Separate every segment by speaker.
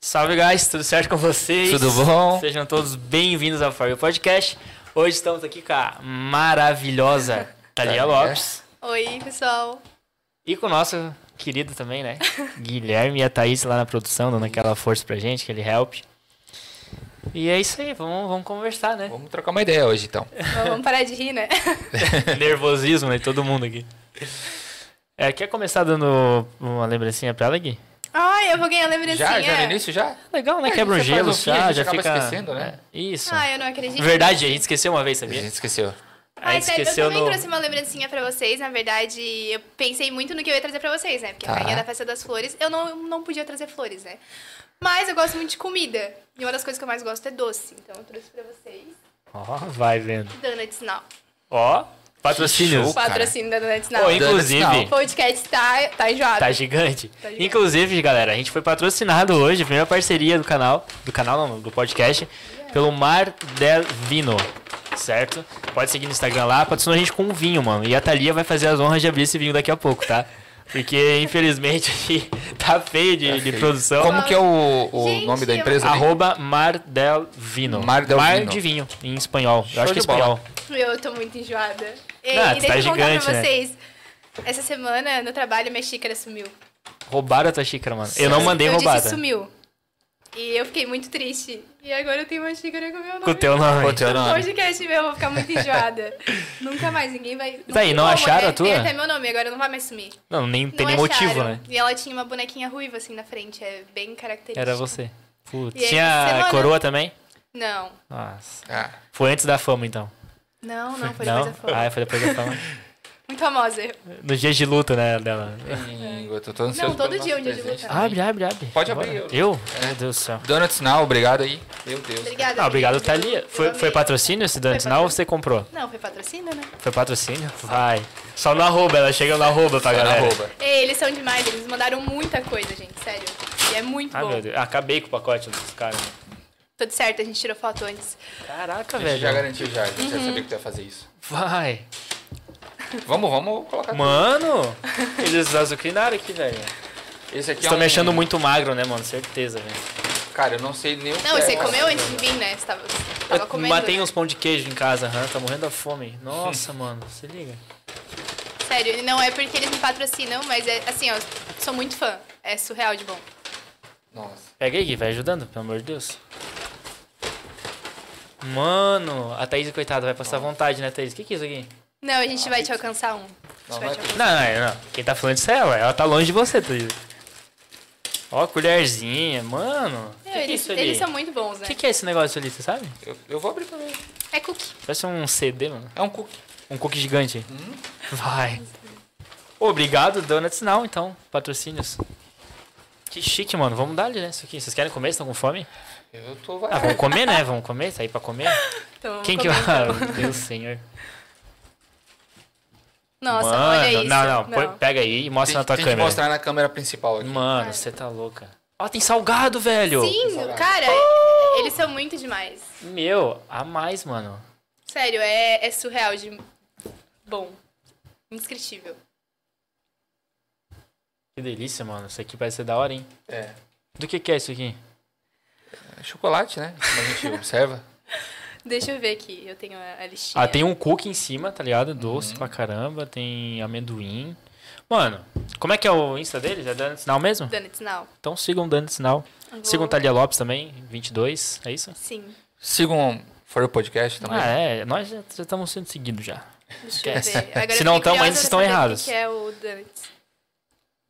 Speaker 1: Salve, guys, tudo certo com vocês?
Speaker 2: Tudo bom?
Speaker 1: Sejam todos bem-vindos ao For You Podcast. Hoje estamos aqui com a maravilhosa Thalia Lopes
Speaker 3: Oi, pessoal.
Speaker 1: e com o nosso querido também, né? Guilherme e a Thaís lá na produção, dando aquela força pra gente, aquele help. E é isso aí, vamos, vamos conversar, né?
Speaker 2: Vamos trocar uma ideia hoje, então.
Speaker 3: Mas Vamos parar de rir, né?
Speaker 1: Nervosismo, né? Todo mundo aqui. É, quer começar dando uma lembrancinha pra ela, Gui?
Speaker 3: Ai, eu vou ganhar lembrancinha.
Speaker 2: já? Já no início, já?
Speaker 1: Legal, né?
Speaker 2: É,
Speaker 1: Quebra um
Speaker 2: você faz
Speaker 1: gelo,
Speaker 2: no fim, a
Speaker 1: já,
Speaker 2: gente
Speaker 1: já
Speaker 2: acaba
Speaker 1: fica...
Speaker 2: esquecendo, né?
Speaker 1: É, Isso.
Speaker 3: Ai, eu não acredito.
Speaker 1: Verdade, a gente esqueceu uma vez,
Speaker 2: A
Speaker 1: sabia?
Speaker 2: gente esqueceu.
Speaker 1: A
Speaker 3: Ai,
Speaker 1: gente
Speaker 3: sério, eu
Speaker 1: esqueceu
Speaker 3: também
Speaker 1: no...
Speaker 3: trouxe uma lembrancinha pra vocês. Na verdade, eu pensei muito no que eu ia trazer pra vocês, né? Porque
Speaker 2: Tá.
Speaker 3: a rainha da festa das flores, eu não, não podia trazer flores, né? Mas eu gosto muito de comida. E uma das coisas que eu mais gosto é doce. Então eu trouxe pra vocês
Speaker 1: Ó, vai vendo.
Speaker 3: Donuts Now.
Speaker 1: Ó, patrocínios.
Speaker 2: Show. Cara.
Speaker 3: Patrocínio da Donuts Now.
Speaker 1: Pô, inclusive,
Speaker 2: Donuts
Speaker 3: O podcast tá, tá enjoado.
Speaker 1: tá gigante.
Speaker 3: Tá gigante.
Speaker 1: Inclusive, galera, a gente foi patrocinado hoje, primeira parceria do canal, do canal não, do podcast, pelo Mar del Vino, certo? Pode seguir no Instagram lá, patrocinou a gente com um vinho, mano. E a Thalia vai fazer as honras de abrir esse vinho daqui a pouco, tá? Porque, infelizmente, aqui tá feio de, de produção.
Speaker 2: Como que é o, o
Speaker 3: Gente,
Speaker 2: nome da
Speaker 3: eu-
Speaker 2: empresa? ali?
Speaker 1: Arroba Mar del Vino.
Speaker 2: Mar del
Speaker 1: Mar
Speaker 2: Vino.
Speaker 1: de vinho, em espanhol. Eu acho que é
Speaker 2: de bola.
Speaker 1: espanhol.
Speaker 3: Eu tô muito enjoada. E,
Speaker 1: Ah,
Speaker 3: e
Speaker 1: tu tá
Speaker 3: deixa eu contar
Speaker 1: gigante,
Speaker 3: pra
Speaker 1: né?
Speaker 3: vocês. Essa semana, no trabalho, minha xícara sumiu.
Speaker 1: Roubaram a tua xícara, mano. Eu não mandei
Speaker 3: eu
Speaker 1: roubada.
Speaker 3: Disse, sumiu. E eu fiquei muito triste. E agora eu tenho uma xícara com o meu nome.
Speaker 1: Com o teu nome.
Speaker 2: Com o teu
Speaker 3: No
Speaker 2: nome.
Speaker 3: podcast meu, eu vou ficar muito enjoada. Nunca mais, ninguém vai...
Speaker 1: Tá aí, não
Speaker 3: tem como,
Speaker 1: acharam
Speaker 3: né?
Speaker 1: a tua?
Speaker 3: Tem até meu nome, agora não vai mais sumir.
Speaker 1: Não, nem tem
Speaker 3: Não é
Speaker 1: nem motivo,
Speaker 3: acharam.
Speaker 1: né?
Speaker 3: E ela tinha uma bonequinha ruiva, assim, na frente. É bem característica.
Speaker 1: Era você. Putz.
Speaker 3: E aí,
Speaker 1: Tinha
Speaker 3: semana-
Speaker 1: coroa também?
Speaker 3: Não.
Speaker 1: Nossa.
Speaker 2: Ah,
Speaker 1: Foi antes da fama, então.
Speaker 3: Não, não, foi
Speaker 1: não?
Speaker 3: depois da fome.
Speaker 1: Ah, é. foi depois da fama.
Speaker 3: Muito famosa.
Speaker 1: Nos dias de luta, né, dela.
Speaker 2: hum, eu tô, tô ansioso
Speaker 3: Não, todo
Speaker 2: pelo
Speaker 3: dia é um
Speaker 2: nosso
Speaker 3: dia de
Speaker 2: presente.
Speaker 3: luta.
Speaker 1: Abre, abre, abre.
Speaker 2: Pode abrir,
Speaker 1: Bora. Eu? Meu Deus do céu.
Speaker 2: Donuts Now, obrigado aí. Meu Deus.
Speaker 3: Obrigada.
Speaker 1: Ah, obrigado,
Speaker 3: gente.
Speaker 1: Thalia.
Speaker 3: Eu
Speaker 1: Foi,
Speaker 3: amei.
Speaker 1: foi patrocínio esse Dante Now ou você comprou?
Speaker 3: Não, foi patrocínio, né?
Speaker 1: Foi patrocínio? Vai. Só no arroba, ela chega no arroba pra
Speaker 2: Tá na
Speaker 1: galera.
Speaker 2: arroba.
Speaker 3: Ei, eles são demais, eles mandaram muita coisa, gente, sério. E é muito
Speaker 1: Ah,
Speaker 3: bom.
Speaker 1: meu Deus. Acabei com o pacote dos caras.
Speaker 3: Tudo certo, a gente tirou foto antes.
Speaker 1: Caraca,
Speaker 2: A gente já
Speaker 1: velho.
Speaker 2: garantiu já, a gente
Speaker 3: Uhum.
Speaker 2: já sabia que tu ia fazer isso.
Speaker 1: Vai.
Speaker 2: Vamos, vamos colocar.
Speaker 1: Mano, eles azucrinaram aqui, velho.
Speaker 2: Esse aqui é
Speaker 1: Estão
Speaker 2: um-
Speaker 1: me achando tá muito magro, né, mano? Certeza, velho.
Speaker 2: Cara, eu não sei nem o que
Speaker 3: Não,
Speaker 2: é,
Speaker 3: você
Speaker 2: cara.
Speaker 3: comeu antes de vir, né? Você tava, você tava
Speaker 1: Eu
Speaker 3: comendo. né?
Speaker 1: matei uns pão de queijo em casa, aham, tá morrendo da fome. Nossa, mano, se liga.
Speaker 3: Sério, e não é porque eles me patrocinam, mas é assim, ó, sou muito fã. É surreal de bom.
Speaker 2: Nossa.
Speaker 1: Pega aí, Gui, vai ajudando, pelo amor de Deus. Mano, a Thaís, coitada, vai passar vontade, né, Thaís? O que, que é isso aqui?
Speaker 3: Não, a gente vai te alcançar um.
Speaker 2: Não, não
Speaker 3: A gente vai
Speaker 2: é
Speaker 3: te alcançar.
Speaker 1: Ah, Não, não, não. Quem tá falando isso é ela. Ela tá longe de você, Thaís. Ó, colherzinha, mano. O que, que é
Speaker 3: Eles,
Speaker 1: isso ali?
Speaker 3: eles são muito bons,
Speaker 1: O
Speaker 3: né?
Speaker 1: que, que é esse negócio ali, você sabe?
Speaker 2: Eu, eu vou abrir pra ver.
Speaker 3: É cookie.
Speaker 1: Parece um CD, mano.
Speaker 2: É um cookie.
Speaker 1: Um cookie gigante.
Speaker 3: Hum?
Speaker 1: Vai. Obrigado, Donuts Now, então. Patrocínios. Que chique, mano. Vamos dar ali, né? Isso aqui. Vocês querem comer? Estão com fome?
Speaker 2: Eu tô
Speaker 1: Ah,
Speaker 2: vai.
Speaker 1: vamos comer, né? Vamos comer? Sair pra comer?
Speaker 3: Então,
Speaker 1: Quem
Speaker 3: vamos
Speaker 1: que vai?
Speaker 3: comer, então.
Speaker 1: Ah, meu Deus, senhor.
Speaker 3: Nossa,
Speaker 1: mano,
Speaker 3: olha isso.
Speaker 1: Não, não. põe- Pega aí e mostra
Speaker 2: Tem,
Speaker 1: na tua
Speaker 2: tem que
Speaker 1: câmera.
Speaker 2: mostrar na câmera principal aqui.
Speaker 1: Mano, você tá louca. Ó, tem salgado, velho.
Speaker 3: Sim, cara,
Speaker 1: Uh!
Speaker 3: eles são muito demais.
Speaker 1: Meu, a mais, mano.
Speaker 3: Sério, é, é surreal de bom. Indescritível.
Speaker 1: Que delícia, mano. Isso aqui parece ser da hora, hein?
Speaker 2: É.
Speaker 1: Do que que é isso aqui?
Speaker 2: É Chocolate, né? Como a gente observa.
Speaker 3: Deixa eu ver aqui, eu tenho a a listinha.
Speaker 1: Ah, tem um cookie em cima, tá ligado? Doce pra caramba. Tem amendoim. Mano, como é que é o Insta deles? É Dando Sinal mesmo?
Speaker 3: Donuts Now.
Speaker 1: Então sigam o Dando Sinal.
Speaker 3: Vou-
Speaker 1: Sigam o Thalia Lopes também, 22, é isso?
Speaker 3: Sim.
Speaker 2: Sigam For o Podcast também.
Speaker 1: Ah, é. Nós já já estamos sendo seguidos já.
Speaker 3: Deixa eu
Speaker 1: Esquece.
Speaker 3: ver. Agora eu
Speaker 1: É. Se
Speaker 3: fiquei
Speaker 1: não tão,
Speaker 3: curiosa
Speaker 1: mas
Speaker 3: pra
Speaker 1: estão
Speaker 3: saber o que
Speaker 1: errados.
Speaker 3: que é o Donuts.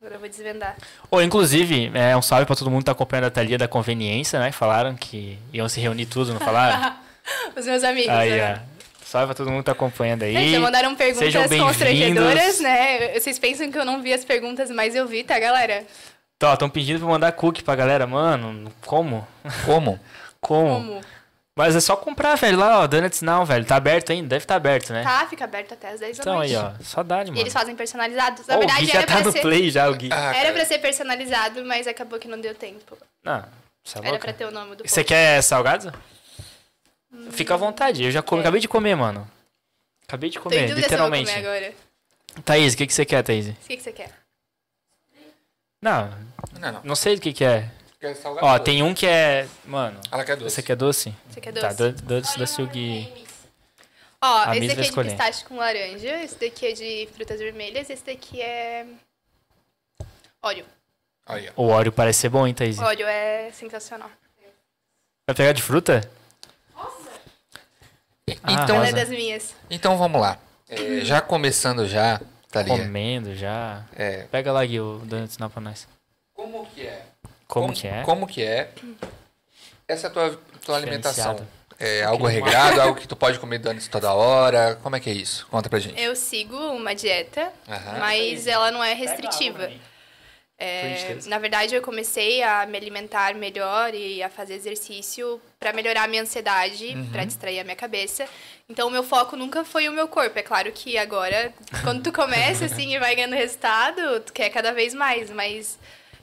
Speaker 3: Agora eu vou desvendar.
Speaker 1: Ô, inclusive, é um salve pra todo mundo que tá acompanhando a Thalia da Conveniência, né? Falaram que iam se reunir tudo, não falaram?
Speaker 3: Os meus amigos.
Speaker 1: aí,
Speaker 3: né?
Speaker 1: ó. Salve pra todo mundo que tá acompanhando aí.
Speaker 3: Eles já mandaram
Speaker 1: sejam
Speaker 3: perguntas
Speaker 1: bem-vindos.
Speaker 3: constrangedoras, né? Vocês pensam que eu não vi as perguntas, mas eu vi, tá, galera?
Speaker 1: Tô, estão pedindo pra eu mandar cookie pra galera. Mano, como?
Speaker 2: Como?
Speaker 1: Como?
Speaker 3: Como?
Speaker 1: Mas é só comprar, velho, lá, ó. Donuts Now, velho. Tá aberto ainda? Deve tá aberto, né?
Speaker 3: Tá, fica aberto até as 10 da
Speaker 1: Então
Speaker 3: noite.
Speaker 1: aí, ó. Só dá, mano.
Speaker 3: E eles fazem personalizados. Na
Speaker 1: Ó, o
Speaker 3: verdade,
Speaker 1: Gui
Speaker 3: era
Speaker 1: já tá
Speaker 3: pra
Speaker 1: no
Speaker 3: ser...
Speaker 1: play já, o Gui.
Speaker 2: Ah,
Speaker 3: Era
Speaker 2: cara.
Speaker 3: pra ser personalizado, mas acabou que não deu tempo.
Speaker 1: Não, você é
Speaker 3: Era
Speaker 1: louca. é
Speaker 3: pra ter o nome do
Speaker 1: Você
Speaker 3: povo.
Speaker 1: quer salgado? Fica à vontade. Eu já comi,
Speaker 3: É.
Speaker 1: acabei de comer, mano. Acabei de
Speaker 3: Tô em
Speaker 1: comer,
Speaker 3: dúvida se eu vou
Speaker 1: literalmente.
Speaker 3: comer agora.
Speaker 1: Thaís, o que, que você quer, Thaís?
Speaker 3: O que, que você quer?
Speaker 1: Não,
Speaker 2: Não, não.
Speaker 1: não sei o que, que é.
Speaker 2: Quer salgado?
Speaker 1: Ó, tem um que é. Mano,
Speaker 2: Ela quer doce.
Speaker 1: esse aqui é doce?
Speaker 3: Você quer
Speaker 1: Tá,
Speaker 3: doce?
Speaker 1: do- doce da Silgi.
Speaker 3: Ó,
Speaker 1: A
Speaker 3: esse
Speaker 1: Miss
Speaker 3: daqui
Speaker 1: vai
Speaker 3: é de
Speaker 1: escolher.
Speaker 3: pistache com laranja, esse daqui é de frutas vermelhas, esse daqui é. Óleo.
Speaker 2: Aí, ó.
Speaker 1: O óleo parece ser bom, hein, Thaís?
Speaker 3: Óleo é sensacional.
Speaker 1: Vai pegar de fruta? Ah,
Speaker 2: Então,
Speaker 3: Ela é
Speaker 1: Rosa.
Speaker 3: das minhas.
Speaker 2: então vamos lá. É, já começando já, Thalia.
Speaker 1: Comendo já.
Speaker 2: É,
Speaker 1: Pega lá, Gui, o donuts não pra nós.
Speaker 2: como que é?
Speaker 1: Como, que é?
Speaker 2: Como que é? Essa tua, tua alimentação.
Speaker 1: Diferenciado.
Speaker 2: É algo regrado, algo que tu pode comer durante toda hora? Como é que é isso? Conta pra gente.
Speaker 3: Eu sigo uma dieta,
Speaker 1: Ah,
Speaker 2: Aham.
Speaker 3: mas ela não é restritiva.
Speaker 1: Por
Speaker 3: É,
Speaker 1: gentileza.
Speaker 3: na verdade, eu comecei a me alimentar melhor e a fazer exercício pra melhorar a minha ansiedade,
Speaker 1: Uhum.
Speaker 3: pra distrair a minha cabeça. Então, o meu foco nunca foi o meu corpo. É claro que agora, quando tu começa assim e vai ganhando resultado, tu quer cada vez mais, mas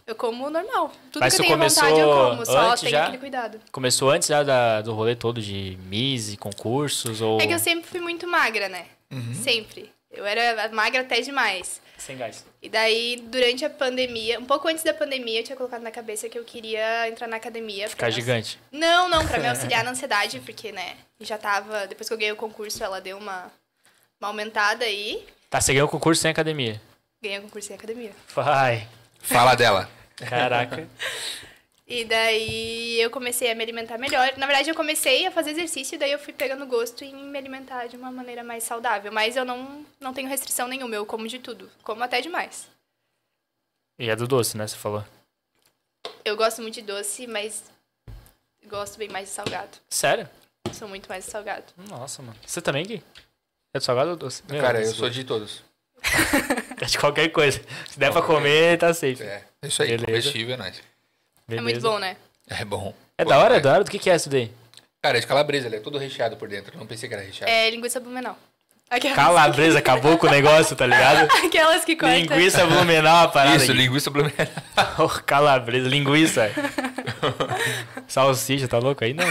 Speaker 3: eu como normal. Tudo
Speaker 1: Mas
Speaker 3: que eu
Speaker 1: tu
Speaker 3: tenho vontade, eu
Speaker 1: começou
Speaker 3: como, só
Speaker 1: antes
Speaker 3: tenho
Speaker 1: já?
Speaker 3: aquele cuidado.
Speaker 1: Começou antes já da- do rolê todo de Miss, e concursos ou.
Speaker 3: É que eu sempre fui muito magra, né?
Speaker 1: Uhum.
Speaker 3: Sempre. Eu era magra até demais.
Speaker 1: Sem gás.
Speaker 3: E daí, durante a pandemia, um pouco antes da pandemia, eu tinha colocado na cabeça que eu queria entrar na academia. pra
Speaker 1: Ficar
Speaker 3: me aux-
Speaker 1: gigante.
Speaker 3: Não, não, pra me auxiliar na ansiedade, porque, né, já tava. Depois que eu ganhei o concurso, ela deu uma, uma aumentada aí.
Speaker 1: Tá, você ganhou o concurso sem academia.
Speaker 3: Ganhei o concurso em academia.
Speaker 1: Vai.
Speaker 2: Fala dela.
Speaker 1: Caraca.
Speaker 3: E daí eu comecei a me alimentar melhor. Na verdade, eu comecei a fazer exercício, e daí eu fui pegando gosto em me alimentar de uma maneira mais saudável. Mas eu não, não tenho restrição nenhuma, eu como de tudo. Como até demais.
Speaker 1: e é do doce, né? Você falou.
Speaker 3: Eu gosto muito de doce, mas gosto bem mais de salgado.
Speaker 1: Sério?
Speaker 3: Sou muito mais de salgado.
Speaker 1: Nossa, mano. Você também, Gui? É do salgado ou doce? Meu
Speaker 2: Cara, eu
Speaker 1: Deus,
Speaker 2: sou de todos.
Speaker 1: É de qualquer coisa. Se der pra
Speaker 2: Qualquer
Speaker 1: comer, tá safe.
Speaker 2: É, é isso aí.
Speaker 1: Beleza.
Speaker 2: Comestível é nóis.
Speaker 3: É muito
Speaker 1: Beleza.
Speaker 3: bom, né?
Speaker 2: É bom.
Speaker 1: É da hora? É da hora? Do que, que é isso daí?
Speaker 2: Cara, é de calabresa, ele é todo recheado por dentro. Eu Não pensei que era recheado.
Speaker 3: É linguiça blumenau. Aquelas,
Speaker 1: Calabresa, acabou com o negócio, tá ligado?
Speaker 3: aquelas que cortam.
Speaker 1: Linguiça blumenau, a parada. Gui.
Speaker 2: Isso, linguiça blumenau.
Speaker 1: Ô, Calabresa, linguiça. Salsicha, tá louco aí? Não.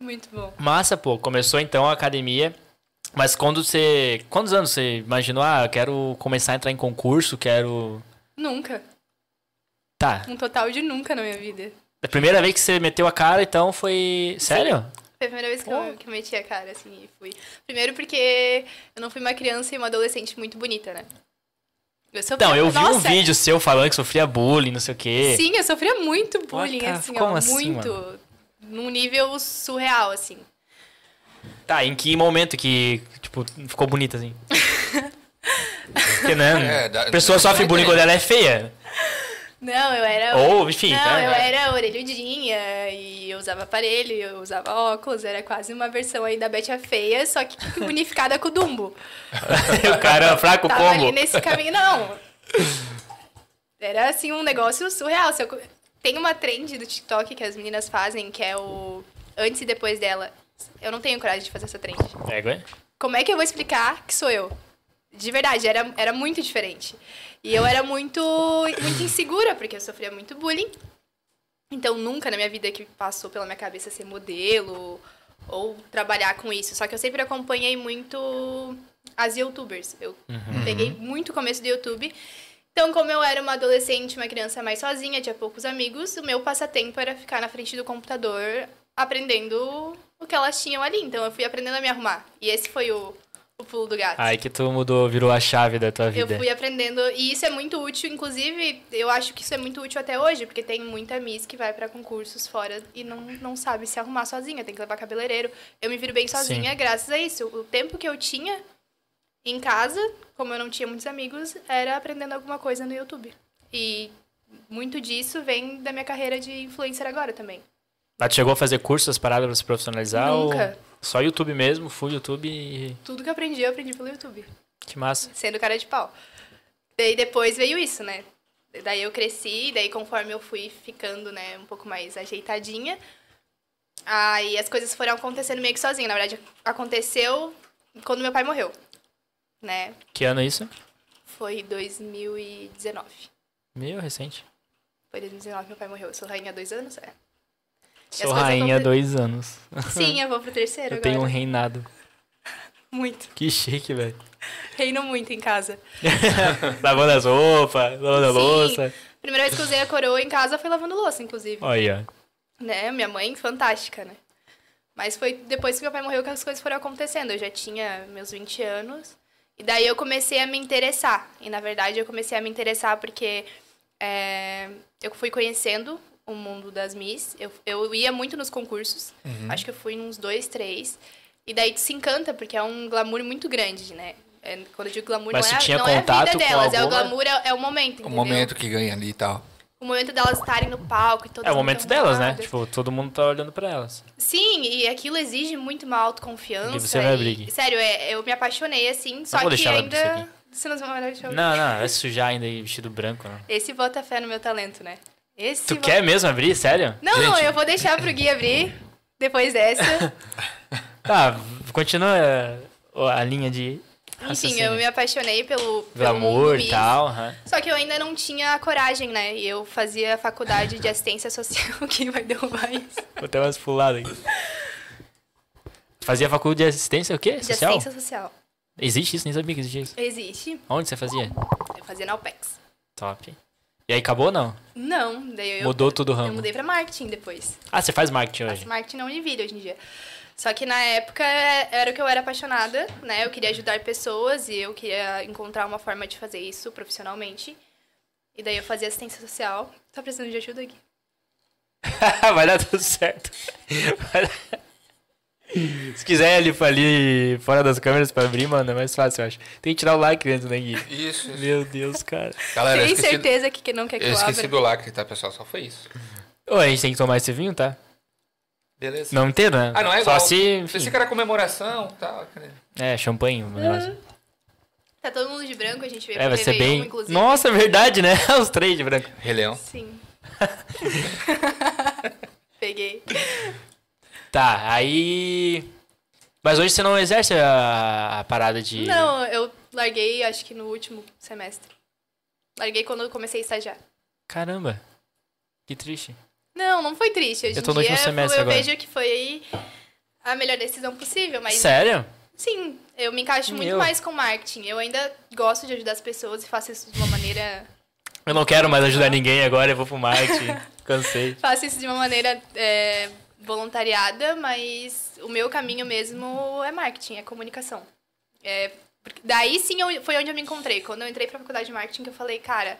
Speaker 3: Muito bom.
Speaker 1: Massa, pô. Começou então a academia. Mas quando você. Quantos anos você imaginou? Ah, eu quero começar a entrar em concurso, quero.
Speaker 3: Nunca.
Speaker 1: Tá. é
Speaker 3: Um total de nunca na minha vida.
Speaker 1: A primeira vez que você meteu a cara, então foi. Sério?
Speaker 3: Foi a primeira vez que eu, que eu meti a cara, assim, e fui. Primeiro porque eu não fui uma criança e uma adolescente muito bonita, né? Eu sofria...
Speaker 1: Então, eu vi um
Speaker 3: Nossa,
Speaker 1: vídeo seu falando que sofria bullying, não sei o quê.
Speaker 3: Sim, eu sofria muito bullying,
Speaker 1: What the-
Speaker 3: assim,
Speaker 1: como
Speaker 3: ó.
Speaker 1: assim,
Speaker 3: muito. Num nível surreal, assim.
Speaker 1: Tá, em que momento que, tipo, ficou bonita, assim? Porque, né?
Speaker 2: É, dá-
Speaker 1: a pessoa sofre bullying quando ela é feia.
Speaker 3: Não, eu era...
Speaker 1: Ou, enfim,
Speaker 3: É Não, é.
Speaker 1: né?
Speaker 3: eu era orelhudinha e eu usava aparelho, eu usava óculos, era quase uma versão aí da Betty a Feia, só que unificada com o Dumbo.
Speaker 1: o cara é fraco
Speaker 3: Tava ali né?
Speaker 1: como?
Speaker 3: nesse caminho, não. Era assim um negócio surreal. Se eu co- Tem uma trend do TikTok que as meninas fazem, que é o antes e depois dela. Eu não tenho coragem de fazer essa trend.
Speaker 1: Pega, hein?
Speaker 3: Como é que eu vou explicar que sou eu? De verdade, era, era muito diferente. E eu era muito, muito insegura, porque eu sofria muito bullying. Então, nunca na minha vida que passou pela minha cabeça ser modelo ou trabalhar com isso. Só que eu sempre acompanhei muito as youtubers. Eu peguei muito o começo do YouTube. Então, como eu era uma adolescente, uma criança mais sozinha, tinha poucos amigos, o meu passatempo era ficar na frente do computador aprendendo o que elas tinham ali. Então, eu fui aprendendo a me arrumar. E esse foi o, o pulo do gato.
Speaker 1: Aí que tu mudou, virou a chave da tua
Speaker 3: Eu
Speaker 1: vida.
Speaker 3: fui aprendendo, e isso é muito útil, inclusive, eu acho que isso é muito útil até hoje, porque tem muita Miss que vai pra concursos fora e não, não sabe se arrumar sozinha, tem que levar cabeleireiro. Eu me viro bem sozinha graças a isso. O tempo que eu tinha em casa, como eu não tinha muitos amigos, era aprendendo alguma coisa no YouTube. E muito disso vem da minha carreira de influencer agora também.
Speaker 1: Mas tu chegou a fazer cursos, as paradas pra se profissionalizar?
Speaker 3: Nunca.
Speaker 1: Ou... Só YouTube mesmo, fui YouTube e...
Speaker 3: Tudo que eu aprendi, eu aprendi pelo YouTube.
Speaker 1: Que massa.
Speaker 3: sendo cara de pau. Daí depois veio isso, né? Daí eu cresci, daí conforme eu fui ficando, né, um pouco mais ajeitadinha, aí as coisas foram acontecendo meio que sozinha. Na verdade, aconteceu quando meu pai morreu, né?
Speaker 1: Que ano é isso?
Speaker 3: Foi 2019.
Speaker 1: Meio recente.
Speaker 3: Foi 2019 meu pai morreu. Eu sou rainha há dois anos, é.
Speaker 1: Sou
Speaker 3: coisas
Speaker 1: rainha há
Speaker 3: aconte-
Speaker 1: dois anos.
Speaker 3: Sim, eu vou pro terceiro
Speaker 1: Eu
Speaker 3: agora.
Speaker 1: tenho um reinado.
Speaker 3: Muito.
Speaker 1: Que chique, velho.
Speaker 3: Reino muito em casa.
Speaker 1: Lavando as roupas, lavando a
Speaker 3: Sim.
Speaker 1: louça.
Speaker 3: Primeira vez que eu usei a coroa em casa foi lavando louça, inclusive.
Speaker 1: Olha.
Speaker 3: Né? Minha mãe, fantástica, né? Mas foi depois que meu pai morreu que as coisas foram acontecendo. Eu já tinha meus 20 anos. E daí eu comecei a me interessar. E na verdade eu comecei a me interessar porque é, eu fui conhecendo o mundo das Miss. Eu, eu ia muito nos concursos.
Speaker 1: Uhum.
Speaker 3: Acho que eu fui nos dois, três. E daí tu se encanta, porque é um glamour muito grande, né? É, quando eu digo glamour,
Speaker 1: Mas
Speaker 3: não,
Speaker 1: tu
Speaker 3: é,
Speaker 1: tinha
Speaker 3: não é a
Speaker 1: contato
Speaker 3: vida
Speaker 1: com
Speaker 3: delas. É o
Speaker 1: alguma-
Speaker 3: glamour, é, é o momento,
Speaker 2: O
Speaker 3: entendeu?
Speaker 2: momento que ganha ali e tal.
Speaker 3: O momento delas estarem no palco e todas
Speaker 1: É o momento
Speaker 3: muito
Speaker 1: delas, né?
Speaker 3: arrumadas.
Speaker 1: Tipo, todo mundo tá olhando pra elas.
Speaker 3: Sim, e aquilo exige muito uma autoconfiança.
Speaker 1: E você vai abrir aqui.
Speaker 3: Sério, é, eu me apaixonei, assim, só
Speaker 1: vou
Speaker 3: que
Speaker 1: deixar ela abrir isso
Speaker 3: ainda... Você não vai deixar eu abrir.
Speaker 1: Não, não, vai sujar ainda aí vestido branco, né?
Speaker 3: Esse bota fé no meu talento, né? Esse
Speaker 1: Tu
Speaker 3: bota-
Speaker 1: quer mesmo abrir? Sério?
Speaker 3: Não, não,
Speaker 2: Gente.
Speaker 3: eu vou deixar pro Gui abrir depois dessa.
Speaker 1: Tá, continua eh, a linha de.
Speaker 3: Enfim,
Speaker 1: raciocínio.
Speaker 3: eu me apaixonei pelo... pelo mundo
Speaker 1: Glamour e
Speaker 3: Miss.
Speaker 1: tal. aham.
Speaker 3: Só que eu ainda não tinha a coragem, né? E eu fazia faculdade de assistência social. Quem vai derrubar isso?
Speaker 1: Vou ter umas puladas aqui. Fazia faculdade de assistência o quê?
Speaker 3: De
Speaker 1: Social?
Speaker 3: assistência social.
Speaker 1: Existe isso? Nem sabia que existia isso.
Speaker 3: Existe.
Speaker 1: Onde você fazia?
Speaker 3: Eu fazia na UPEX.
Speaker 1: Top. E aí acabou ou não?
Speaker 3: Não, daí eu...
Speaker 1: Mudou tudo o
Speaker 3: Eu
Speaker 1: ramo.
Speaker 3: mudei pra marketing depois.
Speaker 1: Ah, você faz marketing
Speaker 3: Faço
Speaker 1: hoje.
Speaker 3: marketing na Univille hoje em dia. Só que na época é, era o que eu era apaixonada, né? Eu queria ajudar pessoas e eu queria encontrar uma forma de fazer isso profissionalmente. E daí eu fazia assistência social. Tá precisando de ajuda aqui?
Speaker 1: Vai dar tudo certo. Vai dar- Se quiser ali, ali fora das câmeras pra abrir, mano, é mais fácil, eu acho. Tem que tirar o like dentro, né, Gui?
Speaker 2: Isso, isso.
Speaker 1: Meu Deus, cara.
Speaker 2: Galera, eu
Speaker 3: Tem
Speaker 2: esqueci,
Speaker 3: certeza que que não quer que
Speaker 2: eu
Speaker 3: eu,
Speaker 2: esqueci
Speaker 3: abra?
Speaker 2: do lacre, tá, pessoal? Só foi isso.
Speaker 1: Ô, a gente tem que tomar esse vinho, tá?
Speaker 2: Beleza?
Speaker 1: Não inteiro, né?
Speaker 2: Ah, não é
Speaker 1: Só
Speaker 2: igual.
Speaker 1: se.
Speaker 2: Você
Speaker 1: Enfim,
Speaker 2: que era comemoração e tal. né?
Speaker 1: é, champanhe, um negócio.
Speaker 3: Tá todo mundo de branco, a gente veio
Speaker 1: É, vai
Speaker 3: pro
Speaker 1: ser
Speaker 3: Réveillon,
Speaker 1: bem.
Speaker 3: um, inclusive.
Speaker 1: Nossa, é verdade, né? Os três de branco.
Speaker 2: Rei Leão.
Speaker 3: Sim. Peguei.
Speaker 1: Tá, aí. Mas hoje você não exerce a, a parada de.
Speaker 3: Não, eu larguei acho que no último semestre. Larguei quando eu comecei a estagiar.
Speaker 1: Caramba. Que triste.
Speaker 3: Não, não foi triste. Hoje
Speaker 1: Eu tô
Speaker 3: em
Speaker 1: no
Speaker 3: dia,
Speaker 1: último semestre
Speaker 3: eu
Speaker 1: agora.
Speaker 3: vejo que foi a melhor decisão possível, mas
Speaker 1: Sério?
Speaker 3: sim, eu me encaixo muito
Speaker 1: Meu.
Speaker 3: mais com marketing. Eu ainda gosto de ajudar as pessoas e faço isso de uma maneira,
Speaker 1: Eu não quero mais ajudar ninguém agora, eu vou pro marketing. Cansei.
Speaker 3: faço isso de uma maneira é, voluntariada, mas o meu caminho mesmo é marketing, é comunicação. É, porque- daí sim eu- foi onde eu me encontrei. Quando eu entrei pra faculdade de marketing, que eu falei, cara,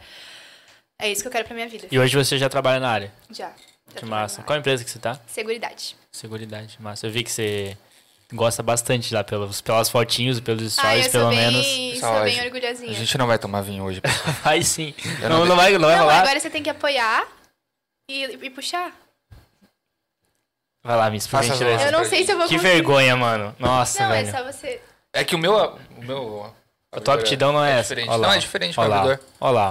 Speaker 3: é isso que eu quero pra minha vida.
Speaker 1: E hoje você já trabalha na área.
Speaker 3: Já. tá Já
Speaker 1: Que
Speaker 3: tô
Speaker 1: massa.
Speaker 3: na área.
Speaker 1: Qual empresa que você tá?
Speaker 3: Seguridade.
Speaker 1: Seguridade, massa. Eu vi que você gosta bastante lá pelos, pelas fotinhos, pelos
Speaker 3: Ah,
Speaker 1: stories,
Speaker 3: eu sou
Speaker 1: pelo
Speaker 3: bem,
Speaker 1: menos.
Speaker 3: sou
Speaker 2: Pessoal,
Speaker 3: bem
Speaker 2: a
Speaker 3: orgulhosinha.
Speaker 2: A gente não vai tomar vinho hoje. pessoal.
Speaker 1: Vai sim.
Speaker 2: Eu
Speaker 1: Não,
Speaker 2: não
Speaker 1: não vai, não vai
Speaker 3: Não,
Speaker 1: rolar.
Speaker 3: agora você tem que apoiar e, e puxar.
Speaker 1: Vai lá, Miss, por
Speaker 2: Faça as
Speaker 1: gentileza.
Speaker 3: eu
Speaker 2: Ah,
Speaker 3: não
Speaker 2: pra
Speaker 3: sei
Speaker 2: gente.
Speaker 3: se eu vou
Speaker 1: Que
Speaker 3: conseguir.
Speaker 1: vergonha, mano. Nossa,
Speaker 3: Não,
Speaker 1: velho.
Speaker 3: é só você.
Speaker 2: É que o meu. O meu
Speaker 1: A tua aptidão não é, essa.
Speaker 2: diferente.
Speaker 1: Ó lá,
Speaker 2: Não,
Speaker 1: ó.
Speaker 2: é diferente,
Speaker 1: Ó lá,
Speaker 2: meu
Speaker 1: ó. Ó lá.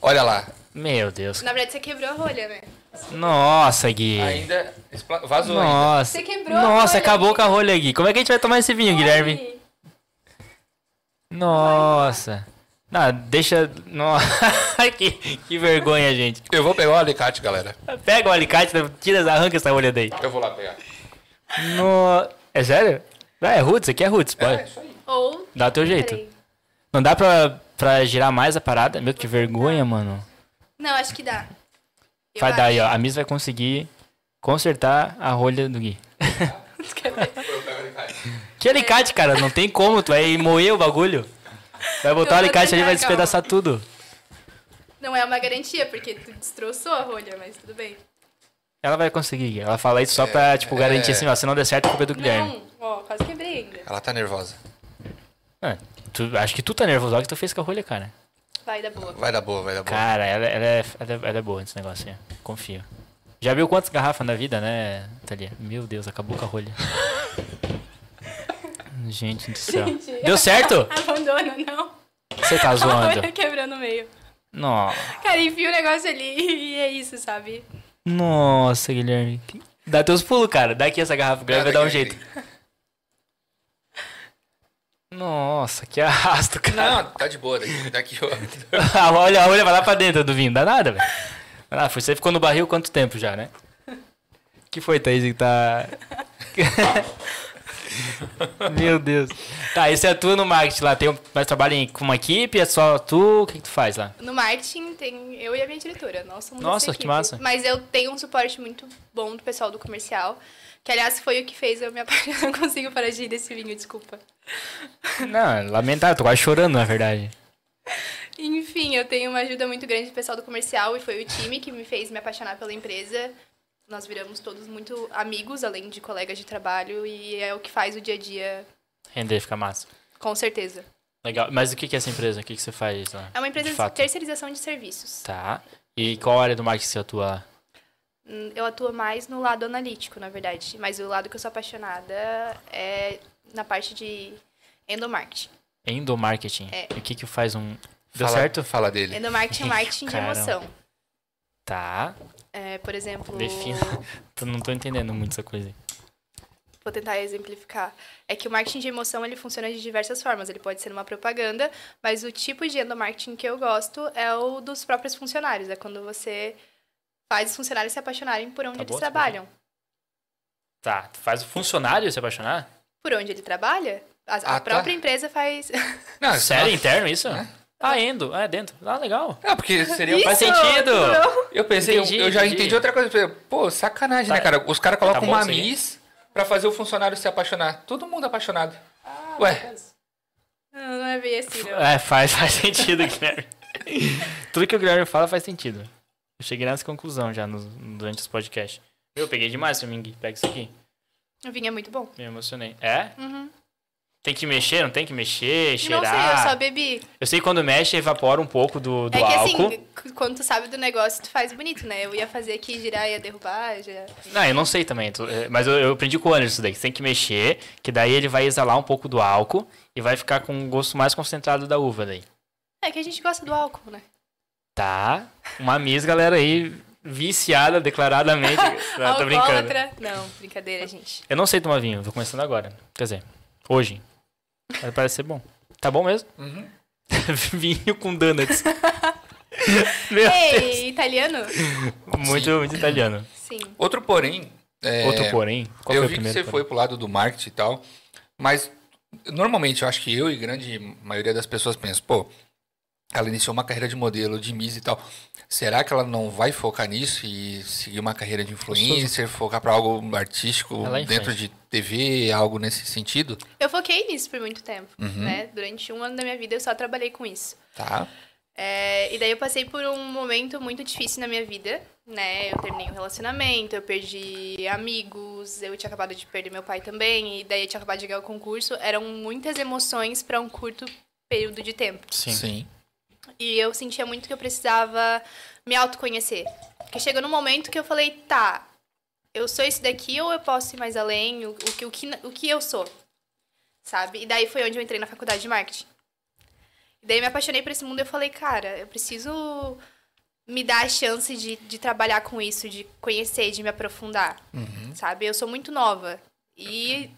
Speaker 1: ó.
Speaker 2: Olha lá.
Speaker 1: Meu Deus.
Speaker 3: Na verdade, você quebrou a rolha, né?
Speaker 1: Nossa, Gui.
Speaker 2: Ainda. expla- Vazou ainda.
Speaker 1: Nossa.
Speaker 3: Você quebrou a
Speaker 1: Nossa,
Speaker 3: rolha,
Speaker 1: acabou
Speaker 3: Gui.
Speaker 1: com a rolha, Gui. Como é que a gente vai tomar esse vinho, Guilherme?
Speaker 3: Ai,
Speaker 1: Nossa. Não, deixa. Nossa. que, que vergonha, gente.
Speaker 2: Eu vou pegar o alicate, galera.
Speaker 1: Pega o alicate, né? tira, arranca essa rolha daí.
Speaker 2: Eu vou lá pegar.
Speaker 1: No... É sério? Ah, é roots, aqui é roots,
Speaker 2: É,
Speaker 1: pode.
Speaker 2: isso aí.
Speaker 3: Ou.
Speaker 1: Dá o teu jeito.
Speaker 3: Peraí.
Speaker 1: Não dá pra, pra girar mais a parada? Meu, que vergonha, mano.
Speaker 3: Não, acho que dá. Eu
Speaker 1: Vai
Speaker 3: acho.
Speaker 1: dar aí, ó. A Miss vai conseguir consertar a rolha do Gui.
Speaker 3: Quer ver?
Speaker 2: Eu pego o alicate.
Speaker 1: Que alicate, cara? Não tem como, tu vai moer o bagulho. Vai botar
Speaker 3: Eu
Speaker 1: o
Speaker 3: vou
Speaker 1: alicate ali,
Speaker 3: tentar,
Speaker 1: vai despedaçar tudo.
Speaker 3: Não é uma garantia, porque tu destroçou a rolha, mas tudo bem.
Speaker 1: Ela vai conseguir, Gui. Ela fala isso só pra, tipo,
Speaker 2: é.
Speaker 1: garantir assim, ó. Se não der certo, a culpa é do Guilherme.
Speaker 3: Não, Hum, ó, quase quebrei ainda.
Speaker 2: Ela tá nervosa.
Speaker 1: Ah, tu- acho que tu tá nervoso, olha o que tu fez com a rolha, cara.
Speaker 3: Vai dar boa.
Speaker 2: Vai dar boa, vai dar boa.
Speaker 1: Cara, ela, ela é, ela, é- ela é boa nesse negócio aí. Confio. Já viu quantas garrafas na vida, né, Thalia? Meu Deus, acabou com a rolha. Gente do céu.
Speaker 3: Gente.
Speaker 1: Deu certo?
Speaker 3: Abandona, não.
Speaker 1: Você tá
Speaker 3: A
Speaker 1: zoando.
Speaker 3: rolha quebrou no meio.
Speaker 1: No-
Speaker 3: Cara, enfia o negócio ali e é isso, sabe?
Speaker 1: Nossa, Guilherme. Dá teus pulos, cara. Dá aqui essa garrafa, o Guilherme vai dar um
Speaker 2: Aqui,
Speaker 1: jeito.
Speaker 2: aqui.
Speaker 1: Nossa, que arrasto, cara.
Speaker 2: Não, tá de boa. Daqui, daqui ó.
Speaker 1: a rolha, a rolha vai lá pra dentro do vinho. Dá nada, velho. Ah, foi- você ficou no barril quanto tempo já, né? que foi, Thaís, que tá... Meu Deus. Tá, e você atua no marketing lá? Tem, um- mas trabalha em- com uma equipe? É só tu? O que, que tu faz lá?
Speaker 3: No marketing tem eu e a minha diretora. Nós somos
Speaker 1: Nossa,
Speaker 3: essa
Speaker 1: que
Speaker 3: equipe.
Speaker 1: massa.
Speaker 3: Mas eu tenho um suporte muito bom do pessoal do comercial. Que, aliás, foi o que fez eu me apaixonar. Não consigo parar de rir desse vinho, desculpa.
Speaker 1: Não, é lamentável, tô quase chorando, na verdade.
Speaker 3: Enfim, eu tenho uma ajuda muito grande do pessoal do comercial e foi o time que me fez me apaixonar pela empresa. Nós viramos todos muito amigos, além de colegas de trabalho, e é o que faz o dia a dia,
Speaker 1: Render, fica massa.
Speaker 3: com certeza.
Speaker 1: Legal. Mas o que, que é essa empresa? O que, que você faz lá?
Speaker 3: É uma empresa
Speaker 1: De
Speaker 3: de,
Speaker 1: fato.
Speaker 3: terceirização de serviços.
Speaker 1: Tá. E qual área do marketing você atua lá?
Speaker 3: Hum, Eu atuo mais no lado analítico, na verdade, mas o lado que eu sou apaixonada é na parte de endomarketing.
Speaker 1: Endomarketing.
Speaker 3: É.
Speaker 1: E O que que faz um... Deu
Speaker 2: Fala-
Speaker 1: certo?
Speaker 2: Fala dele.
Speaker 3: Endomarketing é marketing de
Speaker 1: Caramba.
Speaker 3: emoção.
Speaker 1: Tá.
Speaker 3: É, por exemplo,
Speaker 1: Defina. Eu não tô entendendo muito essa coisa. aí.
Speaker 3: vou tentar exemplificar. É que o marketing de emoção ele funciona de diversas formas. Ele pode ser uma propaganda, mas o tipo de endomarketing que eu gosto é o dos próprios funcionários. É quando você faz os funcionários se apaixonarem por onde
Speaker 1: Tá
Speaker 3: eles
Speaker 1: bom, tá bom.
Speaker 3: trabalham.
Speaker 1: Tá. Tu faz o funcionário se apaixonar?
Speaker 3: Por onde ele trabalha, a, a
Speaker 2: Ah, tá.
Speaker 3: própria empresa faz.
Speaker 2: Não, isso
Speaker 1: Sério, então?
Speaker 2: não-
Speaker 1: interno isso? Ah, endo. Ah, é dentro. Ah, legal.
Speaker 2: Ah, porque seria.
Speaker 1: Faz sentido.
Speaker 3: Não.
Speaker 2: Eu pensei, eu-
Speaker 1: Entendi,
Speaker 2: eu, já
Speaker 1: entendi.
Speaker 2: entendi outra coisa. Eu falei, Pô, sacanagem,
Speaker 1: Tá.
Speaker 2: né, cara? Os caras colocam
Speaker 1: Tá bom
Speaker 2: uma
Speaker 1: isso aí?
Speaker 2: miss pra fazer o funcionário se apaixonar. Todo mundo apaixonado.
Speaker 1: Ah,
Speaker 2: Ué,
Speaker 3: Não, não é bem assim, não.
Speaker 1: É, faz, faz sentido, Guilherme. Tudo que o Guilherme fala faz sentido. Eu cheguei nessa conclusão já no- durante os podcasts. Eu peguei demais, Flaming. Pega isso aqui.
Speaker 3: O vinho é muito bom.
Speaker 1: Me emocionei. É?
Speaker 3: Uhum.
Speaker 1: Tem que mexer, não tem que mexer, cheirar.
Speaker 3: Não sei, eu só bebi.
Speaker 1: Eu sei que quando mexe, evapora um pouco do, do
Speaker 3: é que
Speaker 1: álcool.
Speaker 3: assim, c- quando tu sabe do negócio, tu faz bonito, né? Eu ia fazer aqui, girar, ia derrubar, já...
Speaker 1: Não, eu não sei também. tu- é, Mas eu, eu aprendi com o Anderson isso daí. que Tem que mexer, que daí ele vai exalar um pouco do álcool e vai ficar com um gosto mais concentrado da uva daí.
Speaker 3: É que a gente gosta do álcool, né?
Speaker 1: Tá? Uma Miss, galera aí, viciada declaradamente. Não, Ah, tô brincando.
Speaker 3: Alcoólatra. Não, brincadeira, gente.
Speaker 1: Eu não sei tomar vinho, tô começando agora. Quer dizer, hoje. Mas parece ser bom. Tá bom mesmo?
Speaker 2: Uhum.
Speaker 1: vinho com donuts. Meu,
Speaker 3: Ei, italiano?
Speaker 1: muito, muito italiano.
Speaker 3: Sim.
Speaker 2: outro porém. é,
Speaker 1: Outro porém, qual
Speaker 2: eu
Speaker 1: foi o
Speaker 2: vi que
Speaker 1: primeiro?
Speaker 2: você foi pro lado do marketing e tal, mas normalmente eu acho que eu e grande maioria das pessoas pensam, pô, ela iniciou uma carreira de modelo, de Miss e tal. Será que ela não vai focar nisso e seguir uma carreira de influencer, focar pra algo artístico
Speaker 1: Ela é
Speaker 2: dentro de TV, algo nesse sentido? Uhum.
Speaker 3: Eu foquei nisso por muito tempo,
Speaker 1: Hum? É.
Speaker 3: né? Durante um ano da minha vida eu só trabalhei com isso.
Speaker 2: Tá.
Speaker 3: É, e daí eu passei por um momento muito difícil na minha vida, né? Eu terminei um relacionamento, eu perdi amigos, eu tinha acabado de perder meu pai também, e daí eu tinha acabado de ganhar o concurso. Eram muitas emoções para um curto período de tempo.
Speaker 1: Sim.
Speaker 3: E eu sentia muito que eu precisava me autoconhecer. Porque chegou num momento que eu falei, tá, eu sou isso daqui ou eu posso ir mais além? O, o, que- o, que, o que eu sou? Sabe? E daí foi onde eu entrei na faculdade de marketing. E daí eu me apaixonei por esse mundo e eu falei, cara, eu preciso me dar a chance de, de trabalhar com isso, de conhecer, de me aprofundar.
Speaker 2: Uhum.
Speaker 3: Sabe? Eu sou muito nova. E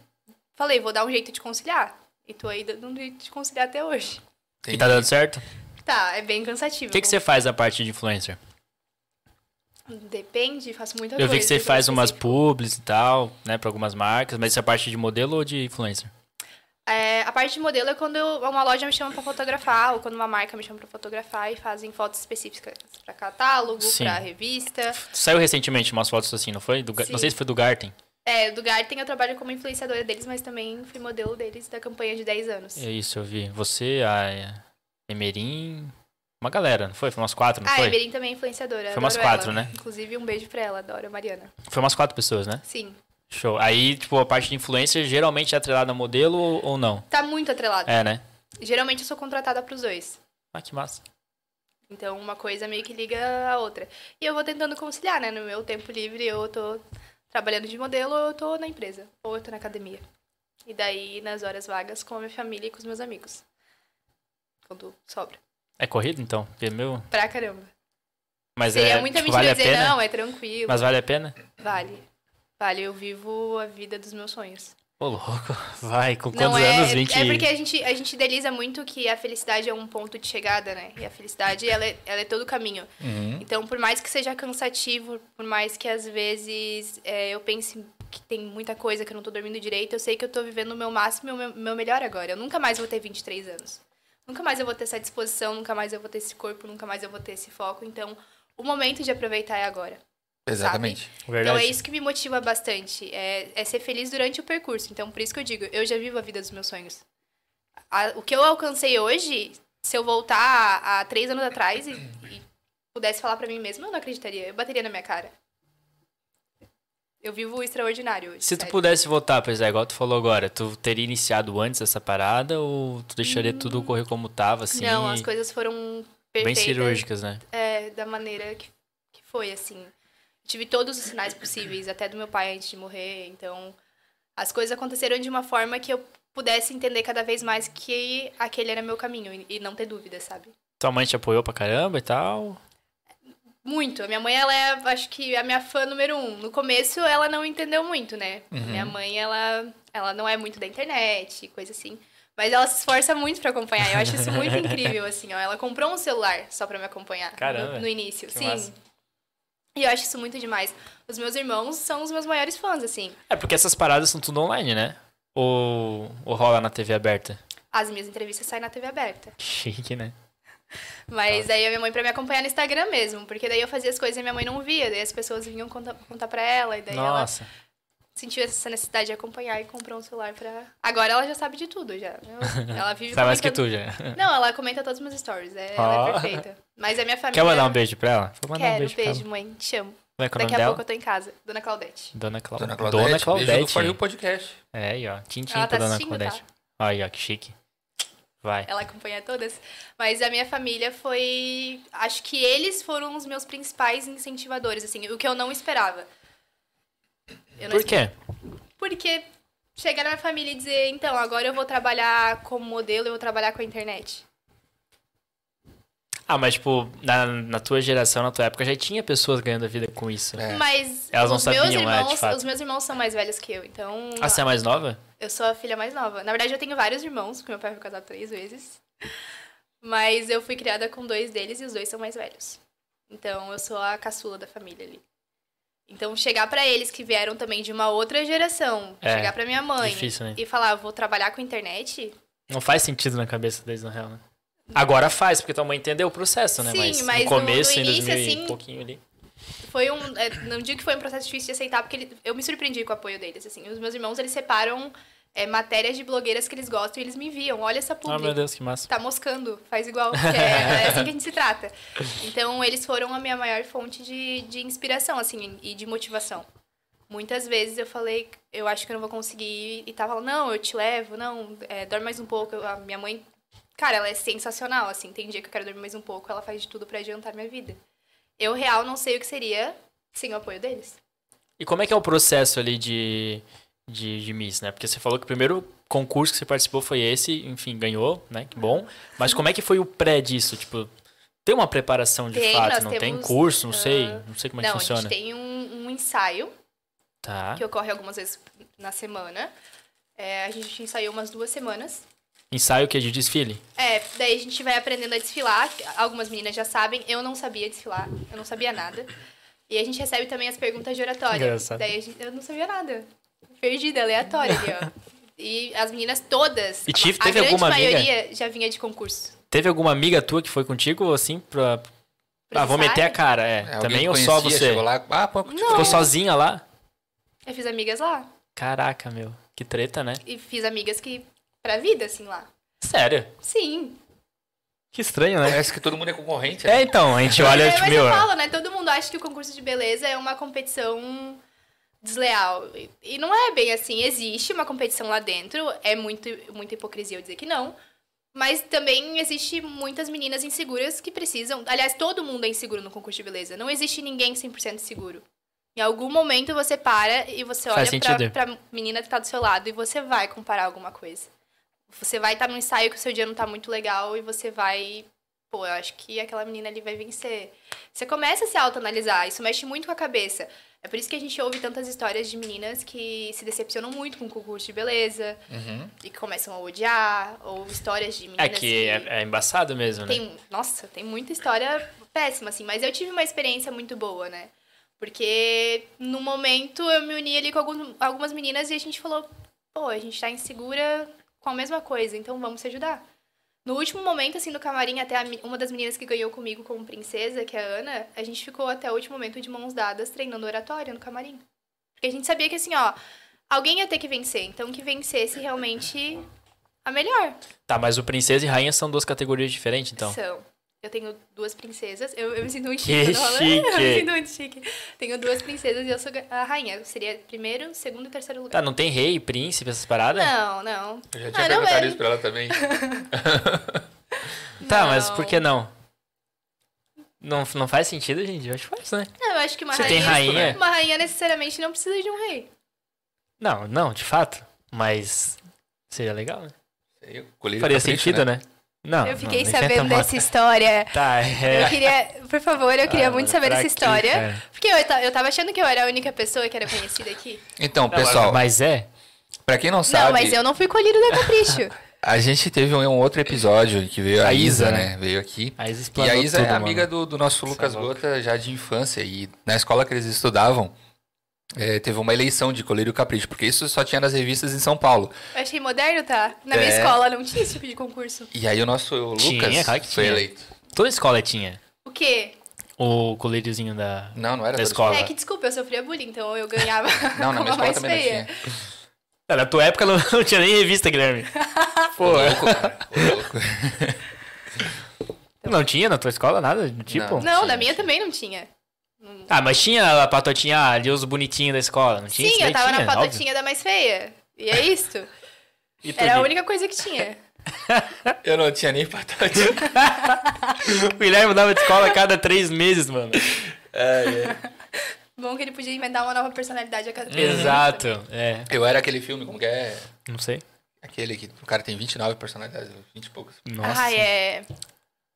Speaker 3: falei, vou dar um jeito de conciliar. E tô aí dando um jeito de conciliar até hoje.
Speaker 1: E tá dando certo?
Speaker 3: Tá, é bem
Speaker 1: O
Speaker 3: cansativo.
Speaker 1: que, que você faz na parte de influencer?
Speaker 3: Depende, faço muita
Speaker 1: Eu
Speaker 3: coisa.
Speaker 1: vi que você faz
Speaker 3: então,
Speaker 1: umas
Speaker 3: assim,
Speaker 1: publis e tal, né, pra algumas marcas, mas isso é parte de modelo ou de influencer?
Speaker 3: é, a parte de modelo é quando eu- uma loja me chama pra fotografar, ou quando uma marca me chama pra fotografar e fazem fotos específicas pra catálogo,
Speaker 1: Sim.
Speaker 3: pra revista.
Speaker 1: Saiu recentemente umas fotos assim, não foi? Do Ga- não
Speaker 3: Sim.
Speaker 1: sei se foi do Garten.
Speaker 3: É, do Garten eu trabalho como influenciadora deles, mas também fui modelo deles da campanha de 10 anos.
Speaker 1: É isso, eu vi. Você, a Emerim, uma galera, não foi? Foi umas quatro, não
Speaker 3: ah, a
Speaker 1: foi?
Speaker 3: Evelyn também é influenciadora.
Speaker 1: Foi umas
Speaker 3: adoro
Speaker 1: quatro,
Speaker 3: ela.
Speaker 1: né?
Speaker 3: Inclusive, um beijo pra ela, adoro, a Mariana.
Speaker 1: Foi umas quatro pessoas, né?
Speaker 3: Sim,
Speaker 1: Show. Aí, tipo, a parte de influencer geralmente é atrelada a modelo ou, ou não?
Speaker 3: tá muito atrelado.
Speaker 1: É, né?
Speaker 3: Geralmente eu sou contratada pros dois.
Speaker 1: Ah, que massa.
Speaker 3: Então, uma coisa meio que liga a outra. E eu vou tentando conciliar, né? No meu tempo livre, eu tô trabalhando de modelo, ou eu tô na empresa, ou eu tô na academia. E daí, nas horas vagas, com a minha família e com os meus amigos. Quando sobra.
Speaker 1: É corrido, então? Porque, meu...
Speaker 3: Pra caramba.
Speaker 1: Mas
Speaker 3: Seria
Speaker 1: é,
Speaker 3: muita
Speaker 1: tipo,
Speaker 3: mentira
Speaker 1: vale a
Speaker 3: dizer,
Speaker 1: pena?
Speaker 3: não, é tranquilo.
Speaker 1: Mas vale a pena?
Speaker 3: Vale. Vale, eu vivo a vida dos meus sonhos.
Speaker 1: Ô, louco. Vai, com
Speaker 3: Não
Speaker 1: quantos
Speaker 3: é,
Speaker 1: anos? 20...
Speaker 3: é porque a gente, a gente idealiza muito que a felicidade é um ponto de chegada, né? E a felicidade, ela é, ela é todo o caminho.
Speaker 1: Uhum.
Speaker 2: Uhum.
Speaker 3: Então, por mais que seja cansativo, por mais que às vezes é, eu pense, que tem muita coisa, que eu não tô dormindo direito, eu sei que eu tô vivendo o meu máximo e o meu, meu melhor agora. Eu nunca mais vou ter 23 anos. Nunca mais eu vou ter essa disposição, nunca mais eu vou ter esse corpo, nunca mais eu vou ter esse foco. Então, o momento de aproveitar é agora.
Speaker 2: Exatamente.
Speaker 1: Verdade.
Speaker 3: Então é isso que me motiva bastante, é, é ser feliz durante o percurso. Então por isso que eu digo, eu já vivo a vida dos meus sonhos. A- o que eu alcancei hoje, se eu voltar há três anos atrás e, e pudesse falar pra mim mesma, eu não acreditaria, eu bateria na minha cara. Eu vivo o extraordinário hoje.
Speaker 1: Se tu
Speaker 3: sério.
Speaker 1: pudesse voltar, pois é, igual tu falou agora, tu teria iniciado antes essa parada ou tu deixaria tudo ocorrer como tava, assim?
Speaker 3: Hum. Não, as coisas foram
Speaker 1: bem
Speaker 3: perfeitas.
Speaker 1: cirúrgicas, né?
Speaker 3: é, da maneira que, que foi, assim. Tive todos os sinais possíveis, até do meu pai antes de morrer. Então, as coisas aconteceram de uma forma que eu pudesse entender cada vez mais que aquele era meu caminho e, e não ter dúvida, sabe?
Speaker 1: Tua mãe te apoiou pra caramba e tal.
Speaker 3: Muito. A minha mãe, ela é, acho que, a minha fã número um. No começo, ela não entendeu muito, né?
Speaker 1: Uhum.
Speaker 3: A Minha mãe, ela, ela não é muito da internet, coisa assim. Mas ela se esforça muito pra acompanhar. Eu acho isso muito incrível, assim, ó. Ela comprou um celular só pra me acompanhar. no-
Speaker 1: Caramba,
Speaker 3: No, início,
Speaker 1: que
Speaker 3: sim.
Speaker 1: massa.
Speaker 3: E eu acho isso muito demais. Os meus irmãos são os meus maiores fãs, assim.
Speaker 1: É porque essas paradas são tudo online, né? Ou, ou rola na TV aberta?
Speaker 3: As minhas entrevistas saem na TV aberta.
Speaker 1: Chique, né?
Speaker 3: Mas
Speaker 1: Tá.
Speaker 3: daí a minha mãe pra me acompanhar no Instagram mesmo. Porque daí eu fazia as coisas e minha mãe não via. Daí as pessoas vinham contar, contar pra ela. E daí ela
Speaker 1: Nossa.
Speaker 3: sentiu essa necessidade de acompanhar e comprou um celular pra. Agora ela já sabe de tudo, já. Ela vive
Speaker 1: Sabe tá mais que
Speaker 3: comentando-
Speaker 1: tu já.
Speaker 3: Não, ela comenta todos os meus stories. é- Ela é
Speaker 1: Ó.
Speaker 3: perfeita. Mas a minha família.
Speaker 1: Quer mandar um beijo pra ela? Vou mandar
Speaker 3: Quero,
Speaker 1: um beijo, pra ela.
Speaker 3: mãe. Te amo.
Speaker 1: Como é que é o
Speaker 3: Daqui
Speaker 1: nome
Speaker 3: a
Speaker 1: dela?
Speaker 3: pouco eu tô em casa. Dona Claudete.
Speaker 1: Dona, Clau...
Speaker 2: Dona Claudete,
Speaker 1: Dona
Speaker 2: beijo do
Speaker 1: Claudete.
Speaker 2: For You Podcast.
Speaker 1: É aí, ó. Tim, tim
Speaker 3: Ela tá
Speaker 1: pra Dona
Speaker 3: assistindo, tá?
Speaker 1: Claudete. Aí, ó, que chique. Vai.
Speaker 3: Ela tá acompanha todas. Mas a minha família foi. Acho que eles foram os meus principais incentivadores, assim, o que eu não esperava. Eu não
Speaker 1: Por quê?
Speaker 3: Porque chegar na minha família e dizer, então, agora eu vou trabalhar como modelo, eu vou trabalhar com a internet.
Speaker 1: Ah, mas tipo, na, na tua geração, na tua época, já tinha pessoas ganhando a vida com isso.
Speaker 2: É.
Speaker 3: Mas
Speaker 1: Elas não
Speaker 3: os meus
Speaker 1: sabiam, né, de
Speaker 3: irmãos,
Speaker 1: fato.
Speaker 3: os meus irmãos são mais velhos que eu, então
Speaker 1: Ah, você é mais nova?
Speaker 3: eu sou a filha mais nova. Na verdade, eu tenho vários irmãos, porque meu pai foi casado três vezes. Mas eu fui criada com dois deles e os dois são mais velhos. Então eu sou a caçula da família ali. Então chegar pra eles que vieram também de uma outra geração,
Speaker 1: É,
Speaker 3: chegar pra minha mãe
Speaker 1: difícil, né?
Speaker 3: e falar, "Ah, vou trabalhar com internet,
Speaker 1: Não faz sentido na cabeça deles, na real, né? Agora faz, porque tua mãe entendeu o processo, né?
Speaker 3: Hum. Sim,
Speaker 1: mas,
Speaker 3: mas
Speaker 1: no
Speaker 3: no-
Speaker 1: começo,
Speaker 3: no
Speaker 1: em
Speaker 3: início,
Speaker 1: 2000 e
Speaker 3: assim,
Speaker 1: pouquinho ali.
Speaker 3: foi um é, não digo que foi um processo difícil de aceitar porque ele- eu me surpreendi com o apoio deles assim os meus irmãos eles separam é, matérias de blogueiras que eles gostam e eles me enviam olha essa
Speaker 1: Ah, meu
Speaker 3: publi
Speaker 1: Deus, que massa.
Speaker 3: tá moscando faz igual que é, é assim que a gente se trata então eles foram a minha maior fonte de, de inspiração assim e de motivação muitas vezes eu falei eu acho que eu não vou conseguir e tava lá, não eu te levo não é, dorme mais um pouco Eu- a minha mãe cara ela é sensacional assim tem dia que eu quero dormir mais um pouco ela faz de tudo pra adiantar minha vida eu real não sei o que seria sem o apoio deles.
Speaker 1: E como é que é o processo ali de, de, de Miss, né? Porque você falou que o primeiro concurso que você participou foi esse, enfim, ganhou, né? Que bom. Mas como é que foi o pré disso? Tipo, tem uma preparação de
Speaker 3: Tem,
Speaker 1: fato,
Speaker 3: nós
Speaker 1: não tem
Speaker 3: temos,
Speaker 1: curso, não
Speaker 3: ah,
Speaker 1: sei, não sei como é que
Speaker 3: não, a
Speaker 1: funciona.
Speaker 3: gente tem um, um ensaio
Speaker 1: Tá.
Speaker 3: que ocorre algumas vezes na semana. É, a gente ensaiou umas duas semanas.
Speaker 1: Ensaio que é de desfile?
Speaker 3: É, daí a gente vai aprendendo a desfilar. Algumas meninas já sabem, eu não sabia desfilar, eu não sabia nada. E a gente recebe também as perguntas de oratória.
Speaker 1: Engraçado.
Speaker 3: Daí a gente, eu não sabia nada. Perdida, aleatória ali, ó. E as meninas todas,
Speaker 1: E tive-
Speaker 3: a,
Speaker 1: teve
Speaker 3: grande
Speaker 1: alguma amiga?
Speaker 3: maioria já vinha de concurso.
Speaker 1: Teve alguma amiga tua que foi contigo, assim, pra...
Speaker 3: Pra
Speaker 1: ah, vou
Speaker 3: ensaio?
Speaker 1: meter a cara, é.
Speaker 2: É, alguém
Speaker 1: Também
Speaker 2: que
Speaker 1: ou só
Speaker 2: conhecia,
Speaker 1: você?
Speaker 2: Chegou lá, ah, pô, tipo,
Speaker 1: Ficou sozinha lá?
Speaker 3: Eu fiz amigas lá
Speaker 1: Caraca, meu. Que treta, né?
Speaker 3: e fiz amigas que pra vida assim lá.
Speaker 1: Sério.
Speaker 3: Sim,
Speaker 1: Que estranho, né?
Speaker 2: parece que todo mundo é concorrente. né?
Speaker 1: É, então, a gente olha,
Speaker 3: Mas
Speaker 1: tipo,
Speaker 3: eu
Speaker 1: meu...
Speaker 3: falo, né? Todo mundo acha que o concurso de beleza é uma competição desleal. E- E não é bem assim. Existe uma competição lá dentro. É muito, muita hipocrisia eu dizer que não. Mas também existe muitas meninas inseguras que precisam... Aliás, todo mundo é inseguro no concurso de beleza. Não existe ninguém 100% seguro. Em algum momento você para e você
Speaker 1: Faz
Speaker 3: olha
Speaker 1: sentido.
Speaker 3: pra, pra menina que tá do seu lado e você vai comparar alguma coisa. Você vai estar num ensaio que o seu dia não tá muito legal e você vai... Pô, eu acho que aquela menina ali vai vencer. Você começa a se autoanalisar, isso mexe muito com a cabeça. É por isso que a gente ouve tantas histórias de meninas que se decepcionam muito com o concurso de beleza
Speaker 2: Uhum.
Speaker 3: e que começam a odiar, ou histórias de
Speaker 1: É
Speaker 3: meninas
Speaker 1: que é, é embaçado mesmo, né?
Speaker 3: tem, nossa, tem muita história péssima assim, mas eu tive uma experiência muito boa, né? Porque no momento eu me uni ali com algum- algumas meninas e a gente falou, pô, a gente tá insegura com a mesma coisa, então vamos se ajudar. No último momento, assim, no camarim, até a me- uma das meninas que ganhou comigo como princesa, que é a Ana, a gente ficou até o último momento de mãos dadas treinando oratória no camarim. Porque a gente sabia que, assim, ó, alguém ia ter que vencer. Então, que vencesse realmente a melhor.
Speaker 1: Tá, mas o princesa e rainha são duas categorias diferentes, então.
Speaker 3: São. Eu tenho duas princesas. Eu, eu me sinto muito
Speaker 1: Que
Speaker 3: chique. quando eu falo- Eu
Speaker 1: chique.
Speaker 3: me sinto muito chique. Tenho duas princesas e eu sou a rainha. Eu seria primeiro, segundo e terceiro
Speaker 1: Tá,
Speaker 3: lugar.
Speaker 1: não tem rei, príncipe, essas paradas?
Speaker 3: Não, não.
Speaker 2: Eu já
Speaker 3: Ah,
Speaker 2: tinha
Speaker 3: não,
Speaker 2: perguntado
Speaker 3: é.
Speaker 2: isso pra ela também.
Speaker 1: Tá,
Speaker 3: não.
Speaker 1: mas por que não? Não, não faz sentido, gente? Eu acho que faz, né?
Speaker 3: Não, eu acho que uma
Speaker 1: Você
Speaker 3: rainha. é
Speaker 1: tem rainha?
Speaker 3: Uma rainha necessariamente não precisa de um rei.
Speaker 1: Não, não, de fato. Mas seria legal, né?
Speaker 2: Eu colhi
Speaker 1: Faria
Speaker 2: capricho,
Speaker 1: sentido, né? Não.
Speaker 3: eu
Speaker 1: não,
Speaker 3: fiquei
Speaker 1: não inventa
Speaker 3: sabendo
Speaker 1: moda.
Speaker 3: dessa história.
Speaker 1: Tá, é.
Speaker 3: Eu queria, por favor, eu queria
Speaker 1: Ah,
Speaker 3: muito saber
Speaker 1: pra
Speaker 3: dessa
Speaker 1: quê, É.
Speaker 3: história.
Speaker 1: cara? Tá,
Speaker 3: porque eu, ta- eu tava achando que eu era a única pessoa que era conhecida aqui.
Speaker 2: Então, pessoal,
Speaker 1: né? Mas é?
Speaker 2: pra quem não sabe,
Speaker 3: Não, mas eu não fui colhido da Capricho.
Speaker 2: a gente teve um, um outro episódio que veio a,
Speaker 1: A Isa,
Speaker 2: Isa,
Speaker 1: né?
Speaker 2: né? Veio aqui.
Speaker 1: A Isa
Speaker 2: E
Speaker 1: explanou
Speaker 2: a Isa
Speaker 1: tudo,
Speaker 2: é amiga
Speaker 1: mano.
Speaker 2: do, do nosso Lucas
Speaker 1: é louco.
Speaker 2: Gota já de infância. E na escola que eles estudavam, eh, teve uma eleição de Colírio Capricho, porque isso só tinha nas revistas em São Paulo.
Speaker 3: Eu achei moderno, tá? Na minha
Speaker 2: É.
Speaker 3: escola não tinha esse tipo de concurso.
Speaker 2: E aí o nosso Lucas
Speaker 1: Tinha, claro que
Speaker 2: foi
Speaker 1: tinha.
Speaker 2: eleito.
Speaker 1: Toda escola tinha
Speaker 3: O quê?
Speaker 1: o colíriozinho da...
Speaker 2: Não, não era
Speaker 1: Da
Speaker 2: toda
Speaker 1: escola.
Speaker 3: É que, desculpa, eu sofria bullying, então eu ganhava
Speaker 2: Não, na minha
Speaker 3: como a
Speaker 2: escola
Speaker 3: mais
Speaker 2: também não
Speaker 3: feia.
Speaker 2: tinha.
Speaker 1: Cara, na tua época não, não tinha nem revista, Guilherme.
Speaker 3: Tá
Speaker 2: Ô, louco, cara. Ô, louco.
Speaker 1: Não tinha na tua escola nada? do Tipo?
Speaker 2: Não
Speaker 3: Não,
Speaker 2: tinha,
Speaker 3: na minha também não tinha.
Speaker 1: Ah, mas tinha a patotinha ah, ali, os bonitinhos da escola, não tinha?
Speaker 3: Sim,
Speaker 1: Isso daí
Speaker 3: eu tava
Speaker 1: tinha,
Speaker 3: na
Speaker 1: óbvio.
Speaker 3: patotinha da mais feia. E é isto.
Speaker 1: E tu,
Speaker 3: Era a
Speaker 1: Gui?
Speaker 3: única coisa que tinha.
Speaker 2: Eu não tinha nem patata.
Speaker 1: O Guilherme mudava de escola a cada três meses, mano.
Speaker 3: Uhum. Bom que ele podia inventar uma nova personalidade a cada três anos.
Speaker 1: Exato, é.
Speaker 2: Eu era aquele filme, como que é?
Speaker 1: Não sei.
Speaker 2: Aquele que o cara tem 29 personalidades, 20 e poucos.
Speaker 1: Nossa.
Speaker 3: Ah, é.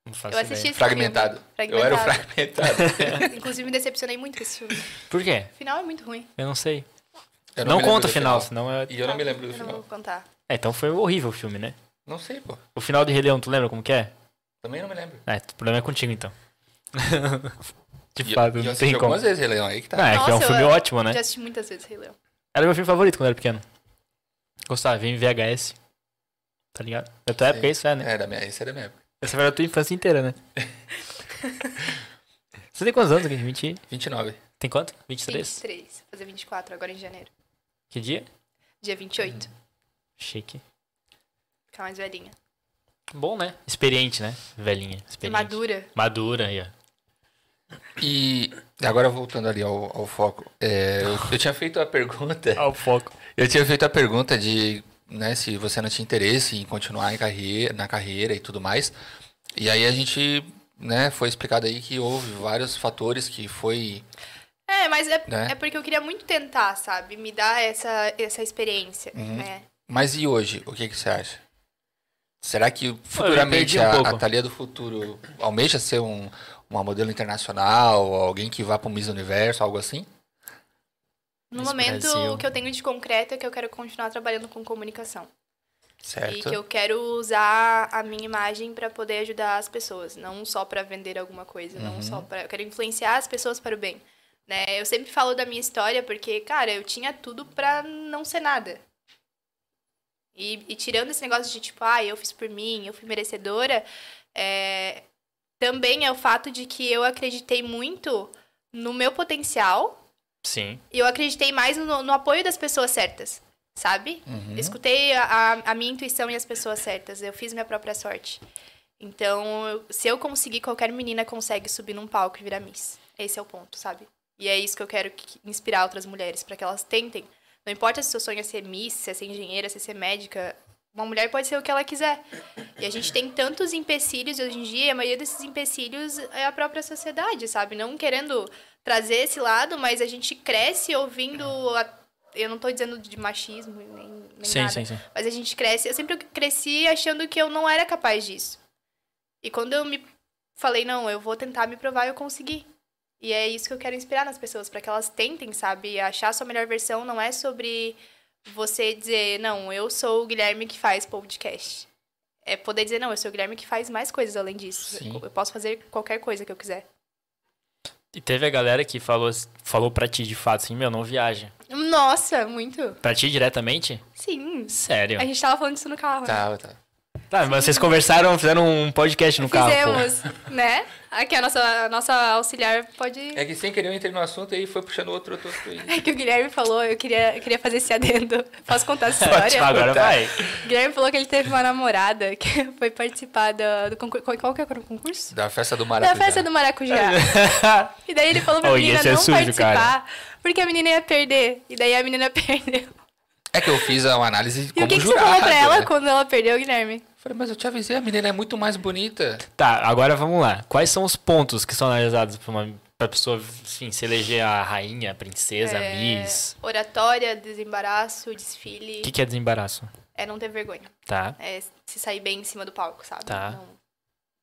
Speaker 1: Não faço
Speaker 3: Eu assisti
Speaker 1: ideia.
Speaker 3: esse
Speaker 2: Fragmentado.
Speaker 3: filme.
Speaker 2: Eu era o
Speaker 3: Fragmentado.
Speaker 2: fragmentado.
Speaker 3: Inclusive, me decepcionei muito com esse filme.
Speaker 1: Por quê?
Speaker 3: O final é muito ruim.
Speaker 1: Eu não sei.
Speaker 2: Eu
Speaker 1: não
Speaker 2: me lembro
Speaker 1: conta
Speaker 2: do
Speaker 1: o final, senão é...
Speaker 2: E eu não me lembro do
Speaker 3: Eu não vou
Speaker 2: final.
Speaker 3: contar.
Speaker 1: é. Então foi horrível o filme, né?
Speaker 2: Não sei, pô.
Speaker 1: O final de Rei Leão, tu lembra como que é?
Speaker 2: Também não me lembro.
Speaker 1: É, o problema é contigo, então. de
Speaker 2: E-
Speaker 1: fato,
Speaker 2: e eu
Speaker 1: não
Speaker 2: assisti
Speaker 1: tem como.
Speaker 2: algumas vezes, Rei Leão, aí que
Speaker 1: Não,
Speaker 2: tá.
Speaker 1: é que é um
Speaker 3: Nossa, eu-
Speaker 1: filme ótimo, né?
Speaker 3: Já assisti muitas vezes Rei Leão.
Speaker 1: Era meu filme favorito quando era pequeno. Gostava, vim em VHS. Tá ligado? Da tua época isso é, né?
Speaker 2: É, da minha, esse é da minha época.
Speaker 1: Essa foi a tua infância inteira, né? Você tem quantos anos, Gui? 20?
Speaker 2: 29.
Speaker 1: Tem quanto? 23?
Speaker 3: 23. Fazer 24 agora em janeiro.
Speaker 1: Que dia?
Speaker 3: Dia 28.
Speaker 2: Uhum.
Speaker 1: Chique.
Speaker 3: Ficar mais velhinha.
Speaker 1: Bom, né? Experiente, né? Velhinha. Experiente.
Speaker 3: Madura.
Speaker 1: Madura, aí, ó.
Speaker 2: E agora voltando ali ao, ao foco. é, eu, eu tinha feito a pergunta.
Speaker 1: Ao foco.
Speaker 2: Eu tinha feito a pergunta de né, se você não tinha interesse em continuar em carreira, na carreira e tudo mais. E aí a gente né, foi explicado aí que houve vários fatores que foi.
Speaker 3: É, mas é,
Speaker 2: Né?
Speaker 3: é porque eu queria muito tentar, sabe? Me dar essa, essa experiência, né?
Speaker 2: Mas e hoje? O que, que você acha? Será que
Speaker 1: perdi
Speaker 2: futuramente
Speaker 1: um
Speaker 2: a,
Speaker 1: pouco.
Speaker 2: a Thalia do futuro almeja ser um, uma modelo internacional, alguém que vá para o Miss Universo, algo assim?
Speaker 3: No
Speaker 1: Miss
Speaker 3: momento,
Speaker 1: Brasil.
Speaker 3: o que eu tenho de concreto é que eu quero continuar trabalhando com comunicação. E
Speaker 2: Certo.
Speaker 3: que eu quero usar a minha imagem para poder ajudar as pessoas, não só para vender alguma coisa, não só para eu quero influenciar as pessoas para o bem, né? Eu sempre falo da minha história porque, cara, eu tinha tudo para não ser nada. E, e tirando esse negócio de tipo, ah, eu fiz por mim, eu fui merecedora, é, também é o fato de que eu acreditei muito no meu potencial
Speaker 1: Sim.
Speaker 3: e eu acreditei mais no, no apoio das pessoas certas, sabe?
Speaker 2: Uhum.
Speaker 3: Eu Escutei a- a, a minha intuição e as pessoas certas. Eu fiz minha própria sorte. Então, eu- se eu conseguir, qualquer menina consegue subir num palco e virar Miss. Esse é o ponto, sabe? E é isso que eu quero que- inspirar outras mulheres, para que elas tentem. Não importa se o seu sonho é ser Miss, se é ser engenheira, se é ser médica. Uma mulher pode ser o que ela quiser. E a gente tem tantos empecilhos hoje em dia, e a maioria desses empecilhos é a própria sociedade, sabe? Não querendo trazer esse lado, mas a gente cresce ouvindo. a- Eu não tô dizendo de machismo, nem, nem
Speaker 1: Sim,
Speaker 3: nada.
Speaker 1: sim, sim.
Speaker 3: Mas a gente cresce. Eu sempre cresci achando que eu não era capaz disso. E quando eu me falei, não, eu vou tentar me provar, eu consegui. E é isso que eu quero inspirar nas pessoas, para que elas tentem, sabe? Achar a sua melhor versão não é sobre você dizer, não, eu sou o Guilherme que faz podcast. É poder dizer, não, eu sou o Guilherme que faz mais coisas além disso.
Speaker 2: Sim.
Speaker 3: Eu posso fazer qualquer coisa que eu quiser.
Speaker 1: E teve a galera que falou, falou pra ti de fato assim, meu, não viaja.
Speaker 3: Nossa, muito.
Speaker 1: Pra ti diretamente?
Speaker 3: Sim.
Speaker 1: Sério.
Speaker 3: A gente tava falando isso no carro. né?
Speaker 2: Tá, tá.
Speaker 1: Tá, mas vocês conversaram, fizeram um podcast no carro. pô.
Speaker 3: Fizemos, né? Aqui a nossa, a nossa auxiliar pode.
Speaker 2: É que sem querer eu entrei no assunto e aí foi puxando outro, outro, outro. E...
Speaker 3: É que o Guilherme falou, eu queria, eu queria fazer esse adendo. Posso contar essa
Speaker 1: Ótimo,
Speaker 3: história?
Speaker 1: Tipo, agora
Speaker 2: Tá.
Speaker 1: vai.
Speaker 3: O Guilherme falou que ele teve uma namorada que foi participar do, do concurso. Qual que era o concurso?
Speaker 2: Da festa do
Speaker 3: Da
Speaker 2: Maracujá.
Speaker 3: festa do Maracujá. E daí ele falou pra
Speaker 1: Oi,
Speaker 3: menina
Speaker 1: É. esse é
Speaker 3: não
Speaker 1: sujo,
Speaker 3: participar,
Speaker 1: cara.
Speaker 3: porque a menina ia perder. E daí a menina perdeu.
Speaker 2: É que eu fiz a análise
Speaker 3: E
Speaker 2: como
Speaker 3: o que, que você
Speaker 2: jurado.
Speaker 3: falou pra ela
Speaker 2: né?
Speaker 3: quando ela perdeu, Guilherme?
Speaker 2: Falei, mas eu te avisei, a menina é muito mais bonita.
Speaker 1: Tá, agora vamos lá. Quais são os pontos que são analisados pra uma pra pessoa, enfim, se eleger a rainha, a princesa, a
Speaker 3: É,
Speaker 1: miss?
Speaker 3: Oratória, desembaraço, desfile.
Speaker 1: O que, que é desembaraço?
Speaker 3: É não ter vergonha.
Speaker 1: Tá.
Speaker 3: É se sair bem em cima do palco, sabe?
Speaker 1: Tá.
Speaker 3: Não-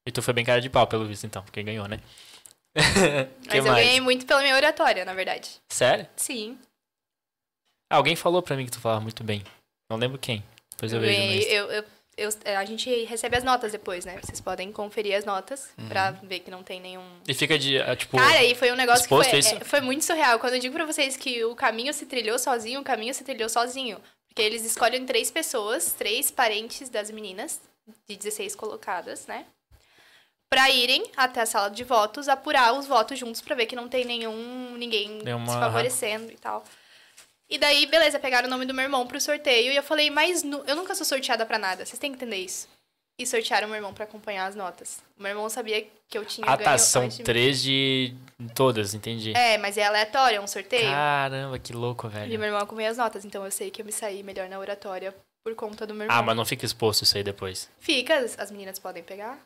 Speaker 1: E tu foi bem cara de pau, pelo visto, então, porque ganhou, né? que
Speaker 3: Mas eu
Speaker 1: mais?
Speaker 3: ganhei muito pela minha oratória, na verdade.
Speaker 1: Sério? Ah,
Speaker 3: Sim.
Speaker 1: Alguém falou pra mim que tu falava muito bem. Não lembro quem. Depois eu,
Speaker 3: Eu
Speaker 1: vejo no
Speaker 3: ganhei-
Speaker 1: Insta.
Speaker 3: eu- eu- eu- é, a gente recebe as notas depois, né? Vocês podem conferir as notas pra
Speaker 1: Uhum.
Speaker 3: ver que não tem nenhum.
Speaker 1: E fica de, ah, tipo...
Speaker 3: Cara, e foi um negócio que
Speaker 1: exposto
Speaker 3: foi,
Speaker 1: a isso?
Speaker 3: é, foi muito surreal. Quando eu digo pra vocês que o caminho se trilhou sozinho, o caminho se trilhou sozinho. Porque eles escolhem três pessoas, três parentes das meninas, de 16 colocadas, né? Pra irem até a sala de votos, apurar os votos juntos pra ver que não tem nenhum. ninguém
Speaker 1: Deu uma-
Speaker 3: se favorecendo e tal. E daí, beleza, pegaram o nome do meu irmão pro sorteio e eu falei, mas nu- eu nunca sou sorteada pra nada, vocês têm que entender isso. E sortearam o meu irmão pra acompanhar as notas. O meu irmão sabia que eu tinha
Speaker 1: ah,
Speaker 3: ganho
Speaker 1: tá, são
Speaker 3: antes de mim.
Speaker 1: três de todas, entendi.
Speaker 3: É, mas é aleatório, é um sorteio.
Speaker 1: Caramba, que louco,
Speaker 3: E
Speaker 1: velho.
Speaker 3: meu irmão acompanha as notas, então eu sei que eu me saí melhor na oratória por conta do meu irmão.
Speaker 1: Ah, mas não fica exposto isso aí depois.
Speaker 3: Fica, as, as meninas podem pegar.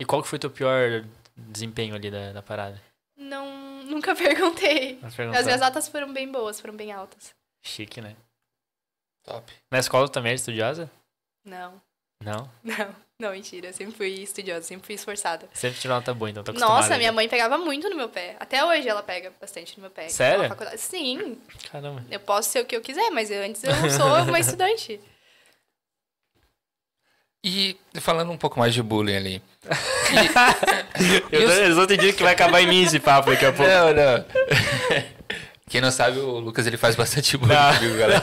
Speaker 1: E qual que foi teu pior desempenho ali da, da parada?
Speaker 3: Não, nunca perguntei.
Speaker 1: As
Speaker 3: As minhas notas foram bem boas, foram bem altas.
Speaker 1: Chique, né?
Speaker 2: Top.
Speaker 1: Na escola também era estudiosa?
Speaker 3: Não,
Speaker 1: Não?
Speaker 3: não, não, mentira. Eu sempre fui estudiosa, sempre fui esforçada.
Speaker 1: Sempre tirou nota boa, então tô acostumado.
Speaker 3: Nossa, minha mãe pegava muito no meu pé. Até hoje ela pega bastante no meu pé.
Speaker 1: Sério?
Speaker 3: Na faculdade- Sim,
Speaker 1: Caramba.
Speaker 3: eu posso ser o que eu quiser, mas eu- antes eu sou uma estudante.
Speaker 2: E falando um pouco mais de bullying ali.
Speaker 1: Eu, tô- eu só te digo que vai acabar em mim esse papo daqui a pouco.
Speaker 2: Não, não. Quem não sabe, o Lucas ele faz bastante bullying
Speaker 1: Não.
Speaker 2: comigo, galera.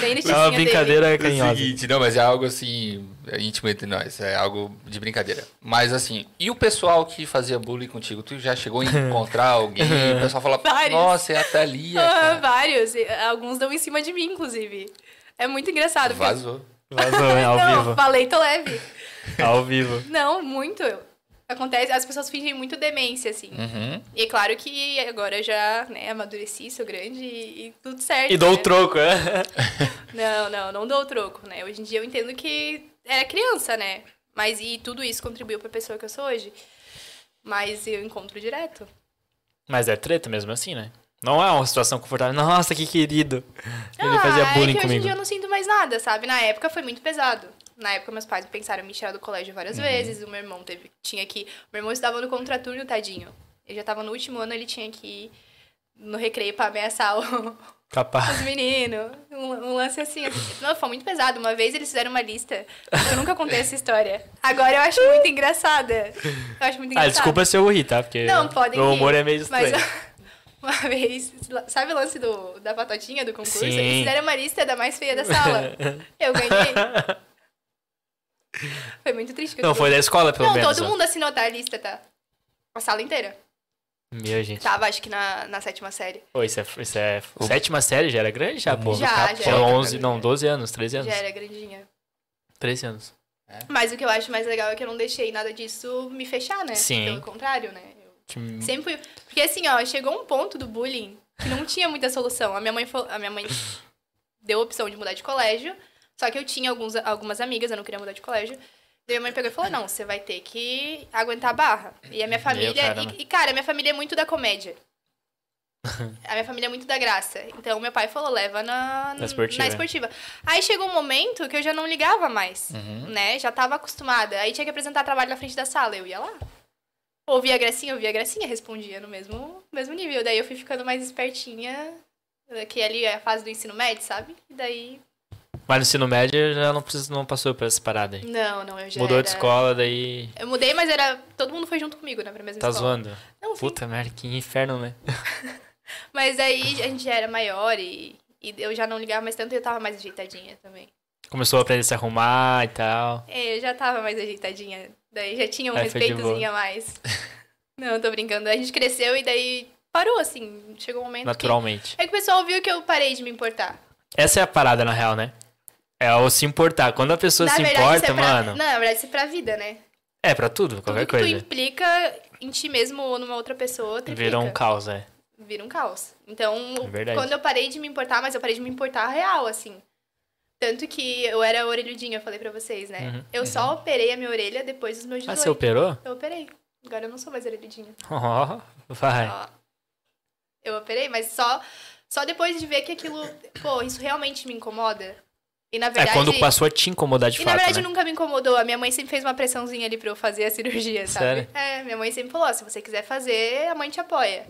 Speaker 3: Bem
Speaker 1: É
Speaker 3: noticinha
Speaker 1: uma
Speaker 3: dele.
Speaker 1: brincadeira
Speaker 2: É o
Speaker 1: canhosa.
Speaker 2: seguinte, não, mas é algo assim, é íntimo entre nós, é algo de brincadeira. Mas assim, e o pessoal que fazia bullying contigo? Tu já chegou a encontrar alguém? e o pessoal fala,
Speaker 3: Vários.
Speaker 2: nossa, é a Thalia.
Speaker 3: Ah,
Speaker 2: cara."
Speaker 3: vários. E, Alguns dão em cima de mim, inclusive. É muito engraçado. porque-
Speaker 2: Vazou.
Speaker 1: Vazou, hein? Ao
Speaker 3: não,
Speaker 1: vivo.
Speaker 3: falei, tô leve.
Speaker 1: Ao vivo.
Speaker 3: Não, muito. Acontece, as pessoas fingem muito demência, assim.
Speaker 1: Hum.
Speaker 2: Uhum.
Speaker 3: E é claro que agora eu já né, amadureci, sou grande e, e tudo certo.
Speaker 1: E dou o
Speaker 3: né?
Speaker 1: troco, é?
Speaker 3: Não, não, não dou o troco, né? Hoje em dia eu entendo que era criança, né? Mas e tudo isso contribuiu pra pessoa que eu sou hoje. Mas eu encontro direto.
Speaker 1: Mas é treta mesmo assim, né? Não é uma situação confortável. Nossa, que querido. Ele
Speaker 3: ah,
Speaker 1: fazia
Speaker 3: é
Speaker 1: bullying
Speaker 3: que hoje em
Speaker 1: comigo.
Speaker 3: dia eu não sinto mais nada, sabe? Na época foi muito pesado. Na época meus pais pensaram em me tirar do colégio várias
Speaker 1: Uhum.
Speaker 3: vezes, o meu irmão teve, tinha que... Meu irmão estudava no contraturno, tadinho. Ele já tava no último ano, ele tinha que ir no recreio pra ameaçar o-
Speaker 1: Capaz. Ah,
Speaker 3: os meninos. Um, um lance assim, assim. Não, foi muito pesado. Uma vez eles fizeram uma lista, eu nunca contei essa história. Agora eu acho muito engraçada. Eu acho muito
Speaker 1: Ah,
Speaker 3: engraçada.
Speaker 1: desculpa se eu ri, tá? Porque
Speaker 3: Não, podem
Speaker 1: o
Speaker 3: rir,
Speaker 1: humor é meio
Speaker 3: Mas
Speaker 1: estranho.
Speaker 3: uma vez, sabe o lance do, da patotinha do concurso?
Speaker 1: Sim.
Speaker 3: Eles fizeram uma lista da mais feia da sala. Eu ganhei. Foi muito triste. que eu
Speaker 1: Não,
Speaker 3: ganhei.
Speaker 1: foi da escola, pelo
Speaker 3: Não,
Speaker 1: menos.
Speaker 3: todo
Speaker 1: ó.
Speaker 3: mundo assinou, tá? A lista, tá? A sala inteira.
Speaker 1: Meu, gente.
Speaker 3: Tava, acho que na, na sétima série.
Speaker 1: Pô, isso é, isso é- Sétima série já era grande já, pô.
Speaker 3: Já, já
Speaker 1: Tinha
Speaker 3: era.
Speaker 1: 11, não, 12 anos, 13 anos.
Speaker 3: Já era grandinha.
Speaker 1: 13 anos.
Speaker 3: Mas o que eu acho mais legal é que eu não deixei nada disso me fechar, né?
Speaker 1: Sim.
Speaker 3: Pelo contrário, né? Eu
Speaker 1: Tinha- um-
Speaker 3: Sempre fui. Porque assim, ó, chegou um ponto do bullying que não tinha muita solução. A minha mãe, fo- a minha mãe deu a opção de mudar de colégio, só que eu tinha alguns, algumas amigas, eu não queria mudar de colégio. Daí minha mãe pegou e falou: não, você vai ter que aguentar a barra. E a minha família.
Speaker 1: caramba.
Speaker 3: e, e, cara, a minha família é muito da comédia. A minha família é muito da graça. Então, meu pai falou, leva na,
Speaker 1: Na esportiva.
Speaker 3: na esportiva. Aí chegou um momento que eu já não ligava mais,
Speaker 1: Hum?
Speaker 2: uhum.
Speaker 3: né? Já tava acostumada. Aí tinha que apresentar trabalho na frente da sala, eu ia lá. Ouvia a gracinha, ouvia a gracinha, respondia no mesmo, mesmo nível. Daí eu né, fui ficando mais espertinha, que ali é a fase do ensino médio, sabe? E daí
Speaker 1: Mas no ensino médio eu já não, preciso, não passou por essa parada aí.
Speaker 3: Não, não, eu já
Speaker 1: Mudou
Speaker 3: era-
Speaker 1: de escola, daí.
Speaker 3: Eu mudei, mas era... Todo mundo foi junto comigo na mesma
Speaker 1: Tá
Speaker 3: escola.
Speaker 1: zoando.
Speaker 3: Não, sim.
Speaker 1: Puta merda, que inferno, né?
Speaker 3: Mas aí a gente já era maior e, e eu já não ligava mais tanto e eu tava mais ajeitadinha também.
Speaker 1: Começou a aprender a se arrumar e tal.
Speaker 3: É, eu já tava mais ajeitadinha. Daí já tinha um
Speaker 1: Aí É, foi de
Speaker 3: respeitozinho a mais. Não, tô brincando. A gente cresceu e daí parou, assim. Chegou um momento
Speaker 1: Naturalmente.
Speaker 3: que... É que o pessoal viu que eu parei de me importar.
Speaker 1: Essa é a parada, na real, né? É o se importar. Quando a pessoa se importa,
Speaker 3: isso é pra...
Speaker 1: mano.
Speaker 3: Não, na verdade isso é pra vida, né?
Speaker 1: É pra tudo, qualquer
Speaker 3: Tudo que tu
Speaker 1: coisa.
Speaker 3: implica em ti mesmo ou numa outra pessoa, triplica.
Speaker 1: Virou um caos, é.
Speaker 3: vira um caos. Então,
Speaker 1: É verdade.
Speaker 3: quando eu parei de me importar, mas eu parei de me importar real, assim. Tanto que eu era orelhudinha, eu falei pra vocês, né?
Speaker 1: Uhum,
Speaker 3: eu só operei a minha orelha depois dos meus
Speaker 1: Ah,
Speaker 3: 18.
Speaker 1: você operou?
Speaker 3: Eu operei. Agora eu não sou mais orelhudinha.
Speaker 1: Ó, vai.
Speaker 3: Ó, eu operei, mas só, só depois de ver que aquilo... Pô, isso realmente me incomoda. E na verdade...
Speaker 1: é quando passou a te incomodar de
Speaker 3: E
Speaker 1: fato,
Speaker 3: na verdade
Speaker 1: né?
Speaker 3: nunca me incomodou. A minha mãe sempre fez uma pressãozinha ali pra eu fazer a cirurgia, sabe?
Speaker 1: Sério?
Speaker 3: É, minha mãe sempre falou: "Ó, se você quiser fazer, a mãe te apoia.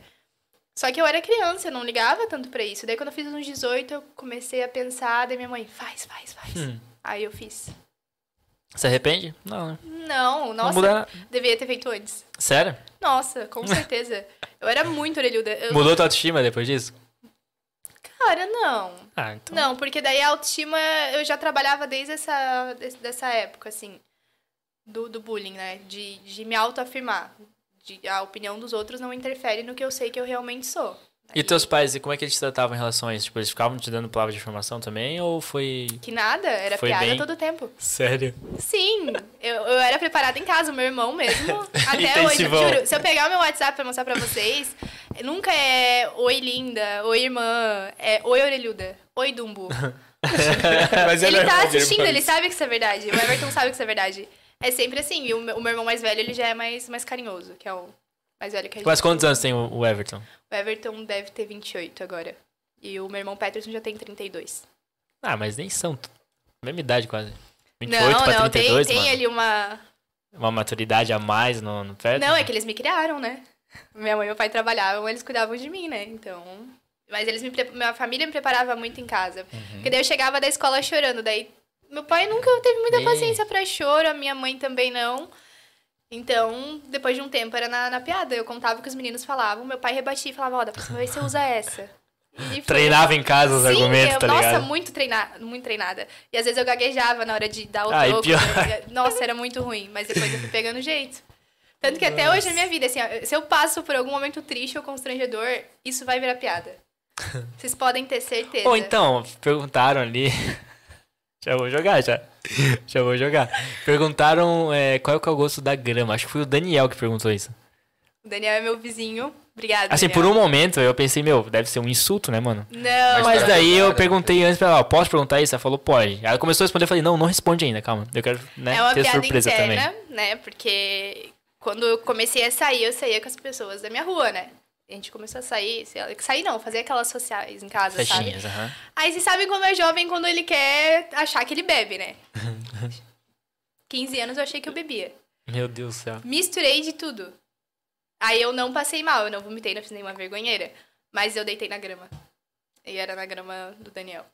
Speaker 3: Só que eu era criança, eu não ligava tanto pra isso. Daí quando eu fiz uns 18, eu comecei a pensar, daí minha mãe, faz, faz, faz.
Speaker 1: Hum.
Speaker 3: Aí eu fiz.
Speaker 1: Se arrepende? Não, né?
Speaker 3: Não,
Speaker 1: Não
Speaker 3: nossa,
Speaker 1: muda nada.
Speaker 3: devia ter feito antes.
Speaker 1: Sério?
Speaker 3: Nossa, com certeza. eu era muito orelhuda. Eu-
Speaker 1: Mudou tua autoestima depois disso?
Speaker 3: Cara, não.
Speaker 1: Ah, então.
Speaker 3: Não, porque daí a autoestima eu já trabalhava desde essa des- dessa época, assim, do, do bullying, né? De, de me autoafirmar. De, a opinião dos outros não interfere no que eu sei que eu realmente sou.
Speaker 1: E teus pais, e como é que eles te tratavam em relação a isso? Tipo, eles ficavam te dando palavras de informação também ou foi.
Speaker 3: Que nada, era
Speaker 1: Foi
Speaker 3: piada
Speaker 1: bem.
Speaker 3: todo tempo.
Speaker 1: Sério?
Speaker 3: Sim, eu, eu era preparada em casa, o meu irmão mesmo. Até hoje,
Speaker 1: Intensivão.
Speaker 3: juro. Se eu pegar o meu WhatsApp pra mostrar pra vocês, nunca é oi linda, oi irmã, é oi orelhuda, oi dumbo.
Speaker 2: Mas
Speaker 3: Ele
Speaker 2: é
Speaker 3: tá
Speaker 2: normal,
Speaker 3: assistindo,
Speaker 2: irmão.
Speaker 3: ele sabe que isso é verdade. O Everton sabe que isso é verdade. É sempre assim. E o meu, o meu irmão mais velho, ele já é mais, mais carinhoso, que é o mais velho que a gente.
Speaker 1: Mas quantos anos tem o o Everton?
Speaker 3: O Everton deve ter 28 agora. E o meu irmão Peterson já tem 32.
Speaker 1: Ah, mas nem são. t- Mesma idade quase. 28
Speaker 3: não,
Speaker 1: pra
Speaker 3: não,
Speaker 1: 32,
Speaker 3: tem,
Speaker 1: mano.
Speaker 3: tem ali uma.
Speaker 1: Uma maturidade a mais no, no Pedro?
Speaker 3: Não, é que eles me criaram, né? Minha mãe e meu pai trabalhavam, eles cuidavam de mim, né? Então. Mas eles me. pre- Minha família me preparava muito em casa.
Speaker 1: Uhum.
Speaker 3: Porque daí eu chegava da escola chorando. Daí meu pai nunca teve muita
Speaker 1: Ih.
Speaker 3: paciência pra choro, a minha mãe também não. Então, depois de um tempo, era na, na piada. Eu contava o que os meninos falavam, meu pai rebatia e falava: Ó, da próxima vez você usa essa. E
Speaker 1: Treinava em casa os
Speaker 3: Sim,
Speaker 1: argumentos,
Speaker 3: eu-
Speaker 1: tá
Speaker 3: nossa,
Speaker 1: ligado?
Speaker 3: muito treinada, muito treinada. E às vezes eu gaguejava na hora de dar o
Speaker 1: Ah, e
Speaker 3: troco.
Speaker 1: pior.
Speaker 3: né? Nossa, era muito ruim, mas depois eu fui pegando jeito. Tanto que até hoje na minha vida, assim, ó, se eu passo por algum momento triste ou constrangedor, isso vai virar piada. Vocês podem ter certeza.
Speaker 1: Ou então, perguntaram ali. já vou jogar, já. Já vou jogar. Perguntaram é, qual é que é o gosto da grama. Acho que foi o Daniel que perguntou isso.
Speaker 3: O Daniel é meu vizinho. Obrigada.
Speaker 1: Assim, por
Speaker 3: Daniel.
Speaker 1: um momento eu pensei, meu, deve ser um insulto, né, mano?
Speaker 3: Não,
Speaker 1: Mas
Speaker 2: tá
Speaker 1: daí eu
Speaker 2: errado.
Speaker 1: perguntei antes pra ela, ó, posso perguntar isso? Ela falou, pode. Aí Ela começou a responder, eu falei, não, não responde ainda, calma. Eu quero né,
Speaker 3: é uma
Speaker 1: ter
Speaker 3: piada
Speaker 1: surpresa
Speaker 3: interna,
Speaker 1: também.
Speaker 3: né? Porque quando eu comecei a sair, eu saía com as pessoas da minha rua, né? A gente começou a sair, sei lá, sair não, fazer aquelas sociais em casa, sabe?
Speaker 1: Festinhas, aham.
Speaker 3: Aí vocês sabem como é jovem quando ele quer achar que ele bebe, né? 15 anos eu achei que eu bebia.
Speaker 1: Meu Deus do céu.
Speaker 3: Misturei de tudo. Aí eu não passei mal, eu não vomitei, não fiz nenhuma vergonheira. Mas eu deitei na grama. E era na grama do Daniel.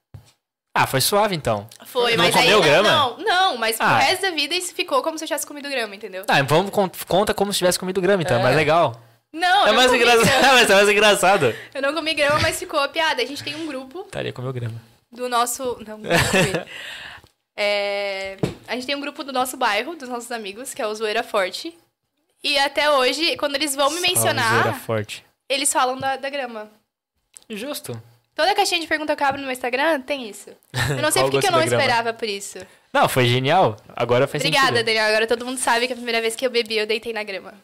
Speaker 1: Ah, foi suave então.
Speaker 3: Foi,
Speaker 1: Não
Speaker 3: mas
Speaker 1: comeu
Speaker 3: aí.
Speaker 1: grama?
Speaker 3: Não, não, mas pro
Speaker 1: Ah.
Speaker 3: resto da vida isso ficou como se eu tivesse comido grama, entendeu?
Speaker 1: Ah, vamos con- conta como se tivesse comido grama, então, é
Speaker 2: É.
Speaker 1: mais legal.
Speaker 3: Não,
Speaker 1: é
Speaker 3: eu não
Speaker 1: mais
Speaker 3: comi então.
Speaker 1: engraçado,
Speaker 3: grama.
Speaker 1: mas é mais engraçado.
Speaker 3: Eu não comi grama, mas ficou a piada. A gente tem um grupo
Speaker 1: Estaria comeu grama.
Speaker 3: do nosso. Não, não fui. É, A gente tem um grupo do nosso bairro, dos nossos amigos, que é o Zoeira Forte. E até hoje, quando eles vão me
Speaker 1: Salve, zoeira
Speaker 3: mencionar,
Speaker 1: forte.
Speaker 3: eles falam da, da grama.
Speaker 1: Justo.
Speaker 3: Toda caixinha de pergunta que eu abro no meu Instagram tem isso. Eu não sei
Speaker 1: Qual
Speaker 3: por
Speaker 1: o
Speaker 3: que que
Speaker 1: gosto
Speaker 3: eu não
Speaker 1: da grama?
Speaker 3: esperava por isso.
Speaker 1: Não, foi genial. Agora fez
Speaker 3: Obrigada,
Speaker 1: sentido.
Speaker 3: Daniel. Agora todo mundo sabe que a primeira vez que eu bebi, eu deitei na grama.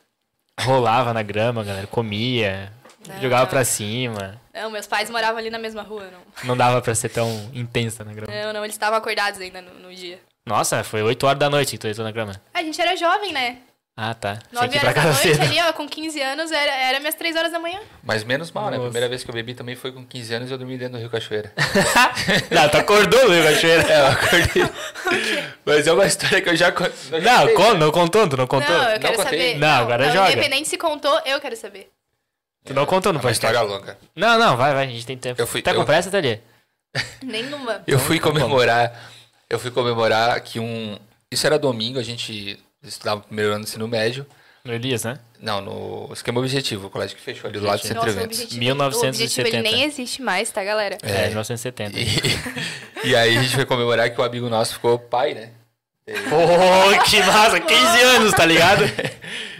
Speaker 1: Rolava na grama, galera. Comia.
Speaker 3: Não.
Speaker 1: Jogava pra cima.
Speaker 3: Não, meus pais moravam ali na mesma rua, não.
Speaker 1: Não dava pra ser tão intensa na grama.
Speaker 3: Não, não, eles estavam acordados ainda no, no dia.
Speaker 1: Nossa, foi 8 horas da noite que tu entrou na grama.
Speaker 3: A gente era jovem, né?
Speaker 1: Ah, tá. Tinha que
Speaker 3: 9
Speaker 1: ir pra
Speaker 3: horas da
Speaker 1: casa
Speaker 3: noite
Speaker 1: cedo.
Speaker 3: ali, ó, com 15 anos, era, era minhas 3 horas da manhã.
Speaker 2: Mas menos mal, né? A
Speaker 1: Nossa.
Speaker 2: primeira vez que eu bebi também foi com 15 anos e eu dormi dentro do Rio Cachoeira.
Speaker 3: tá.
Speaker 1: Não, tu acordou no Rio Cachoeira.
Speaker 2: É, eu acordei. Mas é uma história que eu já con- eu já
Speaker 1: Não,
Speaker 2: contei.
Speaker 1: con- não contou, tu não contou.
Speaker 3: Não, eu quero
Speaker 2: contei.
Speaker 3: saber.
Speaker 1: Não, agora joga.
Speaker 3: Independente se contou, eu quero saber.
Speaker 1: Tu não contou
Speaker 2: É
Speaker 1: no
Speaker 2: uma
Speaker 1: podcast.
Speaker 2: história longa.
Speaker 1: Não, não, vai, vai, a gente tem tempo.
Speaker 2: Eu fui-
Speaker 1: tá com
Speaker 2: eu-
Speaker 1: pressa, Thalia?
Speaker 3: Nenhuma.
Speaker 2: Eu fui comemorar. Eu fui comemorar que um. Isso era domingo, a gente estudava o primeiro ano do ensino médio.
Speaker 1: No Elias, né?
Speaker 2: Não, no esquema objetivo, o colégio que fechou ali do lado do centro
Speaker 3: Nossa,
Speaker 2: de
Speaker 3: o
Speaker 2: eventos.
Speaker 3: objetivo,
Speaker 1: 1970.
Speaker 3: o objetivo ele nem existe mais, tá, galera?
Speaker 1: É, 1970.
Speaker 2: E, e aí a gente foi comemorar que um amigo nosso ficou pai, né?
Speaker 1: Oh, que massa! 15 anos, tá ligado?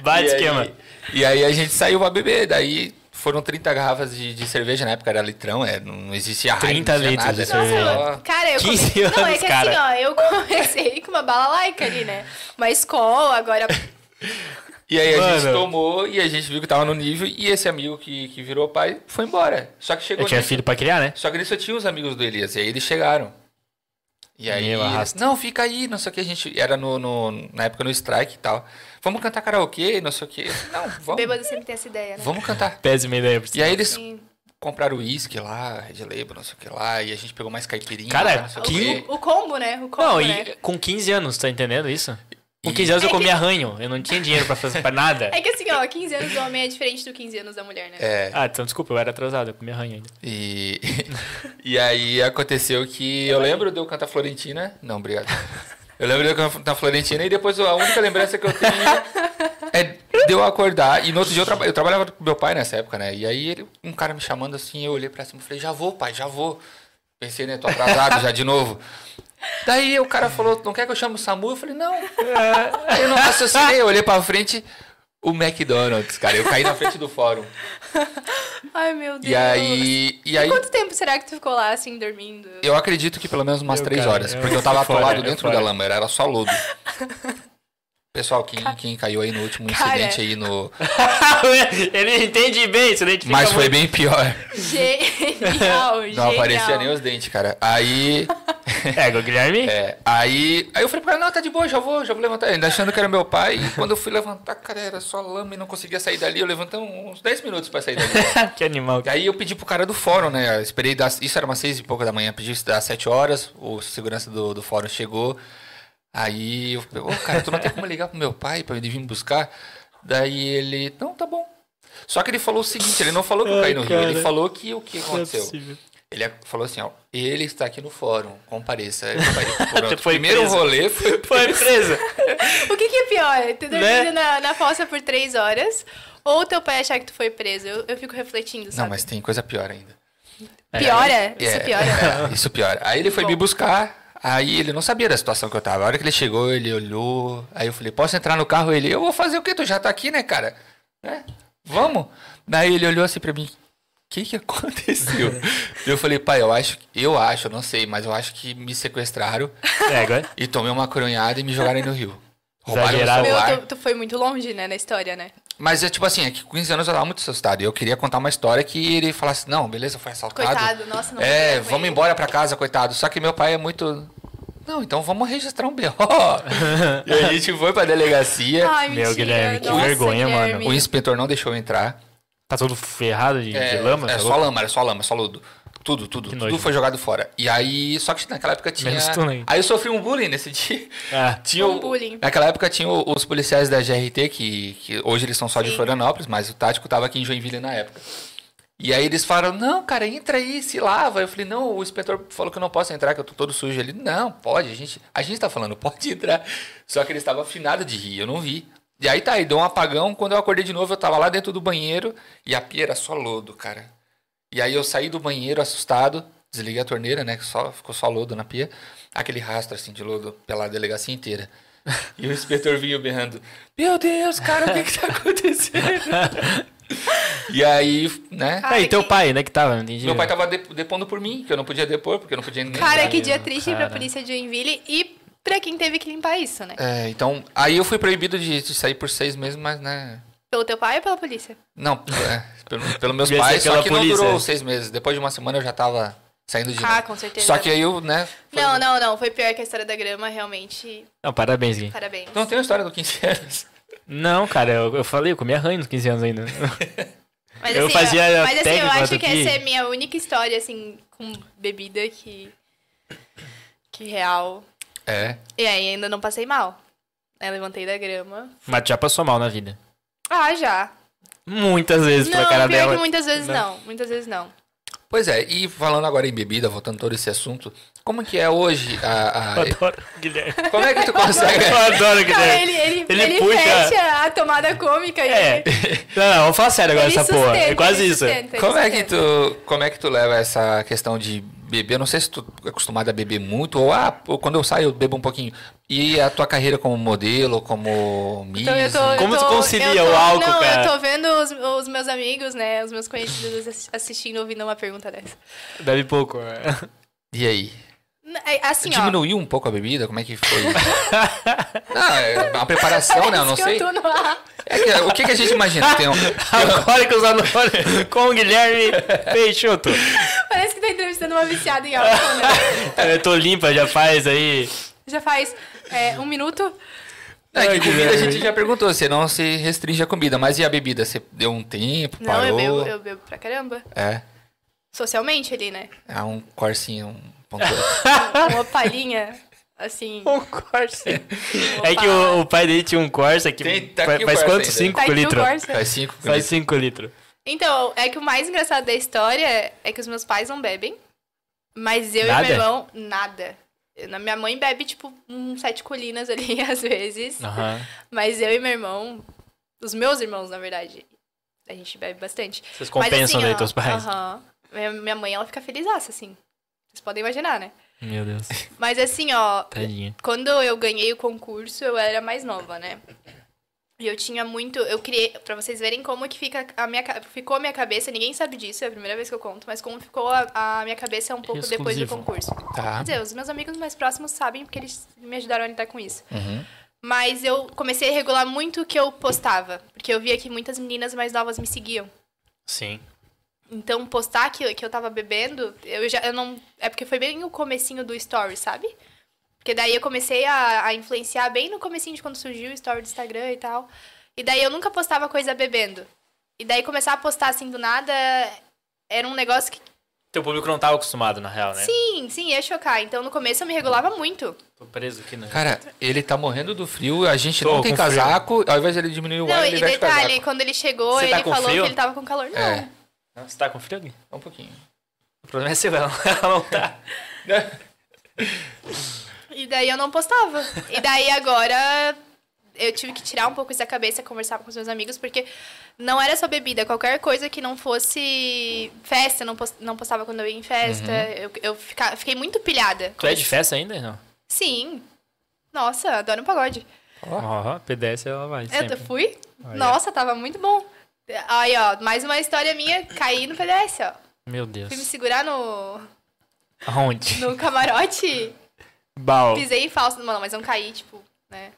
Speaker 1: Vai de
Speaker 2: E aí-
Speaker 1: esquema.
Speaker 2: E aí a gente saiu pra beber, daí foram 30 garrafas de, de cerveja, na época era litrão, é, não não existia rádio,
Speaker 1: 30
Speaker 2: não tinha
Speaker 1: litros
Speaker 2: nada,
Speaker 1: de
Speaker 2: era
Speaker 1: cerveja.
Speaker 2: só-
Speaker 3: Cara, eu
Speaker 1: 15
Speaker 3: comecei... Não, é
Speaker 1: anos,
Speaker 3: que assim,
Speaker 1: cara.
Speaker 3: ó, eu comecei com uma bala laica ali, né? Uma escola, agora...
Speaker 2: E aí a gente
Speaker 1: Mano.
Speaker 2: tomou e a gente viu que tava no nível e esse amigo que, que virou pai foi embora. Só que
Speaker 1: Eu
Speaker 2: chegou
Speaker 1: tinha
Speaker 2: nisso-
Speaker 1: filho pra criar, né?
Speaker 2: Só que nisso eu tinha os amigos do Elias, e aí eles chegaram. E aí,
Speaker 1: Meu
Speaker 2: eles,
Speaker 1: arrasto.
Speaker 2: não, fica aí, não sei o que, a gente era no, no- na época no strike e tal. Vamos cantar karaokê, não sei o que. Não, vamos,
Speaker 3: Bêbado sempre tem essa ideia, né?
Speaker 2: vamos cantar.
Speaker 1: Péssima ideia pra
Speaker 2: E aí eles
Speaker 3: Sim.
Speaker 2: compraram uísque lá, Red Label, não sei o que lá, e a gente pegou mais caipirinha.
Speaker 1: Cara,
Speaker 2: não sei o
Speaker 1: que-
Speaker 2: quê.
Speaker 3: O, o combo, né? O combo,
Speaker 1: Não,
Speaker 3: né?
Speaker 1: e com 15 anos, tá entendendo isso? Com
Speaker 2: E-
Speaker 1: 15 anos eu
Speaker 3: É que-
Speaker 1: comia ranho, eu não tinha dinheiro pra fazer pra nada.
Speaker 3: É que assim, ó, 15 anos do homem é diferente do 15 anos da mulher, né?
Speaker 2: É,
Speaker 1: Ah, então desculpa, eu era atrasado, eu comia ranho ainda.
Speaker 2: e, e aí aconteceu que eu lembro de eu cantar Florentina. Não, obrigado. Eu lembro de eu cantar Florentina e depois a única lembrança que eu tenho é de eu acordar. E no outro dia eu, traba- eu trabalhava com meu pai nessa época, né? E aí ele, um cara me chamando assim, eu olhei pra cima e falei, já vou, pai, já vou. Pensei, né, tô atrasado já de novo. Daí o cara falou, não quer que eu chame o SAMU? Eu falei, não. Aí eu não raciocinei, eu olhei pra frente, o McDonald's, cara. Eu caí na frente do fórum.
Speaker 3: Ai, meu Deus.
Speaker 2: E aí, e aí
Speaker 3: Quanto tempo será que tu ficou lá, assim, dormindo?
Speaker 2: eu acredito que pelo menos umas
Speaker 1: Meu,
Speaker 2: três
Speaker 1: cara,
Speaker 2: horas,
Speaker 1: eu-
Speaker 2: porque eu tava
Speaker 1: é fora,
Speaker 2: atolado
Speaker 1: é
Speaker 2: dentro
Speaker 1: fora.
Speaker 2: da lama, era só lodo. Pessoal, quem, quem caiu aí no último
Speaker 3: Cara.
Speaker 2: incidente aí no...
Speaker 1: Ele entende bem, se identifica
Speaker 2: Mas foi
Speaker 1: muito.
Speaker 2: bem pior.
Speaker 3: Genial,
Speaker 2: Não
Speaker 3: genial.
Speaker 2: aparecia nem os dentes, cara. Aí,
Speaker 1: É, o Guilherme?
Speaker 2: é, aí, aí eu falei pra ela, não, tá de boa, já vou, já vou levantar. Ainda achando que era meu pai. E quando eu fui levantar, cara, era só lama e não conseguia sair dali. Eu levantei uns 10 minutos pra sair dali.
Speaker 1: que animal.
Speaker 2: E aí eu pedi pro cara do fórum, né? Eu esperei das. Isso era umas seis e pouca da manhã, pedi isso das sete horas, o segurança do, do fórum chegou. Aí eu falei, ô cara, tu não tem como ligar pro meu pai pra ele vir me buscar? Daí ele, não, tá bom. Só que ele falou o seguinte, ele não falou que eu
Speaker 1: Ai,
Speaker 2: caí no rio, ele
Speaker 1: cara.
Speaker 2: falou que o que
Speaker 1: Não é
Speaker 2: aconteceu.
Speaker 1: possível.
Speaker 2: Ele falou assim, ó, ele está aqui no fórum, compareça. Ele compareceu. Pronto,
Speaker 1: Foi
Speaker 2: primeiro
Speaker 1: preso.
Speaker 2: rolê foi
Speaker 1: Foi presa.
Speaker 3: O que, que é pior? Ter dormido
Speaker 1: Né?
Speaker 3: na, na fossa por três horas ou teu pai achar que tu foi preso? Eu, eu fico refletindo, sabe?
Speaker 2: Não, mas tem coisa pior ainda.
Speaker 3: Piora? Isso
Speaker 2: É,
Speaker 3: piora? né?
Speaker 2: é, isso piora. Aí ele foi
Speaker 3: Bom.
Speaker 2: me buscar, aí ele não sabia da situação que eu tava. A hora que ele chegou, ele olhou, aí eu falei, posso entrar no carro? Ele, eu vou fazer o quê? Tu já tá aqui, né, cara? Né? Vamos? Daí ele olhou assim pra mim, o que que aconteceu? eu falei, pai, eu acho, eu acho, eu não sei, mas eu acho que me sequestraram
Speaker 1: É, agora.
Speaker 2: e tomei uma coronhada e me jogaram aí no rio.
Speaker 1: Exagerado.
Speaker 2: meu celular.
Speaker 3: Meu, tu, tu foi muito longe, né, na história, né?
Speaker 2: Mas é tipo assim, é que com 15 anos eu tava muito assustado. E eu queria contar uma história que ele falasse, não, beleza, foi assaltado.
Speaker 3: Coitado, nossa, não
Speaker 2: É,
Speaker 3: foi.
Speaker 2: vamos embora pra casa, coitado. Só que meu pai é muito. Não, então vamos registrar um BO. e a gente foi pra delegacia.
Speaker 3: Ai,
Speaker 1: Meu,
Speaker 3: mentira.
Speaker 1: Guilherme, que
Speaker 3: nossa,
Speaker 1: vergonha, mano.
Speaker 3: Guilherme.
Speaker 2: É. O inspetor não deixou eu entrar.
Speaker 1: Tá todo ferrado de, de
Speaker 2: É,
Speaker 1: lama?
Speaker 2: É
Speaker 1: tá
Speaker 2: só
Speaker 1: louco?
Speaker 2: lama, era só lama, só lodo. Tudo, tudo. tudo
Speaker 1: nojo.
Speaker 2: foi jogado fora. E aí, só que naquela época tinha.
Speaker 1: Menos tu, né?
Speaker 2: Aí eu sofri um bullying nesse dia.
Speaker 1: Ah,
Speaker 2: Tinha
Speaker 3: Um
Speaker 2: o-
Speaker 3: bullying.
Speaker 2: Naquela época tinha o- os policiais da GRT, que, que hoje eles são só de
Speaker 3: Sim.
Speaker 2: Florianópolis, mas o tático tava aqui em Joinville na época. E aí eles falaram, não, cara, entra aí, se lava. Eu falei, não, o inspetor falou que eu não posso entrar, que eu tô todo sujo. Ele, não, pode, a gente, a gente tá falando, pode entrar. Só que ele estava afinado de rir, eu não vi. E aí tá, aí deu um apagão, quando eu acordei de novo, eu tava lá dentro do banheiro e a pia era só lodo, cara. E aí eu saí do banheiro assustado, desliguei a torneira, né? Que só, ficou só lodo na pia. Aquele rastro assim de lodo pela delegacia inteira. E o inspetor vinha berrando: Meu Deus, cara, o que que tá acontecendo? e aí, né?
Speaker 3: Cara,
Speaker 1: É, e teu
Speaker 3: que-
Speaker 1: pai, né, que tava, não entendi.
Speaker 2: Meu pai tá- tava dep- depondo por mim, que eu não podia depor, porque eu não podia nem.
Speaker 3: Cara, é
Speaker 1: Caralho,
Speaker 3: que dia triste
Speaker 1: cara.
Speaker 3: pra polícia de Joinville e pra quem teve que limpar isso, né?
Speaker 2: É, então, aí eu fui proibido de, de sair por seis meses, mas, né?
Speaker 3: Pelo teu pai ou pela polícia?
Speaker 2: Não, é, pelo, pelo meus
Speaker 1: Devia ser
Speaker 2: pais, só
Speaker 1: pela
Speaker 2: que
Speaker 1: polícia.
Speaker 2: não durou seis meses. Depois de uma semana eu já tava saindo de
Speaker 3: Ah,
Speaker 2: novo.
Speaker 3: com certeza.
Speaker 2: Só que aí eu, né? foi-
Speaker 3: Não, não, não. Foi pior que a história da grama, realmente.
Speaker 1: Não, parabéns, Gui.
Speaker 3: Parabéns.
Speaker 2: Não Então, tem a história do 15 anos.
Speaker 1: Não, cara, eu, eu falei, eu comia ranho nos 15 anos ainda.
Speaker 3: Mas,
Speaker 1: Eu
Speaker 3: assim,
Speaker 1: fazia
Speaker 3: eu, mas, assim, eu
Speaker 1: técnico
Speaker 3: acho que
Speaker 1: aqui.
Speaker 3: essa é a minha única história, assim, com bebida que. que real.
Speaker 2: É.
Speaker 3: E aí ainda não passei mal. Aí levantei da grama.
Speaker 1: Mas tu já passou mal na vida.
Speaker 3: Ah, já.
Speaker 1: Muitas vezes
Speaker 3: Não,
Speaker 1: pela cara
Speaker 3: pior
Speaker 1: dela. Né?
Speaker 3: que muitas vezes não. Muitas vezes não.
Speaker 2: Pois é, e falando agora em bebida, voltando todo esse assunto, como que é hoje a.
Speaker 1: Eu
Speaker 2: a-
Speaker 1: adoro o Guilherme.
Speaker 2: como é que tu consegue.
Speaker 1: Eu adoro o
Speaker 3: Não,
Speaker 1: Guilherme.
Speaker 3: ele, ele,
Speaker 1: Ele
Speaker 3: ele,
Speaker 1: puxa-
Speaker 3: fecha a tomada cômica. e
Speaker 1: É.
Speaker 3: ele-
Speaker 1: Não, não, vamos falar sério agora
Speaker 3: ele
Speaker 1: essa porra. É
Speaker 3: sustenta,
Speaker 1: quase
Speaker 3: ele
Speaker 1: isso.
Speaker 3: sustenta, ele
Speaker 2: Como é que
Speaker 3: sustenta.
Speaker 2: tu, como é que tu leva essa questão de beber? Eu não sei se tu é acostumado a beber muito ou ah, pô, quando eu saio eu bebo um pouquinho. E a tua carreira como modelo, como Miss?
Speaker 3: Então, eu tô- eu
Speaker 1: Como tu
Speaker 3: tô-
Speaker 1: concilia
Speaker 3: eu tô-
Speaker 1: o álcool,
Speaker 3: não,
Speaker 1: cara?
Speaker 3: Eu tô vendo os, os meus amigos, né? Os meus conhecidos assi- assistindo, ouvindo uma pergunta dessa.
Speaker 1: Bebe pouco. né?
Speaker 2: E aí?
Speaker 3: N- é, Assim, ó.
Speaker 2: Diminuiu um pouco a bebida? Como é que foi? não, é uma preparação, né? Eu não
Speaker 3: parece que
Speaker 2: sei.
Speaker 3: Eu tô no ar.
Speaker 2: É que, o que, que a gente imagina? Tem um-
Speaker 1: Alcoólicos Anônimos com o Guilherme Peixoto.
Speaker 3: Parece que tá entrevistando uma viciada em álcool, né?
Speaker 1: Eu É, tô limpa, já faz aí.
Speaker 3: Já faz é, um minuto.
Speaker 2: É
Speaker 1: Ai,
Speaker 2: que comida a
Speaker 1: Guilherme.
Speaker 2: gente já perguntou, você não se restringe à comida, mas e a bebida? Você deu um tempo,
Speaker 3: Não,
Speaker 2: parou?
Speaker 3: eu bebo, eu bebo pra caramba.
Speaker 2: É,
Speaker 3: Socialmente ali, né?
Speaker 2: é um corcinho, um ponto
Speaker 3: Uma palhinha, assim.
Speaker 1: Um Corsa. É que o, o pai dele tinha um Corsa que
Speaker 2: Tem- tá
Speaker 1: fa-
Speaker 2: aqui o
Speaker 1: faz
Speaker 2: Corsa
Speaker 1: quanto?
Speaker 2: ainda.
Speaker 1: 5
Speaker 3: Tá aqui o
Speaker 1: litros.
Speaker 3: Corsa.
Speaker 2: Faz cinco
Speaker 1: Faz 5 litros.
Speaker 3: Então, é que o mais engraçado da história é que os meus pais não bebem, mas eu
Speaker 1: Nada?
Speaker 3: e meu irmão, nada. Eu- na- Minha mãe bebe, tipo, um sete colinas ali, às vezes.
Speaker 1: Aham.
Speaker 3: Mas eu e meu irmão, os meus irmãos, na verdade, a gente bebe bastante.
Speaker 1: Vocês compensam
Speaker 3: mas, assim,
Speaker 1: daí
Speaker 3: ó,
Speaker 1: teus pais.
Speaker 3: aham. Minha- minha mãe, ela fica felizaça, assim. Vocês podem imaginar, né?
Speaker 1: Meu Deus.
Speaker 3: Mas assim, ó,
Speaker 1: Tadinha.
Speaker 3: quando eu ganhei o concurso, eu era mais nova, né? E eu tinha muito, eu criei, pra vocês verem como que fica a minha, ca- ficou a minha cabeça, ninguém sabe disso, é a primeira vez que eu conto, mas como ficou a, a minha cabeça um pouco depois do
Speaker 1: Exclusivo.
Speaker 3: concurso. Quer
Speaker 2: Tá.
Speaker 3: dizer, os meus amigos mais próximos sabem porque eles me ajudaram a lidar com isso.
Speaker 2: Uhum.
Speaker 3: Mas eu comecei a regular muito o que eu postava, porque eu via que muitas meninas mais novas me seguiam.
Speaker 1: Sim.
Speaker 3: Então, postar que, que eu tava bebendo, eu já eu não. É porque foi bem o comecinho do story, sabe? Porque daí eu comecei a, a influenciar bem no comecinho de quando surgiu o story do Instagram e tal. E daí eu nunca postava coisa bebendo. E daí começar a postar assim do nada era um negócio que.
Speaker 1: Teu público não tava acostumado, na real, né?
Speaker 3: Sim, sim, ia chocar. Então no começo eu me regulava muito.
Speaker 1: Tô preso aqui, né?
Speaker 2: Cara, ele tá morrendo do frio, a gente
Speaker 1: Tô
Speaker 2: não tem
Speaker 1: com frio.
Speaker 2: casaco, ao invés de ele diminuir o
Speaker 3: Não,
Speaker 2: ar,
Speaker 3: e
Speaker 2: ele veste
Speaker 3: detalhe,
Speaker 2: casaco.
Speaker 3: quando ele chegou,
Speaker 1: Você
Speaker 3: ele
Speaker 1: tá com
Speaker 3: falou
Speaker 1: frio?
Speaker 3: que ele tava com calor. Não.
Speaker 2: É,
Speaker 1: Você tá com frio? Gui?
Speaker 2: um pouquinho.
Speaker 1: O problema é seu, ela ela não tá.
Speaker 3: E daí eu não postava. E daí agora eu tive que tirar um pouco isso da cabeça, conversar com os meus amigos, porque não era só bebida, qualquer coisa que não fosse festa, não pos- não postava quando eu ia em festa.
Speaker 1: Uhum.
Speaker 3: Eu, eu fica- fiquei muito pilhada.
Speaker 1: Tu é de festa ainda? Não.
Speaker 3: Sim. Nossa, adoro um pagode.
Speaker 1: Ó, PDS ela vai.
Speaker 3: Eu
Speaker 1: sempre.
Speaker 3: fui.
Speaker 1: Olha.
Speaker 3: Nossa, tava muito bom. Aí, ó, mais uma história minha, caí no PDS, ó.
Speaker 1: Meu
Speaker 3: Fui me
Speaker 1: Deus.
Speaker 3: segurar no,
Speaker 1: Aonde?
Speaker 3: no camarote,
Speaker 1: Bal.
Speaker 3: pisei em falso. Mano, mas não caí, tipo, né?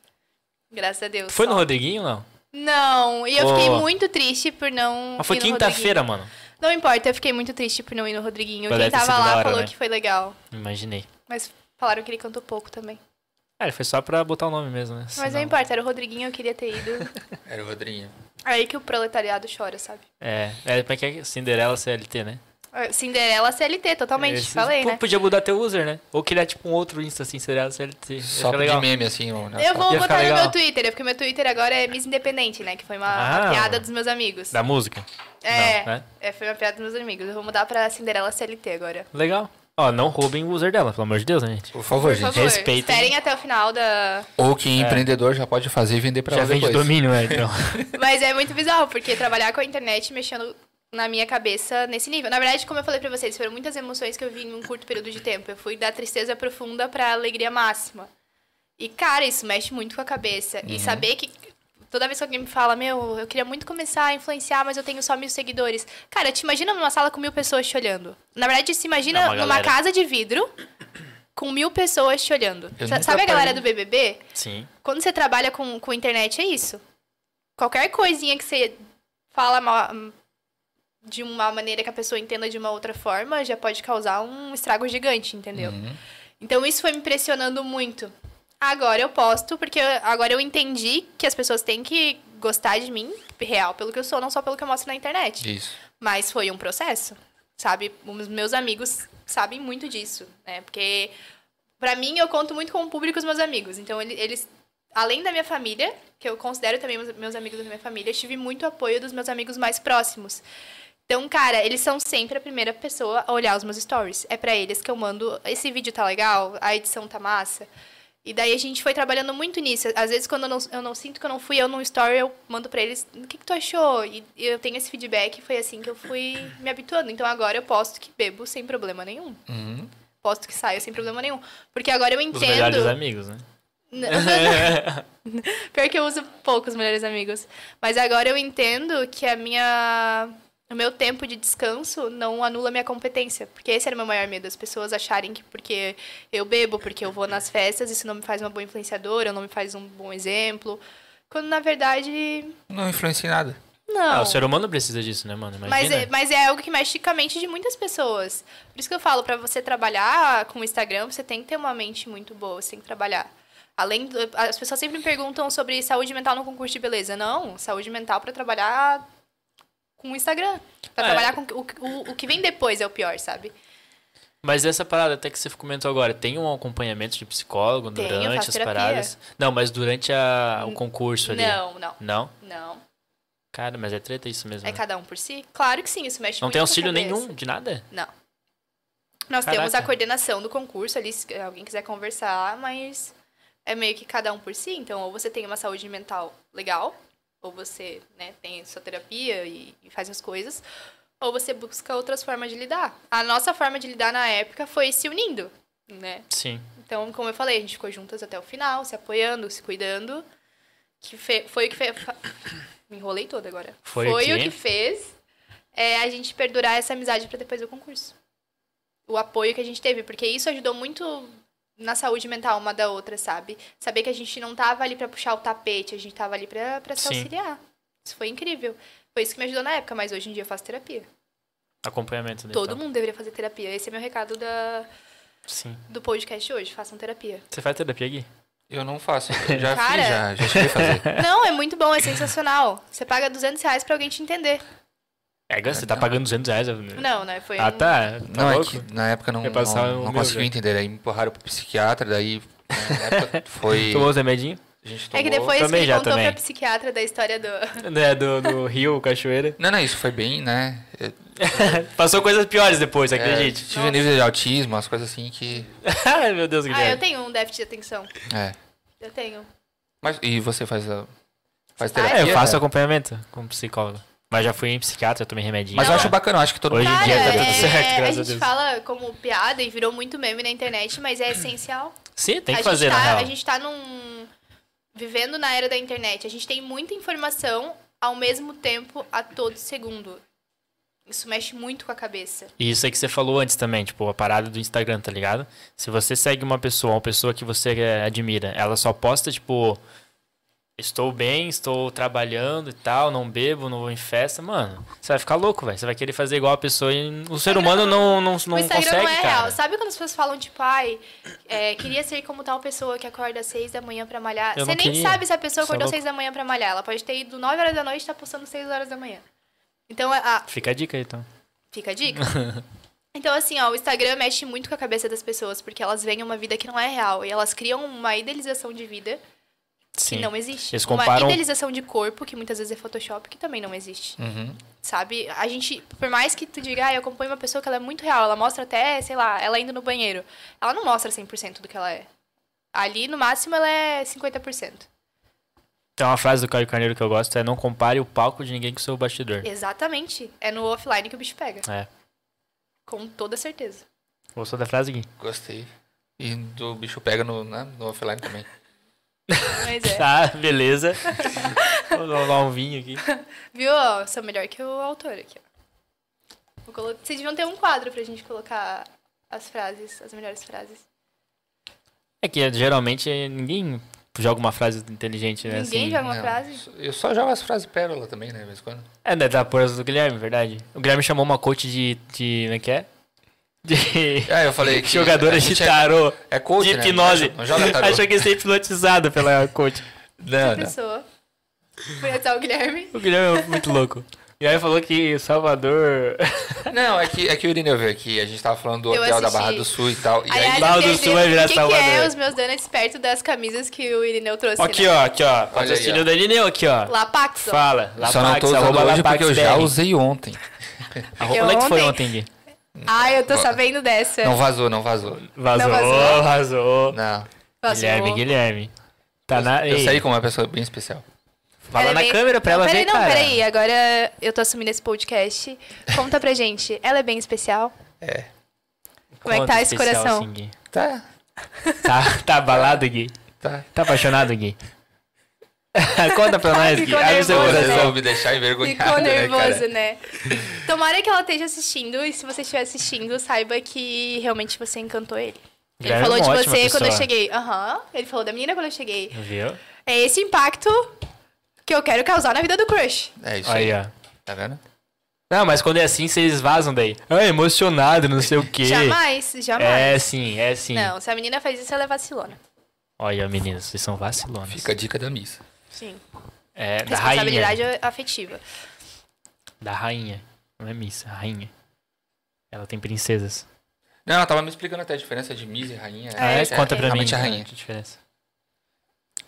Speaker 3: Graças a Deus.
Speaker 1: Tu foi
Speaker 3: só.
Speaker 1: no Rodriguinho, não?
Speaker 3: Não, e eu fiquei
Speaker 1: Pô.
Speaker 3: muito triste por não.
Speaker 1: Mas foi
Speaker 3: ir no
Speaker 1: quinta-feira, mano.
Speaker 3: Rodriguinho. Não importa, eu fiquei muito triste por não ir no Rodriguinho.
Speaker 1: Mas
Speaker 3: Quem
Speaker 1: deve ter
Speaker 3: tava
Speaker 1: sido da
Speaker 3: lá
Speaker 1: hora,
Speaker 3: falou
Speaker 1: né?
Speaker 3: que foi legal.
Speaker 1: Imaginei.
Speaker 3: Mas falaram que ele cantou pouco também.
Speaker 1: Ah, ele foi só pra botar o nome mesmo, né?
Speaker 3: Mas é não
Speaker 1: Senão-
Speaker 3: importa, era o Rodriguinho, eu queria ter ido.
Speaker 2: Era o Rodrinho.
Speaker 3: Aí que o proletariado chora, sabe?
Speaker 1: É, é, como é que é? Cinderela CLT, né?
Speaker 3: Ah, Cinderela CLT, totalmente,
Speaker 1: Esse-
Speaker 3: falei,
Speaker 1: pô,
Speaker 3: né?
Speaker 1: Podia mudar teu user, né? Ou criar tipo um outro Insta assim, Cinderela CLT. Ia
Speaker 2: Só
Speaker 1: ficar
Speaker 2: de
Speaker 1: legal.
Speaker 2: meme, assim. ó, né?
Speaker 3: Eu vou
Speaker 1: Ia ficar
Speaker 3: botar no
Speaker 1: legal.
Speaker 3: meu Twitter, é porque meu Twitter agora é Miss Independente, né? Que foi uma, uma
Speaker 1: Ah.
Speaker 3: piada dos meus amigos.
Speaker 1: Da música.
Speaker 3: é,
Speaker 1: Não, né?
Speaker 3: é, foi uma piada dos meus amigos. Eu vou mudar pra Cinderela CLT agora.
Speaker 1: Legal. Ó, não roubem o user dela, pelo amor de Deus, né, gente?
Speaker 2: Por favor,
Speaker 3: Por
Speaker 2: gente.
Speaker 3: favor,
Speaker 1: respeitem.
Speaker 3: esperem até o final da,
Speaker 2: Ou que empreendedor já pode fazer e vender pra
Speaker 1: É. Já
Speaker 2: ela
Speaker 1: vende
Speaker 2: depois.
Speaker 1: domínio, né? Então.
Speaker 3: Mas é muito bizarro, porque trabalhar com a internet mexendo na minha cabeça nesse nível. Na verdade, como eu falei pra vocês, foram muitas emoções que eu vi em um curto período de tempo. Eu fui da tristeza profunda pra alegria máxima. E, cara, isso mexe muito com a cabeça.
Speaker 2: Uhum.
Speaker 3: E saber que toda vez que alguém me fala, meu, eu queria muito começar a influenciar, mas eu tenho só mil seguidores. Cara, te imagina numa sala com mil pessoas te olhando. Na verdade, se imagina
Speaker 1: É uma
Speaker 3: numa
Speaker 1: galera.
Speaker 3: casa de vidro com mil pessoas te olhando.
Speaker 2: Eu
Speaker 3: Sa-
Speaker 2: nunca
Speaker 3: Sabe a
Speaker 2: parei-
Speaker 3: galera do BBB?
Speaker 1: Sim.
Speaker 3: quando você trabalha com, com internet, é isso. Qualquer coisinha que você fala mal- de uma maneira que a pessoa entenda de uma outra forma, já pode causar um estrago gigante, entendeu?
Speaker 2: Uhum.
Speaker 3: Então isso foi me impressionando muito. Agora eu posto, porque eu- agora eu entendi que as pessoas têm que gostar de mim, real, pelo que eu sou, não só pelo que eu mostro na internet.
Speaker 2: Isso.
Speaker 3: Mas foi um processo, sabe? Os meus amigos sabem muito disso, né? Porque, pra mim, eu conto muito com o público e os meus amigos. Então, ele- eles, além da minha família, que eu considero também meus- meus amigos da minha família, eu tive muito apoio dos meus amigos mais próximos. Então, cara, eles são sempre a primeira pessoa a olhar os meus stories. É pra eles que eu mando, esse vídeo tá legal, a edição tá massa. E daí a gente foi trabalhando muito nisso. Às vezes, quando eu não, eu não sinto que eu não fui eu num story, eu mando pra eles, o que, que tu achou? E eu tenho esse feedback, foi assim que eu fui me habituando. Então agora eu posto que bebo sem problema nenhum.
Speaker 2: Uhum.
Speaker 3: Posto que saio sem problema nenhum. Porque agora eu
Speaker 1: Os melhores
Speaker 3: entendo.
Speaker 1: amigos, né?
Speaker 3: Pior que eu uso poucos melhores amigos. Mas agora eu entendo que a minha. O meu tempo de descanso não anula a minha competência. Porque esse era o meu maior medo. As pessoas acharem que porque eu bebo, porque eu vou nas festas, isso não me faz uma boa influenciadora, não me faz um bom exemplo. Quando na verdade.
Speaker 2: Não influencia em nada.
Speaker 1: Ah,
Speaker 3: Não.
Speaker 1: o ser humano precisa disso, né, mano?
Speaker 3: Mas
Speaker 1: Imagina.
Speaker 3: é, mas é algo que mexe com a mente de muitas pessoas. Por isso que eu falo, pra você trabalhar com o Instagram, você tem que ter uma mente muito boa, você tem que trabalhar. Além do, as pessoas sempre me perguntam sobre saúde mental no concurso de beleza. Não, saúde mental pra trabalhar com o Instagram. Pra
Speaker 1: É.
Speaker 3: trabalhar com o, o, o que vem depois é o pior, sabe?
Speaker 1: Mas essa parada até que você comentou agora, tem um acompanhamento de psicólogo
Speaker 3: Tenho,
Speaker 1: durante
Speaker 3: faço
Speaker 1: as
Speaker 3: terapia.
Speaker 1: paradas? Não, mas durante a- o
Speaker 3: N-
Speaker 1: concurso ali.
Speaker 3: Não, não,
Speaker 1: Não?
Speaker 3: não.
Speaker 1: Cara, mas é treta isso mesmo.
Speaker 3: É
Speaker 1: né?
Speaker 3: cada um por si? Claro que sim, Tipo, isso mexe
Speaker 1: Não
Speaker 3: muito
Speaker 1: tem
Speaker 3: com a
Speaker 1: auxílio
Speaker 3: cabeça.
Speaker 1: nenhum de nada?
Speaker 3: Não. Nós
Speaker 1: Caraca.
Speaker 3: temos a coordenação do concurso ali, se alguém quiser conversar, mas é meio que cada um por si. Então, ou você tem uma saúde mental legal, ou você né, tem sua terapia e, e faz as coisas, ou você busca outras formas de lidar. A nossa forma de lidar na época foi se unindo, né?
Speaker 1: Sim.
Speaker 3: Então, como eu falei, a gente ficou juntas até o final, se apoiando, se cuidando. Que fe- foi o que fez. Me enrolei toda agora.
Speaker 1: Foi o quê?
Speaker 3: o que fez é, a gente perdurar essa amizade para depois do concurso. O apoio que a gente teve, porque isso ajudou muito na saúde mental uma da outra, sabe? Saber que a gente não tava ali para puxar o tapete, a gente tava ali pra, pra se
Speaker 1: Sim.
Speaker 3: auxiliar. Isso foi incrível. Foi isso que me ajudou na época, mas hoje em dia eu faço terapia.
Speaker 1: Acompanhamento. né,
Speaker 3: Todo
Speaker 1: então.
Speaker 3: mundo deveria fazer terapia. Esse é meu recado da,
Speaker 1: Sim.
Speaker 3: do podcast hoje. Façam terapia.
Speaker 1: Você faz terapia, Gui?
Speaker 2: Eu não faço. Eu já
Speaker 3: Cara.
Speaker 2: fiz, já, já cheguei a fazer.
Speaker 3: Não, é muito bom, é sensacional. Você paga 200 reais pra alguém te entender.
Speaker 1: É, você tá pagando 200 reais. Não,
Speaker 3: Não, né? Foi
Speaker 1: ah,
Speaker 3: um-
Speaker 1: tá. tá
Speaker 2: não,
Speaker 1: louco?
Speaker 2: é que na época não,
Speaker 1: Quer passar
Speaker 2: não,
Speaker 1: o
Speaker 2: não
Speaker 1: meu,
Speaker 2: conseguiu
Speaker 1: já.
Speaker 2: entender. Daí me empurraram pro psiquiatra, daí na época foi.
Speaker 1: Tomou os remedinhos?
Speaker 2: A gente tomou.
Speaker 3: É que depois que
Speaker 1: Também
Speaker 3: ele
Speaker 1: já,
Speaker 3: contou
Speaker 1: também.
Speaker 3: pra psiquiatra da história do...
Speaker 1: Né, do, do rio, cachoeira.
Speaker 2: Não, não, isso foi bem, né? Eu,
Speaker 1: Passou coisas piores depois,
Speaker 2: é,
Speaker 1: acredite.
Speaker 2: tive nível de autismo, umas coisas assim que.
Speaker 1: Ai, meu Deus,
Speaker 3: Ah, eu
Speaker 1: Guilherme.
Speaker 3: tenho um déficit de atenção.
Speaker 2: É.
Speaker 3: Eu tenho.
Speaker 2: Mas e você faz a. Faz
Speaker 3: Ah, eu
Speaker 2: terapia?
Speaker 1: É, eu faço
Speaker 2: né?
Speaker 1: acompanhamento com psicólogo. Mas já fui em psiquiatra, eu tomei remedinho.
Speaker 2: Mas eu
Speaker 1: Tá.
Speaker 3: é.
Speaker 2: acho bacana, eu acho que todo
Speaker 1: Hoje em
Speaker 3: Cara,
Speaker 1: dia tá tudo
Speaker 3: é-
Speaker 1: certo, graças
Speaker 3: a
Speaker 1: a
Speaker 3: gente
Speaker 1: Deus.
Speaker 3: fala como piada e virou muito meme na internet, mas é essencial.
Speaker 1: Sim, tem
Speaker 3: a
Speaker 1: que fazer,
Speaker 3: gente
Speaker 1: na
Speaker 3: tá,
Speaker 1: real.
Speaker 3: A gente tá num... Vivendo na era da internet. A gente tem muita informação ao mesmo tempo, a todo segundo. Isso mexe muito com a cabeça.
Speaker 1: E isso aí que você falou antes também, tipo, a parada do Instagram, tá ligado? Se você segue uma pessoa, uma pessoa que você eh, admira, ela só posta, tipo, estou bem, estou trabalhando e tal, não bebo, não vou em festa, mano, você vai ficar louco, velho. Você vai querer fazer igual a pessoa e o ser humano não, não, não
Speaker 3: o Instagram
Speaker 1: consegue,
Speaker 3: não é
Speaker 1: cara.
Speaker 3: real. Sabe quando as pessoas falam, tipo, ai, é, queria ser como tal pessoa que acorda às seis da manhã pra malhar.
Speaker 1: Eu
Speaker 3: Você
Speaker 1: não
Speaker 3: nem
Speaker 1: queria.
Speaker 3: sabe se a pessoa
Speaker 1: Isso é
Speaker 3: acordou às
Speaker 1: louco.
Speaker 3: seis da manhã pra malhar. Ela pode ter ido nove horas da noite e tá postando seis horas da manhã. Então, a- a-
Speaker 1: Fica a dica aí, então.
Speaker 3: fica a dica. Então, assim, ó, o Instagram mexe muito com a cabeça das pessoas, porque elas veem uma vida que não é real. E elas criam uma idealização de vida que
Speaker 1: Sim.
Speaker 3: não é. existe.
Speaker 1: Eles
Speaker 3: Uma
Speaker 1: comparam-
Speaker 3: idealização de corpo, que muitas vezes é Photoshop, que também não existe
Speaker 2: Uhum.
Speaker 3: sabe? A gente, por mais que tu diga, ah, eu acompanho uma pessoa que ela é muito real, ela mostra até, sei lá, ela indo no banheiro. Ela não mostra 100% do que ela é. Ali, no máximo, ela é 50%.
Speaker 1: Tem uma frase do Caio Carneiro que eu gosto, é não compare o palco de ninguém com o seu bastidor.
Speaker 2: É.
Speaker 3: Exatamente. É no offline que o bicho pega.
Speaker 1: É.
Speaker 3: Com toda certeza.
Speaker 1: Gostou da frase, Gui?
Speaker 2: Gostei. E do bicho pega no, né, no offline também.
Speaker 3: Mas é.
Speaker 1: Tá, beleza. Vou dar um vinho aqui.
Speaker 3: Viu? ó, Eu sou melhor que o autor aqui, ó. Vou colo- Vocês deviam ter um quadro pra gente colocar as frases, as melhores frases.
Speaker 1: É que geralmente ninguém joga uma frase inteligente, né?
Speaker 3: Ninguém
Speaker 1: assim.
Speaker 3: joga uma
Speaker 2: É, Não,
Speaker 3: frase?
Speaker 2: Eu só jogo as frases pérola também, né? De vez em quando.
Speaker 1: É, né, da porra do Guilherme, verdade. O Guilherme chamou uma coach de. de como é que é? De.
Speaker 2: Ah, eu falei que.
Speaker 1: jogadora
Speaker 2: a
Speaker 1: de
Speaker 2: gente é-
Speaker 1: tarô.
Speaker 2: É coach,
Speaker 1: de
Speaker 2: né?
Speaker 1: hipnose.
Speaker 2: Não joga tarô.
Speaker 1: Achou que ia ser hipnotizado pela coach.
Speaker 2: Não, não.
Speaker 3: Pessoa. Conhecer o Guilherme.
Speaker 1: O Guilherme é muito louco. E aí falou que Salvador.
Speaker 2: Não, é que, é que o Irineu veio aqui, a gente tava falando do
Speaker 3: Eu
Speaker 2: hotel da
Speaker 3: assisti.
Speaker 2: Barra do Sul e tal. E
Speaker 3: Aliás,
Speaker 2: aí,
Speaker 1: Barra do
Speaker 3: eu
Speaker 1: Sul vai virar
Speaker 3: o que, que é
Speaker 1: Salvador.
Speaker 3: os meus donuts perto das camisas que o Irineu trouxe,
Speaker 1: aqui,
Speaker 3: né?
Speaker 1: ó, aqui, ó.
Speaker 2: aí, ó.
Speaker 1: Patrocínio da Lineu, aqui, ó.
Speaker 3: Lapaxo.
Speaker 1: Fala.
Speaker 2: só não tô
Speaker 1: Lapax,
Speaker 2: usando
Speaker 1: arroba
Speaker 2: hoje porque eu já
Speaker 1: LapaxBR.
Speaker 2: usei ontem.
Speaker 1: Arro- Onde é que foi
Speaker 3: ontem-
Speaker 1: ontem, Gui?
Speaker 3: Ah, eu tô sabendo dessa.
Speaker 2: Não vazou, não vazou.
Speaker 1: Vazou,
Speaker 3: vazou?
Speaker 1: vazou.
Speaker 2: Não.
Speaker 3: Vazou.
Speaker 1: Guilherme, Guilherme. Tá na.
Speaker 2: Eu
Speaker 1: Ei,
Speaker 2: saí com uma pessoa bem especial.
Speaker 1: Fala
Speaker 3: Ela é
Speaker 1: na
Speaker 3: bem-
Speaker 1: câmera pra ela
Speaker 3: não, peraí,
Speaker 1: ver,
Speaker 3: Não,
Speaker 1: cara.
Speaker 3: peraí, agora eu tô assumindo esse podcast. Conta pra gente, ela é bem especial?
Speaker 2: É.
Speaker 3: Como é que
Speaker 1: Conta
Speaker 3: tá esse
Speaker 1: especial,
Speaker 3: coração?
Speaker 1: assim, Gui.
Speaker 2: Tá,
Speaker 1: Tá, tá abalado, Gui?
Speaker 2: tá.
Speaker 1: Tá apaixonado, Gui? Conta pra nós, Gui.
Speaker 3: Ficou
Speaker 1: Abre seu
Speaker 3: nervoso,
Speaker 2: Vocês
Speaker 1: coração.
Speaker 3: né?
Speaker 2: vão me deixar envergonhado,
Speaker 3: Ficou
Speaker 2: né,
Speaker 3: nervoso,
Speaker 2: cara?
Speaker 3: né? Tomara que ela esteja assistindo e se você estiver assistindo, saiba que realmente você encantou ele. Ele
Speaker 1: Guilherme é
Speaker 3: falou
Speaker 1: uma
Speaker 3: de você
Speaker 1: ótima pessoa.
Speaker 3: quando eu cheguei. Aham, ele falou da menina quando eu cheguei.
Speaker 1: Viu?
Speaker 3: É esse impacto que eu quero causar na vida do crush.
Speaker 2: É isso aí,
Speaker 1: Aí, ó.
Speaker 2: tá vendo?
Speaker 1: Não, mas quando é assim, vocês vazam daí. Ah, emocionado, não sei o quê.
Speaker 3: Jamais, jamais.
Speaker 1: É sim, é sim.
Speaker 3: Não, se a menina faz isso, ela é vacilona.
Speaker 1: Olha, meninos, vocês são vacilones.
Speaker 2: Fica a dica da missa.
Speaker 3: Sim.
Speaker 1: É, da rainha.
Speaker 3: Responsabilidade afetiva.
Speaker 1: Da rainha. Não é missa, rainha. Ela tem princesas.
Speaker 2: Não, ela tava me explicando até a diferença de missa e rainha.
Speaker 3: Ah, é?
Speaker 2: É,
Speaker 3: Essa-
Speaker 1: Conta pra mim.
Speaker 2: realmente a rainha.
Speaker 1: Que diferença?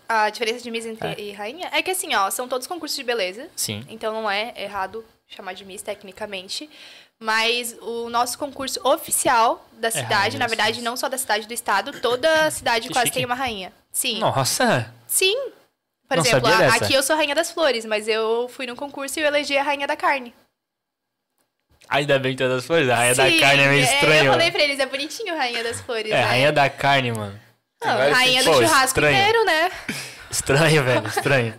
Speaker 3: A diferença de Miss entre- e Rainha é que assim, ó, são todos concursos de beleza.
Speaker 1: Sim.
Speaker 3: Então não é errado chamar de Miss tecnicamente. Mas o nosso concurso oficial da cidade,
Speaker 1: É rainha,
Speaker 3: na verdade,
Speaker 1: sim.
Speaker 3: não só da cidade do estado, toda a cidade
Speaker 1: Que
Speaker 3: quase
Speaker 1: chique.
Speaker 3: tem uma rainha. Sim.
Speaker 1: Nossa!
Speaker 3: Sim. Por
Speaker 1: Não
Speaker 3: exemplo,
Speaker 1: sabia
Speaker 3: a-
Speaker 1: dessa.
Speaker 3: aqui eu sou a rainha das flores, mas eu fui num concurso e eu elegi a rainha da carne.
Speaker 1: Ainda bem que todas as flores. A rainha
Speaker 3: Sim,
Speaker 1: da carne é meio estranho.
Speaker 3: Eu
Speaker 1: mano.
Speaker 3: falei pra eles, é bonitinho rainha das flores,
Speaker 1: É,
Speaker 3: né?
Speaker 1: rainha da carne, mano.
Speaker 3: Não,
Speaker 2: Tem vários
Speaker 3: rainha do
Speaker 1: sentidos. Pô,
Speaker 3: churrasco
Speaker 1: estranho.
Speaker 3: inteiro, né?
Speaker 1: Estranho, velho. Estranho.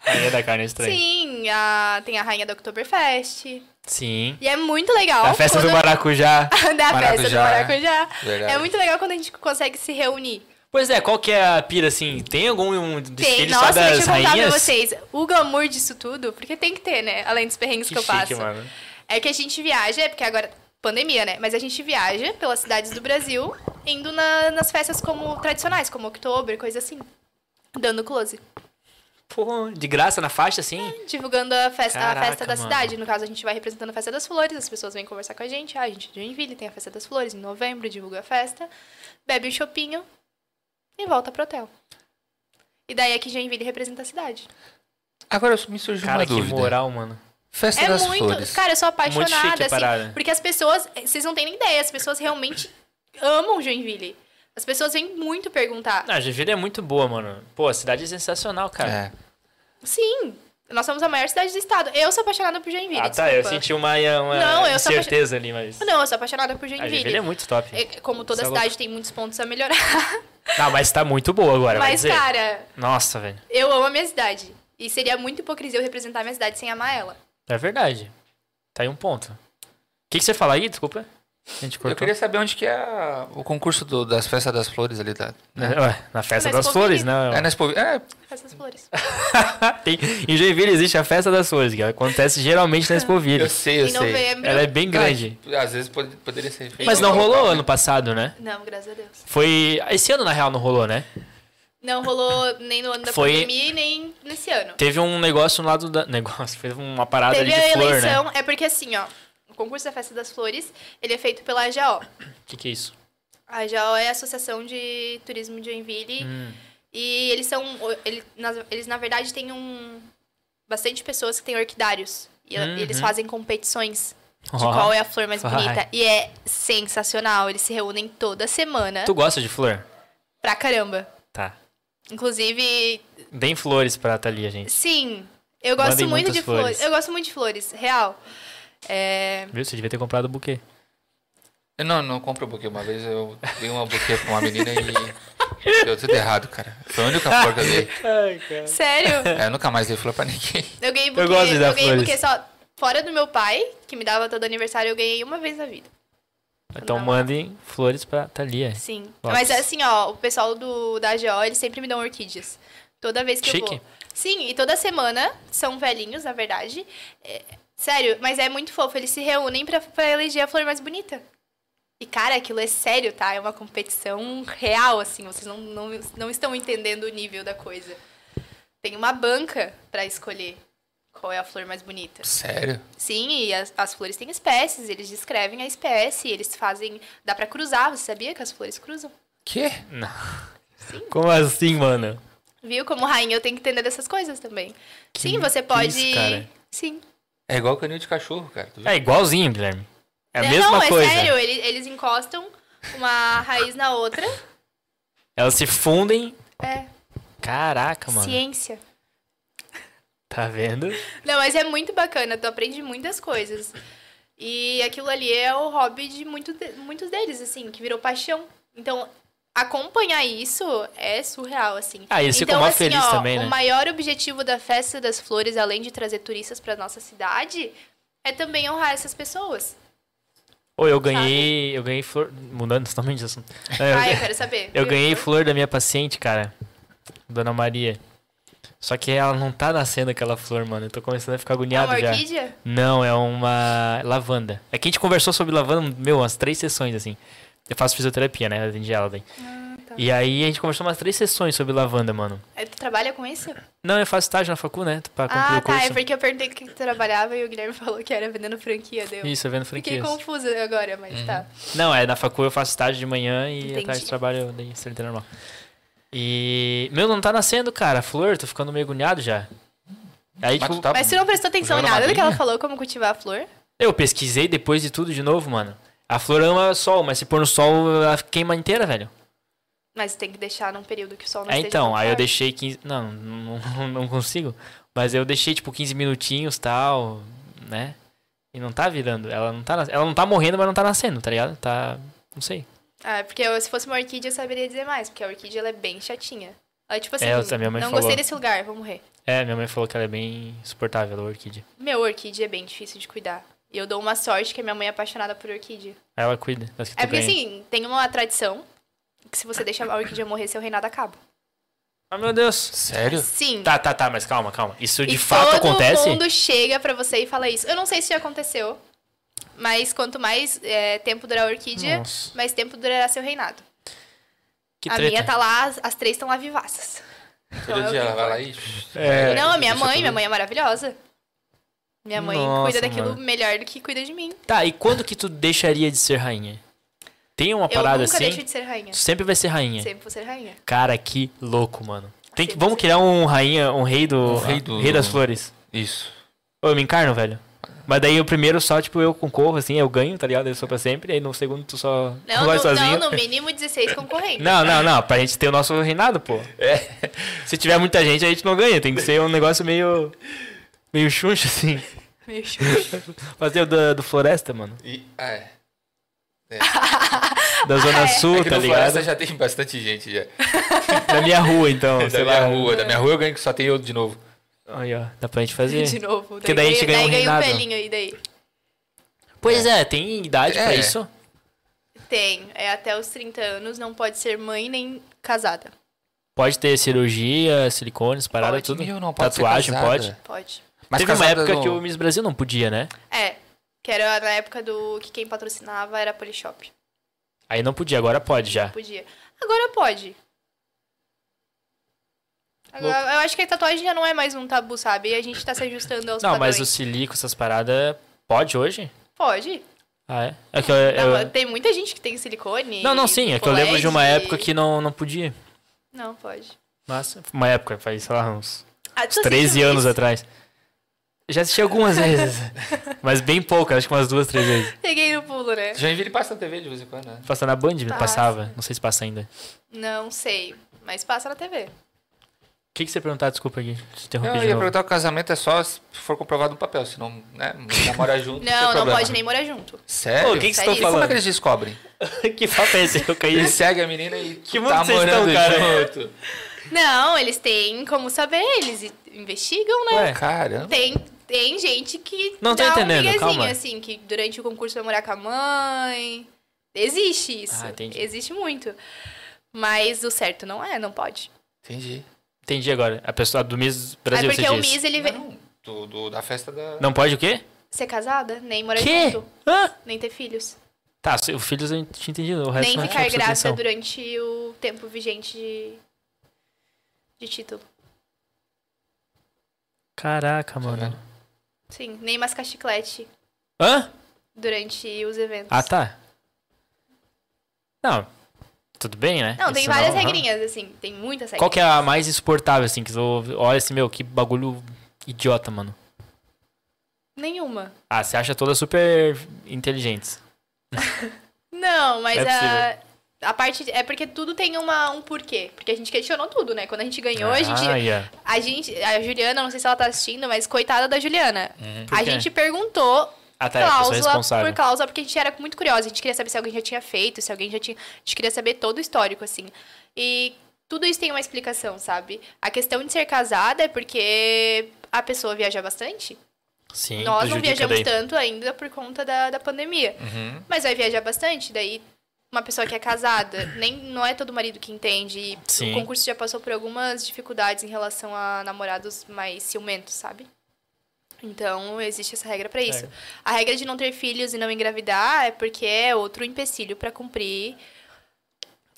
Speaker 1: rainha da carne é estranho.
Speaker 3: Sim, a- tem a rainha do Oktoberfest.
Speaker 1: Sim.
Speaker 3: E é muito legal.
Speaker 1: Da festa do
Speaker 3: quando-
Speaker 1: maracujá.
Speaker 3: da festa do
Speaker 2: Maracujá.
Speaker 3: maracujá.
Speaker 2: Verdade.
Speaker 3: É muito legal quando a gente consegue se reunir.
Speaker 1: Pois é, qual que é a pira, assim? Tem algum um desfile
Speaker 3: Tem,
Speaker 1: só
Speaker 3: nossa,
Speaker 1: das
Speaker 3: deixa eu contar
Speaker 1: rainhas?
Speaker 3: pra vocês. O glamour disso tudo, porque tem que ter, né? Além dos perrengues
Speaker 1: Que,
Speaker 3: que, eu
Speaker 1: chique,
Speaker 3: passo.
Speaker 1: mano.
Speaker 3: É que a gente viaja, é porque agora pandemia, né? Mas a gente viaja pelas cidades do Brasil, indo na- nas festas como tradicionais, como outubro, coisa assim. Dando close.
Speaker 1: Pô, de graça na faixa, assim?
Speaker 3: Divulgando a festa, a
Speaker 1: Caraca,
Speaker 3: festa da
Speaker 1: mano.
Speaker 3: cidade. No caso, a gente vai representando a Festa das Flores, as pessoas vêm conversar com a gente. Ah, a gente é de Joinville, tem a Festa das Flores em novembro, divulga a festa, bebe um chopinho e volta pro hotel. E daí aqui Joinville representa a cidade.
Speaker 2: Agora me surgiu
Speaker 1: Cara,
Speaker 2: uma
Speaker 1: que
Speaker 2: dúvida.
Speaker 1: moral, mano.
Speaker 2: Festa
Speaker 3: é
Speaker 2: das
Speaker 3: muito.
Speaker 2: flores.
Speaker 3: Cara, eu sou
Speaker 1: É Muito
Speaker 3: apaixonada,
Speaker 1: chique a
Speaker 3: assim.
Speaker 1: parada.
Speaker 3: Porque as pessoas, vocês não têm nem ideia, as pessoas realmente amam Joinville. As pessoas vêm muito perguntar.
Speaker 1: Não, a Joinville é muito boa, mano. Pô, a cidade é sensacional, cara.
Speaker 2: É.
Speaker 3: Sim, nós somos a maior cidade do estado. Eu sou apaixonada por Joinville.
Speaker 1: ah, tá. Eu
Speaker 3: desculpa.
Speaker 1: senti uma, uma
Speaker 3: Não, eu sou
Speaker 1: certeza ali, mas...
Speaker 3: Não, eu sou apaixonada por
Speaker 1: a
Speaker 3: Joinville.
Speaker 1: Joinville é muito top.
Speaker 3: É, Como toda
Speaker 1: Isso é
Speaker 3: cidade tem muitos pontos a melhorar.
Speaker 1: Não, mas tá muito boa agora, vai
Speaker 3: Mas, tá.
Speaker 1: dizer.
Speaker 3: cara,
Speaker 1: Nossa, velho.
Speaker 3: eu amo a minha cidade. E seria muito hipocrisia eu representar a minha cidade sem amar ela.
Speaker 1: É verdade. Tá aí um ponto. O que, que você fala aí? Desculpa. A gente cortou.
Speaker 2: Eu queria saber onde que é a- o concurso do- das festas das flores ali. Da, né?
Speaker 1: É, Ué, Na festa
Speaker 3: Mas
Speaker 1: das
Speaker 3: convida.
Speaker 1: flores, né?
Speaker 2: É, na Expo- é,
Speaker 3: Essas flores.
Speaker 1: Tem- em Joinville existe a festa das flores, que acontece geralmente na Expoville.
Speaker 2: eu sei, eu
Speaker 3: em
Speaker 2: sei.
Speaker 3: novembro.
Speaker 1: Ela é bem grande.
Speaker 2: Cara, Às vezes pode- poderia ser feito.
Speaker 1: Mas não rolou ano passado, né?
Speaker 3: Não, graças a Deus.
Speaker 1: Foi. Esse ano, na real, não rolou, né?
Speaker 3: Não rolou nem no ano da
Speaker 1: Foi-
Speaker 3: pandemia e nem nesse ano.
Speaker 1: Teve um negócio no lado da. Negócio, fez uma parada
Speaker 3: Teve
Speaker 1: ali de
Speaker 3: a
Speaker 1: flor,
Speaker 3: eleição,
Speaker 1: né?
Speaker 3: é porque assim, ó, o concurso da Festa das Flores, ele é feito pela AGO.
Speaker 1: O que, que é isso?
Speaker 3: A AGO é a Associação de Turismo de Joinville
Speaker 1: Hum.
Speaker 3: e eles são, ele- nas- eles na verdade têm um, bastante pessoas que têm orquidários e
Speaker 1: Uhum.
Speaker 3: eles fazem competições de
Speaker 1: Ó.
Speaker 3: qual é a flor mais
Speaker 1: Vai.
Speaker 3: bonita e é sensacional, eles se reúnem toda semana
Speaker 1: Tu gosta de flor?
Speaker 3: pra caramba.
Speaker 1: Tá.
Speaker 3: Inclusive,
Speaker 1: Deem flores pra Thalia, gente.
Speaker 3: sim, eu gosto
Speaker 1: Mandem
Speaker 3: muito
Speaker 1: muitas
Speaker 3: de flores.
Speaker 1: flores.
Speaker 3: Eu gosto muito de flores, real. É,
Speaker 1: Viu? Você devia ter comprado o buquê.
Speaker 2: Eu Não, não compro o buquê. Uma vez eu dei uma buquê pra uma menina e deu tudo errado, cara. Foi a única flor que eu dei.
Speaker 1: Ai, cara.
Speaker 3: sério?
Speaker 2: É, eu nunca mais dei flor pra ninguém.
Speaker 3: Eu ganhei buquê, eu
Speaker 1: gosto de dar
Speaker 3: ganhei
Speaker 1: flores.
Speaker 3: buquê só fora do meu pai, que me dava todo aniversário, eu ganhei uma vez na vida.
Speaker 1: Então
Speaker 3: Não.
Speaker 1: mandem flores pra Thalia.
Speaker 3: Sim.
Speaker 1: Nossa.
Speaker 3: Mas assim, ó, o pessoal do da AGO, eles sempre me dão orquídeas. Toda vez que eu
Speaker 1: Chique.
Speaker 3: vou. Sim, e toda semana são velhinhos, na verdade. É, sério, mas é muito fofo, eles se reúnem pra, pra eleger a flor mais bonita. E, cara, aquilo é sério, tá? É uma competição real, assim. Vocês não, não, não estão entendendo o nível da coisa. Tem uma banca pra escolher qual é a flor mais bonita.
Speaker 2: Sério?
Speaker 3: Sim, e as, as flores têm espécies, eles descrevem a espécie, eles fazem. Dá pra cruzar, você sabia que as flores cruzam?
Speaker 2: Quê?
Speaker 1: Como assim, mano?
Speaker 3: Viu? Como rainha, eu tenho que entender dessas coisas também.
Speaker 1: Que
Speaker 3: Sim, você
Speaker 1: que
Speaker 3: pode.
Speaker 1: isso, cara?
Speaker 3: Sim.
Speaker 2: É igual canil de cachorro, cara. Tu viu?
Speaker 1: É igualzinho, Guilherme. É a
Speaker 3: Né?
Speaker 1: mesma
Speaker 3: não,
Speaker 1: coisa.
Speaker 3: é sério, ele- eles, encostam uma raiz na outra.
Speaker 1: Elas se fundem.
Speaker 3: É,
Speaker 1: Caraca, mano.
Speaker 3: ciência.
Speaker 1: Tá vendo?
Speaker 3: Não, mas é muito bacana, tu aprende muitas coisas. E aquilo ali é o hobby de muito de- muitos deles, assim, que virou paixão. Então, acompanhar isso é surreal, assim.
Speaker 1: Ah, eles
Speaker 3: então,
Speaker 1: ficam mó
Speaker 3: assim,
Speaker 1: felizes
Speaker 3: ó,
Speaker 1: também,
Speaker 3: o
Speaker 1: né?
Speaker 3: maior objetivo da Festa das Flores, além de trazer turistas pra nossa cidade, é também honrar essas pessoas.
Speaker 1: Ou eu ganhei. Eu ganhei flor. Mudando totalmente de assunto. É, eu-
Speaker 3: Ah, eu quero saber.
Speaker 1: Eu
Speaker 3: viu?
Speaker 1: ganhei flor da minha paciente, cara. Dona Maria. Só que ela não tá nascendo aquela flor, mano. Eu tô começando a ficar
Speaker 3: É uma
Speaker 1: agoniado já.
Speaker 3: orquídea?
Speaker 1: Não, é uma lavanda. É que a gente conversou sobre lavanda, meu, umas três sessões, assim. Eu faço fisioterapia, né? Atendi ela daí.
Speaker 3: tá.
Speaker 1: E aí a gente conversou umas três sessões sobre lavanda, mano.
Speaker 3: É, Tu trabalha com isso?
Speaker 1: Não, eu faço estágio na facu, né? Pra cumprir
Speaker 3: Ah,
Speaker 1: o curso.
Speaker 3: tá. É porque eu perguntei o que que tu trabalhava e o Guilherme falou que era vendendo franquia. Deu.
Speaker 1: Isso, eu vendo
Speaker 3: Fiquei
Speaker 1: franquias.
Speaker 3: confusa agora, mas tá.
Speaker 1: Não, é na facu eu faço estágio de manhã e à
Speaker 3: Entendi.
Speaker 1: tarde trabalho daí, CLT normal. E. Meu, não tá nascendo, cara. Flor, tô ficando meio agoniado já. Aí,
Speaker 2: Mas
Speaker 1: tipo,
Speaker 2: tu tá-
Speaker 3: Mas tu não prestou atenção em
Speaker 2: Joga na
Speaker 3: nada do que
Speaker 2: madrinha?
Speaker 3: ela falou, como cultivar a flor?
Speaker 1: eu pesquisei depois de tudo de novo, mano. A flor ama sol, mas se pôr no sol, ela queima inteira, velho.
Speaker 3: Mas tem que deixar num período que o sol não
Speaker 1: É,
Speaker 3: esteja
Speaker 1: então,
Speaker 3: tão
Speaker 1: aí eu
Speaker 3: forte.
Speaker 1: deixei 15. Não, não, não- não consigo. Mas eu deixei, tipo, 15 minutinhos tal, né? E não tá virando. Ela não tá, nas- ela não tá morrendo, mas não tá nascendo, tá ligado? Tá. Não sei.
Speaker 3: Ah, porque eu- se fosse uma orquídea eu saberia dizer mais, porque a orquídea ela é bem chatinha. Ela é tipo assim,
Speaker 1: É, essa minha mãe
Speaker 3: não
Speaker 1: falou.
Speaker 3: gostei desse lugar, vou morrer.
Speaker 1: É, minha mãe falou que ela é bem suportável, a orquídea.
Speaker 3: Meu, orquídea é bem difícil de cuidar. E eu dou uma sorte que a minha mãe é apaixonada por orquídea.
Speaker 1: Aí Ela cuida. das que
Speaker 3: É
Speaker 1: tu
Speaker 3: porque
Speaker 1: ganha.
Speaker 3: assim, tem uma tradição que se você deixa a orquídea morrer, seu reinado acaba.
Speaker 1: Ah, meu Deus.
Speaker 2: Sério?
Speaker 3: Sim.
Speaker 1: Tá, tá, tá, mas calma, calma. Isso de
Speaker 3: e
Speaker 1: fato
Speaker 3: todo
Speaker 1: acontece?
Speaker 3: mundo chega pra você e fala isso. Eu não sei se já aconteceu, mas quanto mais é, tempo durar a orquídea,
Speaker 1: Nossa,
Speaker 3: mais tempo durará seu reinado.
Speaker 1: que
Speaker 3: a
Speaker 1: treta.
Speaker 3: minha tá lá, as, as três estão lá vivaças. Então,
Speaker 2: Todo
Speaker 3: eu
Speaker 2: dia ela
Speaker 3: fico-
Speaker 2: vai lá e...
Speaker 1: É.
Speaker 3: Não, a minha
Speaker 2: Deixa
Speaker 3: mãe,
Speaker 2: tudo-
Speaker 3: minha mãe é maravilhosa. Minha mãe
Speaker 1: Nossa,
Speaker 3: cuida daquilo
Speaker 1: mano.
Speaker 3: melhor do que cuida de mim.
Speaker 1: Tá, e quando que tu deixaria de ser rainha? Tem uma
Speaker 3: eu
Speaker 1: parada
Speaker 3: nunca
Speaker 1: assim?
Speaker 3: deixo de ser rainha.
Speaker 1: Tu sempre vai ser rainha.
Speaker 3: Sempre vou ser rainha.
Speaker 1: Cara, que louco, mano. Tem que,
Speaker 3: Sempre
Speaker 1: vamos
Speaker 3: ser.
Speaker 1: criar um rainha, um rei do.
Speaker 2: Um rei do-
Speaker 1: rei das
Speaker 2: do-
Speaker 1: flores.
Speaker 2: Isso.
Speaker 1: Ô, eu me encarno, velho. Mas daí o primeiro só, tipo, eu concorro, assim, eu ganho, tá ligado? Eu sou pra sempre. Aí no segundo tu só
Speaker 3: Não,
Speaker 1: vai
Speaker 3: no,
Speaker 1: sozinho.
Speaker 3: não, no mínimo 16 concorrentes.
Speaker 1: Não, não, não. Pra gente ter o nosso reinado, pô.
Speaker 2: É.
Speaker 1: Se tiver muita gente, a gente não ganha. Tem que ser um negócio meio. meio chuncho, assim.
Speaker 3: Meu Deus.
Speaker 1: Fazer o do, do Floresta, mano.
Speaker 2: E, ah, é.
Speaker 3: Ah,
Speaker 1: Da Zona
Speaker 3: é.
Speaker 1: Sul,
Speaker 2: Aqui
Speaker 1: tá
Speaker 2: no Floresta
Speaker 1: ligado?
Speaker 2: já tem bastante gente já.
Speaker 1: Da minha rua, então.
Speaker 2: da
Speaker 1: sei
Speaker 2: minha
Speaker 1: lá.
Speaker 2: rua. Da minha rua eu ganho que só tem eu de novo.
Speaker 1: Aí, ó. Dá pra gente fazer.
Speaker 3: De novo.
Speaker 1: Porque daí a gente ganha um
Speaker 3: daí ganha um
Speaker 1: reinado.
Speaker 3: pelinho aí, daí.
Speaker 1: Pois é, tem idade pra
Speaker 2: É.
Speaker 1: isso?
Speaker 3: Tem. É até os 30 anos, não pode ser mãe nem casada.
Speaker 1: Pode ter cirurgia, silicones, parada,
Speaker 2: Pode,
Speaker 1: tudo.
Speaker 2: meu, não pode ser
Speaker 1: Tatuagem,
Speaker 2: casada.
Speaker 1: pode.
Speaker 3: Pode.
Speaker 2: Mas
Speaker 1: Teve uma
Speaker 2: casada
Speaker 1: época
Speaker 2: não-
Speaker 1: que o Miss Brasil não podia, né?
Speaker 3: É. Que era na época do que quem patrocinava era a Polishop.
Speaker 1: Aí não podia, agora pode já.
Speaker 3: Podia. Agora pode. Agora, eu acho que a tatuagem já não é mais um tabu, sabe? E a gente tá se ajustando aos
Speaker 1: Não,
Speaker 3: padrões.
Speaker 1: mas o silico, essas paradas, pode hoje?
Speaker 3: Pode.
Speaker 1: Ah, é? É que eu- eu-
Speaker 3: Não, tem muita gente que tem silicone.
Speaker 1: Não, não, sim. É que eu lembro de uma
Speaker 3: colete.
Speaker 1: época que não, não podia.
Speaker 3: Não, pode.
Speaker 1: Mas uma época, faz, sei lá, uns
Speaker 3: Ah, tu
Speaker 1: 13
Speaker 3: assistiu
Speaker 1: anos
Speaker 3: isso?
Speaker 1: atrás. Já assisti algumas vezes. mas bem poucas, acho que umas duas, três vezes.
Speaker 3: Peguei no pulo, né?
Speaker 2: Joinville passa na TV de vez em quando, né?
Speaker 1: Passava na Band,
Speaker 3: Passa.
Speaker 1: passava. Não sei se passa ainda. O
Speaker 3: Não sei. Mas passa na TV.
Speaker 1: que, que você ia perguntar? Desculpa aqui. Te interrompi
Speaker 2: Não,
Speaker 1: de
Speaker 2: eu ia
Speaker 1: novo.
Speaker 2: perguntar o casamento é só se for comprovado no papel, senão, né, namora junto. tem
Speaker 3: Não, não
Speaker 2: problema.
Speaker 3: pode nem morar junto.
Speaker 2: Sério?
Speaker 1: Ô, o que que vocês
Speaker 2: E
Speaker 1: estão
Speaker 2: Como é
Speaker 1: falando?
Speaker 2: que eles descobrem?
Speaker 1: que papo é esse? Eu caí.
Speaker 2: Ele segue a menina e
Speaker 1: Que mundo
Speaker 2: tá
Speaker 1: vocês estão,
Speaker 2: morando
Speaker 1: cara?
Speaker 2: junto.
Speaker 3: Não, eles têm como saber. Eles i- investigam, né?
Speaker 1: Ué,
Speaker 2: Caramba.
Speaker 3: Tem, tem gente que
Speaker 1: Não tô
Speaker 3: dá
Speaker 1: entendendo,
Speaker 3: um miguezinho,
Speaker 1: calma.
Speaker 3: assim, que durante o concurso vai morar com a mãe. Existe isso.
Speaker 1: Ah, entendi.
Speaker 3: Existe muito. Mas o certo não é, não pode.
Speaker 2: Entendi.
Speaker 1: Entendi agora. A pessoa do Miss Brasil,
Speaker 3: é porque
Speaker 1: você
Speaker 3: o
Speaker 1: diz.
Speaker 3: Miss, ele vem
Speaker 2: Não, do, do- da festa da...
Speaker 1: Não pode o quê?
Speaker 3: ser casada, nem morar
Speaker 1: Quê?
Speaker 3: junto,
Speaker 1: Hã?
Speaker 3: nem ter filhos,
Speaker 1: Tá, se- o filhos eu tinha entendido. O resto
Speaker 3: nem
Speaker 1: não tinha
Speaker 3: ficar
Speaker 1: prestado
Speaker 3: grávida
Speaker 1: atenção.
Speaker 3: durante o tempo vigente de, de título.
Speaker 1: Caraca,
Speaker 2: vendo?
Speaker 1: mano.
Speaker 3: Sim, nem mascar chiclete
Speaker 1: Hã?
Speaker 3: durante os eventos.
Speaker 1: Ah, tá. Não. Tudo bem, né?
Speaker 3: Não, tem
Speaker 1: Isso
Speaker 3: várias
Speaker 1: aham.
Speaker 3: regrinhas, assim, tem muitas regrinhas.
Speaker 1: Qual que é a assim, mais insuportável, assim? Que eu- olha esse meu, que bagulho idiota, mano.
Speaker 3: Nenhuma.
Speaker 1: Ah, você acha todas super inteligentes.
Speaker 3: Não, mas
Speaker 1: Não é
Speaker 3: a, a parte. É porque tudo tem uma, um porquê. Porque a gente questionou tudo, né? Quando a gente ganhou, a gente.
Speaker 1: Ah, yeah.
Speaker 3: A gente. A Juliana, não sei se ela tá assistindo, mas coitada da Juliana.
Speaker 1: Por
Speaker 3: A
Speaker 1: quê?
Speaker 3: gente perguntou
Speaker 1: Ah, tá, é a pessoa
Speaker 3: cláusula
Speaker 1: responsável.
Speaker 3: por cláusula, porque a gente era muito curiosa. A gente queria saber se alguém já tinha feito, se alguém já tinha. A gente queria saber todo o histórico, assim. E tudo isso tem uma explicação, sabe? A questão de ser casada é porque a pessoa viaja bastante.
Speaker 1: Sim,
Speaker 3: Nós não
Speaker 1: prejudica
Speaker 3: viajamos
Speaker 1: daí.
Speaker 3: tanto ainda por conta da, da pandemia.
Speaker 2: Uhum.
Speaker 3: Mas vai viajar bastante, daí uma pessoa que é casada, nem não é todo marido que entende. E
Speaker 1: Sim.
Speaker 3: O concurso já passou por algumas dificuldades em relação a namorados mais ciumentos, sabe? Então, existe essa regra pra isso.
Speaker 1: É.
Speaker 3: A regra de não ter filhos e não engravidar é porque é outro empecilho pra cumprir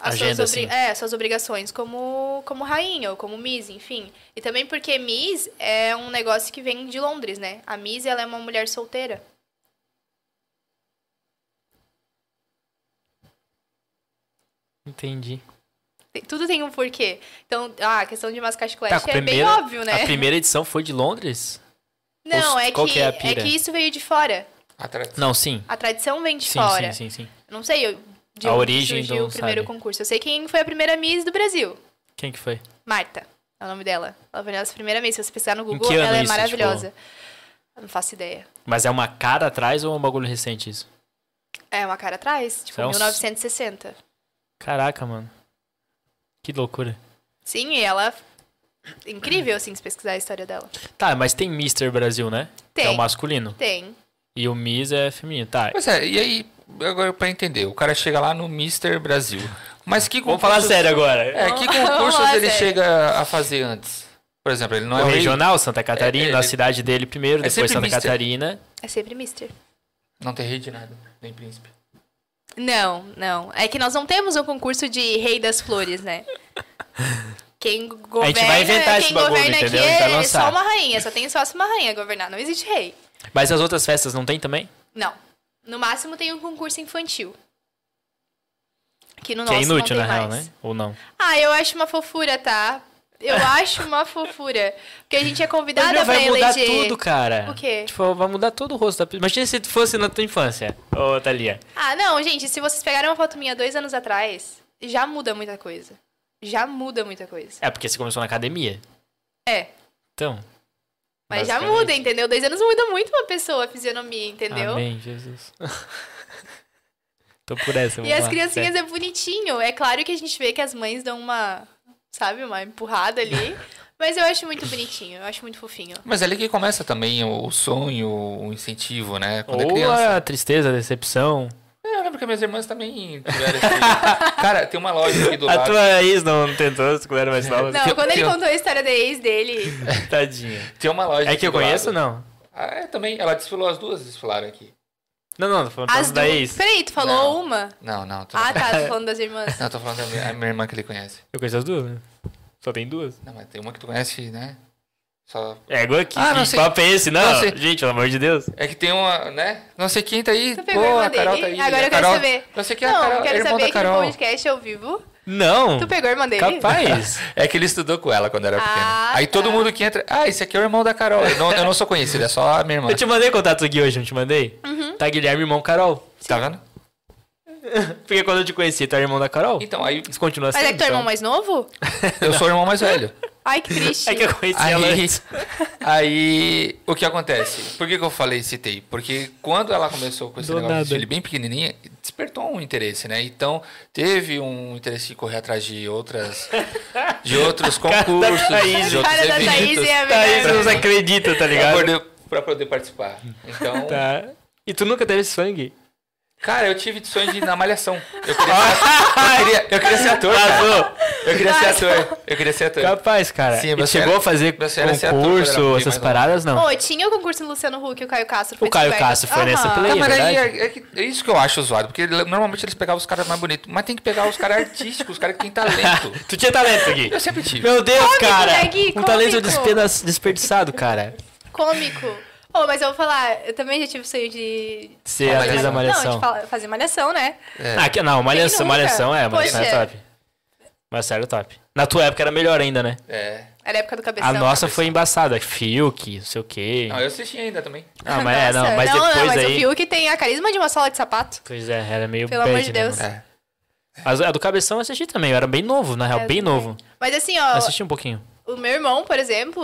Speaker 3: as
Speaker 1: Agenda, assim.
Speaker 3: suas,
Speaker 1: sim.
Speaker 3: é, suas obrigações como, como rainha ou como Miss, enfim. E também porque Miss é um negócio que vem de Londres, né? A Miss ela é uma mulher solteira.
Speaker 1: Entendi.
Speaker 3: Tem- Tudo tem um porquê. Então, ah, a questão de mascar chiclete
Speaker 1: Tá, com a
Speaker 3: é
Speaker 1: primeira-
Speaker 3: bem óbvio,
Speaker 1: A
Speaker 3: né?
Speaker 1: primeira edição foi de Londres?
Speaker 3: Não,
Speaker 1: Os-
Speaker 3: é
Speaker 1: qual
Speaker 3: que,
Speaker 1: que é a
Speaker 3: é,
Speaker 1: pira?
Speaker 3: que isso veio de fora.
Speaker 2: Atra-
Speaker 1: Não, sim.
Speaker 3: A tradição vem de
Speaker 1: Sim,
Speaker 3: fora.
Speaker 1: sim, sim, sim.
Speaker 3: Não sei eu, de
Speaker 1: A
Speaker 3: onde
Speaker 1: origem
Speaker 3: surgiu
Speaker 1: não
Speaker 3: o primeiro
Speaker 1: sabe.
Speaker 3: concurso. Eu sei quem foi a primeira Miss do Brasil.
Speaker 1: Quem que foi?
Speaker 3: Marta é o nome dela. Ela foi a nossa primeira Miss. Se você pesquisar no
Speaker 1: que
Speaker 3: Google,
Speaker 1: ano
Speaker 3: ela é
Speaker 1: isso, tipo?
Speaker 3: maravilhosa. Eu Não faço ideia.
Speaker 1: Mas é uma cara atrás ou é um bagulho recente isso?
Speaker 3: É uma cara atrás, tipo,
Speaker 1: Isso é uns-
Speaker 3: 1960.
Speaker 1: Caraca, mano. Que loucura.
Speaker 3: Sim, e ela... Incrível, assim, se pesquisar a história dela.
Speaker 1: Tá, mas tem Mr. Brasil, né? Que É
Speaker 3: Tem.
Speaker 1: o masculino.
Speaker 3: Tem.
Speaker 1: E o Miss é feminino. Tá.
Speaker 2: Pois é, e aí, agora pra entender, o cara chega lá no Mr. Brasil. Mas que
Speaker 1: Vamos falar
Speaker 2: concursos-
Speaker 1: sério agora.
Speaker 2: É, que
Speaker 3: Vamos
Speaker 2: concursos
Speaker 3: falar
Speaker 2: ele
Speaker 3: sério.
Speaker 2: chega a fazer antes? Por exemplo, ele não
Speaker 1: O
Speaker 2: é o rei-
Speaker 1: regional, Santa Catarina,
Speaker 2: é,
Speaker 1: a
Speaker 2: é-
Speaker 1: cidade dele primeiro,
Speaker 2: é
Speaker 1: depois
Speaker 2: sempre
Speaker 1: Santa
Speaker 2: Mr.
Speaker 1: Catarina.
Speaker 3: É sempre Mister.
Speaker 2: Não tem rei de nada, nem príncipe.
Speaker 3: Não, não. É que nós não temos um concurso de rei das flores, né? Quem governa,
Speaker 1: vai inventar
Speaker 3: quem
Speaker 1: esse bagulho,
Speaker 3: governa
Speaker 1: entendeu?
Speaker 3: aqui
Speaker 1: A gente vai
Speaker 3: é
Speaker 1: lançar.
Speaker 3: só uma rainha, só tem só uma rainha governar, não existe rei.
Speaker 1: Mas as outras festas não tem também? é
Speaker 3: Não. No máximo tem um concurso infantil. Que no
Speaker 1: que é
Speaker 3: nosso
Speaker 1: inútil,
Speaker 3: não
Speaker 1: na
Speaker 3: tem
Speaker 1: real,
Speaker 3: mais.
Speaker 1: né? Ou não?
Speaker 3: Ah, eu acho uma fofura, tá? Eu acho uma fofura. Porque a gente é
Speaker 1: Mas
Speaker 3: convidada
Speaker 1: já
Speaker 3: pra
Speaker 1: vai mudar
Speaker 3: eleger.
Speaker 1: tudo, cara.
Speaker 3: O quê?
Speaker 1: Tipo, vai mudar todo o rosto da pessoa. Imagina se fosse na tua infância, ô Thalia.
Speaker 3: Ah, não, gente, se vocês pegaram uma foto minha dois anos atrás, já muda muita coisa. Já muda muita coisa.
Speaker 1: É, porque você começou na academia.
Speaker 3: É.
Speaker 1: Então.
Speaker 3: Mas já
Speaker 1: basicamente.
Speaker 3: muda, entendeu? Dois anos muda muito uma pessoa, a fisionomia, entendeu?
Speaker 1: Amém, Jesus. Tô por essa,
Speaker 3: E
Speaker 1: vamos
Speaker 3: as
Speaker 1: lá.
Speaker 3: criancinhas é bonitinho. É claro que a gente vê que as mães dão uma, sabe, uma empurrada ali. mas eu acho muito bonitinho, eu acho muito fofinho.
Speaker 2: Mas é ali que começa também o o sonho, o incentivo, né? Quando é
Speaker 1: Ou
Speaker 2: criança.
Speaker 1: a tristeza, a decepção.
Speaker 2: É, eu lembro que minhas irmãs também tiveram esse... Cara, tem uma loja aqui do
Speaker 1: A
Speaker 2: lado.
Speaker 1: tua ex não tentou, quando era mais nova. assim,
Speaker 3: Não,
Speaker 2: Que-
Speaker 3: quando ele
Speaker 2: que-
Speaker 3: contou a história da ex
Speaker 1: É
Speaker 3: dele,
Speaker 1: Tadinha.
Speaker 2: Tem uma loja
Speaker 1: É
Speaker 2: aqui
Speaker 1: que eu
Speaker 2: do
Speaker 1: conheço,
Speaker 2: lado.
Speaker 1: não?
Speaker 2: Ah, é, também. Ela desfilou, as duas desfilaram aqui.
Speaker 1: Não, não, tô falando
Speaker 3: as
Speaker 1: da
Speaker 3: duas.
Speaker 1: ex.
Speaker 3: Peraí, tu falou
Speaker 2: Não.
Speaker 3: uma?
Speaker 2: Não, não. Tô...
Speaker 3: Ah, tá, tô falando das irmãs.
Speaker 2: Não, tô falando da minha, a minha irmã que ele conhece.
Speaker 1: Eu conheço as duas. né? Só tem duas.
Speaker 2: Não, mas tem uma que tu conhece, né? Só...
Speaker 1: É, agora que,
Speaker 2: Ah, não
Speaker 1: que
Speaker 2: sei.
Speaker 1: papo é esse? Não,
Speaker 2: Não sei.
Speaker 1: gente, pelo amor de Deus.
Speaker 2: É que tem uma, né? Não sei quem tá aí.
Speaker 3: Tu pegou a
Speaker 2: Pô,
Speaker 3: irmã
Speaker 2: a Carol tá aí.
Speaker 3: dele? Agora
Speaker 2: a
Speaker 3: eu quero
Speaker 2: Carol-
Speaker 3: saber.
Speaker 2: Não sei quem é a
Speaker 3: Não,
Speaker 2: Carol,
Speaker 3: eu quero
Speaker 2: irmã
Speaker 3: saber
Speaker 2: da
Speaker 3: aqui no
Speaker 2: Carol.
Speaker 3: podcast ao vivo.
Speaker 1: Não.
Speaker 3: Tu pegou a irmã dele?
Speaker 1: Hum. Capaz.
Speaker 2: É que ele estudou com ela quando era
Speaker 3: Ah,
Speaker 2: pequena. Aí
Speaker 3: tá.
Speaker 2: todo mundo que entra. Ah, esse aqui é o irmão da Carol. Eu não, eu não sou conhecido, é só a minha irmã.
Speaker 1: Eu te mandei contato aqui hoje, não te mandei?
Speaker 3: Uhum.
Speaker 1: Tá Guilherme, irmão Carol.
Speaker 2: Tá vendo?
Speaker 1: Porque quando eu te conheci, tu era irmão da Carol?
Speaker 2: Então, aí
Speaker 1: Isso continua
Speaker 3: Mas
Speaker 1: sendo,
Speaker 3: é que teu irmão
Speaker 1: então.
Speaker 3: mais novo?
Speaker 2: eu sou o irmão mais velho.
Speaker 3: Ai, que triste.
Speaker 1: É que eu conheci
Speaker 2: Aí,
Speaker 1: ela antes.
Speaker 2: aí o que acontece? Por que, que eu falei citei? Porque quando ela começou com esse
Speaker 1: Do
Speaker 2: negócio
Speaker 1: nada.
Speaker 2: de desfile bem pequenininha, despertou um interesse, né? Então teve um interesse de correr atrás de outras, de outros
Speaker 1: da
Speaker 2: concursos,
Speaker 1: Thaís.
Speaker 2: de
Speaker 3: A
Speaker 2: outros
Speaker 3: cara da Thaís
Speaker 2: eventos.
Speaker 3: é a
Speaker 1: Thaís
Speaker 3: melhor.
Speaker 1: não se Tá, acredita, tá
Speaker 2: pra
Speaker 1: ligado?
Speaker 2: poder, pra poder participar. Então,
Speaker 1: Tá. E tu nunca teve sangue?
Speaker 2: cara, eu tive sonho de ir na malhação. Eu queria, ser, eu queria, eu queria ser ator. cara.
Speaker 1: Arrasou.
Speaker 2: Eu queria ser ator. Eu queria ser ator.
Speaker 1: Capaz, cara.
Speaker 2: Sim,
Speaker 1: e
Speaker 2: você
Speaker 1: chegou
Speaker 2: era-
Speaker 1: a fazer
Speaker 2: você era ser ator,
Speaker 1: concurso,
Speaker 2: era
Speaker 1: essas
Speaker 2: bem mais
Speaker 1: paradas, não.
Speaker 3: Ô, tinha o concurso do Luciano Huck e o Caio Castro.
Speaker 1: O Caio
Speaker 3: descoberto.
Speaker 1: Castro foi nessa
Speaker 3: Aham.
Speaker 1: play.
Speaker 2: Não,
Speaker 1: Sim, é
Speaker 2: mas aí
Speaker 1: verdade.
Speaker 2: é, é que- é isso que eu acho zoado, porque ele- normalmente eles pegavam os caras mais bonitos, mas tem que pegar os caras artísticos, os caras que têm talento.
Speaker 1: Tu tinha talento aqui.
Speaker 2: Eu sempre tive.
Speaker 1: Meu Deus,
Speaker 3: Cômico,
Speaker 1: cara.
Speaker 3: Gagui,
Speaker 1: um talento
Speaker 3: cômico.
Speaker 1: despeda- desperdiçado, cara.
Speaker 3: Cômico. Ô, mas eu vou falar, eu também já tive sonho de.
Speaker 1: Ser
Speaker 2: Malhação.
Speaker 1: atriz da
Speaker 3: Não,
Speaker 1: Malhação.
Speaker 3: de fala- fazer malhação, né?
Speaker 1: Ah, que, não, Malhação,
Speaker 3: nunca?
Speaker 1: Malhação é, Malhação é
Speaker 3: Poxa.
Speaker 1: top. Malhação é top. Na tua época era melhor ainda, né?
Speaker 2: É.
Speaker 3: Era a época do cabeção.
Speaker 1: A nossa foi embaçada. Fiuk, não sei o quê.
Speaker 2: Não, eu assisti ainda também.
Speaker 1: Ah, mas, é, não,
Speaker 3: Nossa,
Speaker 1: mas
Speaker 3: não,
Speaker 1: depois
Speaker 3: mas o
Speaker 1: aí.
Speaker 3: Fiuk tem a carisma de uma sola de sapato.
Speaker 1: Pois é, era meio
Speaker 3: Pelo amor
Speaker 1: bad,
Speaker 3: de
Speaker 1: né,
Speaker 3: Deus.
Speaker 1: mano?
Speaker 2: É,
Speaker 1: Mas a do Cabeção eu assisti também. Eu era bem novo, na real,
Speaker 3: É, eu
Speaker 1: bem
Speaker 3: também.
Speaker 1: novo.
Speaker 3: Mas assim,
Speaker 1: Eu
Speaker 3: ó,
Speaker 1: assisti um pouquinho.
Speaker 3: o meu irmão, por exemplo,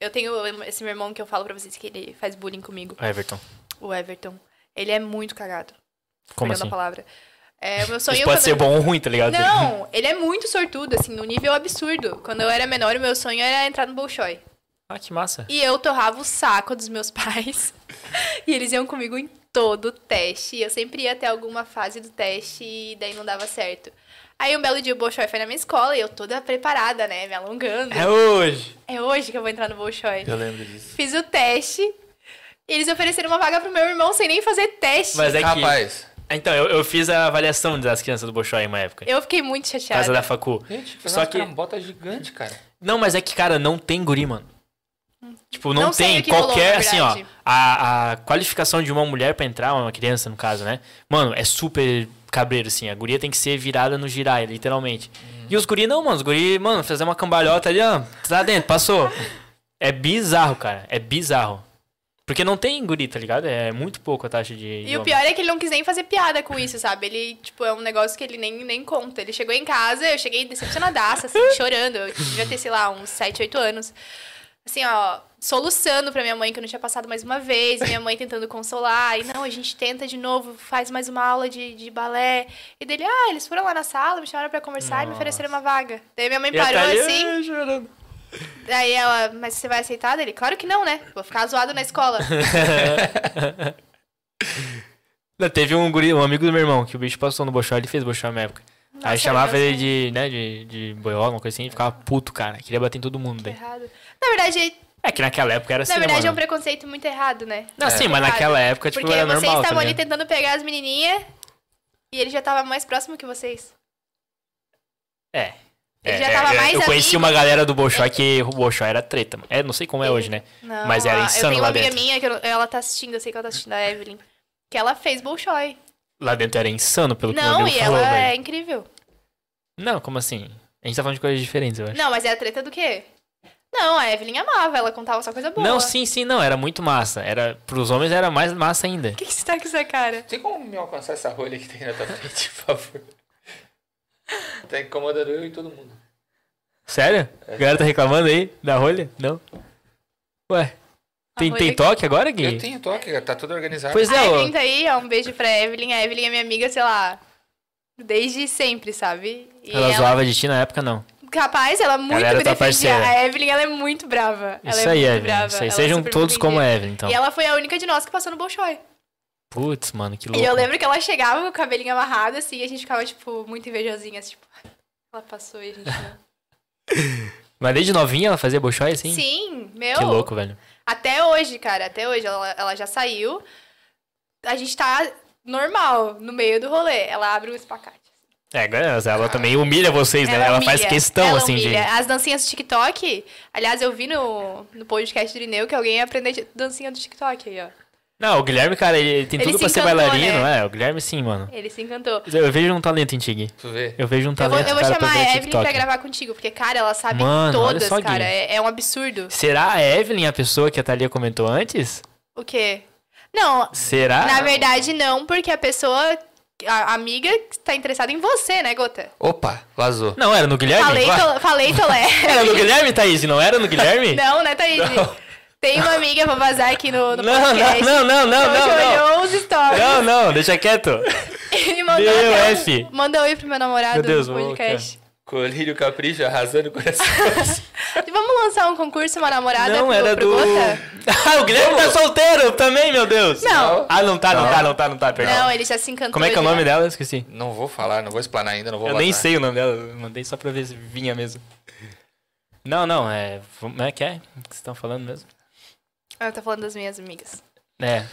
Speaker 3: eu tenho esse meu irmão que eu falo pra vocês que ele faz bullying comigo,
Speaker 1: Everton.
Speaker 3: o Everton. Ele é muito cagado.
Speaker 1: Como
Speaker 3: pegando
Speaker 1: assim?
Speaker 3: a palavra. É, o meu sonho
Speaker 1: Isso
Speaker 3: quando-
Speaker 1: pode ser bom ou ruim, tá ligado?
Speaker 3: Não, ele é muito sortudo, assim, no nível absurdo. Quando eu era menor, o meu sonho era entrar no Bolshoi.
Speaker 1: Ah, que massa.
Speaker 3: E eu torrava o saco dos meus pais. e eles iam comigo em todo o teste. E eu sempre ia até alguma fase do teste e daí não dava certo. Aí um belo dia o Bolshoi foi na minha escola e eu toda preparada, né? Me alongando.
Speaker 1: É hoje.
Speaker 3: É hoje que eu vou entrar no Bolshoi.
Speaker 2: Eu lembro disso.
Speaker 3: Fiz o teste. E eles ofereceram uma vaga pro meu irmão sem nem fazer teste.
Speaker 1: Mas é que.
Speaker 2: Rapaz,
Speaker 1: Então, eu, eu fiz a avaliação das crianças do Bolshoi em uma época.
Speaker 3: Eu fiquei muito
Speaker 1: Por Casa
Speaker 3: chateada.
Speaker 1: da Facu.
Speaker 2: gente, é um fez
Speaker 1: Só
Speaker 2: uma
Speaker 1: que-
Speaker 2: carambota gigante, cara.
Speaker 1: Não, mas é que, cara, não tem guri, mano. Tipo, não,
Speaker 3: Não sei
Speaker 1: tem
Speaker 3: o que rolou,
Speaker 1: qualquer,
Speaker 3: na
Speaker 1: assim, ó.
Speaker 3: verdade.
Speaker 1: A, a qualificação de uma mulher pra entrar, uma criança, no caso, né? Mano, é super cabreiro, assim. A guria tem que ser virada no girai, literalmente. E os guri não, mano. Os guri, mano, fazer uma cambalhota ali, ó. Tá dentro, passou. é bizarro, cara. É bizarro. Porque não tem guri, tá ligado? É muito pouco a taxa de.
Speaker 3: E o pior é que ele não quis nem fazer piada com isso, sabe? Ele, tipo, é um negócio que ele nem, nem conta. Ele chegou em casa, eu cheguei decepcionadaça, assim, chorando. Eu devia ter, sei lá, uns 7, 8 anos. Assim, ó, soluçando pra minha mãe que eu não tinha passado mais uma vez. e Minha mãe tentando consolar. E não, a gente tenta de novo, faz mais uma aula de, de balé. E dele, ah, eles foram lá na sala, me chamaram pra conversar e me ofereceram uma vaga. Daí minha mãe
Speaker 1: E a
Speaker 3: parou
Speaker 1: Thalia,
Speaker 3: assim.
Speaker 1: "Ah, chorando."
Speaker 3: Daí ela, mas você vai aceitar dele? Claro que não, né? Vou ficar zoado na escola.
Speaker 1: Não, teve um guri, um amigo do meu irmão, que o bicho passou no bochó, ele fez bochó na época. aí
Speaker 3: Nossa, é
Speaker 1: chamava
Speaker 3: meu
Speaker 1: ele de, né, de, de boiola, uma coisa assim, e ficava puto, cara. Queria bater em todo mundo daí.
Speaker 3: Errado. Na verdade,
Speaker 1: É que naquela época era assim,
Speaker 3: Na
Speaker 1: né,
Speaker 3: verdade, é um
Speaker 1: mano?
Speaker 3: preconceito muito errado, né?
Speaker 1: Não, sim, mas
Speaker 3: errado.
Speaker 1: naquela época, É tipo,
Speaker 3: Porque
Speaker 1: era
Speaker 3: vocês
Speaker 1: normal, tá
Speaker 3: estavam ali
Speaker 1: ligado?
Speaker 3: tentando pegar as menininhas e ele já tava mais próximo que vocês.
Speaker 1: É.
Speaker 3: Ele
Speaker 1: É,
Speaker 3: já
Speaker 1: é,
Speaker 3: tava
Speaker 1: é.
Speaker 3: mais
Speaker 1: eu conheci
Speaker 3: amigo.
Speaker 1: uma galera do Bochó que o Bochó era treta. mano. É, não sei como é hoje, né?
Speaker 3: Não,
Speaker 1: Mas era
Speaker 3: a-
Speaker 1: insano
Speaker 3: Eu tenho uma
Speaker 1: lá
Speaker 3: amiga
Speaker 1: dentro.
Speaker 3: minha que eu não- ela tá assistindo, eu sei que ela tá assistindo, a Evelyn. Que ela fez Bolshoi.
Speaker 1: Lá dentro era insano, pelo que meu
Speaker 3: Não,
Speaker 1: amigo
Speaker 3: e
Speaker 1: falou,
Speaker 3: ela
Speaker 1: velho.
Speaker 3: é incrível.
Speaker 1: Não, como assim? A gente tá falando de coisas diferentes, eu acho.
Speaker 3: Não, mas é a treta do quê? Não, a Evelyn amava, ela contava só coisa boa.
Speaker 1: Não, sim, sim, não, era muito massa. Era, pros homens era mais massa ainda.
Speaker 3: O que, que você tá com essa cara?
Speaker 2: Tem como me alcançar essa rolha que tem na tua frente, por favor? Tá incomodando eu e todo mundo.
Speaker 1: Sério? A galera tá reclamando aí da rolha? Não? Ué. Tem,
Speaker 3: rolha é
Speaker 1: tem
Speaker 3: que-
Speaker 1: toque agora, Gui?
Speaker 2: Eu tenho toque, cara, tá tudo organizado.
Speaker 1: Pois
Speaker 3: A
Speaker 1: é,
Speaker 3: Evelyn
Speaker 1: ô.
Speaker 3: tá aí, ó, um beijo pra Evelyn. A Evelyn é minha amiga, sei lá, desde sempre, sabe? E
Speaker 1: Ela zoava de ti na época, não.
Speaker 3: Capaz, ela é muito
Speaker 1: era
Speaker 3: me
Speaker 1: tua
Speaker 3: defendia.
Speaker 1: tá parceira.
Speaker 3: A Evelyn, ela é muito brava. Ela
Speaker 1: Isso
Speaker 3: é
Speaker 1: aí,
Speaker 3: muito
Speaker 1: Evelyn.
Speaker 3: brava.
Speaker 1: Isso aí.
Speaker 3: Ela
Speaker 1: Sejam
Speaker 3: super me
Speaker 1: todos como
Speaker 3: defendia.
Speaker 1: a Evelyn, então.
Speaker 3: E ela foi a única de nós que passou no Bolshoi.
Speaker 1: Putz, mano, que louco.
Speaker 3: E eu lembro que ela chegava com o cabelinho amarrado, assim, e a gente ficava, tipo, muito invejosinha, assim, tipo... Ela passou e a gente... não.
Speaker 1: Mas desde novinha ela fazia bochói assim?
Speaker 3: Sim, meu...
Speaker 1: Que louco, velho.
Speaker 3: Até hoje, cara, até hoje. Ela, ela já saiu. A gente tá normal, no meio do rolê. Ela abre o espacate.
Speaker 1: É, agora ela- ela também humilha vocês, né? Ela, faz
Speaker 3: humilha,
Speaker 1: questão,
Speaker 3: ela
Speaker 1: assim,
Speaker 3: humilha.
Speaker 1: de.
Speaker 3: As dancinhas do TikTok... Aliás, eu vi no, no podcast do Irineu que alguém ia aprender de- dancinha do TikTok aí, ó.
Speaker 1: Não, o Guilherme, cara, ele, ele tem
Speaker 3: Ele
Speaker 1: tudo
Speaker 3: se
Speaker 1: pra ser
Speaker 3: encantou,
Speaker 1: bailarino,
Speaker 3: né?
Speaker 1: é. O Guilherme, sim, mano.
Speaker 3: Ele se encantou.
Speaker 1: Eu vejo um talento em ti, Gui.
Speaker 2: Tu vê?
Speaker 1: Eu vejo um
Speaker 3: Eu vou,
Speaker 1: talento.
Speaker 3: eu vou
Speaker 1: cara, pra
Speaker 3: chamar a
Speaker 1: fazer
Speaker 3: Evelyn
Speaker 1: TikTok.
Speaker 3: pra gravar contigo, porque, cara, ela sabe
Speaker 1: Mano, olha
Speaker 3: todas,
Speaker 1: só, Gui.
Speaker 3: cara. É, é um absurdo.
Speaker 1: Será a Evelyn a pessoa que a Thalia comentou antes?
Speaker 3: O quê? Não,
Speaker 1: Será?
Speaker 3: na verdade não, porque a pessoa, a amiga, tá interessada em você, né, Gota?
Speaker 2: Opa, vazou.
Speaker 1: Não, era no Guilherme?
Speaker 3: Falei,
Speaker 1: É, Vai.
Speaker 3: tol- falei
Speaker 1: Era no
Speaker 3: Tolé.
Speaker 1: Guilherme, Thaís? Não era no Guilherme?
Speaker 3: não, né, Thaís? Tem uma amiga, vou vazar aqui no, no
Speaker 1: Não,
Speaker 3: podcast.
Speaker 1: não, não, não, não,
Speaker 3: Hoje
Speaker 1: não,
Speaker 3: olhou os stories.
Speaker 1: Não, não, deixa quieto.
Speaker 3: Ele mandou
Speaker 1: Meu
Speaker 3: até um-
Speaker 1: F.
Speaker 3: Manda oi pro meu namorado
Speaker 1: Meu Deus,
Speaker 3: no
Speaker 1: vou-
Speaker 3: podcast.
Speaker 2: Colírio Capricho arrasando o coração.
Speaker 3: E Vamos lançar um concurso, uma namorada
Speaker 1: Não,
Speaker 3: pro,
Speaker 1: era
Speaker 3: pro
Speaker 1: do.
Speaker 3: Gota?
Speaker 1: Ah, o Guilherme tá solteiro também, meu Deus.
Speaker 3: Não.
Speaker 1: Ah, não tá, não, tá, não tá, não tá, perdão.
Speaker 3: Não, ele já se encantou.
Speaker 1: Como é que é o
Speaker 3: já.
Speaker 1: nome dela? Eu Esqueci.
Speaker 2: não vou falar, não vou explanar ainda, não vou
Speaker 1: Eu nem
Speaker 2: vazar.
Speaker 1: sei o nome dela, eu mandei só pra ver se vinha mesmo. Não, não, é. Como é que é? O que vocês estão falando mesmo?
Speaker 3: Ah, tá falando das minhas amigas.
Speaker 1: É.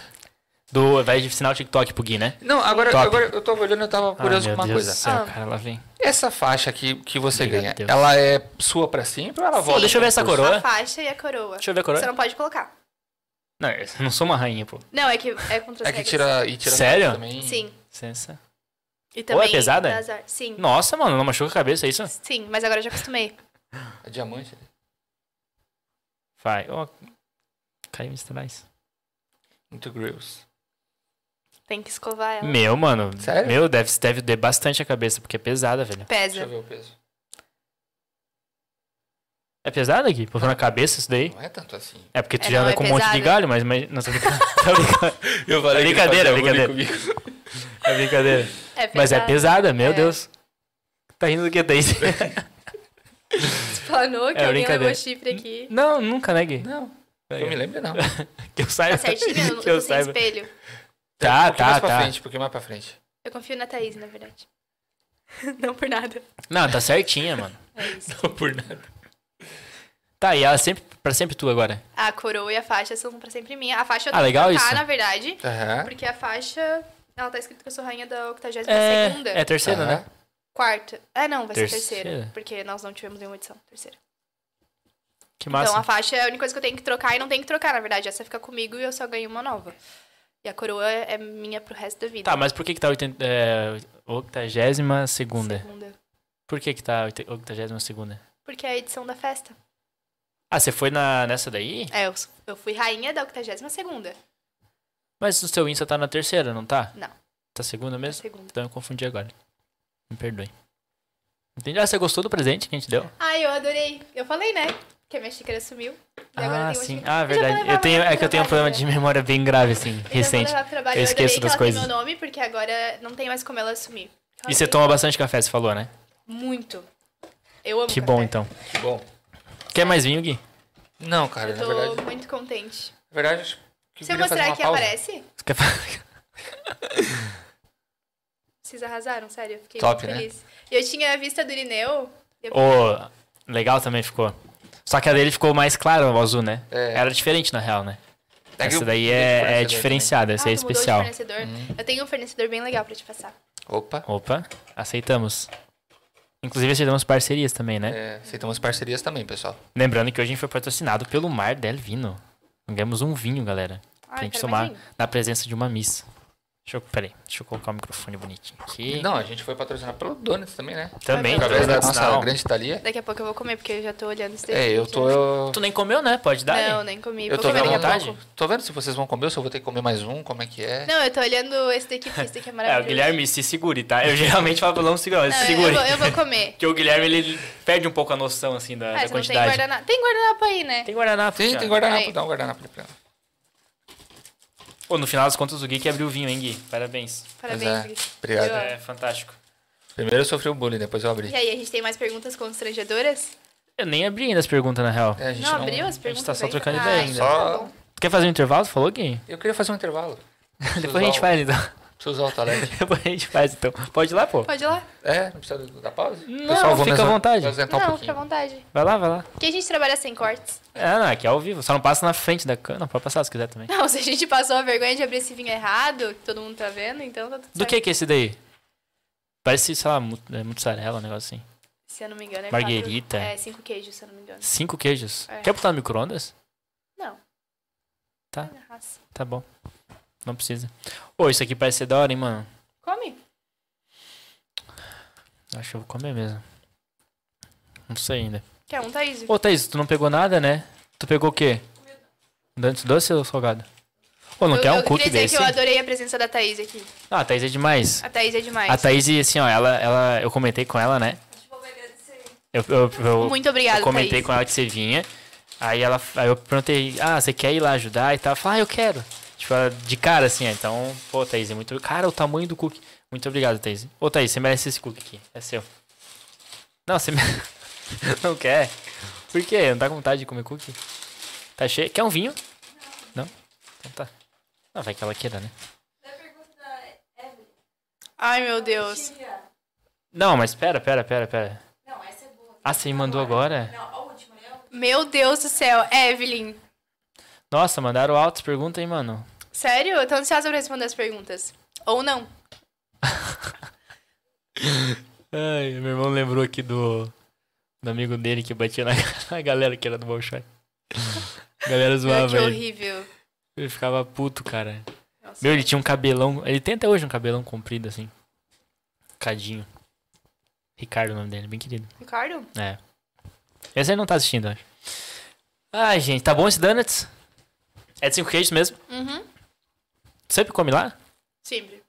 Speaker 1: Do. Vai de sinal TikTok pro Gui, né?
Speaker 2: Não, agora,
Speaker 1: Top. Ah,
Speaker 2: agora eu tava olhando, eu tava curioso
Speaker 1: meu
Speaker 2: com uma
Speaker 1: Deus
Speaker 2: coisa.
Speaker 1: do céu,
Speaker 3: Ah.
Speaker 1: cara, lá vem.
Speaker 2: Essa faixa aqui que você
Speaker 1: Obrigado,
Speaker 2: ganha,
Speaker 1: Deus.
Speaker 2: ela é sua pra sempre ou ela volta?
Speaker 1: deixa eu ver essa coroa.
Speaker 3: A faixa e a coroa.
Speaker 1: Deixa eu ver a coroa.
Speaker 3: Você não pode colocar.
Speaker 1: Não, eu não sou uma rainha, pô.
Speaker 3: Não, é que é contra as
Speaker 2: É que
Speaker 3: regras.
Speaker 2: tira e tira
Speaker 1: Sério?
Speaker 2: também.
Speaker 3: Sim.
Speaker 1: Licença.
Speaker 3: E também
Speaker 1: é pesada?
Speaker 3: dá azar. Sim.
Speaker 1: Nossa, mano, não machuca a cabeça é isso?
Speaker 3: Sim, mas agora eu já acostumei.
Speaker 2: É diamante. né?
Speaker 1: Vai. Ó, caiu em trás.
Speaker 2: Muito Grills.
Speaker 3: Tem que escovar ela.
Speaker 1: Meu, mano.
Speaker 2: Sério?
Speaker 1: Meu, deve, deve doer bastante a cabeça, porque é pesada, velho.
Speaker 2: Deixa eu
Speaker 3: Pesa.
Speaker 2: ver o peso.
Speaker 1: É pesada aqui? Pôr na cabeça isso daí?
Speaker 2: Não é tanto assim.
Speaker 1: É porque tu
Speaker 3: É,
Speaker 1: já
Speaker 3: não,
Speaker 1: anda
Speaker 3: é
Speaker 1: com um monte de
Speaker 3: pesada.
Speaker 1: galho, mas. mas não, tô brincando. Tô brincando.
Speaker 2: Eu falei
Speaker 1: Brincadeira,
Speaker 2: que ele fazia bullying comigo.
Speaker 1: é brincadeira.
Speaker 3: É pesada.
Speaker 1: Mas é pesada, meu
Speaker 3: É.
Speaker 1: Deus. Tá rindo do que, Thaís?
Speaker 3: Explanou que
Speaker 1: É
Speaker 3: alguém
Speaker 1: brincadeira.
Speaker 3: levou chifre aqui.
Speaker 1: não, nunca, né, Gui?
Speaker 2: Não, eu me lembro não.
Speaker 1: Que eu saiba.
Speaker 3: Tá certinho? Eu não
Speaker 1: que
Speaker 3: tô
Speaker 1: eu
Speaker 3: sem
Speaker 1: saiba.
Speaker 3: espelho.
Speaker 1: Tá,
Speaker 2: um pouquinho mais
Speaker 1: tá,
Speaker 2: pra
Speaker 1: tá.
Speaker 2: frente, um pouquinho mais pra frente.
Speaker 3: Eu confio na Thaís, na verdade. Não por nada.
Speaker 1: Não, tá certinha, mano.
Speaker 3: É isso.
Speaker 2: Não por nada.
Speaker 1: Tá, e ela sempre, pra sempre tu agora.
Speaker 3: A coroa e a faixa são pra sempre minha. A faixa eu
Speaker 1: Ah,
Speaker 3: tenho
Speaker 1: legal
Speaker 3: que trocar,
Speaker 1: isso.
Speaker 3: na verdade.
Speaker 2: Aham.
Speaker 3: Porque a faixa, ela tá escrito que eu sou rainha da 82
Speaker 1: É,
Speaker 3: segunda.
Speaker 1: é terceira,
Speaker 2: Aham.
Speaker 1: né?
Speaker 3: Quarta. É, não, vai ser
Speaker 1: Terceira.
Speaker 3: terceira. Porque nós não tivemos nenhuma edição. Terceira.
Speaker 1: Que massa.
Speaker 3: Então a faixa é a única coisa que eu tenho que trocar e não tem que trocar, na verdade. Essa fica comigo e eu só ganho uma nova. E a coroa é minha pro resto da vida.
Speaker 1: Tá, mas por que que tá 80, é, 82 segunda?
Speaker 3: Segunda.
Speaker 1: Por que que tá 82 segunda?
Speaker 3: Porque é a edição da festa.
Speaker 1: Ah, você foi na, nessa daí?
Speaker 3: É, eu, eu fui rainha da 82 segunda.
Speaker 1: Mas o seu Insta tá na terceira, não tá?
Speaker 3: Não.
Speaker 1: Tá segunda mesmo?
Speaker 3: Segunda.
Speaker 1: Então eu confundi agora. Me perdoe. Entendi. Ah, você gostou do presente que a gente deu?
Speaker 3: Ai, eu adorei. Eu falei, né? Que a minha xícara sumiu. E agora
Speaker 1: ah,
Speaker 3: eu tenho uma
Speaker 1: sim.
Speaker 3: xícara.
Speaker 1: Ah,
Speaker 3: Mas eu vou
Speaker 1: verdade.
Speaker 3: levar
Speaker 1: Eu tenho,
Speaker 3: pra
Speaker 1: é que eu tenho um
Speaker 3: trabalho,
Speaker 1: problema de memória bem grave, assim,
Speaker 3: Mas Eu,
Speaker 1: recente.
Speaker 3: vou levar pro trabalho.
Speaker 1: Eu
Speaker 3: eu
Speaker 1: esqueço
Speaker 3: adorei
Speaker 1: das
Speaker 3: que ela
Speaker 1: coisas.
Speaker 3: tem meu nome, porque agora não tem mais como ela assumir.
Speaker 1: E você toma bastante café, você falou, né?
Speaker 3: Muito. Eu amo
Speaker 1: Que
Speaker 3: café.
Speaker 1: bom, então.
Speaker 2: Que bom.
Speaker 1: Quer mais vinho, Gui?
Speaker 2: Não, cara,
Speaker 3: Eu
Speaker 2: na
Speaker 3: tô
Speaker 2: verdade.
Speaker 3: muito contente.
Speaker 2: Na verdade, acho que
Speaker 3: Se eu
Speaker 2: podia fazer
Speaker 3: mostrar
Speaker 2: uma
Speaker 3: aqui,
Speaker 2: pausa.
Speaker 3: aparece?
Speaker 1: Você quer falar?
Speaker 3: Vocês arrasaram, sério. Eu fiquei
Speaker 2: Top,
Speaker 3: muito
Speaker 2: né?
Speaker 3: feliz. E eu tinha a vista do Irineu. Eu-
Speaker 1: Ô, legal também ficou. Só que a dele ficou mais clara, o azul, né?
Speaker 2: É.
Speaker 1: Era diferente, na real, né?
Speaker 2: Tá aqui
Speaker 1: essa
Speaker 2: o
Speaker 1: daí
Speaker 2: preço do
Speaker 1: é, é
Speaker 2: fornecedor
Speaker 1: diferenciada,
Speaker 3: Ah,
Speaker 1: essa é
Speaker 3: tu mudou de
Speaker 1: especial.
Speaker 3: fornecedor.
Speaker 2: Hum.
Speaker 3: Eu tenho um fornecedor bem legal pra te passar.
Speaker 2: também. Opa,
Speaker 1: Opa, aceitamos. Inclusive aceitamos parcerias também, né?
Speaker 2: é, aceitamos parcerias também, pessoal.
Speaker 1: Lembrando que hoje a gente foi patrocinado pelo Mar del Vino. Ganhamos um vinho, galera.
Speaker 3: Ai,
Speaker 1: pra gente
Speaker 3: Ah, quero
Speaker 1: tomar
Speaker 3: mais vinho.
Speaker 1: na presença de uma missa. Deixa eu, peraí, deixa eu colocar o microfone bonitinho aqui.
Speaker 2: Não, a gente foi patrocinado pelo Donuts também, né?
Speaker 1: Também,
Speaker 3: Tá
Speaker 2: Através da
Speaker 1: Donuts,
Speaker 2: nossa
Speaker 1: não.
Speaker 2: grande Thalia.
Speaker 3: Daqui a pouco eu vou comer, porque eu já tô olhando isso daí.
Speaker 2: É, eu tô.
Speaker 1: Tu nem comeu, né? Pode dar?
Speaker 3: Não,
Speaker 1: né?
Speaker 3: nem comi.
Speaker 2: Eu
Speaker 3: Vou
Speaker 2: tô
Speaker 3: comer
Speaker 2: vendo,
Speaker 3: daqui a
Speaker 1: vontade.
Speaker 3: pouco.
Speaker 2: tô vendo se vocês vão comer ou se eu vou ter que comer mais um, como é que é.
Speaker 3: Não, eu tô olhando esse daqui, porque esse daqui é
Speaker 1: É,
Speaker 3: maravilhoso.
Speaker 1: o Guilherme, se segure, tá? Eu geralmente falo pra não se segurar, mas
Speaker 3: Não,
Speaker 1: se
Speaker 3: eu-
Speaker 1: segure.
Speaker 3: Eu, vou, eu vou comer.
Speaker 1: Porque o Guilherme, ele perde um pouco a noção, assim, da, da
Speaker 3: Ah, você não tem
Speaker 1: quantidade.
Speaker 3: guardanapo. Tem guardanapo aí, né?
Speaker 1: tem guardanapo.
Speaker 2: Tem,
Speaker 1: cara.
Speaker 2: tem guardanapo,
Speaker 3: Aí.
Speaker 2: dá um guardanapo pra ela.
Speaker 1: Pô, no final das contas, o Gui que abriu o vinho, hein, Gui? Parabéns.
Speaker 3: Parabéns,
Speaker 2: Pois é.
Speaker 3: Gui.
Speaker 2: Obrigado.
Speaker 3: Eu amo.
Speaker 1: É fantástico.
Speaker 2: Primeiro eu sofri o bullying, depois eu abri.
Speaker 3: E aí, a gente tem mais perguntas constrangedoras?
Speaker 1: Eu nem abri ainda as perguntas, na real.
Speaker 2: É, a gente
Speaker 3: Não, abriu as perguntas?
Speaker 1: tá só
Speaker 3: ainda?
Speaker 1: trocando
Speaker 3: Ah,
Speaker 1: ideia
Speaker 3: então
Speaker 1: ainda.
Speaker 3: tá
Speaker 2: Só-
Speaker 3: bom.
Speaker 1: Tu quer fazer um intervalo? Tu falou, Gui?
Speaker 2: Eu queria fazer um intervalo.
Speaker 1: Depois a gente faz, então.
Speaker 2: Preciso usar o talento.
Speaker 1: Depois a gente faz, então. Pode ir lá, pô.
Speaker 3: Pode ir lá?
Speaker 2: É, não precisa da pausa? Não,
Speaker 1: fica à vontade.
Speaker 2: Ausentar um
Speaker 3: não, fica
Speaker 2: pouquinho.
Speaker 3: à vontade.
Speaker 1: Vai lá, vai lá.
Speaker 3: Porque a gente trabalha sem cortes.
Speaker 1: É, não, aqui é ao vivo. Só não passa na frente da câmera. Pode passar se quiser também.
Speaker 3: Não, se a gente passou a vergonha de abrir esse vinho errado, que todo mundo tá vendo, então tá tudo
Speaker 1: Do que
Speaker 3: certo.
Speaker 1: que é esse daí? Parece, sei lá, mu- é, mussarela, um negócio assim.
Speaker 3: Se eu não me engano, é
Speaker 1: Marguerita.
Speaker 3: Quatro, é, cinco queijos, se eu não me engano.
Speaker 1: Cinco queijos.
Speaker 3: É.
Speaker 1: Quer botar no micro-ondas?
Speaker 3: Não.
Speaker 1: Tá.
Speaker 3: Vai na raça.
Speaker 1: Tá bom. Não precisa. Ô, isso aqui parece ser da hora, hein, mano?
Speaker 3: Come.
Speaker 1: Acho que eu vou comer mesmo. Não sei ainda.
Speaker 3: Quer um, Thaís?
Speaker 1: Ô, Thaís, tu não pegou nada, né? Tu pegou o quê? Dantes doce ou salgado? Ô, não
Speaker 3: eu,
Speaker 1: quer um
Speaker 3: eu
Speaker 1: cookie
Speaker 3: queria
Speaker 1: desse?
Speaker 3: dizer que eu adorei a presença da Thaís aqui.
Speaker 1: Ah, a Thaís é demais.
Speaker 3: A Thaís é demais.
Speaker 1: A Thaís, assim, ó, ela, ela, eu comentei com ela, né? Eu, eu, eu,
Speaker 3: Muito obrigada,
Speaker 1: Eu comentei
Speaker 3: Thaís.
Speaker 1: com ela que você vinha. Aí, ela, aí eu perguntei, ah, você quer ir lá ajudar e tal? Ela falou, ah, eu quero. Tipo, ela, de cara, assim, ó, então, pô, Thaís, é muito. Cara, o tamanho do cookie. Muito obrigado, Thaís. Ô, Thaís, você merece esse cookie aqui. É seu. Não, você me... não quer. Por quê? Não tá com vontade de comer cookie? Tá cheio? Quer um vinho? Não? Então tá. Não, vai que ela queira, né?
Speaker 3: Ai, meu Deus.
Speaker 1: Não, mas pera, pera, pera, pera.
Speaker 3: é
Speaker 1: Ah, você me mandou agora?
Speaker 3: Meu Deus do céu. Evelyn.
Speaker 1: Nossa, mandaram altas perguntas, hein, mano?
Speaker 3: Sério? Eu tô ansiosa pra responder as perguntas. Ou não.
Speaker 1: Ai, meu irmão lembrou aqui do, do amigo dele que batia na na galera que era do Bolshoi. A galera
Speaker 3: Meu, que
Speaker 1: zoava ele.
Speaker 3: horrível.
Speaker 1: Ele ficava puto, cara.
Speaker 3: Nossa.
Speaker 1: Meu, ele tinha um cabelão. Ele tem até hoje um cabelão comprido, assim. Cadinho. Ricardo, é o nome dele, bem querido.
Speaker 3: Ricardo?
Speaker 1: É. Esse aí não tá assistindo, eu acho. Ai, gente, tá bom esse donuts? É de cinco queijos mesmo?
Speaker 3: Uhum.
Speaker 1: Sempre come lá?
Speaker 3: Sempre.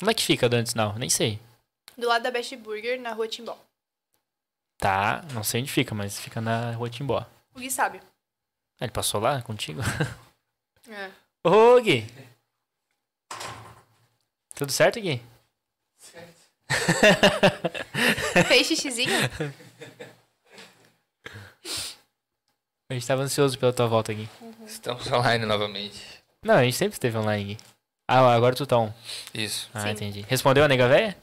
Speaker 1: Como é que fica donuts não? Nem sei.
Speaker 3: Do lado da Best Burger, na rua Timbó.
Speaker 1: Tá, não sei onde fica, mas fica na rua Timbó.
Speaker 3: O Gui sabe.
Speaker 1: Ah, Ele passou lá contigo?
Speaker 3: É.
Speaker 1: Ô, Gui! Tudo certo, Gui?
Speaker 3: Fez xixizinho?
Speaker 1: A gente tava ansioso pela tua volta, Gui.
Speaker 2: Estamos online novamente.
Speaker 1: Não, a gente sempre esteve online, Gui. Ah, agora tu tá um.
Speaker 2: Isso.
Speaker 1: Ah,
Speaker 3: Sim.
Speaker 1: entendi. Respondeu a nega véia?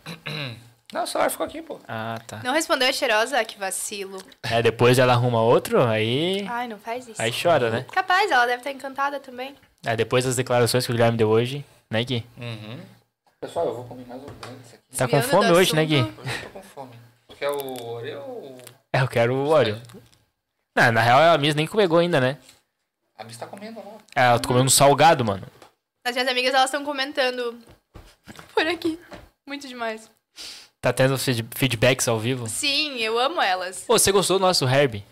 Speaker 2: Não, o celular ficou aqui, pô.
Speaker 1: Ah, tá.
Speaker 3: Não respondeu a cheirosa? Que vacilo.
Speaker 1: É, depois ela arruma outro, aí.
Speaker 3: Ai, não faz isso.
Speaker 1: Aí chora, né?
Speaker 3: Capaz, ela deve estar encantada também.
Speaker 1: Aí depois das declarações que o Guilherme deu hoje, né, Gui?
Speaker 2: Uhum. Pessoal, eu vou comer mais um antes aqui.
Speaker 1: Tá com
Speaker 3: Desviando do
Speaker 1: fome hoje, né,
Speaker 3: assunto.
Speaker 1: Gui?
Speaker 2: Hoje eu tô com fome. Tu quer o Oreo ou...
Speaker 1: É, eu quero o óleo. Não, na real, a Miss nem comegou ainda, né?
Speaker 2: A Miss tá comendo lá.
Speaker 1: Ah, Ela comeu um salgado, mano.
Speaker 3: As minhas amigas, elas estão comentando por aqui. Muito demais.
Speaker 1: Tá tendo feed- feedbacks ao vivo.
Speaker 3: Sim, eu amo elas.
Speaker 1: Ô, você gostou do nosso Herb?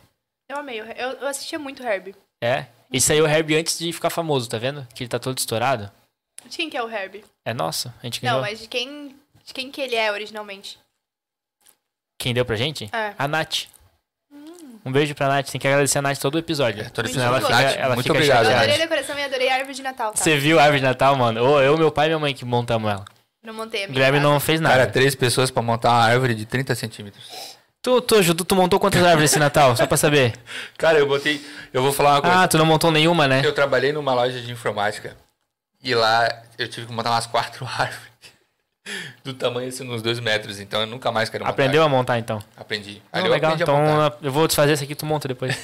Speaker 3: Eu amei. o Her- Eu, eu assistia muito Herb.
Speaker 1: É? E saiu o Herb antes de ficar famoso, tá vendo? Que ele tá todo estourado.
Speaker 3: De quem que é o Herb?
Speaker 1: É nosso? A gente ganhou.
Speaker 3: Não, mas de quem, de quem que ele é originalmente.
Speaker 1: Quem deu pra gente?
Speaker 3: É.
Speaker 1: A Nath. Um beijo pra Nath. Tem que agradecer a Nath todo o episódio.
Speaker 2: É, todo
Speaker 1: Senão
Speaker 3: episódio.
Speaker 1: Ela
Speaker 2: Nath,
Speaker 1: fica, ela
Speaker 2: muito
Speaker 1: fica
Speaker 2: obrigado,
Speaker 3: Eu
Speaker 1: chateada.
Speaker 3: adorei a
Speaker 2: Verdade.
Speaker 3: decoração e adorei a árvore de Natal, tá?
Speaker 1: Você viu a árvore de Natal, mano? Ô, eu, meu pai e minha mãe que montamos ela.
Speaker 3: Não montei a
Speaker 1: O
Speaker 3: minha.
Speaker 1: Guilherme
Speaker 3: casa.
Speaker 1: não fez nada.
Speaker 2: Cara, três pessoas pra montar uma árvore de 30 centímetros.
Speaker 1: Tu, tu, Ju, tu, tu montou quantas árvores esse Natal? Só pra saber.
Speaker 2: Cara, eu botei... Eu vou falar uma coisa.
Speaker 1: Ah, tu não montou nenhuma, né?
Speaker 2: Eu trabalhei numa loja de informática e lá eu tive que montar umas quatro árvores do tamanho assim, uns dois metros, então eu nunca mais quero montar.
Speaker 1: Aprendeu a montar, então.
Speaker 2: Aprendi.
Speaker 1: Não,
Speaker 2: Ali eu
Speaker 1: legal.
Speaker 2: aprendi a
Speaker 1: Então
Speaker 2: montar.
Speaker 1: eu vou desfazer esse aqui e tu monta depois.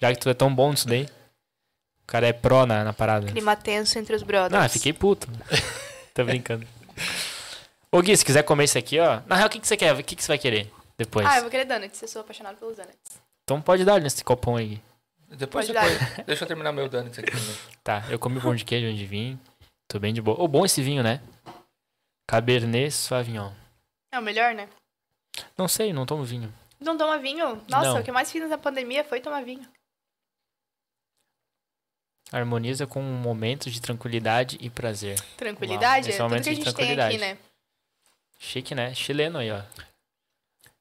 Speaker 1: Já que tu é tão bom nisso daí. O cara é pró na, na parada.
Speaker 3: Clima tenso entre os brothers.
Speaker 1: Não, é eu fiquei puto. Tô brincando. Ô Gui, se quiser comer isso aqui, ó. Na real, o que, que você quer? O que, que você vai querer depois?
Speaker 3: Ah, eu vou querer donuts. Eu sou apaixonada pelos donuts.
Speaker 1: Então pode dar nesse copão aí. Gui.
Speaker 2: Depois,
Speaker 3: Pode
Speaker 2: depois. Deixa eu terminar meu donuts aqui. né? também.
Speaker 1: Tá, eu comi pão de queijo onde vim. Tô bem de boa. Ô, bom esse vinho, né? Cabernet Sauvignon.
Speaker 3: É o melhor, né?
Speaker 1: Não sei, não tomo vinho.
Speaker 3: Não toma vinho? Nossa,
Speaker 1: Não.
Speaker 3: o que eu mais fiz na pandemia foi tomar vinho.
Speaker 1: Harmoniza com momentos de tranquilidade e prazer.
Speaker 3: Tranquilidade?
Speaker 1: esse
Speaker 3: é tudo
Speaker 1: momento
Speaker 3: que a
Speaker 1: de
Speaker 3: gente tem aqui, né?
Speaker 1: Chique, né? Chileno aí, ó.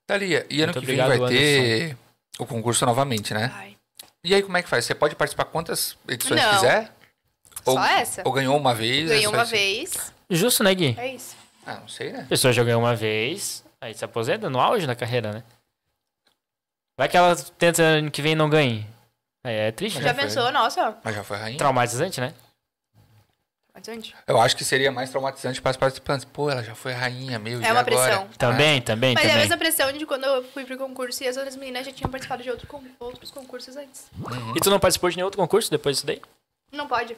Speaker 2: Thalia, Tá e ano
Speaker 1: Muito
Speaker 2: que vem
Speaker 1: obrigado,
Speaker 2: vai ter o concurso novamente, né?
Speaker 3: Ai.
Speaker 2: E aí como é que faz? Você pode participar quantas edições
Speaker 3: Não.
Speaker 2: quiser? Ou,
Speaker 3: Só essa?
Speaker 2: ou ganhou uma vez? é
Speaker 3: Ganhei
Speaker 2: só
Speaker 3: uma
Speaker 2: isso?
Speaker 3: vez.
Speaker 1: Justo, né, Gui?
Speaker 3: É isso.
Speaker 2: Ah, não sei,
Speaker 1: A
Speaker 2: né?
Speaker 1: pessoa já ganhou uma vez, aí se aposenta no auge da carreira, né? Vai que ela tenta ano que vem e não ganhe. Aí é triste,
Speaker 2: Já
Speaker 1: né?
Speaker 3: Já,
Speaker 2: foi.
Speaker 3: pensou? Nossa.
Speaker 2: Mas já foi rainha.
Speaker 1: Traumatizante, né?
Speaker 3: Mas onde?
Speaker 2: Eu acho que seria mais traumatizante para os participantes. Pô, ela já foi rainha, meu, e
Speaker 3: É
Speaker 2: agora?
Speaker 3: uma
Speaker 2: Ah,
Speaker 3: pressão.
Speaker 1: Também, também,
Speaker 3: Mas é a
Speaker 1: também.
Speaker 3: mesma pressão de quando eu fui pro concurso e as outras meninas já tinham participado de outro con- outros concursos antes.
Speaker 1: E tu não participou de nenhum outro concurso depois disso daí?
Speaker 3: Não pode.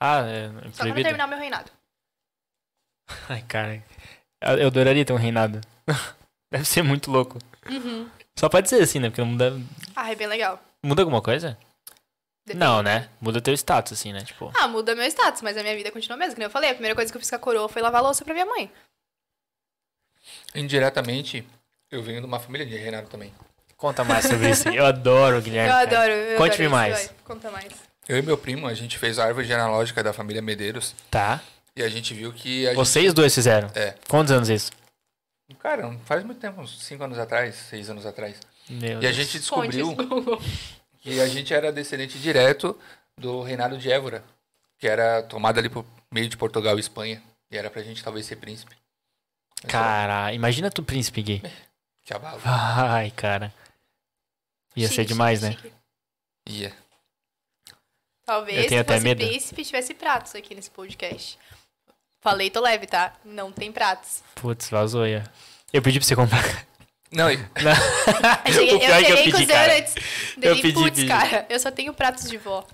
Speaker 1: Ah, é
Speaker 3: Só quando
Speaker 1: proibido?
Speaker 3: terminar meu reinado.
Speaker 1: Ai, cara. Eu eu adoraria ter um reinado. Deve ser muito louco.
Speaker 3: Uhum.
Speaker 1: Só pode ser assim, né? Porque não muda,
Speaker 3: Ah, é bem legal.
Speaker 1: muda alguma coisa?
Speaker 3: Depende.
Speaker 1: Não, né? Muda teu status, assim, né? Tipo,
Speaker 3: Ah, muda meu status, mas a minha vida continua mesmo. Como eu falei, a primeira coisa que eu fiz com a coroa foi lavar a louça pra minha mãe.
Speaker 2: Indiretamente, eu venho de uma família de reinado também.
Speaker 1: conta mais sobre isso. Eu adoro o
Speaker 3: Eu
Speaker 1: Guilherme. cara.
Speaker 3: adoro. eu
Speaker 1: É, Conte-me
Speaker 3: adoro
Speaker 1: mais.
Speaker 3: isso, vai, Conta mais.
Speaker 2: Eu e meu primo, a gente fez a árvore genealógica da família Medeiros
Speaker 1: Tá.
Speaker 2: e a gente viu que a
Speaker 1: Vocês dois fizeram.
Speaker 2: É.
Speaker 1: Quantos anos isso?
Speaker 2: gente... Cara, não faz muito tempo, uns 5 anos atrás, 6 anos atrás.
Speaker 1: Meu
Speaker 2: E a
Speaker 1: Deus.
Speaker 2: gente descobriu
Speaker 3: Conte, Google.
Speaker 2: que a gente era descendente direto do reinado de Évora, que era tomado ali por meio de Portugal e Espanha. E era pra gente talvez ser príncipe. Mas
Speaker 1: Cara, imagina tu príncipe gay.
Speaker 2: que abalo.
Speaker 1: Ai, cara. Ia
Speaker 3: Chique,
Speaker 1: ser demais,
Speaker 3: chique,
Speaker 1: né?
Speaker 3: chique.
Speaker 2: Ia.
Speaker 3: Talvez
Speaker 1: Eu tenho
Speaker 3: se
Speaker 1: até
Speaker 3: fosse
Speaker 1: medo.
Speaker 3: príncipe tivesse pratos aqui nesse podcast. Falei, tô leve, tá? Não tem pratos.
Speaker 1: Putz, vazou ia. Eu pedi pra você comprar.
Speaker 2: Não, e-
Speaker 3: Eu cheguei,
Speaker 1: O pior é
Speaker 3: eu
Speaker 1: que eu
Speaker 3: cheguei com
Speaker 1: pedi,
Speaker 3: os
Speaker 1: cara.
Speaker 3: donuts. Dele,
Speaker 1: pedi,
Speaker 3: putz,
Speaker 1: pedi.
Speaker 3: cara, eu só tenho pratos de vó.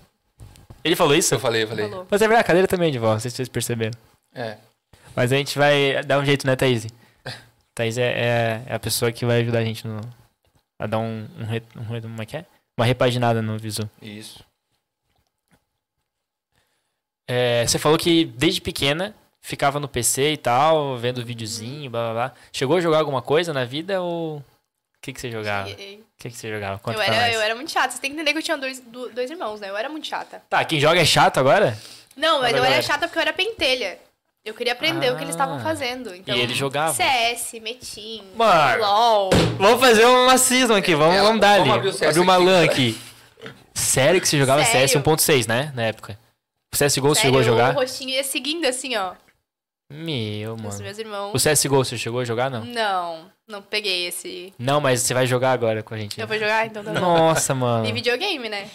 Speaker 1: Ele falou isso?
Speaker 2: eu falei, eu falei.
Speaker 3: Falou.
Speaker 1: Mas é verdade, a cadeira também é de volta, não sei se vocês perceberam.
Speaker 2: É.
Speaker 1: Mas a gente vai dar um jeito, né, Thaís? Thaís é, é- é a pessoa que vai ajudar a gente no, a dar um, um, re- um re- como é que é? Uma repaginada no visu.
Speaker 2: Isso.
Speaker 1: É, você falou que desde pequena ficava no PC e tal, vendo videozinho, blá blá blá. Chegou a jogar alguma coisa na vida ou. O que, que você jogava?
Speaker 3: E- e-
Speaker 1: que, que você jogava? Conta
Speaker 3: Eu
Speaker 1: pra
Speaker 3: era,
Speaker 1: nós.
Speaker 3: eu era muito chata. Você tem que entender que eu tinha dois, du- dois irmãos, né? Eu era muito chata.
Speaker 1: Tá, quem joga é chato agora?
Speaker 3: Não, mas eu
Speaker 1: agora.
Speaker 3: era chata porque eu era pentelha. Eu queria aprender o que eles estavam
Speaker 1: Ah.
Speaker 3: fazendo. Então,
Speaker 1: E ele jogava.
Speaker 3: CS, Metin,
Speaker 1: Mano.
Speaker 3: LOL.
Speaker 1: Vamos fazer uma season aqui, vamos,
Speaker 2: Ela-
Speaker 1: vamos dar
Speaker 2: É, vamos
Speaker 1: ali.
Speaker 2: abrir o
Speaker 1: Abrir,
Speaker 2: CS
Speaker 1: uma
Speaker 2: aqui,
Speaker 1: LAN
Speaker 2: cara.
Speaker 1: aqui. Sério que você jogava CS
Speaker 3: Sério?
Speaker 1: 1.6, né? Na época. O CSGO você
Speaker 3: Sério,
Speaker 1: chegou a jogar?
Speaker 3: O rostinho ia seguindo assim, ó.
Speaker 1: Meu,
Speaker 3: Os
Speaker 1: mano.
Speaker 3: meus irmãos.
Speaker 1: O CSGO você chegou a jogar, não?
Speaker 3: Não, não peguei esse.
Speaker 1: Não, mas você vai jogar agora com a gente. né?
Speaker 3: Eu vou jogar, então tá bom.
Speaker 1: Nossa, mano.
Speaker 3: E videogame, né?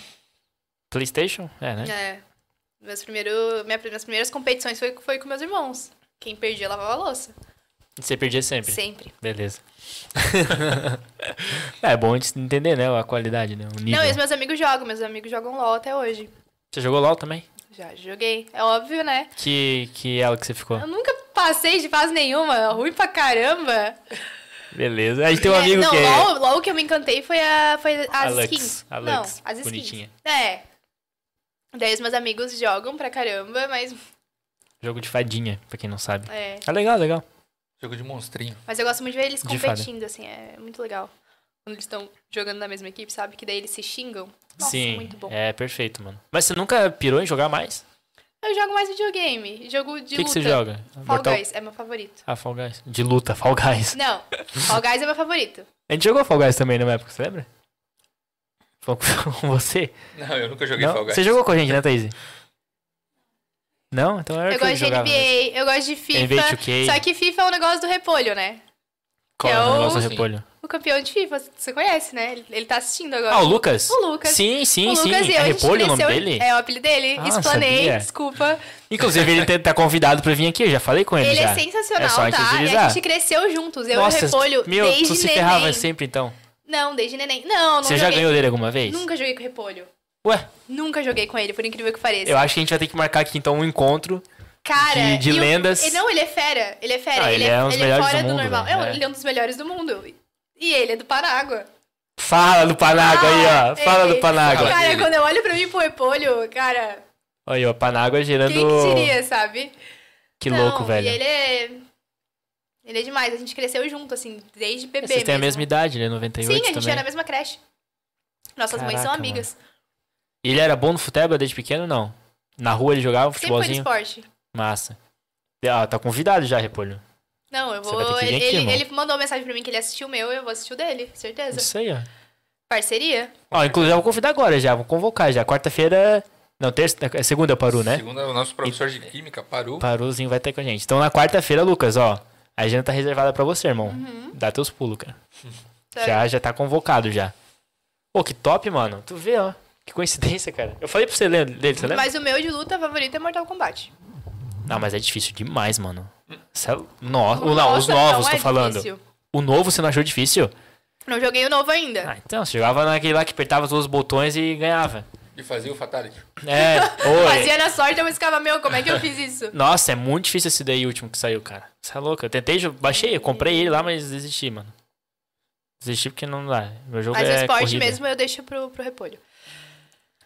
Speaker 1: Playstation? É, né?
Speaker 3: É. Meus primeiro, minha- minhas primeiras competições foi, foi com meus irmãos. Quem perdia lavava a louça.
Speaker 1: Você perdia sempre.
Speaker 3: Sempre.
Speaker 1: Beleza. é bom a gente entender, né? A qualidade, né? O nível.
Speaker 3: Não, e os meus amigos jogam. Meus amigos jogam LOL até hoje.
Speaker 1: Você jogou LOL também?
Speaker 3: Já joguei. É óbvio, né?
Speaker 1: Que, que ela que você ficou.
Speaker 3: Eu nunca passei de fase nenhuma. Ruim pra caramba.
Speaker 1: Beleza. A gente tem um
Speaker 3: É,
Speaker 1: amigo
Speaker 3: não,
Speaker 1: que é.
Speaker 3: LOL, LOL que eu me encantei foi, a, foi as
Speaker 1: Alex,
Speaker 3: skins. não,
Speaker 1: Alex,
Speaker 3: as skins.
Speaker 1: bonitinha.
Speaker 3: É. Daí os meus amigos jogam pra caramba, mas.
Speaker 1: Jogo de fadinha, pra quem não sabe.
Speaker 3: É.
Speaker 1: É legal, legal.
Speaker 2: Jogo de monstrinho.
Speaker 3: Mas eu gosto muito de ver eles
Speaker 1: De fada.
Speaker 3: competindo, assim, é muito legal. Quando eles estão jogando na mesma equipe, sabe? Que daí eles se xingam. Nossa,
Speaker 1: Sim.
Speaker 3: muito bom.
Speaker 1: É perfeito, mano. Mas você nunca pirou em jogar mais?
Speaker 3: Eu jogo mais videogame, jogo de
Speaker 1: O que, que
Speaker 3: luta.
Speaker 1: você joga?
Speaker 3: Fall Guys é meu favorito.
Speaker 1: Ah, Fall Guys. De luta, Fall Guys.
Speaker 3: Não, Fall Guys é meu favorito.
Speaker 1: A gente jogou Fall Guys também numa época, você lembra? Falou com- com você?
Speaker 2: Não, eu nunca joguei
Speaker 1: Não?
Speaker 2: Fall Guys.
Speaker 1: Você jogou com a gente, né, Thaís? Não? Então era
Speaker 3: eu
Speaker 1: que
Speaker 3: gosto de
Speaker 1: jogava. mesmo.
Speaker 3: NBA, eu gosto de FIFA.
Speaker 1: NBA 2K.
Speaker 3: Só que FIFA é um negócio do repolho, né?
Speaker 1: Qual é
Speaker 3: Eu-
Speaker 1: o negócio do
Speaker 2: Sim.
Speaker 1: repolho?
Speaker 3: O campeão de FIFA, você conhece, né? Ele, ele tá assistindo agora.
Speaker 1: Ah, o Lucas?
Speaker 3: O Lucas.
Speaker 1: Sim, sim,
Speaker 3: O
Speaker 1: sim.
Speaker 3: Lucas e eu,
Speaker 1: é
Speaker 3: a gente
Speaker 1: repolho o nome
Speaker 3: cresceu-
Speaker 1: dele?
Speaker 3: É o apelido dele.
Speaker 1: Ah,
Speaker 3: Explanei,
Speaker 1: sabia.
Speaker 3: desculpa.
Speaker 1: Inclusive, ele tá- tá convidado pra vir aqui, eu já falei com ele
Speaker 3: Ele
Speaker 1: já.
Speaker 3: é sensacional,
Speaker 1: É só a gente
Speaker 3: tá? E a
Speaker 1: utilizar.
Speaker 3: gente cresceu juntos. Eu
Speaker 1: Nossa,
Speaker 3: e o repolho
Speaker 1: meu,
Speaker 3: desde
Speaker 1: tu se
Speaker 3: neném.
Speaker 1: ferrava sempre, então.
Speaker 3: Não, desde neném. Não, não
Speaker 1: Você já
Speaker 3: joguei.
Speaker 1: ganhou dele alguma vez?
Speaker 3: Nunca joguei com repolho.
Speaker 1: Ué,
Speaker 3: Nunca joguei com ele, por incrível que pareça.
Speaker 1: eu acho que a gente vai ter que marcar aqui, então, um encontro.
Speaker 3: Cara,
Speaker 1: de- de
Speaker 3: e o-
Speaker 1: lendas.
Speaker 3: ele- não, ele é fera. Ele é fera.
Speaker 1: Ah,
Speaker 3: ele,
Speaker 1: ele é um dos
Speaker 3: ele é
Speaker 1: melhores
Speaker 3: fora
Speaker 1: do
Speaker 3: do,
Speaker 1: mundo,
Speaker 3: normal.
Speaker 1: velho,
Speaker 3: É,
Speaker 1: é.
Speaker 3: Ele é um dos melhores do mundo. E ele é do Parágua.
Speaker 1: Fala do Panágua aí, ó. Fala
Speaker 3: Ah, ele-
Speaker 1: do Panágua.
Speaker 2: Fala.
Speaker 3: Cara,
Speaker 2: dele.
Speaker 3: quando eu olho pra mim pro repolho, cara,
Speaker 1: Aí, ó, Panágua gerando.
Speaker 3: quem que diria, sabe?
Speaker 1: Que
Speaker 3: Não,
Speaker 1: louco, velho.
Speaker 3: E ele é. Ele é demais. A gente cresceu junto, assim, desde bebê.
Speaker 1: Vocês têm a mesma
Speaker 3: mesmo.
Speaker 1: idade, né? 98
Speaker 3: Sim, a gente
Speaker 1: também.
Speaker 3: era na mesma creche. Nossas mães são
Speaker 1: Caraca,
Speaker 3: amigas.
Speaker 1: E Ele era bom no futebol desde pequeno, não? Na rua ele jogava um
Speaker 3: Sempre foi de
Speaker 1: futebolzinho?
Speaker 3: esporte.
Speaker 1: Massa. Ah, tá convidado já, Repolho.
Speaker 3: Não, eu
Speaker 1: Você
Speaker 3: vou.
Speaker 1: vai ter que vir
Speaker 3: ele,
Speaker 1: aqui,
Speaker 3: ele-
Speaker 1: irmão.
Speaker 3: ele mandou mensagem pra mim que ele assistiu o meu, eu vou assistir o dele, certeza.
Speaker 1: Isso aí, ó.
Speaker 3: Parceria?
Speaker 1: Ó, inclusive eu vou convidar agora já, vou convocar já. Quarta-feira. Não, terça. é Segunda parou, né?
Speaker 2: Segundo o nosso professor de química, parou.
Speaker 1: Paruzinho vai estar com a gente. Então na quarta-feira, Lucas, ó. A agenda tá reservada pra você, irmão. Dá teus pulos, cara.
Speaker 3: Sabe?
Speaker 1: Já, já tá convocado já. Pô, que top, mano. Tu vê, ó. Que coincidência, cara. Eu falei pra você ler dele, você lembra?
Speaker 3: Mas o meu de luta favorito é Mortal Kombat.
Speaker 1: Não, mas é difícil demais, mano. Cê é- Nossa, não, os
Speaker 3: Nossa,
Speaker 1: novos,
Speaker 3: não
Speaker 1: tô
Speaker 3: é
Speaker 1: falando.
Speaker 3: difícil.
Speaker 1: O novo você não achou difícil?
Speaker 3: Não joguei o novo ainda.
Speaker 1: Ah, então, você jogava naquele lá que apertava os dois botões e ganhava.
Speaker 2: E fazia o Fatality.
Speaker 1: É, oi.
Speaker 3: Fazia na sorte, eu buscava, meu, como é que eu fiz isso?
Speaker 1: Nossa, é muito difícil esse daí último que saiu, cara. Você é louco. Eu tentei, jo- baixei, eu comprei ele lá, mas desisti, mano. Desisti porque não dá. Meu jogo
Speaker 3: Mas
Speaker 1: é
Speaker 3: o esporte
Speaker 1: corrida.
Speaker 3: mesmo eu deixo pro, pro repolho.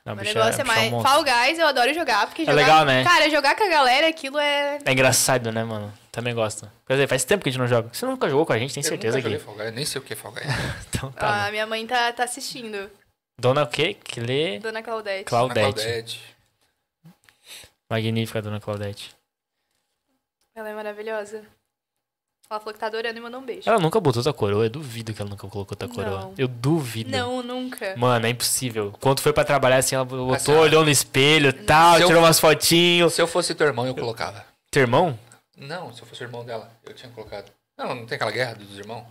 Speaker 1: Não,
Speaker 3: O
Speaker 1: bicho,
Speaker 3: negócio
Speaker 1: bicho
Speaker 3: é
Speaker 1: um
Speaker 3: mais.
Speaker 1: monstro.
Speaker 3: Fall Guys eu adoro jogar, porque jogar.
Speaker 1: legal, né?
Speaker 3: Cara, jogar com a galera, aquilo é.
Speaker 1: É engraçado, né, mano? Também gosto. Quer dizer, faz tempo que a gente não joga. Você nunca jogou com a gente, tem
Speaker 2: Eu
Speaker 1: certeza
Speaker 2: nunca joguei
Speaker 1: que.
Speaker 2: Fall Guys, nem sei o que é Fall Guys.
Speaker 1: Então tá.
Speaker 3: Ah,
Speaker 1: mano.
Speaker 3: minha mãe tá, tá assistindo.
Speaker 1: Dona o quê? Clé.
Speaker 3: Dona Claudete.
Speaker 2: Na
Speaker 1: Claudete.
Speaker 2: Claudete.
Speaker 1: Magnífica, Dona Claudete.
Speaker 3: Ela é maravilhosa. Ela falou que tá adorando e mandou um beijo.
Speaker 1: Ela nunca botou tua coroa. Eu duvido que ela nunca colocou tua coroa.
Speaker 3: Não.
Speaker 1: Eu duvido.
Speaker 3: Não, nunca.
Speaker 1: Mano, é impossível. Quando foi pra trabalhar, assim, ela botou,
Speaker 2: Assim, ó.
Speaker 1: olhou no espelho e tal,
Speaker 2: Se eu-
Speaker 1: tirou umas fotinhos.
Speaker 2: Se eu fosse teu irmão, eu colocava.
Speaker 1: Teu irmão?
Speaker 2: Não, se eu fosse o irmão dela, eu tinha colocado. Não, não tem aquela guerra dos irmãos?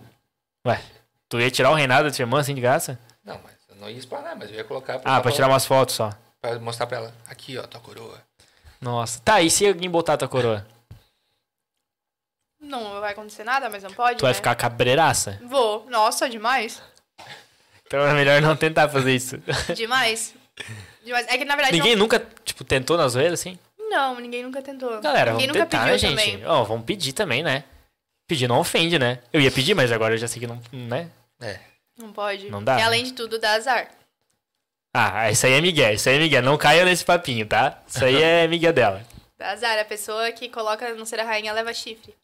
Speaker 1: Ué, tu ia tirar o reinado da tua irmã, assim, de graça?
Speaker 2: Não, mas eu não ia explanar, mas eu ia colocar
Speaker 3: Tá
Speaker 2: pra,
Speaker 1: Ah, pra tirar umas fotos só.
Speaker 2: pra mostrar pra ela. Aqui, ó, tua coroa.
Speaker 1: Nossa. Tá, e se alguém botar tua coroa?
Speaker 3: Não vai acontecer nada, mas não pode.
Speaker 1: Tu vai
Speaker 3: né?
Speaker 1: ficar cabreiraça.
Speaker 3: Vou. Nossa, demais.
Speaker 1: Então é melhor não tentar fazer isso.
Speaker 3: Demais. Demais. É que na verdade.
Speaker 1: Ninguém nunca, tipo, tentou na zoeira, assim?
Speaker 3: Não, não, ninguém nunca tentou.
Speaker 1: Galera,
Speaker 3: ninguém
Speaker 1: vamos
Speaker 3: nunca
Speaker 1: tentar, né,
Speaker 3: pediu
Speaker 1: gente?
Speaker 3: também.
Speaker 1: Ó, vamos pedir também, né? Pedir não ofende, né? Eu ia pedir, mas agora eu já sei que não, né?
Speaker 2: É.
Speaker 3: Não pode.
Speaker 1: Não dá,
Speaker 3: E
Speaker 1: né?
Speaker 3: além de tudo, dá azar.
Speaker 1: Ah, isso aí é Miguel, isso aí é Miguel. Não caia nesse papinho, tá? Isso aí é Miguel dela.
Speaker 3: Dá azar. A pessoa que coloca não ser a rainha leva chifre.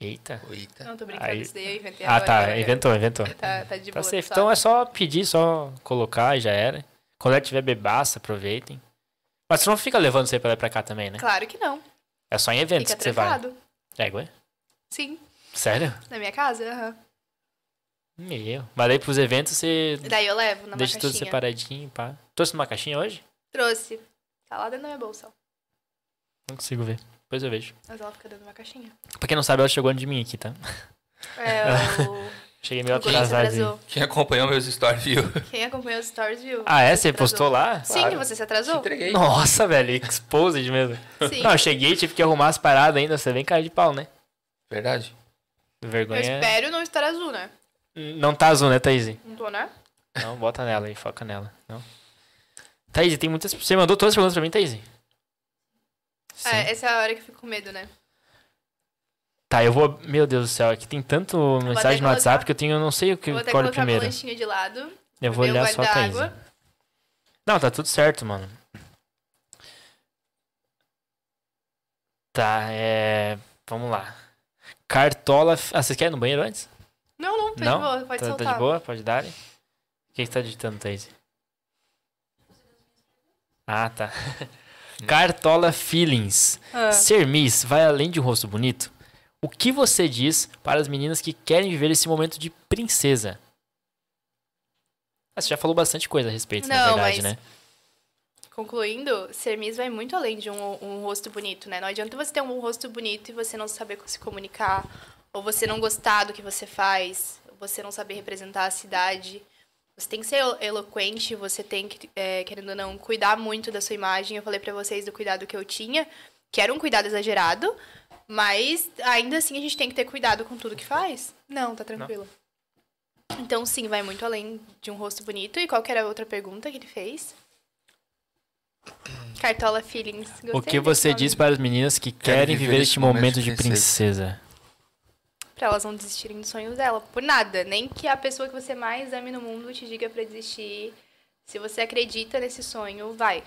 Speaker 1: Eita.
Speaker 2: Eita.
Speaker 3: Não, tô brincando,
Speaker 1: Aí-
Speaker 3: isso daí eu inventei
Speaker 1: Ah,
Speaker 3: agora,
Speaker 1: tá.
Speaker 3: agora.
Speaker 1: Inventou, inventou.
Speaker 3: Tá, tá de
Speaker 1: Tá
Speaker 3: boa.
Speaker 1: safe.
Speaker 3: pessoal.
Speaker 1: Então é só pedir, só colocar e já era. Quando ela tiver bebaça, aproveitem. Mas você não fica levando isso aí pra lá e pra cá também, né?
Speaker 3: Claro que não.
Speaker 1: É só em eventos
Speaker 3: Fica
Speaker 1: que você vai.
Speaker 3: trancado.
Speaker 1: É, ué?
Speaker 3: Sim,
Speaker 1: Sério?
Speaker 3: na minha casa, aham.
Speaker 1: Meu. Mas daí pros eventos você
Speaker 3: Daí eu levo na
Speaker 1: deixa tudo
Speaker 3: caixinha.
Speaker 1: separadinho, pá. Trouxe uma caixinha hoje?
Speaker 3: Trouxe. Tá lá dentro da minha bolsa, ó.
Speaker 1: Não consigo ver. Depois eu vejo.
Speaker 3: Mas ela fica dentro de uma caixinha.
Speaker 1: Pra quem não sabe, ela chegou antes de mim aqui, tá?
Speaker 3: É, o...
Speaker 1: Cheguei meio
Speaker 3: o Corinthians
Speaker 1: atrasadinho.
Speaker 3: atrasou.
Speaker 2: Quem acompanhou meus stories viu?
Speaker 3: Quem acompanhou os stories viu.
Speaker 1: Ah, é?
Speaker 3: Você se
Speaker 1: Você postou
Speaker 3: atrasou.
Speaker 1: lá?
Speaker 3: Sim,
Speaker 2: Claro.
Speaker 3: você se
Speaker 2: Te
Speaker 3: atrasou?
Speaker 2: entreguei.
Speaker 1: Nossa, velho, exposed mesmo.
Speaker 3: Sim.
Speaker 1: Não, eu cheguei, tive que arrumar as paradas ainda. Você é bem cara de pau, né?
Speaker 2: Verdade.
Speaker 3: Eu
Speaker 1: Vergonha.
Speaker 3: espero não estar azul, né?
Speaker 1: Não tá azul, né, Thaís?
Speaker 3: Não tô, né?
Speaker 1: Não, bota nela aí, foca nela. Não. Thaís, tem muitas. Você mandou todas as perguntas pra mim, Thaís? Sim.
Speaker 3: É, essa é a hora que eu fico com medo, né?
Speaker 1: Tá, eu vou. Meu Deus do céu, aqui tem tanto mensagem no
Speaker 3: colocar-
Speaker 1: WhatsApp que eu tenho, eu não sei o que
Speaker 3: Eu vou até
Speaker 1: qual é o
Speaker 3: colocar meu
Speaker 1: primeiro.
Speaker 3: lanchinho de lado.
Speaker 1: Eu vou
Speaker 3: beber um
Speaker 1: olhar só a
Speaker 3: gole
Speaker 1: Thaís.
Speaker 3: d'água.
Speaker 1: Não, tá tudo certo, mano. Tá, é. Vamos lá. Cartola. Ah, vocês querem ir no banheiro antes?
Speaker 3: Não, não, tô
Speaker 1: Não?
Speaker 3: de boa, pode
Speaker 1: tá, tá
Speaker 3: soltar.
Speaker 1: de boa? Pode dar? O que você tá digitando, Thaís? Ah, tá. Cartola Feelings.
Speaker 3: Ah.
Speaker 1: Ser Miss vai além de um rosto bonito? O que você diz para as meninas que querem viver esse momento de princesa? Ah, você já falou bastante coisa a respeito, na
Speaker 3: Não,
Speaker 1: verdade,
Speaker 3: mas-
Speaker 1: né?
Speaker 3: Concluindo, ser Miss vai muito além de um, um rosto bonito, né? Não adianta você ter um rosto bonito e você não saber se comunicar, ou você não gostar do que você faz, ou você não saber representar a cidade. Você tem que ser elo- eloquente, você tem que, é, querendo ou não, cuidar muito da sua imagem. Eu falei pra vocês do cuidado que eu tinha, que era um cuidado exagerado, mas ainda assim a gente tem que ter cuidado com tudo que faz. Não, tá tranquilo. Então, sim, vai muito além de um rosto bonito. E qual que era a outra pergunta que ele fez? Cartola Feelings. Gostei
Speaker 1: Hum. O que
Speaker 3: desse
Speaker 1: você
Speaker 3: nome.
Speaker 1: diz para as meninas que
Speaker 2: Quero
Speaker 1: querem viver este momento de princesa?
Speaker 3: Pra elas não desistirem dos sonhos dela. Por nada. Nem que a pessoa que você mais ame no mundo te diga pra desistir. Se você acredita nesse sonho, vai.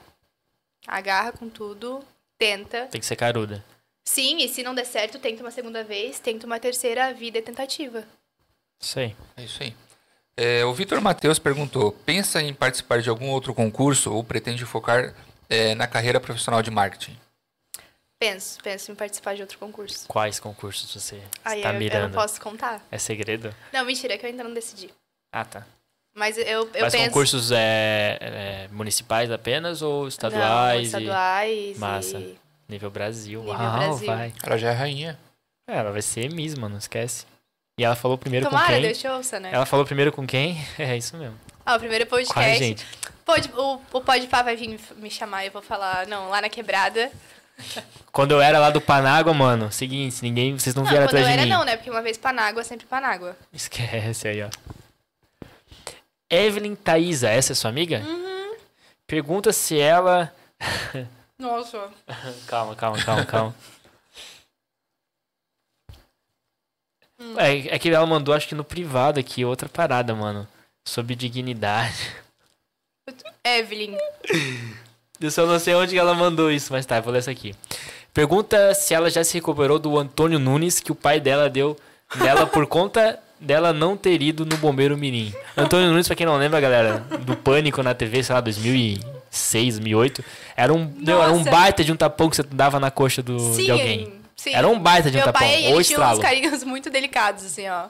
Speaker 3: Agarra com tudo, tenta.
Speaker 1: Tem que ser caruda.
Speaker 3: Sim, e se não der certo, tenta uma segunda vez, tenta uma terceira, a vida é tentativa.
Speaker 1: Isso aí.
Speaker 2: É isso aí. É, o Vitor Matheus perguntou: pensa em participar de algum outro concurso ou pretende focar é, na carreira profissional de marketing?
Speaker 3: Penso, penso em participar de outro concurso.
Speaker 1: Quais concursos você está
Speaker 3: Aí eu, eu não
Speaker 1: tá mirando?
Speaker 3: posso contar.
Speaker 1: É segredo?
Speaker 3: Não, mentira, é que eu ainda não decidi.
Speaker 1: Ah, tá.
Speaker 3: Mas eu, eu
Speaker 1: Mas
Speaker 3: penso.
Speaker 1: concursos é, é, municipais apenas ou
Speaker 3: Não,
Speaker 1: estaduais?
Speaker 3: estaduais.
Speaker 1: Massa.
Speaker 3: e-
Speaker 1: E nível Brasil.
Speaker 3: Nível
Speaker 1: Uau,
Speaker 3: Brasil.
Speaker 1: vai.
Speaker 2: Ela já é rainha.
Speaker 1: É, ela vai ser Miss, mano, esquece. E ela falou primeiro com
Speaker 3: Tomara,
Speaker 1: quem? É
Speaker 3: Deus te ouça, né?
Speaker 1: Ela falou primeiro com quem? É isso mesmo.
Speaker 3: Ó, Ah, o primeiro podcast.
Speaker 1: Com a gente.
Speaker 3: Pode, o, o Podpah vai vir me- me chamar e eu vou falar, não, lá na quebrada.
Speaker 1: Quando eu era lá do Panágua, mano, seguinte, ninguém, vocês não,
Speaker 3: Não,
Speaker 1: vieram
Speaker 3: quando eu
Speaker 1: atrás de
Speaker 3: era
Speaker 1: mim.
Speaker 3: não, né? Porque uma vez Panágua, sempre Panágua.
Speaker 1: Esquece aí, ó. Evelyn Thaisa, essa é sua amiga?
Speaker 3: Uhum.
Speaker 1: Pergunta se ela.
Speaker 3: Nossa.
Speaker 1: Calma, calma, calma, calma.
Speaker 3: Hum.
Speaker 1: É, é que ela mandou, acho que no privado aqui, outra parada, mano. Sobre dignidade.
Speaker 3: Evelyn.
Speaker 1: Eu só não sei onde que ela mandou isso, mas tá, eu vou ler essa aqui. Pergunta se ela já se recuperou do Antônio Nunes que o pai dela deu nela por conta dela não ter ido no Bombeiro Mirim. Antônio Nunes, pra quem não lembra, galera, do Pânico na TV, sei lá, 2006, 2008, era um, deu, era um
Speaker 3: Nossa.
Speaker 1: baita de um tapão que você dava na coxa do,
Speaker 3: Sim,
Speaker 1: de alguém.
Speaker 3: sim.
Speaker 1: Era um baita de um
Speaker 3: Meu
Speaker 1: tapão,
Speaker 3: pai,
Speaker 1: ou
Speaker 3: ele tinha uns
Speaker 1: estralo.
Speaker 3: carinhos muito delicados, assim, ó.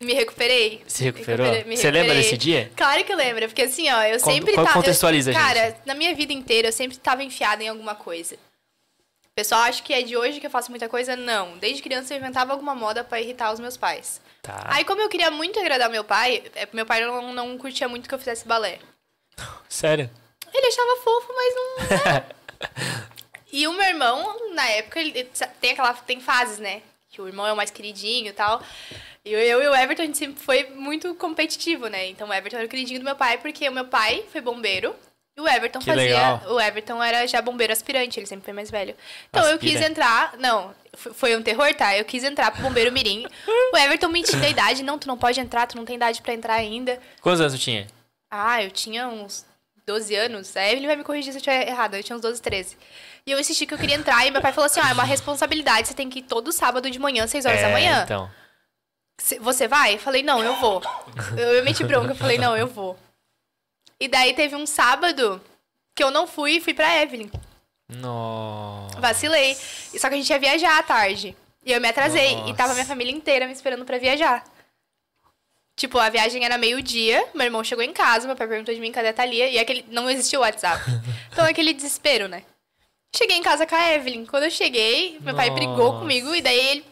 Speaker 3: Me recuperei.
Speaker 1: Se recuperou?
Speaker 3: Recuperei- me
Speaker 1: Você lembra
Speaker 3: recuperei.
Speaker 1: desse dia?
Speaker 3: Claro que eu lembro, porque assim, ó, eu
Speaker 1: Con-
Speaker 3: sempre
Speaker 1: con-
Speaker 3: tava.
Speaker 1: contextualiza,
Speaker 3: eu,
Speaker 1: gente.
Speaker 3: Cara, na minha vida inteira eu sempre tava enfiada em alguma coisa. O pessoal acha que é de hoje que eu faço muita coisa? Não. Desde criança eu inventava alguma moda pra irritar os meus pais.
Speaker 1: Tá.
Speaker 3: Aí, como eu queria muito agradar meu pai, é, meu pai não, não curtia muito que eu fizesse balé.
Speaker 1: Sério?
Speaker 3: Ele achava fofo, mas não. e o meu irmão, na época, ele- ele sa- tem aquela. Tem fases, né? Que o irmão é o mais queridinho e tal. E eu, eu e o Everton, a gente sempre foi muito competitivo, né? Então o Everton era o queridinho do meu pai, porque o meu pai foi bombeiro. E o Everton
Speaker 1: Que
Speaker 3: fazia.
Speaker 1: legal.
Speaker 3: O Everton era já bombeiro aspirante, ele sempre foi mais velho. Então eu
Speaker 1: Aspira.
Speaker 3: quis entrar. Não, f- foi um terror, tá? Eu quis entrar pro bombeiro Mirim. o Everton mentindo a idade. Não, tu não pode entrar, tu não tem idade pra entrar ainda.
Speaker 1: Quantos anos tu tinha?
Speaker 3: Ah, eu tinha uns 12 anos, a Evelyn vai me corrigir se eu estiver errada, eu tinha uns 12, 13. E eu insisti que eu queria entrar, e meu pai falou assim, ó, é uma responsabilidade, você tem que ir todo sábado de manhã, 6 horas da
Speaker 1: É,
Speaker 3: manhã.
Speaker 1: Então.
Speaker 3: "Cê- Você vai? Eu falei, não, eu vou. Eu, eu meti bronca, eu falei, não, eu vou. E daí teve um sábado que eu não fui e fui pra Evelyn.
Speaker 1: Nossa.
Speaker 3: Vacilei. E Só que a gente ia viajar à tarde. E eu me atrasei. E tava minha família inteira me esperando pra viajar. Tipo, a viagem era meio-dia, meu irmão chegou em casa, meu pai perguntou de mim cadê a Thalia, e aquele... não existia o WhatsApp. Então, aquele desespero, né? Cheguei em casa com a Evelyn. Quando eu cheguei, meu pai brigou
Speaker 1: Nossa.
Speaker 3: comigo, e daí ele...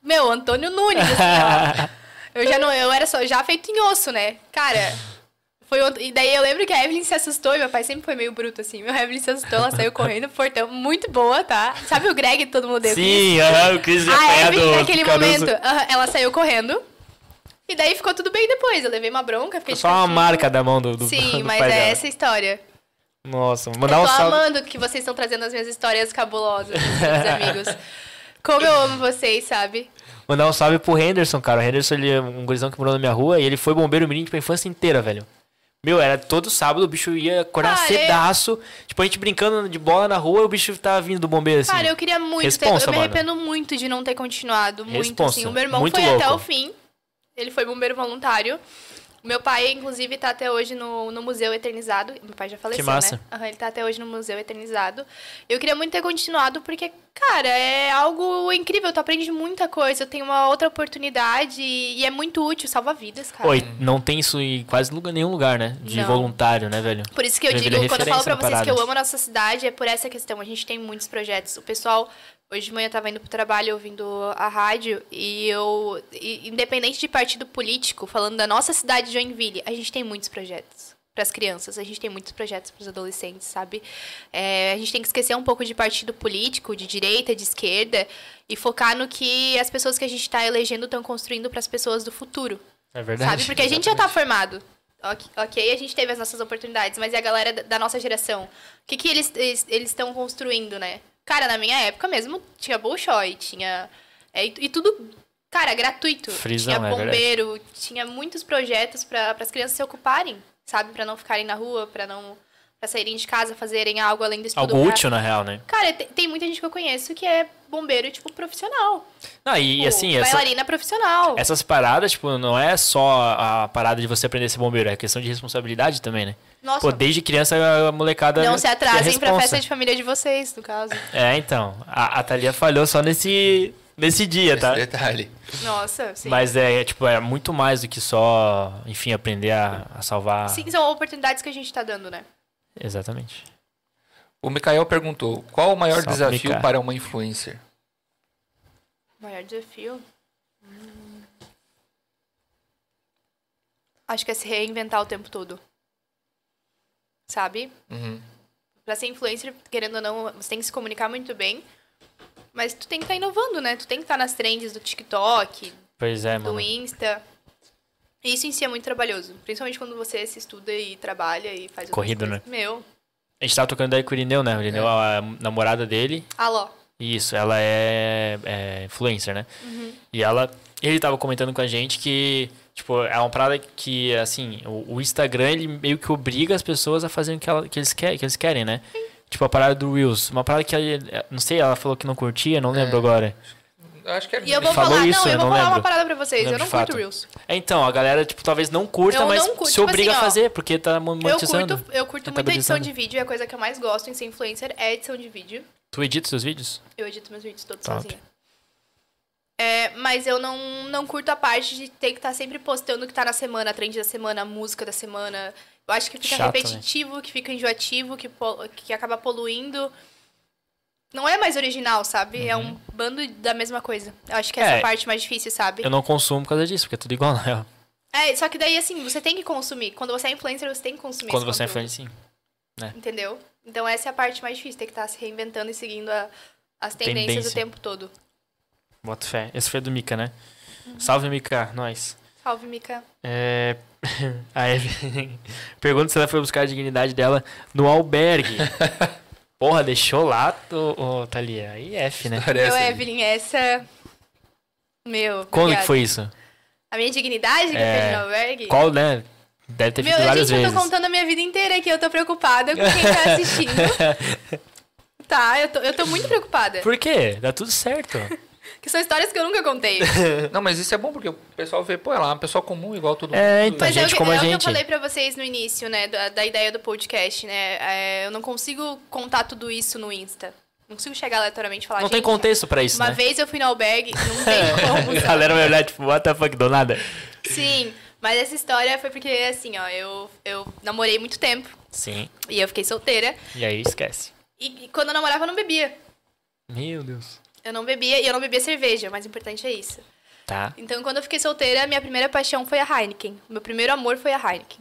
Speaker 3: Meu, Antônio Nunes, assim, ó. Eu já não... Eu era só... Já feito em osso, né? Cara... Foi ont- E daí eu lembro que a Evelyn se assustou, e meu pai sempre foi meio bruto, assim. Meu a Evelyn se assustou, ela saiu correndo, portão, muito boa, tá? Sabe o Greg, todo mundo odeia o Chris?
Speaker 1: Sim, aham, o Chris já
Speaker 3: A
Speaker 1: apanhado.
Speaker 3: Evelyn, Ah, é, naquele
Speaker 1: Caruso.
Speaker 3: momento, aham, ela saiu correndo. E daí ficou tudo bem depois. Eu levei uma bronca, fiquei de
Speaker 1: Só uma
Speaker 3: castigo.
Speaker 1: marca da mão do, do
Speaker 3: Sim,
Speaker 1: do
Speaker 3: mas
Speaker 1: pai
Speaker 3: é
Speaker 1: dela.
Speaker 3: essa a história.
Speaker 1: Nossa,
Speaker 3: Eu
Speaker 1: mandar
Speaker 3: tô
Speaker 1: um salve.
Speaker 3: amando que vocês estão trazendo as minhas histórias cabulosas, meus amigos. Como eu amo vocês, sabe?
Speaker 1: Mandar um salve pro Henderson, cara. O Henderson ele é um gurizão que morou na minha rua e ele foi bombeiro mirim tipo, a infância inteira, velho. Meu, era todo sábado, o bicho ia acordar
Speaker 3: Cara, é-
Speaker 1: cedaço. Tipo, a gente brincando de bola na rua e o bicho tava vindo do bombeiro assim.
Speaker 3: Cara, eu queria muito
Speaker 1: Responsa,
Speaker 3: ter. Eu me
Speaker 1: mano.
Speaker 3: arrependo muito de não ter continuado. Muito,
Speaker 1: Responsa.
Speaker 3: assim. O meu irmão
Speaker 1: Muito
Speaker 3: foi até
Speaker 1: louco.
Speaker 3: o fim. Ele foi bombeiro voluntário. Meu pai, inclusive, tá até hoje no, no Museu Eternizado. Meu pai já faleceu,
Speaker 1: massa.
Speaker 3: né? Aham, ele tá até hoje no Museu Eternizado. Eu queria muito ter continuado, porque, cara, é algo incrível. Tu aprende muita coisa. Eu tenho uma outra oportunidade e é muito útil. Salva vidas, cara.
Speaker 1: Oi, não tem isso em quase lugar, nenhum lugar, né? De
Speaker 3: Não.
Speaker 1: voluntário, né, velho?
Speaker 3: Por isso que eu
Speaker 1: Joinville
Speaker 3: digo,
Speaker 1: é
Speaker 3: quando eu falo pra
Speaker 1: referência
Speaker 3: vocês
Speaker 1: na
Speaker 3: que eu
Speaker 1: parada.
Speaker 3: amo a nossa cidade, é por essa questão. A gente tem muitos projetos. O pessoal, hoje de manhã eu tava indo pro trabalho ouvindo a rádio e eu, e- independente de partido político, falando da nossa cidade de Joinville, a gente tem muitos projetos para as crianças, a gente tem muitos projetos para os adolescentes, sabe? É, a gente tem que esquecer um pouco de partido político, de direita, de esquerda, e focar no que as pessoas que a gente está elegendo estão construindo para as pessoas do futuro.
Speaker 1: É verdade.
Speaker 3: Sabe? Porque a gente já tá formado. Ok, ok, a gente teve as nossas oportunidades, mas e a galera da- da nossa geração? O que, que eles eles eles estão construindo, né? Cara, na minha época mesmo tinha Bolshoi, tinha. é, e, e tudo, cara, gratuito.
Speaker 1: Frisão,
Speaker 3: tinha
Speaker 1: é verdade.
Speaker 3: bombeiro, tinha muitos projetos para as crianças se ocuparem, sabe? Para não ficarem na rua, para não. Pra saírem de casa, fazerem algo além do estudo.
Speaker 1: Algo
Speaker 3: pra-
Speaker 1: útil, na real, né?
Speaker 3: Cara, tem, tem muita gente que eu conheço que é bombeiro, tipo, profissional.
Speaker 1: Não, e, e
Speaker 3: Tipo,
Speaker 1: assim, essa,
Speaker 3: bailarina profissional.
Speaker 1: essas paradas, tipo, não é só a parada de você aprender a ser bombeiro, é questão de responsabilidade também, né?
Speaker 3: Nossa,
Speaker 1: Pô, desde criança a molecada.
Speaker 3: Não se atrasem
Speaker 1: é
Speaker 3: pra
Speaker 1: responsa.
Speaker 3: festa de família de vocês, no caso.
Speaker 1: É, então. A, a Thalia falhou só nesse, nesse dia,
Speaker 2: Esse
Speaker 1: tá?
Speaker 2: detalhe.
Speaker 3: Nossa, sim.
Speaker 1: Mas é, é, tipo, é muito mais do que só, enfim, aprender a, a salvar.
Speaker 3: Sim, são oportunidades que a gente tá dando, né?
Speaker 1: Exatamente.
Speaker 2: O Mikael perguntou: qual o maior
Speaker 1: Salve,
Speaker 2: desafio
Speaker 1: Mika.
Speaker 2: para uma influencer?
Speaker 3: O maior desafio. Hum. Acho que é se reinventar o tempo todo. Sabe?
Speaker 2: Uhum.
Speaker 3: Pra ser influencer, querendo ou não, você tem que se comunicar muito bem. Mas tu tem que estar inovando, né? Tu tem que estar nas trends do TikTok,
Speaker 1: Pois é,
Speaker 3: do
Speaker 1: mano.
Speaker 3: Insta. E Isso em si é muito trabalhoso. Principalmente quando você se estuda e trabalha e faz outras
Speaker 1: Corrido, né?
Speaker 3: coisas. Meu.
Speaker 1: A gente tava tocando daí com o Irineu, né? O Irineu, a namorada dele.
Speaker 3: Alô.
Speaker 1: Isso, ela é, é influencer, né?
Speaker 3: Uhum.
Speaker 1: E ela. Ele tava comentando com a gente que, tipo, é uma parada que, assim, o, o Instagram, ele meio que obriga as pessoas a fazerem o que, ela- que eles, quer, que eles querem, né? Tipo, a parada do Reels. Uma parada que, ela- não sei, ela falou que não curtia, não lembro agora.
Speaker 2: Eu Acho que é
Speaker 3: E eu vou
Speaker 1: Falou
Speaker 3: falar,
Speaker 1: isso,
Speaker 3: não, eu
Speaker 1: eu
Speaker 3: vou
Speaker 1: não
Speaker 3: falar uma
Speaker 1: lembro.
Speaker 3: parada pra vocês.
Speaker 1: Não lembro
Speaker 3: eu não
Speaker 1: de
Speaker 3: curto
Speaker 1: fato.
Speaker 3: Reels.
Speaker 1: É, então, a galera, tipo, talvez não curta,
Speaker 3: Eu
Speaker 1: mas
Speaker 3: não curto,
Speaker 1: se
Speaker 3: tipo
Speaker 1: obriga
Speaker 3: assim,
Speaker 1: a
Speaker 3: ó.
Speaker 1: fazer, porque tá mon-
Speaker 3: Eu
Speaker 1: monetizando. Tá
Speaker 3: curto, eu curto muito edição
Speaker 1: Rentabilizando.
Speaker 3: de vídeo e a coisa que eu mais gosto em ser influencer é edição de vídeo.
Speaker 1: Tu edita seus vídeos?
Speaker 3: Eu edito meus vídeos todos
Speaker 1: Top.
Speaker 3: sozinha. É, mas eu não, não curto a parte de ter que estar sempre postando o que tá na semana, a trend da semana, a música da semana. Eu acho que fica
Speaker 1: Chato, né?
Speaker 3: repetitivo, que fica enjoativo, que, pol- que acaba poluindo. Não é mais original, sabe? É um bando da mesma coisa. Eu acho que essa
Speaker 1: Uhum. É.
Speaker 3: parte mais difícil, sabe?
Speaker 1: Eu não consumo por causa disso, porque é tudo igual, né?
Speaker 3: É, só que daí, assim, você tem que consumir. Quando você é influencer, você tem que consumir
Speaker 1: Quando
Speaker 3: esse
Speaker 1: você é
Speaker 3: conteúdo.
Speaker 1: influencer, sim.
Speaker 3: Entendeu? Então essa é a parte mais difícil, ter que estar se reinventando e seguindo a- as tendências o
Speaker 1: Tendência.
Speaker 3: tempo todo.
Speaker 1: Bota fé. Esse foi do Mika, né?
Speaker 3: Uhum.
Speaker 1: Salve, Mika. Nós.
Speaker 3: Salve, Mika.
Speaker 1: É... A Eve pergunta se ela foi buscar a dignidade dela no albergue. Porra, deixou lá, ô, ô, Thalia. Aí F, né?
Speaker 2: Parece.
Speaker 3: Meu, Evelyn, essa. Meu.
Speaker 1: Quando
Speaker 3: obrigada.
Speaker 1: que foi isso?
Speaker 3: A minha dignidade que
Speaker 1: É,
Speaker 3: eu fiz no albergue?
Speaker 1: Qual, né? Deve ter
Speaker 3: Meu,
Speaker 1: feito várias
Speaker 3: gente, tá eu tô
Speaker 1: vezes.
Speaker 3: contando a minha vida inteira aqui, eu tô preocupada com quem tá assistindo. tá, eu tô, eu tô muito preocupada.
Speaker 1: Por quê? Dá tudo certo.
Speaker 3: Porque são histórias que eu nunca contei.
Speaker 2: Não, mas isso é bom porque o pessoal vê, pô, ela é uma pessoa comum, igual todo mundo.
Speaker 1: É, então,
Speaker 3: Mas é o
Speaker 1: gente
Speaker 3: que,
Speaker 1: como a
Speaker 3: é o que eu
Speaker 1: gente.
Speaker 3: falei pra vocês no início, né? Da, da ideia do podcast, né? É, eu não consigo contar tudo isso no Insta. Não consigo chegar aleatoriamente e falar.
Speaker 1: Não tem
Speaker 3: "Gente,
Speaker 1: contexto pra isso,
Speaker 3: Uma
Speaker 1: né?
Speaker 3: vez eu fui no albergue, não tem como.
Speaker 1: a
Speaker 3: sabe?
Speaker 1: galera vai olhar, tipo, what the fuck, do nada.
Speaker 3: Sim, mas essa história foi porque, assim, ó, eu, eu namorei muito tempo
Speaker 1: Sim.
Speaker 3: e eu fiquei solteira.
Speaker 1: E aí esquece.
Speaker 3: E, e quando eu namorava, eu não bebia.
Speaker 1: Meu Deus.
Speaker 3: Eu não bebia e eu não bebia cerveja, o mais importante é isso.
Speaker 1: Tá.
Speaker 3: Então, quando eu fiquei solteira, minha primeira paixão foi a Heineken. O meu primeiro amor foi a Heineken.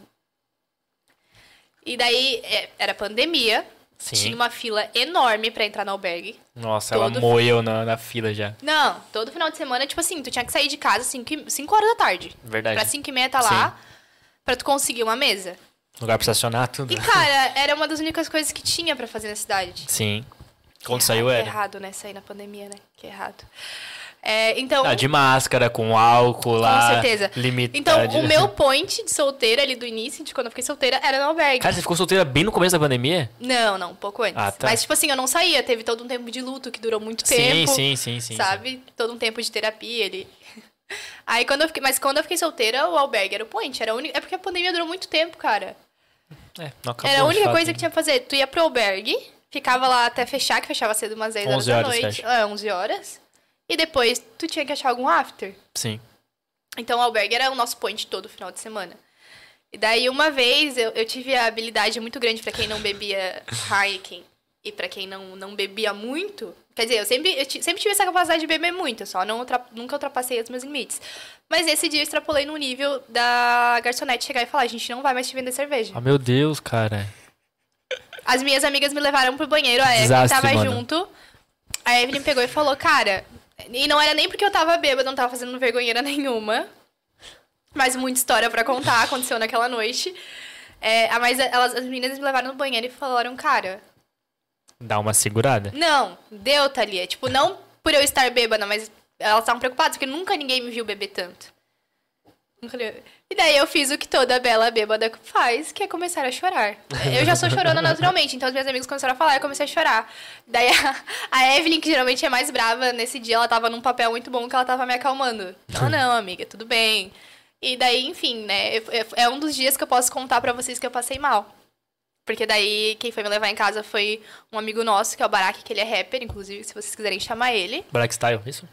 Speaker 3: E daí, é, era pandemia,
Speaker 1: Sim.
Speaker 3: tinha uma fila enorme pra entrar no albergue.
Speaker 1: Nossa, ela
Speaker 3: Todo-
Speaker 1: moeu na, na fila já.
Speaker 3: Não, todo final de semana, tipo assim, tu tinha que sair de casa 5 horas da tarde.
Speaker 1: Verdade.
Speaker 3: Pra 5 e meia tá lá, pra tu conseguir uma mesa.
Speaker 1: Lugar pra estacionar, tudo.
Speaker 3: E, cara, era uma das únicas coisas que tinha pra fazer na cidade.
Speaker 1: Sim. Quando
Speaker 3: Que
Speaker 1: saiu
Speaker 3: errado,
Speaker 1: era.
Speaker 3: Que errado, né? Sair na pandemia, né? Que errado. É, então,
Speaker 1: Ah, de máscara, com álcool lá.
Speaker 3: certeza.
Speaker 1: Limitado.
Speaker 3: então o meu point de solteira ali do início, de quando eu fiquei solteira, era no albergue.
Speaker 1: Cara, você ficou solteira bem no começo da pandemia?
Speaker 3: Não, não, um pouco antes.
Speaker 1: Ah, tá.
Speaker 3: Mas, tipo assim, eu não saía. Teve todo um tempo de luto que durou muito
Speaker 1: sim,
Speaker 3: tempo.
Speaker 1: sim, sim, sim.
Speaker 3: Sabe? Todo um tempo de terapia ali. Aí quando eu fiquei. Mas quando eu fiquei solteira, o albergue era o point. Era a única... É porque a pandemia durou muito tempo, cara.
Speaker 1: É, não acabou,
Speaker 3: era a
Speaker 1: de
Speaker 3: única
Speaker 1: fato,
Speaker 3: coisa
Speaker 1: hein?
Speaker 3: que tinha pra fazer. Tu ia pro albergue, ficava lá até fechar, que fechava cedo umas 10 horas
Speaker 1: 11
Speaker 3: da
Speaker 1: horas,
Speaker 3: noite. É, 11 horas. E depois tu tinha que achar algum after.
Speaker 1: Sim.
Speaker 3: Então o albergue era o nosso point todo final de semana. E daí uma vez eu, eu tive a habilidade muito grande pra quem não bebia Heineken e pra quem não, não bebia muito. Quer dizer, eu sempre, eu ti- sempre tive essa capacidade de beber muito, eu só não ultra- nunca ultrapassei os meus limites. Mas esse dia eu extrapolei no nível da garçonete chegar e falar: a gente não vai mais te vender cerveja.
Speaker 1: Ah, meu Deus, cara.
Speaker 3: As minhas amigas me levaram pro banheiro, a Evelyn
Speaker 1: Desastre,
Speaker 3: tava
Speaker 1: mano.
Speaker 3: junto. A Evelyn pegou e falou, cara. E não era nem porque eu tava bêbada, não tava fazendo vergonheira nenhuma. Mas muita história pra contar, aconteceu naquela noite. É, ah, mas elas, as meninas me levaram no banheiro e falaram, cara,
Speaker 1: Dá uma segurada.
Speaker 3: não, deu, Thalia. Tipo, não por eu estar bêbada, mas elas estavam preocupadas, porque nunca ninguém me viu beber tanto. Nunca ninguém- E daí eu fiz o que toda bela bêbada faz, que é começar a chorar. Eu já sou chorona naturalmente, então os meus amigos começaram a falar e eu comecei a chorar. Daí a, a Evelyn, que geralmente é mais brava, nesse dia ela tava num papel muito bom que ela tava me acalmando. Ela, não, amiga, tudo bem. E daí, enfim, né? eu- eu- É um dos dias que eu posso contar pra vocês que eu passei mal. Porque daí quem foi me levar em casa foi um amigo nosso, que é o Barak, que ele é rapper, inclusive, se vocês quiserem chamar ele.
Speaker 1: Black Style, isso?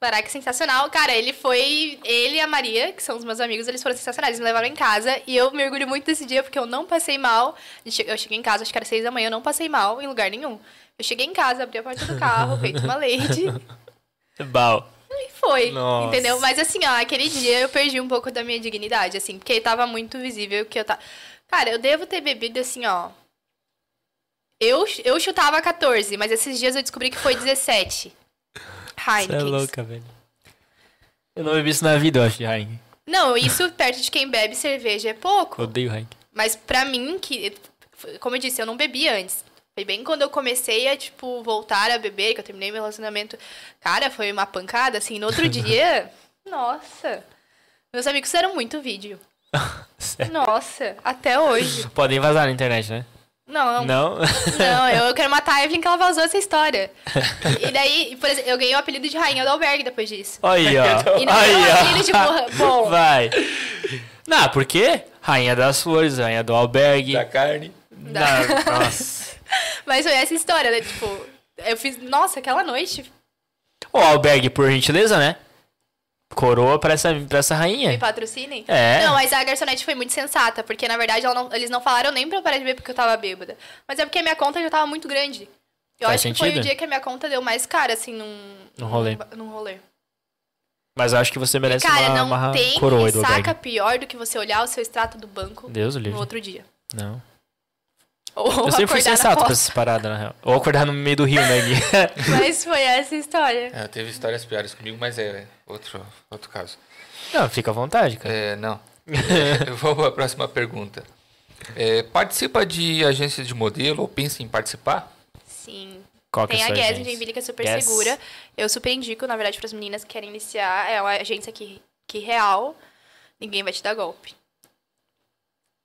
Speaker 3: Barak é sensacional. Cara, ele foi. Ele e a Maria, que são os meus amigos, eles foram sensacionais. Eles me levaram em casa e eu me orgulho muito desse dia porque eu não passei mal. Che- Eu cheguei em casa, acho que era seis da manhã, eu não passei mal em lugar nenhum. Eu cheguei em casa, abri a porta do carro, feito uma lady
Speaker 1: Bal.
Speaker 3: e foi.
Speaker 1: Nossa.
Speaker 3: Entendeu? Mas assim, ó, aquele dia eu perdi um pouco da minha dignidade, assim, porque tava muito visível que eu tava. Cara, eu devo ter bebido assim, ó. Eu, ch- eu chutava 14, mas esses dias eu descobri que foi 17.
Speaker 1: Você é
Speaker 3: Heineken.
Speaker 1: louca, velho. Eu não bebi isso na vida, eu acho, Heineken.
Speaker 3: Não, isso perto de quem bebe cerveja é pouco.
Speaker 1: Odeio Heineken.
Speaker 3: Mas pra mim, que. Como eu disse, eu não bebi antes. Foi bem quando eu comecei a, tipo, voltar a beber, que eu terminei meu relacionamento. Cara, foi uma pancada, assim. No outro dia. Nossa. Meus amigos fizeram muito vídeo.
Speaker 1: Sério.
Speaker 3: Nossa, até hoje.
Speaker 1: Podem vazar na internet, né?
Speaker 3: Não, não.
Speaker 1: Não?
Speaker 3: Não, eu eu quero matar a Evelyn que ela vazou essa história. E daí, por exemplo, eu ganhei o apelido de Rainha do Albergue depois disso.
Speaker 1: Olha aí, ó.
Speaker 3: E não
Speaker 1: Olha
Speaker 3: é um
Speaker 1: aí, ó.
Speaker 3: apelido de burra. Bom.
Speaker 1: Vai. Não, por quê? Rainha das flores, rainha do albergue.
Speaker 2: Da carne.
Speaker 1: Não, nossa.
Speaker 3: Mas foi essa história, né? Tipo, eu fiz. Nossa, aquela noite
Speaker 1: O albergue, por gentileza, né? Coroa pra essa, pra essa
Speaker 3: Me
Speaker 1: rainha.
Speaker 3: patrocinem?
Speaker 1: É.
Speaker 3: Não, mas a garçonete foi muito sensata, porque na verdade ela não- eles não falaram nem pra eu parar de beber porque eu tava bêbada. Mas é porque a minha conta já tava muito grande. Eu
Speaker 1: Faz
Speaker 3: acho que foi o
Speaker 1: sentido.
Speaker 3: dia que a minha conta deu mais cara, assim, num.
Speaker 1: Num rolê.
Speaker 3: Num, num rolê.
Speaker 1: Mas eu acho que você merece
Speaker 3: cara,
Speaker 1: uma,
Speaker 3: não
Speaker 1: uma
Speaker 3: tem
Speaker 1: coroa aí do
Speaker 3: saca
Speaker 1: albergue.
Speaker 3: pior do que você olhar o seu extrato do banco
Speaker 1: Deus o
Speaker 3: no
Speaker 1: livre.
Speaker 3: outro dia.
Speaker 1: Não.
Speaker 3: Ou
Speaker 1: Eu sempre fui
Speaker 3: acordar na
Speaker 1: sensato assim. com
Speaker 3: costa.
Speaker 1: essas paradas, na real. Ou acordar no meio do rio, né, Gui?
Speaker 3: Mas foi essa história.
Speaker 2: É, teve histórias piores comigo, mas é outro, outro caso.
Speaker 1: Não, fica à vontade, cara.
Speaker 2: É, não. Eu vou para a próxima pergunta. É, participa de agência de modelo ou pensa em participar?
Speaker 3: Sim.
Speaker 1: Qual que
Speaker 3: Tem
Speaker 1: é
Speaker 3: a
Speaker 1: sua
Speaker 3: Guess
Speaker 1: agência?
Speaker 3: em Joinville, que é super
Speaker 1: Guess.
Speaker 3: segura. Eu super indico, na verdade, para as meninas que querem iniciar. É uma agência que, que real. Ninguém vai te dar golpe.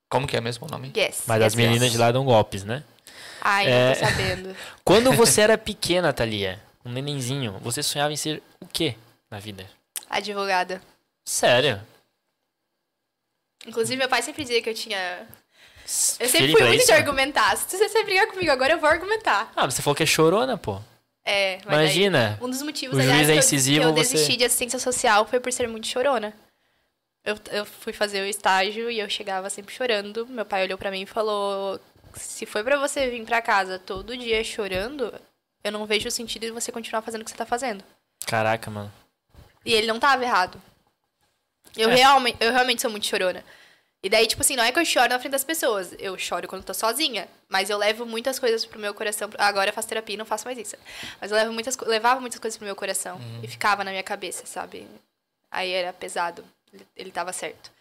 Speaker 2: Como que é mesmo o nome?
Speaker 3: Yes.
Speaker 1: Mas
Speaker 3: yes,
Speaker 1: as meninas
Speaker 3: yes.
Speaker 1: de lá dão golpes, né?
Speaker 3: Ai,
Speaker 1: É.
Speaker 3: não tô sabendo.
Speaker 1: Quando você era pequena, Thalia, um nenenzinho, você sonhava em ser o quê na vida?
Speaker 3: Advogada.
Speaker 1: Sério.
Speaker 3: Inclusive, meu pai sempre dizia que eu tinha.
Speaker 1: S-
Speaker 3: Eu sempre
Speaker 1: feeling
Speaker 3: fui
Speaker 1: pra
Speaker 3: muito
Speaker 1: isso?
Speaker 3: de argumentar. Se você brigar comigo agora, eu vou argumentar.
Speaker 1: Ah, você falou que é chorona, pô.
Speaker 3: É, mas aí-
Speaker 1: Imagina.
Speaker 3: Um dos motivos,
Speaker 1: O
Speaker 3: aliás,
Speaker 1: juiz é
Speaker 3: que eu-
Speaker 1: incisivo,
Speaker 3: que eu,
Speaker 1: você-
Speaker 3: desisti de assistência social foi por ser muito chorona. Eu, eu fui fazer o estágio e eu chegava sempre chorando. Meu pai olhou pra mim e falou: se foi pra você vir pra casa todo dia chorando, eu não vejo sentido em você continuar fazendo o que você tá fazendo.
Speaker 1: Caraca, mano.
Speaker 3: E ele não tava errado. Eu,
Speaker 1: É.
Speaker 3: realmente, eu realmente sou muito chorona. E daí, tipo assim, não é que eu choro na frente das pessoas. Eu choro quando tô sozinha. Mas eu levo muitas coisas pro meu coração. Agora eu faço terapia e não faço mais isso. Mas eu levo muitas, co- levava muitas coisas pro meu coração.
Speaker 1: Uhum.
Speaker 3: E ficava na minha cabeça, sabe? Aí era pesado. Ele, ele tava certo.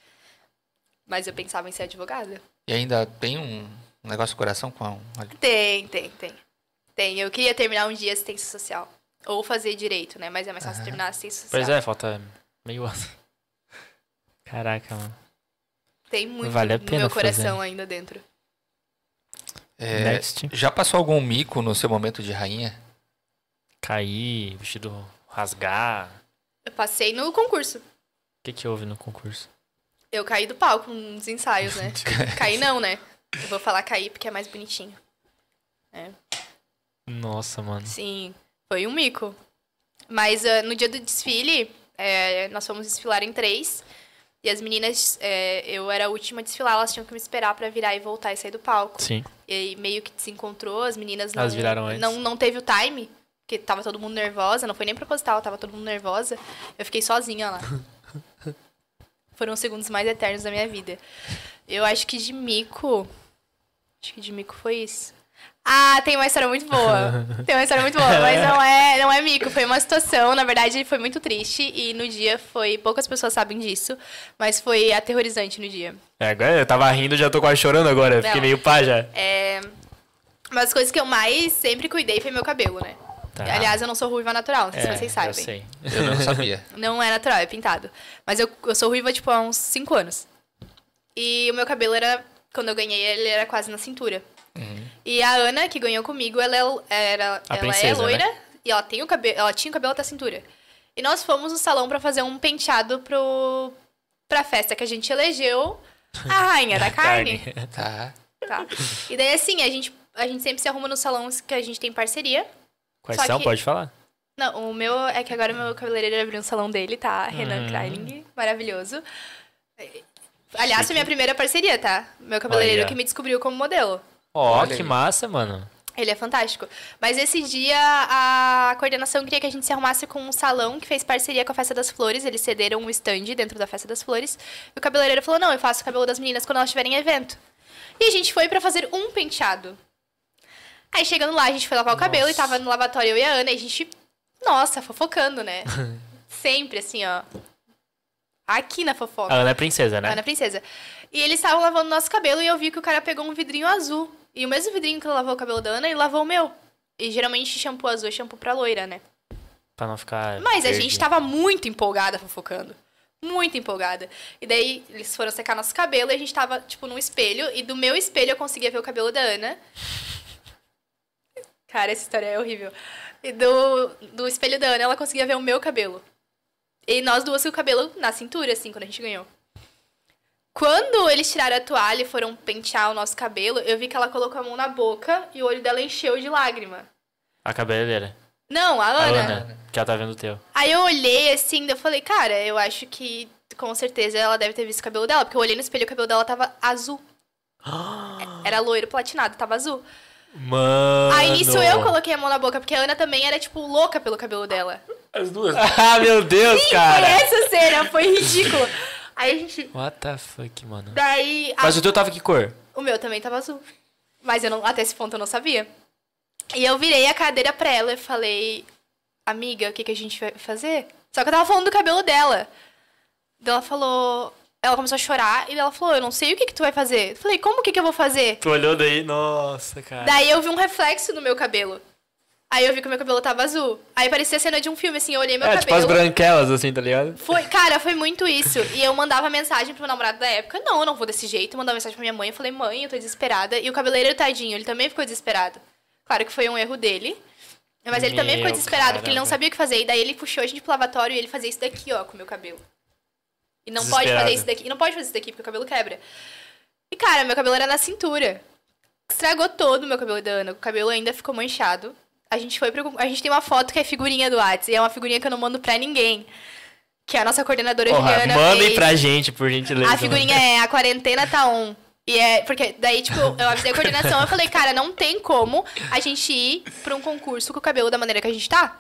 Speaker 3: Mas eu pensava em ser advogada.
Speaker 2: E ainda tem um negócio do coração com a...
Speaker 3: Tem, tem, tem. Tem. Eu queria terminar um dia assistência social. Ou fazer direito, né? Mas é mais fácil terminar assistência social.
Speaker 1: Pois é, falta meio ano. Caraca, mano.
Speaker 3: Tem muito
Speaker 1: é. Vale a
Speaker 3: no
Speaker 1: pena
Speaker 3: meu coração ainda dentro.
Speaker 2: É,
Speaker 1: Next.
Speaker 2: Já passou algum mico no seu momento de rainha?
Speaker 1: Cair, vestido rasgar. O
Speaker 3: Eu passei no concurso.
Speaker 1: que que houve no concurso?
Speaker 3: Eu caí do palco nos ensaios, né? caí não, né? Eu vou falar cair porque é mais bonitinho.
Speaker 1: Nossa, mano.
Speaker 3: Sim, foi um mico. Mas ah, no dia do desfile, eh, nós fomos desfilar em três. E as meninas, eh, eu era a última a desfilar, elas tinham que me esperar pra virar e voltar e sair do palco.
Speaker 1: Sim.
Speaker 3: E aí meio que desencontrou, as meninas não,
Speaker 1: Elas viraram antes.
Speaker 3: não, não teve o time, porque tava todo mundo nervosa, não foi nem proposital, tava todo mundo nervosa. Eu fiquei sozinha lá. Foram os segundos mais eternos da minha vida. Eu acho que de mico. Acho que de mico foi isso. Ah, tem uma história muito boa. Tem uma história muito boa, mas não é, não é mico. Foi uma situação, na verdade, foi muito triste. E no dia foi. Poucas pessoas sabem disso, mas foi aterrorizante no dia.
Speaker 1: É, agora eu tava rindo, já tô quase chorando agora. Fiquei
Speaker 3: Não.
Speaker 1: meio pá já.
Speaker 3: É, uma das coisas que eu mais sempre cuidei foi meu cabelo, né?
Speaker 1: Tá.
Speaker 3: Aliás, eu não sou ruiva natural, não sei
Speaker 1: É,
Speaker 3: se vocês sabem.
Speaker 1: Eu sei.
Speaker 2: Eu não sabia.
Speaker 3: Não é natural, é pintado. Mas eu, eu sou ruiva, tipo, há uns 5 anos. E o meu cabelo era... Quando eu ganhei, ele era quase na cintura. E a Ana, que ganhou comigo, ela é- era,
Speaker 1: Uhum. A
Speaker 3: ela é
Speaker 1: princesa, né?
Speaker 3: loira. E ela, tem o cabelo, ela tinha o cabelo até a cintura. E nós fomos no salão pra fazer um penteado pro, pra festa que a gente elegeu a rainha da carne.
Speaker 2: Tá.
Speaker 3: Tá. E daí, assim, a gente, a gente sempre se arruma nos salões que a gente tem parceria.
Speaker 1: Quais
Speaker 3: Só
Speaker 1: são?
Speaker 3: que-
Speaker 1: Pode falar?
Speaker 3: Não, o meu é que agora o meu cabeleireiro abriu um salão dele, tá? Renan
Speaker 1: Hum.
Speaker 3: Kreiling, maravilhoso. É, Aliás, foi minha primeira parceria, tá? Meu
Speaker 1: Olha.
Speaker 3: cabeleireiro que me descobriu como modelo.
Speaker 1: Ó,
Speaker 2: Olha
Speaker 1: que
Speaker 2: aí.
Speaker 1: massa, mano.
Speaker 3: Ele é fantástico. Mas esse dia a coordenação queria que a gente se arrumasse com um salão que fez parceria com a Festa das Flores. Eles cederam um stand dentro da Festa das Flores. E o cabeleireiro falou: não, eu faço o cabelo das meninas quando elas tiverem evento. E a gente foi pra fazer um penteado. Aí chegando lá, a gente foi lavar o cabelo e
Speaker 1: Nossa.
Speaker 3: tava no lavatório eu e a Ana. E a gente, nossa, fofocando, né? Sempre assim, ó. Aqui na fofoca.
Speaker 1: A Ana é princesa, né?
Speaker 3: Ana Princesa. E eles estavam lavando nosso cabelo e eu vi que o cara pegou um vidrinho azul. E o mesmo vidrinho que lavou o cabelo da Ana, ele lavou o meu. E geralmente shampoo azul é shampoo pra loira, né?
Speaker 1: Pra não ficar.
Speaker 3: Mas a
Speaker 1: verde.
Speaker 3: gente tava muito empolgada fofocando. Muito empolgada. E daí eles foram secar nosso cabelo e a gente tava, tipo, num espelho. E do meu espelho eu conseguia ver o cabelo da Ana. Cara, essa história é horrível. E do, do espelho da Ana ela conseguia ver o meu cabelo. E nós duas com o cabelo na cintura, assim, quando a gente ganhou. Quando eles tiraram a toalha e foram pentear o nosso cabelo, eu vi que ela colocou a mão na boca e o olho dela encheu de lágrima.
Speaker 1: A cabeleireira.
Speaker 3: Não, a
Speaker 1: A
Speaker 3: Ana.
Speaker 1: Ana, que ela tá vendo o teu.
Speaker 3: Aí eu olhei assim, daí eu falei, cara, eu acho que com certeza ela deve ter visto o cabelo dela, porque eu olhei no espelho e o cabelo dela tava azul. Era loiro platinado, tava azul.
Speaker 1: Mano.
Speaker 3: Aí nisso eu coloquei a mão na boca, porque a Ana também era, tipo, louca pelo cabelo dela.
Speaker 2: As duas.
Speaker 1: Ah, meu Deus, cara.
Speaker 3: Foi essa cena, foi ridículo. Aí a gente.
Speaker 1: What the fuck, mano.
Speaker 3: Daí. a-
Speaker 1: Mas o teu tava que cor?
Speaker 3: O meu também tava azul. Mas eu não, até esse ponto eu não sabia. E eu virei a cadeira pra ela e falei, amiga, o que, que a gente vai fazer? Só que eu tava falando do cabelo dela. Daí ela falou. Ela começou a chorar e daí ela falou, eu não sei o que, que tu vai fazer. Eu falei, como que, que eu vou fazer?
Speaker 1: Tu olhou daí, nossa, cara.
Speaker 3: Daí eu vi um reflexo no meu cabelo. Aí eu vi que o meu cabelo tava azul. Aí parecia a cena de um filme, assim, eu olhei meu
Speaker 1: É, tipo as
Speaker 3: cabelo.
Speaker 1: branquelas, assim, tá ligado?
Speaker 3: Foi, cara, foi muito isso. E eu mandava mensagem pro meu namorado da época, não, eu não vou desse jeito. Mandava mensagem pra minha mãe, eu falei, mãe, eu tô desesperada. E o cabeleireiro, tadinho, ele também ficou desesperado. Claro que foi um erro dele. Mas ele também ficou
Speaker 1: Meu
Speaker 3: desesperado, porque ele não
Speaker 1: caramba.
Speaker 3: sabia o que fazer. E daí ele puxou a gente pro lavatório e ele fazia isso daqui, ó, com o meu cabelo. E não pode
Speaker 1: Desesperado.
Speaker 3: fazer isso daqui. E não pode fazer isso daqui, porque o cabelo quebra. E, cara, meu cabelo era na cintura. Estragou todo o meu cabelo da Ana. O cabelo ainda ficou manchado. A gente foi pro... A gente tem uma foto que é figurinha do Whats. E é uma figurinha que eu não mando pra ninguém. Que é a nossa coordenadora
Speaker 1: Porra,
Speaker 3: Juliana
Speaker 1: mandem
Speaker 3: fez.
Speaker 1: pra né? gente, por gentileza.
Speaker 3: A figurinha é a quarentena tá on. E é, porque daí, tipo, eu avisei a coordenação, eu falei, cara, não tem como a gente ir pra um concurso com o cabelo da maneira que a gente tá.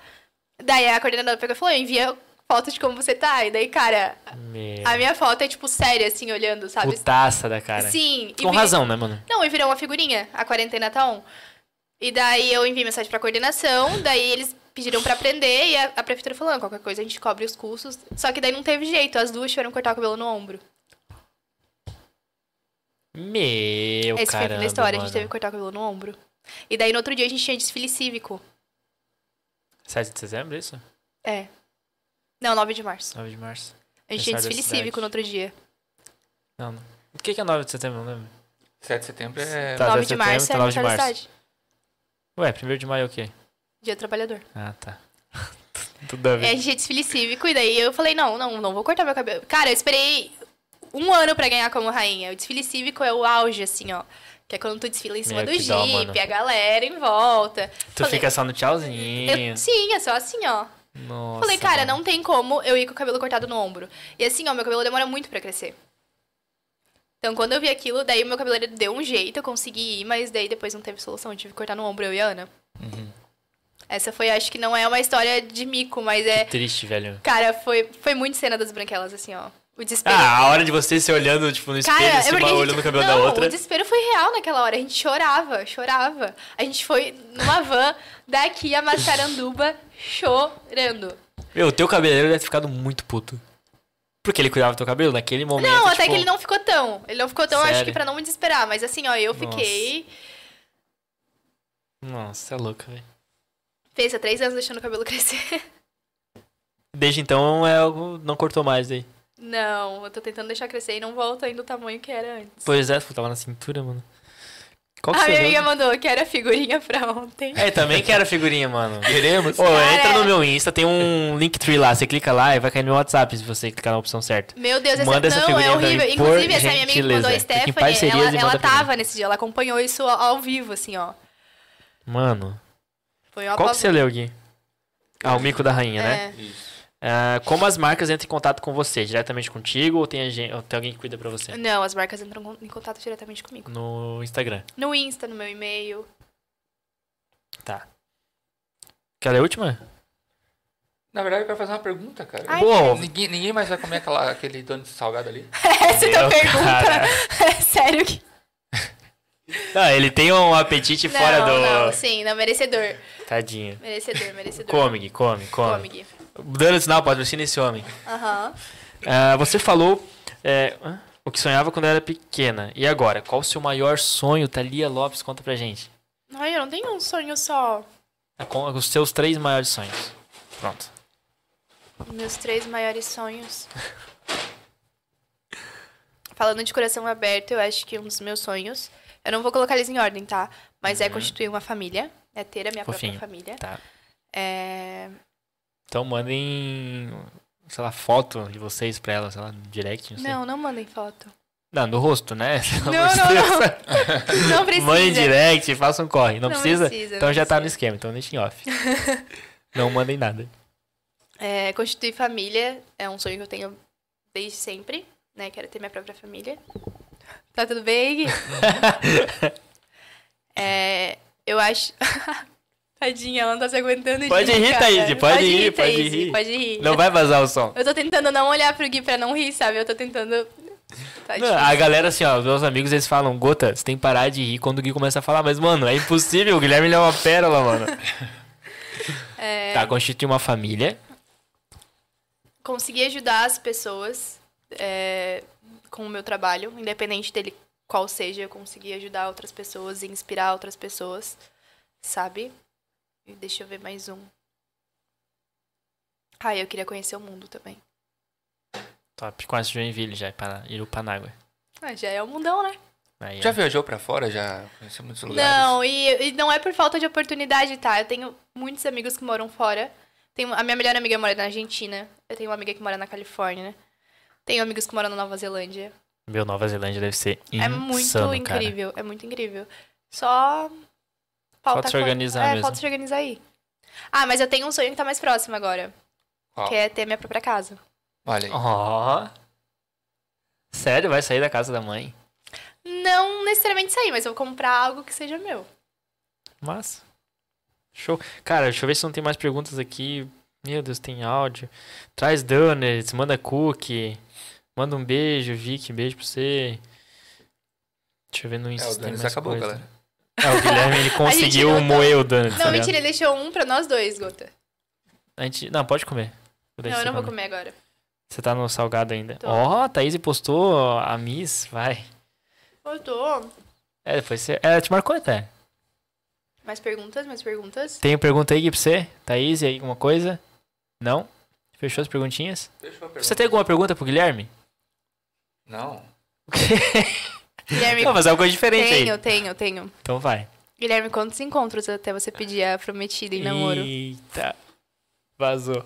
Speaker 3: Daí a coordenadora pegou e falou, envia foto de como você tá. E daí, cara,
Speaker 1: Meu,
Speaker 3: a minha foto é, tipo, séria, assim, olhando, sabe?
Speaker 1: putaça da cara.
Speaker 3: Sim. e
Speaker 1: Com
Speaker 3: vi-
Speaker 1: razão, né, mano?
Speaker 3: Não, e virou uma figurinha, a quarentena tá on. E daí eu enviei mensagem pra coordenação, daí eles pediram pra aprender e a, a prefeitura falou, "Não, qualquer coisa a gente cobre os cursos. Só que daí não teve jeito, as duas tiveram que cortar o cabelo no ombro.
Speaker 1: Meu,
Speaker 3: Esse foi
Speaker 1: caramba,
Speaker 3: a fim da história, a gente
Speaker 1: mano.
Speaker 3: teve que cortar o cabelo no ombro. E daí no outro dia a gente tinha desfile cívico.
Speaker 1: 7 de dezembro, isso?
Speaker 3: É. Não, 9 de março.
Speaker 1: 9 de março.
Speaker 3: A gente tinha
Speaker 1: Aniversário da
Speaker 3: desfile
Speaker 1: cidade.
Speaker 3: cívico no outro dia.
Speaker 1: Não, não. O que que é 9 de setembro? Não lembro.
Speaker 2: 7 de setembro é.
Speaker 1: Tá.
Speaker 3: 9
Speaker 1: 10 de
Speaker 3: de março é
Speaker 1: setembro, tá, 9 de
Speaker 3: aniversário da
Speaker 1: março.
Speaker 3: cidade.
Speaker 1: Ué, 1 de maio é o quê?
Speaker 3: Dia do trabalhador.
Speaker 1: Ah, tá. Tudo a
Speaker 3: É, a
Speaker 1: ver.
Speaker 3: gente tinha desfile cívico e daí eu falei, não, não, não vou cortar meu cabelo. Cara, eu esperei um ano pra ganhar como rainha. O desfile cívico é o auge, assim, ó. Que é quando tu desfila em cima
Speaker 1: Meu,
Speaker 3: do
Speaker 1: que dó,
Speaker 3: jipe,
Speaker 1: mano.
Speaker 3: a galera em volta.
Speaker 1: tu
Speaker 3: Falei,
Speaker 1: fica só no tchauzinho.
Speaker 3: eu- sim, é só assim, ó.
Speaker 1: Nossa.
Speaker 3: Falei, cara,
Speaker 1: mano.
Speaker 3: não tem como eu ir com o cabelo cortado no ombro. E assim, ó, meu cabelo demora muito pra crescer. Então, quando eu vi aquilo, daí o meu cabeleireiro deu um jeito, eu consegui ir, mas daí depois não teve solução, eu tive que cortar no ombro, eu e a Ana.
Speaker 1: Uhum.
Speaker 3: Essa foi, acho que não é uma história de mico, mas é.
Speaker 1: Triste, velho.
Speaker 3: Cara, foi, foi muito cena das branquelas, assim, ó. O desespero.
Speaker 1: Ah, a hora de vocês se olhando, tipo, no espelho,
Speaker 3: Cara, é
Speaker 1: assim,
Speaker 3: porque
Speaker 1: uma
Speaker 3: a gente-
Speaker 1: olhando o cabelo
Speaker 3: não,
Speaker 1: da outra.
Speaker 3: O desespero foi real naquela hora. A gente chorava, chorava. A gente foi numa van daqui a Massaranduba chorando.
Speaker 1: Meu, o teu cabeleireiro deve ter ficado muito puto. Porque ele cuidava do teu cabelo naquele momento.
Speaker 3: Não, até
Speaker 1: tipo,
Speaker 3: que ele não ficou tão. Ele não ficou tão, acho
Speaker 1: Sério?
Speaker 3: que pra não me desesperar. Mas assim, ó, eu
Speaker 1: Nossa.
Speaker 3: fiquei.
Speaker 1: Nossa, é louco, velho.
Speaker 3: Pensa, três anos deixando o cabelo crescer.
Speaker 1: Desde então, é algo... Não cortou mais aí.
Speaker 3: Não, eu tô tentando deixar crescer e não volta ainda o tamanho que era antes.
Speaker 1: Pois é, pô, tava na cintura, mano. Qual que
Speaker 3: A minha
Speaker 1: seria?
Speaker 3: amiga mandou que era figurinha pra ontem.
Speaker 1: É, também quero figurinha, mano.
Speaker 2: Queremos.
Speaker 1: Ô,
Speaker 3: Cara,
Speaker 1: entra no
Speaker 3: é.
Speaker 1: meu Insta, tem um Linktree lá. Você clica lá e vai cair no meu WhatsApp se você clicar na opção certa.
Speaker 3: Meu Deus, essa,
Speaker 1: Manda essa
Speaker 3: não, é
Speaker 1: figurinha pra
Speaker 3: horrível.
Speaker 1: mim, por
Speaker 3: Inclusive, essa minha amiga que mandou a
Speaker 1: gentileza. Fica em
Speaker 3: Stephanie,
Speaker 1: parcerias
Speaker 3: ela,
Speaker 1: e
Speaker 3: ela
Speaker 1: manda pra mim.
Speaker 3: tava nesse dia, ela acompanhou isso ao- ao vivo, assim, ó.
Speaker 1: Mano,
Speaker 3: Foi uma
Speaker 1: qual que
Speaker 3: pavor-
Speaker 1: você leu, Gui? Ah, o Mico da Rainha, né?
Speaker 3: É.
Speaker 2: Isso.
Speaker 1: Ah, como as marcas entram em contato com você? Diretamente contigo ou tem, agen- ou tem alguém que cuida pra você?
Speaker 3: É. Não, as marcas entram com- em contato diretamente comigo.
Speaker 1: No Instagram.
Speaker 3: No Insta, no meu e-mail.
Speaker 1: Quer ler a última?
Speaker 2: Na verdade, eu quero fazer uma pergunta, cara.
Speaker 3: Ai,
Speaker 1: Bom,
Speaker 2: Ninguém, ninguém mais vai comer aquela, aquele donuts salgado ali.
Speaker 3: Essa é tua
Speaker 1: Meu, cara.
Speaker 3: pergunta. Sério que.
Speaker 1: ah, ele tem um apetite fora
Speaker 3: não,
Speaker 1: do.
Speaker 3: não, sim, não, merecedor.
Speaker 1: Tadinho.
Speaker 3: Merecedor, merecedor.
Speaker 1: Come, Gui, come,
Speaker 3: Come,
Speaker 1: come.
Speaker 3: Gui.
Speaker 1: Dando sinal, patrocina esse homem.
Speaker 3: Aham.
Speaker 1: Ah, você falou é, hã? o que sonhava quando era pequena. E agora? Qual o seu maior sonho, Thalia Lopes? Conta pra gente.
Speaker 3: Ai, eu não tenho um sonho só.
Speaker 1: Ah, com- Os seus três maiores sonhos. Pronto.
Speaker 3: Meus três maiores sonhos. Falando de coração aberto, eu acho que um dos meus sonhos. Eu não vou colocar eles em ordem, tá? Mas é constituir uma família. É ter a minha
Speaker 1: Uhum. Fofinho.
Speaker 3: própria família.
Speaker 1: Tá.
Speaker 3: É.
Speaker 1: Então mandem, sei lá, foto de vocês pra ela, sei lá, no direct, não sei.
Speaker 3: Não, não mandem foto.
Speaker 1: Não, no rosto, né?
Speaker 3: Não, não, não. Não precisa.
Speaker 1: Mande direct, faça um corre. Não,
Speaker 3: Não
Speaker 1: precisa?
Speaker 3: precisa, não
Speaker 1: Então já tá no
Speaker 3: precisa.
Speaker 1: esquema, então deixa em off. não mandem nada.
Speaker 3: É, constituir família é um sonho que eu tenho desde sempre, né? Quero ter minha própria família. Tá tudo bem, Gui? É, eu acho. Tadinha, ela não tá se aguentando de
Speaker 1: Pode rir,
Speaker 3: cara.
Speaker 1: Thaíde, pode rir, pode
Speaker 3: Thaíde,
Speaker 1: rir.
Speaker 3: Pode rir.
Speaker 1: Não vai vazar o som.
Speaker 3: Eu tô tentando não olhar pro Gui pra não rir, sabe? Eu tô tentando. Tá
Speaker 1: Não,
Speaker 3: difícil.
Speaker 1: a galera, assim, ó, os meus amigos, eles falam, Gota, você tem que parar de rir quando o Gui começa a falar. Mas, mano, é impossível, o Guilherme ele é uma pérola, mano.
Speaker 3: É,
Speaker 1: Tá, constituir uma família.
Speaker 3: conseguir ajudar as pessoas é, com o meu trabalho, independente dele qual seja, eu conseguir ajudar outras pessoas e inspirar outras pessoas, sabe? Deixa eu ver mais um. Ah, eu queria conhecer o mundo também.
Speaker 1: Top. Conhece Joinville já, Ipana- Irupanágua.
Speaker 3: Ah, já é o mundão, né?
Speaker 1: Aí,
Speaker 2: Já
Speaker 1: é.
Speaker 2: viajou pra fora? Já conheceu muitos lugares?
Speaker 3: Não, e, e não é por falta de oportunidade, tá? Eu tenho muitos amigos que moram fora. Tenho, a minha melhor amiga mora na Argentina. Eu tenho uma amiga que mora na Califórnia. Tenho amigos que moram na Nova Zelândia.
Speaker 1: Meu, Nova Zelândia deve ser
Speaker 3: é muito
Speaker 1: insano, cara.
Speaker 3: incrível, é muito incrível. Só falta
Speaker 1: se
Speaker 3: co-
Speaker 1: organizar
Speaker 3: É,
Speaker 1: mesmo.
Speaker 3: falta se organizar aí. Ah, mas eu tenho um sonho que tá mais próximo agora,
Speaker 2: Qual?
Speaker 3: que é ter minha própria casa.
Speaker 2: Olha aí.
Speaker 1: Ó. Sério, vai sair da casa da mãe?
Speaker 3: Não necessariamente isso aí, mas eu vou comprar algo que seja meu.
Speaker 1: Massa. Show. Cara, deixa eu ver se não tem mais perguntas aqui. Meu Deus, tem áudio. Traz donuts, manda cookie. Manda um beijo, Vicky, beijo pra você. Deixa eu ver no
Speaker 2: É,
Speaker 1: Insta.
Speaker 2: o
Speaker 1: se tem
Speaker 2: Danis
Speaker 1: mais
Speaker 2: acabou,
Speaker 1: coisa.
Speaker 2: galera.
Speaker 1: É, o Guilherme ele conseguiu
Speaker 3: não tá-
Speaker 1: moer o donut.
Speaker 3: Não,
Speaker 1: tá
Speaker 3: mentira,
Speaker 1: ligado?
Speaker 3: ele deixou um pra nós dois, Gota.
Speaker 1: A gente... Não, pode comer. Vou deixar
Speaker 3: Não, eu
Speaker 1: você
Speaker 3: não vou comer agora.
Speaker 1: Você tá no salgado ainda.
Speaker 3: Tô.
Speaker 1: Ó, a Thaís postou a Miss, vai.
Speaker 3: Eu tô.
Speaker 1: É, depois você. Ela te marcou até.
Speaker 3: Mais perguntas, mais perguntas.
Speaker 1: Tem pergunta aí pra você? Thaís, e aí alguma coisa? Não? Fechou as perguntinhas?
Speaker 2: Fechou a pergunta.
Speaker 1: Você tem alguma pergunta pro Guilherme?
Speaker 2: Não.
Speaker 3: Guilherme,
Speaker 1: Vou fazer alguma é coisa diferente aí.
Speaker 3: tenho, tenho, tenho.
Speaker 1: Então vai.
Speaker 3: Guilherme, quantos encontros até você pedir a prometida em namoro?
Speaker 1: Eita. Vazou.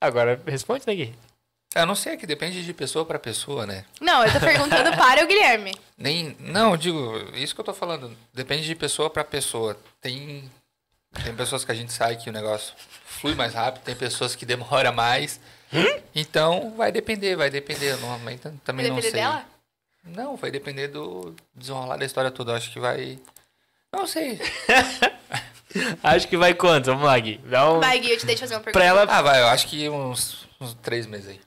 Speaker 1: Agora responde né, daqui.
Speaker 2: Eu não sei, é que depende de pessoa pra pessoa, né?
Speaker 3: Não, eu tô perguntando para o Guilherme.
Speaker 2: Nem, não, eu digo, isso que eu tô falando. Depende de pessoa pra pessoa. Tem, tem pessoas que a gente sai que o negócio flui mais rápido, tem pessoas que demora mais. Então, vai depender, vai depender. Não, mas tam-
Speaker 3: Hum? Vai
Speaker 2: também não
Speaker 3: depender
Speaker 2: sei.
Speaker 3: dela?
Speaker 2: Não, vai depender do desenrolar da história toda. Eu acho que vai. Não sei.
Speaker 1: Acho que vai quanto? Vamos lá, Gui. Dá um...
Speaker 3: Vai, Gui, eu te deixo fazer uma pergunta.
Speaker 1: Pra ela.
Speaker 2: Ah, vai, eu acho que uns, uns três meses aí.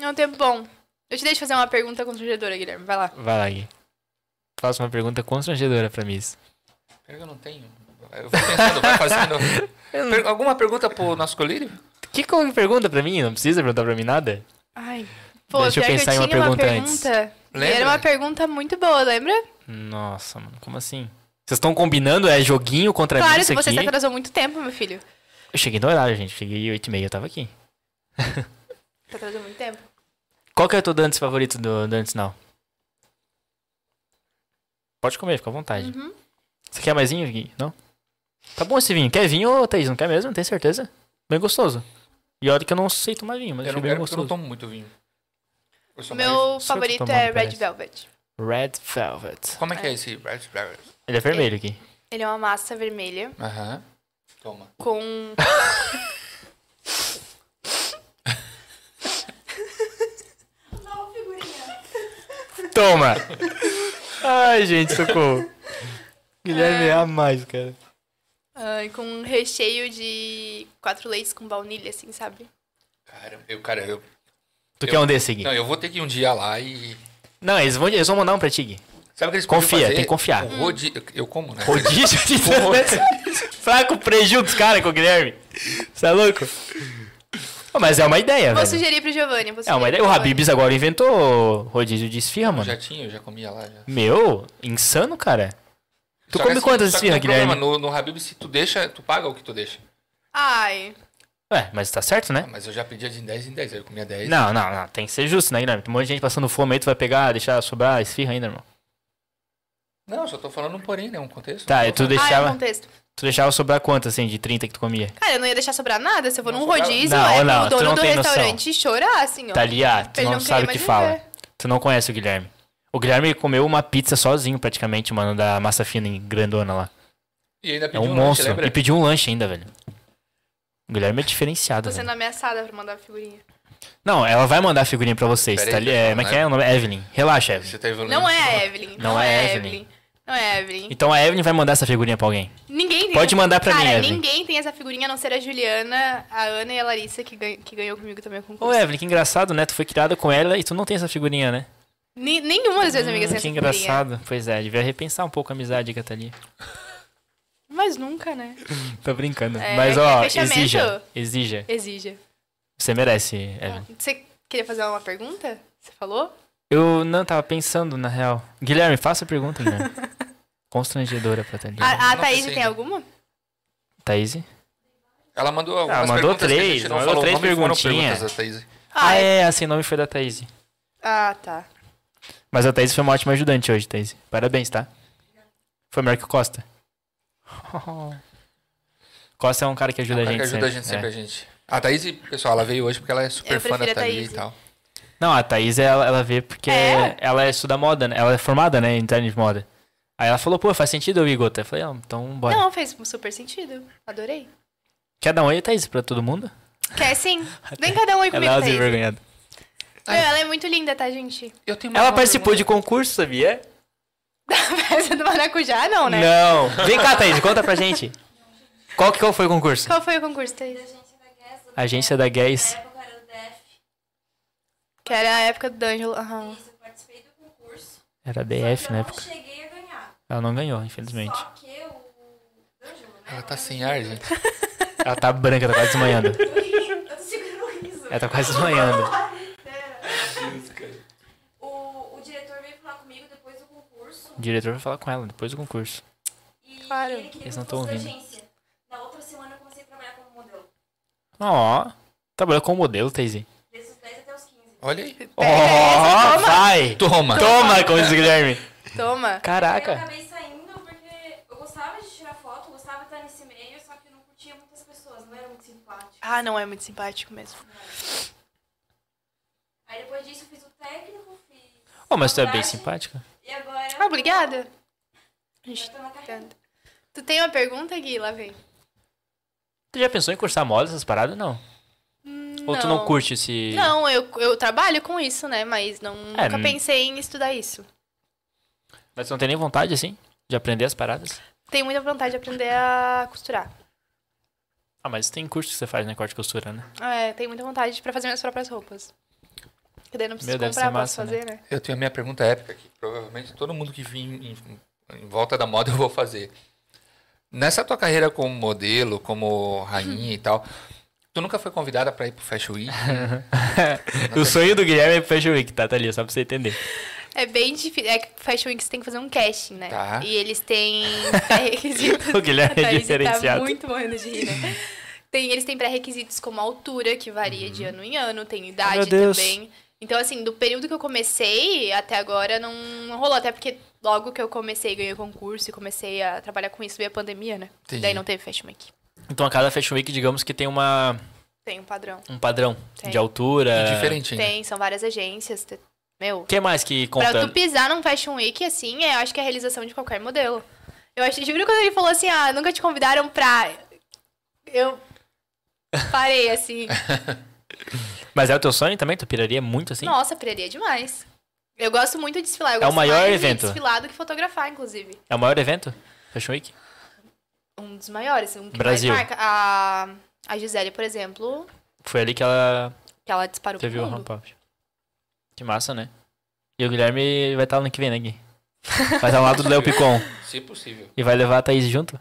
Speaker 3: É um tempo bom. Eu te deixo fazer uma pergunta constrangedora, Guilherme. Vai lá.
Speaker 1: Vai lá, Gui. Faça uma pergunta constrangedora pra Miss.
Speaker 2: Pior que Eu não tenho. Eu vou pensando, vai fazendo. Per- Alguma pergunta pro nosso colírio?
Speaker 1: Que que pergunta pra mim? Não precisa perguntar pra mim nada?
Speaker 3: Ai. Pô,
Speaker 1: Deixa eu
Speaker 3: pior
Speaker 1: pensar em
Speaker 3: que
Speaker 1: uma
Speaker 3: eu tinha uma
Speaker 1: pergunta antes.
Speaker 3: pergunta. E
Speaker 2: Lembra?
Speaker 3: Era uma pergunta muito boa, lembra?
Speaker 1: Nossa, mano, como assim? Vocês estão combinando? É joguinho contra
Speaker 3: claro
Speaker 1: mim isso
Speaker 3: que você tá
Speaker 1: aqui?
Speaker 3: se atrasou muito tempo, meu filho.
Speaker 1: Eu cheguei no horário, gente. Cheguei 8 e meia, eu tava aqui.
Speaker 3: Você atrasou Tá muito tempo.
Speaker 1: Qual que é o teu Dantes favorito do Dantes Now? Pode comer, fica à vontade.
Speaker 3: Uhum.
Speaker 1: Você quer mais vinho, Gui? Não? Tá bom esse vinho. Quer vinho, ô, Thaís? Não quer mesmo? Tem certeza? Bem gostoso. E olha que eu não sei tomar vinho, mas
Speaker 2: Eu
Speaker 1: achei
Speaker 2: não
Speaker 1: bem
Speaker 2: quero porque eu não
Speaker 1: gostoso.
Speaker 2: tomo muito vinho. Eu sou mais-
Speaker 3: Meu
Speaker 1: Só eu tô
Speaker 3: favorito
Speaker 1: tomando,
Speaker 3: é Red
Speaker 1: parece.
Speaker 3: Velvet.
Speaker 1: Red Velvet.
Speaker 2: Como é que é esse? Red Velvet?
Speaker 1: Ele é vermelho aqui.
Speaker 3: Ele é uma massa vermelha
Speaker 2: Aham. Toma.
Speaker 3: com.
Speaker 1: Toma! Ai, gente, socorro. Guilherme é a mais, cara.
Speaker 3: ai, com um recheio de quatro leites com baunilha, assim, sabe?
Speaker 2: Cara, eu, cara, eu.
Speaker 1: Tu
Speaker 2: Eu-
Speaker 1: quer um desse, Gui?
Speaker 2: Não, eu vou ter que ir um dia lá e.
Speaker 1: Não, eles vão, eles vão mandar um pra ti, Gui.
Speaker 2: Sabe o que eles
Speaker 1: Confia,
Speaker 2: podiam fazer?
Speaker 1: tem que confiar.
Speaker 2: Um rodi- Eu como, né?
Speaker 1: Rodízio de Fraco prejuízo dos caras com o Guilherme. Você é louco? Ô, mas é uma ideia,
Speaker 3: Vou
Speaker 1: velho.
Speaker 3: sugerir pro Giovanni. vou
Speaker 1: É uma
Speaker 3: sugerir
Speaker 1: ideia. O
Speaker 3: pro Giovanni.
Speaker 1: Habibs agora inventou rodízio de esfirra,
Speaker 2: Eu
Speaker 1: mano.
Speaker 2: já tinha, eu já comia lá. Já.
Speaker 1: Meu, insano, cara. Tu
Speaker 2: Só que
Speaker 1: come quantas
Speaker 2: só que tem
Speaker 1: esfirras,
Speaker 2: um problema,
Speaker 1: Guilherme?
Speaker 2: No, no Habib, se tu deixa, tu paga o que tu deixa.
Speaker 3: Ai.
Speaker 1: Ué, mas tá certo,
Speaker 2: Ah,
Speaker 1: né?
Speaker 2: mas eu já pedia de 10 em 10, aí eu comia 10.
Speaker 1: Não, não, não. Tem que ser justo, né, Guilherme? Tem um monte de gente passando fome aí, tu vai pegar, deixar sobrar esfirra ainda, irmão.
Speaker 2: Não, eu só tô falando um porém, né? Um contexto.
Speaker 1: Tá,
Speaker 2: Não
Speaker 1: e
Speaker 2: tô
Speaker 1: tu
Speaker 2: falando-
Speaker 3: Ai, é um
Speaker 1: deixava,
Speaker 3: contexto.
Speaker 1: tu deixava sobrar quanto, assim, de 30 que tu comia?
Speaker 3: Cara, eu não ia deixar sobrar nada se eu for
Speaker 2: Não
Speaker 3: num
Speaker 2: sobrava.
Speaker 3: rodízio,
Speaker 1: Não,
Speaker 3: é
Speaker 1: não, tu
Speaker 3: pro dono
Speaker 1: não
Speaker 3: do
Speaker 1: tem noção.
Speaker 3: restaurante chorar, assim, ó.
Speaker 1: Tá ali, ah, tu
Speaker 3: Ele
Speaker 1: não,
Speaker 3: não
Speaker 1: sabe o que
Speaker 3: queria mais
Speaker 1: fala.
Speaker 3: viver.
Speaker 1: Tu não conhece o Guilherme. O Guilherme comeu uma pizza sozinho, praticamente, mano, da massa fina em grandona lá.
Speaker 2: E ainda
Speaker 1: É
Speaker 2: pedi
Speaker 1: um,
Speaker 2: um, lanche,
Speaker 1: monstro.
Speaker 2: lembra?
Speaker 1: e pediu um lanche ainda, velho. O Guilherme é diferenciado,
Speaker 3: Tô sendo
Speaker 1: velho.
Speaker 3: ameaçada pra mandar figurinha.
Speaker 1: Não, ela vai mandar a figurinha pra vocês.
Speaker 2: Peraí,
Speaker 1: Tá ali,
Speaker 2: pessoal,
Speaker 1: é, como é
Speaker 2: né?
Speaker 1: que é o nome? Evelyn. Relaxa,
Speaker 2: Você
Speaker 1: Evelyn.
Speaker 2: tá evoluindo.
Speaker 3: Não é a
Speaker 1: Não
Speaker 3: Evelyn. Não,
Speaker 1: é
Speaker 3: é
Speaker 1: a
Speaker 3: a
Speaker 1: Evelyn.
Speaker 3: Evelyn. Não é a Evelyn.
Speaker 1: Então a Evelyn vai mandar essa figurinha pra alguém.
Speaker 3: Ninguém tem
Speaker 1: Pode mandar pra
Speaker 3: Cara,
Speaker 1: mim, Evelyn.
Speaker 3: ninguém tem essa figurinha a não ser a Juliana, a Ana e a Larissa, que, gan- que ganhou comigo também o
Speaker 1: Ô,
Speaker 3: concurso.
Speaker 1: Evelyn, que engraçado, né? Tu foi criada com ela e tu não tem essa figurinha, né?
Speaker 3: Ni- nenhuma das minhas amigas
Speaker 1: Hum,
Speaker 3: tem
Speaker 1: que
Speaker 3: essa figurinha.
Speaker 1: engraçado. Pois é, devia repensar um pouco a amizade que tá ali.
Speaker 3: Mas nunca, né?
Speaker 1: Tô brincando.
Speaker 3: É,
Speaker 1: Mas, ó,
Speaker 3: é fechamento.
Speaker 1: exija. Exija.
Speaker 3: Exija.
Speaker 1: Você merece, Evelyn.
Speaker 3: Você queria fazer uma pergunta? Você falou?
Speaker 1: Eu não tava pensando, na real. Guilherme, faça a pergunta, Guilherme. Constrangedora pra Thalia.
Speaker 3: A, a
Speaker 2: não
Speaker 3: Thaís
Speaker 2: pensei
Speaker 3: tem
Speaker 2: ainda.
Speaker 3: alguma?
Speaker 1: Thaís?
Speaker 2: Ela mandou algumas
Speaker 1: Ah, mandou
Speaker 2: perguntas que a
Speaker 1: três,
Speaker 2: gente não
Speaker 1: mandou
Speaker 2: falou.
Speaker 1: três
Speaker 2: Não me foram
Speaker 1: perguntinhas.
Speaker 2: perguntas da Thaís.
Speaker 1: Ah,
Speaker 3: Ah,
Speaker 1: é, assim, o nome foi da Thaís.
Speaker 3: Ah, tá.
Speaker 1: Mas a Thaís foi uma ótima ajudante hoje, Thaís. Parabéns, tá? Foi melhor que o Costa. Costa é um cara que ajuda,
Speaker 2: É um cara
Speaker 1: a, gente
Speaker 2: que ajuda a gente
Speaker 1: sempre.
Speaker 2: sempre,
Speaker 1: é.
Speaker 2: a gente. A Thaís, pessoal, ela veio hoje porque ela é super
Speaker 3: Eu
Speaker 2: fã da
Speaker 3: prefiro a
Speaker 2: Thaís
Speaker 3: Thaís.
Speaker 2: e tal.
Speaker 1: Não, a Thaís, ela, ela vê porque
Speaker 3: É?
Speaker 1: ela estuda moda, né? Ela é formada, né, em design de moda. Aí ela falou, pô, faz sentido eu ir, Gota. Eu falei, ah, então bora.
Speaker 3: Não, fez super sentido. Adorei.
Speaker 1: Quer dar um oi, Thaís, pra todo mundo?
Speaker 3: Quer sim? Vem cada um aí comigo,
Speaker 1: Ela é
Speaker 3: Thaís. Meu,
Speaker 1: desenvergonhada.
Speaker 3: ela é muito linda, tá, gente?
Speaker 2: Eu tenho mais
Speaker 1: Ela
Speaker 2: uma
Speaker 1: participou de
Speaker 2: pergunta.
Speaker 1: concurso, sabia?
Speaker 3: Essa é do maracujá, não, né?
Speaker 1: Não. Vem cá, Thaís, conta pra gente. Qual que qual foi o concurso?
Speaker 3: Qual foi o concurso, Thaís?
Speaker 4: Agência da Guess.
Speaker 1: Agência da Guess.
Speaker 4: Na época era do DF.
Speaker 3: Que era a época do D'Angelo. Aham.
Speaker 4: Isso, eu participei do concurso.
Speaker 1: Era
Speaker 4: só
Speaker 1: DF
Speaker 4: que
Speaker 1: na
Speaker 4: eu
Speaker 1: época.
Speaker 4: não cheguei a ganhar.
Speaker 1: Ela não ganhou, infelizmente.
Speaker 4: Só que o D'Angelo, né?
Speaker 2: Ela tá sem ar, gente.
Speaker 1: Ela tá branca, tá quase desmanhando.
Speaker 4: Eu tô rindo, eu tô segurando o riso.
Speaker 1: Ela tá quase desmanhando.
Speaker 4: O, o diretor veio falar comigo depois do concurso.
Speaker 1: O diretor vai falar com ela depois do concurso.
Speaker 4: E
Speaker 3: Claro.
Speaker 4: ele queria
Speaker 1: Eles
Speaker 4: que
Speaker 1: não
Speaker 4: eu
Speaker 1: tão
Speaker 4: fosse da
Speaker 1: ouvindo.
Speaker 4: agência. Na outra semana eu comecei a trabalhar como modelo.
Speaker 1: Ó, trabalhou com modelo, Thaisy.
Speaker 4: Desde os 10 até os 15.
Speaker 2: Olha aí.
Speaker 1: Ó,
Speaker 3: essa, é toma.
Speaker 1: vai!
Speaker 2: Toma.
Speaker 1: Toma, como diz o Guilherme.
Speaker 3: Toma.
Speaker 4: Eu
Speaker 1: Caraca.
Speaker 4: acabei saindo porque eu gostava de tirar foto, eu gostava de estar nesse meio, só que eu não curtia muitas pessoas, não era muito simpático.
Speaker 3: Ah, não, é muito simpático mesmo.
Speaker 4: Aí depois disso eu fiz o técnico, fiz.
Speaker 1: Oh, mas tu é bem
Speaker 4: faculdade,
Speaker 1: simpática.
Speaker 4: E agora.
Speaker 3: Ah, obrigada.
Speaker 4: Eu tô na carreira.
Speaker 3: Tanto. Tu tem uma pergunta, Gui? Lá vem.
Speaker 1: Tu já pensou em cursar moda, essas paradas? Não. Ou tu não curte esse...
Speaker 3: Não, eu, eu trabalho com isso, né? Mas não,
Speaker 1: É,
Speaker 3: nunca
Speaker 1: não-
Speaker 3: pensei em estudar isso.
Speaker 1: Mas tu não tem nem vontade, assim, de aprender as paradas?
Speaker 3: Tenho muita vontade de aprender a costurar.
Speaker 1: Ah, mas tem curso que você faz, né? Corte e costura, né?
Speaker 3: É, tenho muita vontade pra fazer minhas próprias roupas. Que daí não
Speaker 1: Meu,
Speaker 3: preciso
Speaker 1: deve
Speaker 3: comprar,
Speaker 1: ser massa,
Speaker 3: posso fazer, né?
Speaker 2: Eu tenho a minha pergunta épica aqui. Provavelmente todo mundo que vir em, em- em volta da moda eu vou fazer. Nessa tua carreira como modelo, como rainha e tal, tu nunca foi convidada pra ir pro Fashion Week?
Speaker 1: o sonho do Guilherme é Fashion Week, tá, Thalia? Só pra você entender.
Speaker 3: É bem difícil. É que Fashion Week você tem que fazer um casting, né?
Speaker 2: Tá.
Speaker 3: E eles têm pré-requisitos.
Speaker 1: O Guilherme é
Speaker 3: A Thaís
Speaker 1: diferenciado.
Speaker 3: Tá muito morrendo de rir, né? Tem, eles têm pré-requisitos como altura, que varia de ano em ano, tem idade
Speaker 1: Uhum. Ah, Meu Deus.
Speaker 3: também. Então, assim, do período que eu comecei até agora não, não rolou. Até porque logo que eu comecei, ganhei o concurso e comecei a trabalhar com isso, veio a pandemia, né?
Speaker 2: Entendi.
Speaker 3: Daí não teve Fashion Week.
Speaker 1: Então, a cada Fashion Week, digamos que tem uma,
Speaker 3: Tem um padrão.
Speaker 1: um padrão
Speaker 3: Tem.
Speaker 1: de altura...
Speaker 2: Diferentinho.
Speaker 3: Tem, são várias agências. te- Meu,
Speaker 1: O que mais que
Speaker 3: Pra
Speaker 1: conta?
Speaker 3: tu pisar num Fashion Week, assim, é, eu acho que é a realização de qualquer modelo. Eu acho, juro quando ele falou assim, ah, nunca te convidaram pra... Eu parei, assim.
Speaker 1: Mas é o teu sonho também? Tu piraria muito, assim?
Speaker 3: Nossa, piraria demais. Eu gosto muito de desfilar. Eu
Speaker 1: É o
Speaker 3: gosto
Speaker 1: maior
Speaker 3: mais
Speaker 1: evento.
Speaker 3: de desfilar do que fotografar, inclusive.
Speaker 1: É o maior evento? Fashion Week?
Speaker 3: Um dos maiores. Um que
Speaker 1: Brasil.
Speaker 3: Mais marca. A, a Gisele, por exemplo,
Speaker 1: Foi ali que ela
Speaker 3: que ela disparou
Speaker 1: Você
Speaker 3: pro
Speaker 1: viu o
Speaker 3: mundo.
Speaker 1: ramp-up. Que massa, né? E o Guilherme vai estar ano que vem, né, Gui? Vai estar ao lado do Léo Picon.
Speaker 2: Se possível.
Speaker 1: E vai levar a Thaís junto?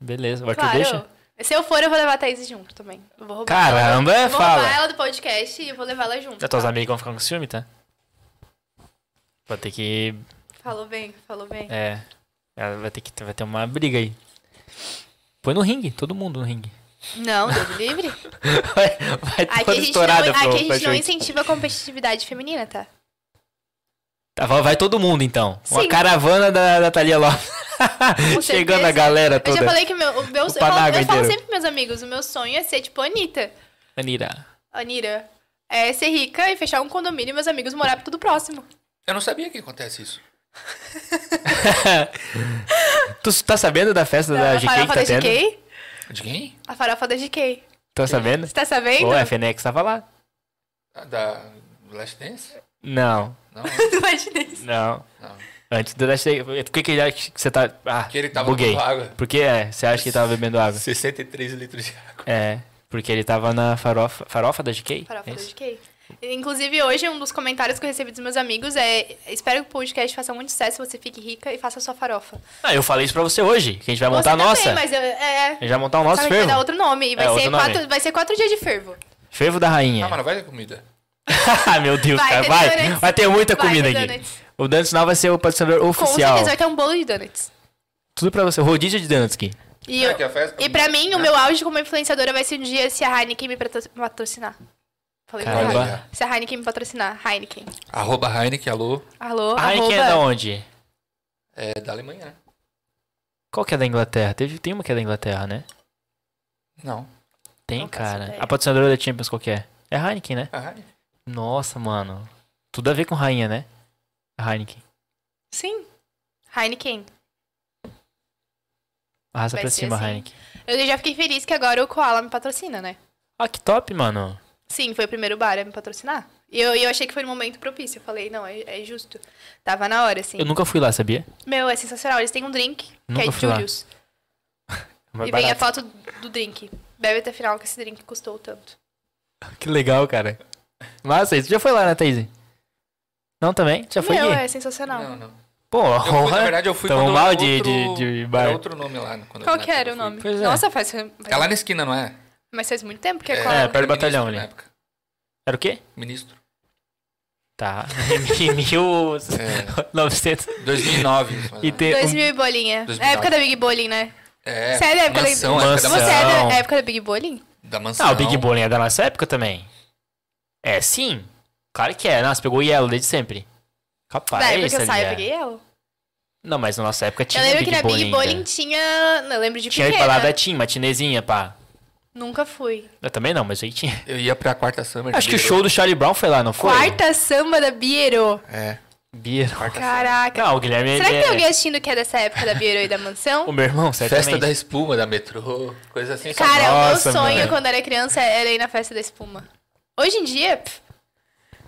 Speaker 1: Beleza, o Arthur deixa?
Speaker 3: Se Uhum. eu for, eu vou levar a Thaís junto também. Eu vou roubar
Speaker 1: Caramba,
Speaker 3: ela. Eu Vou
Speaker 1: fala.
Speaker 3: roubar ela do podcast e eu vou levar ela junto.
Speaker 1: As tuas
Speaker 3: tá?
Speaker 1: amigas vão ficar com ciúme, tá? Vai ter que.
Speaker 3: Falou bem, falou bem.
Speaker 1: É. ela Vai ter que. Vai ter uma briga aí. Põe no ringue, todo mundo no ringue.
Speaker 3: Não, Deus livre.
Speaker 1: Vai, vai
Speaker 3: Aqui
Speaker 1: toda
Speaker 3: a gente, não,
Speaker 1: estourada
Speaker 3: aqui
Speaker 1: pro
Speaker 3: a gente
Speaker 1: Fashion
Speaker 3: não
Speaker 1: Week.
Speaker 3: incentiva a competitividade feminina, tá?
Speaker 1: Tá, vai vai todo mundo então. Uma
Speaker 3: Sim.
Speaker 1: caravana da, da Thalia Lopes. Chegando
Speaker 3: certeza.
Speaker 1: a galera
Speaker 3: Eu
Speaker 1: toda.
Speaker 3: já falei que meu, o meu eu, falo,
Speaker 1: Panago
Speaker 3: eu falo
Speaker 1: inteiro.
Speaker 3: sempre pros meus amigos, o meu sonho é ser tipo a Anitta.
Speaker 1: Anira.
Speaker 3: Anira. É ser rica e fechar um condomínio e meus amigos morar tudo próximo.
Speaker 2: Eu não sabia que acontece isso.
Speaker 1: Tu tá sabendo da festa da
Speaker 3: a
Speaker 1: GK que
Speaker 3: farofa
Speaker 1: tá
Speaker 3: da
Speaker 1: tendo?
Speaker 3: GK?
Speaker 2: De quem?
Speaker 3: A farofa da GK.
Speaker 1: Tá sabendo?
Speaker 3: Você tá sabendo?
Speaker 1: Ou a FNX tava lá.
Speaker 2: Ah, Da Last Dance?
Speaker 1: Não,
Speaker 2: Não.
Speaker 3: Do Latinense.
Speaker 1: não.
Speaker 2: Não.
Speaker 1: Antes do Dash Day. Por que, que ele acha que você tá. Ah,
Speaker 2: Que ele tava
Speaker 1: buguei.
Speaker 2: bebendo água.
Speaker 1: Por que é? Você acha que ele tava bebendo água?
Speaker 2: 63 litros de água.
Speaker 1: É. Porque ele tava na farofa. Farofa da GK?
Speaker 3: Farofa
Speaker 1: É
Speaker 3: da
Speaker 1: isso?
Speaker 3: GK. Inclusive, hoje, um dos comentários que eu recebi dos meus amigos é: Espero que o podcast faça muito sucesso, você fique rica e faça a sua farofa.
Speaker 1: Ah, eu falei isso pra você hoje. Que a gente vai montar a
Speaker 3: você
Speaker 1: nossa.
Speaker 3: Também, mas eu, é.
Speaker 1: A gente vai montar o
Speaker 3: Só
Speaker 1: nosso
Speaker 3: que a gente vai
Speaker 1: fervo.
Speaker 3: dar outro nome. E vai,
Speaker 1: É, outro
Speaker 3: ser
Speaker 1: nome.
Speaker 3: Quatro, vai ser quatro dias de fervo.
Speaker 1: Fervo da rainha.
Speaker 2: Ah, mas não vai ter comida.
Speaker 1: Ah, meu Deus,
Speaker 3: Vai
Speaker 1: cara.
Speaker 3: ter
Speaker 1: Vai.
Speaker 3: donuts.
Speaker 1: Vai ter muita
Speaker 3: Vai
Speaker 1: comida
Speaker 3: ter
Speaker 1: aqui.
Speaker 3: donuts.
Speaker 1: O Dantes Sinal vai ser o patrocinador
Speaker 3: Com
Speaker 1: oficial.
Speaker 3: certeza vai ter um bolo de donuts.
Speaker 1: Tudo pra você. Rodízio de Dantes aqui.
Speaker 3: E,
Speaker 2: É
Speaker 3: eu-
Speaker 2: que a festa-
Speaker 3: e pra mim, o meu auge como influenciadora vai ser um dia se a Heineken me patro- patrocinar. Falei
Speaker 1: Caramba.
Speaker 3: errado. Se a Heineken me patrocinar, Heineken.
Speaker 2: Arroba Heineken, alô.
Speaker 3: Alô,
Speaker 1: A Heineken é
Speaker 3: arroba.
Speaker 1: da onde?
Speaker 2: É da Alemanha, né?
Speaker 1: Qual que é da Inglaterra? Teve, tem uma que é da Inglaterra, né?
Speaker 2: Não.
Speaker 1: Tem,
Speaker 3: Não faço
Speaker 1: cara.
Speaker 3: ideia.
Speaker 1: A patrocinadora da Champions qual que é? É a Heineken, né?
Speaker 2: Ah, Heineken.
Speaker 1: Nossa, mano. Tudo a ver com rainha, né? A Heineken.
Speaker 3: Sim. Heineken.
Speaker 1: Arrasa
Speaker 3: Vai
Speaker 1: pra
Speaker 3: ser
Speaker 1: cima,
Speaker 3: assim.
Speaker 1: Heineken.
Speaker 3: Eu já fiquei feliz que agora o Koala me patrocina, né?
Speaker 1: Ah, que top, mano.
Speaker 3: Sim, foi o primeiro bar a me patrocinar. E eu, e eu achei que foi no momento propício. Eu falei, não, é, é justo. Tava na hora, assim.
Speaker 1: Eu nunca fui lá, sabia?
Speaker 3: Meu, é sensacional. Eles têm um drink,
Speaker 1: Nunca
Speaker 3: que
Speaker 1: fui
Speaker 3: é
Speaker 1: lá.
Speaker 3: Julius.
Speaker 1: Mas
Speaker 3: e vem a
Speaker 1: barato.
Speaker 3: foto do drink. Bebe até final que esse drink custou tanto.
Speaker 1: Que legal, cara. Massa, isso. Já foi lá, né, Thaís? Não também? Já foi?
Speaker 3: Meu,
Speaker 1: Gui?
Speaker 3: é sensacional.
Speaker 2: Não, não.
Speaker 1: Pô,
Speaker 2: Eu fui, na verdade, eu fui
Speaker 1: Tão
Speaker 2: quando
Speaker 1: mal
Speaker 2: era
Speaker 1: de, de,
Speaker 2: outro-
Speaker 1: de
Speaker 2: Era
Speaker 1: bar.
Speaker 2: outro nome lá. né? quando
Speaker 3: Qual
Speaker 2: na
Speaker 3: que
Speaker 2: época
Speaker 3: era o
Speaker 2: eu fui.
Speaker 3: nome?
Speaker 1: Pois é.
Speaker 3: Nossa, faz, faz-
Speaker 2: É lá na esquina, não é?
Speaker 3: mas faz muito tempo que é,
Speaker 2: É,
Speaker 3: cola.
Speaker 1: perto do
Speaker 2: Ministro,
Speaker 1: batalhão
Speaker 2: na
Speaker 1: ali.
Speaker 2: época.
Speaker 1: Era o quê?
Speaker 2: Ministro.
Speaker 1: Tá. Em mil...
Speaker 2: É,
Speaker 1: 900.
Speaker 2: 2009. isso, mais ou
Speaker 1: E
Speaker 2: menos.
Speaker 1: tem... um-
Speaker 3: 2000 e bolinha.
Speaker 2: 2009.
Speaker 3: É época da Big Bowling, né?
Speaker 2: É,
Speaker 3: Você é da época da-
Speaker 2: mansão,
Speaker 1: Mansão.
Speaker 2: época da
Speaker 1: Não.
Speaker 3: Você
Speaker 2: mansão.
Speaker 3: é da época da Big Bowling?
Speaker 2: Da mansão.
Speaker 1: Ah, o Big Bowling é da nossa época também. É, sim. Claro que é. Nossa, pegou o Yellow desde sempre. Capaz,
Speaker 3: da época que eu
Speaker 1: ali
Speaker 3: saio, eu
Speaker 1: é.
Speaker 3: peguei ela.
Speaker 1: Não, mas na nossa época tinha
Speaker 3: eu lembro
Speaker 1: Big
Speaker 3: que na
Speaker 1: Bowling
Speaker 3: Big
Speaker 1: ainda.
Speaker 3: Bowling tinha... não, Eu lembro de
Speaker 1: Tinha
Speaker 3: pequena.
Speaker 1: balada Tim, matinezinha, pá.
Speaker 3: Nunca fui.
Speaker 1: Eu também não, mas aí tinha.
Speaker 2: Eu ia pra quarta summer.
Speaker 1: Acho que o
Speaker 2: de
Speaker 1: show do Charlie Brown foi lá, não foi?
Speaker 3: Quarta samba da Biero.
Speaker 2: Beirute. É,
Speaker 1: Biro.
Speaker 2: quarta
Speaker 3: Caraca.
Speaker 1: Não, o Guilherme.
Speaker 3: Será que
Speaker 1: ele
Speaker 3: tem
Speaker 1: é-
Speaker 3: alguém assistindo que é dessa época da Biero e da mansão?
Speaker 1: O meu irmão, certamente.
Speaker 2: Festa da espuma, da metrô, coisa assim. sabe?
Speaker 3: Cara,
Speaker 1: Nossa,
Speaker 3: o meu sonho
Speaker 1: mano.
Speaker 3: quando era criança era ir na festa da espuma. Hoje em dia. pff,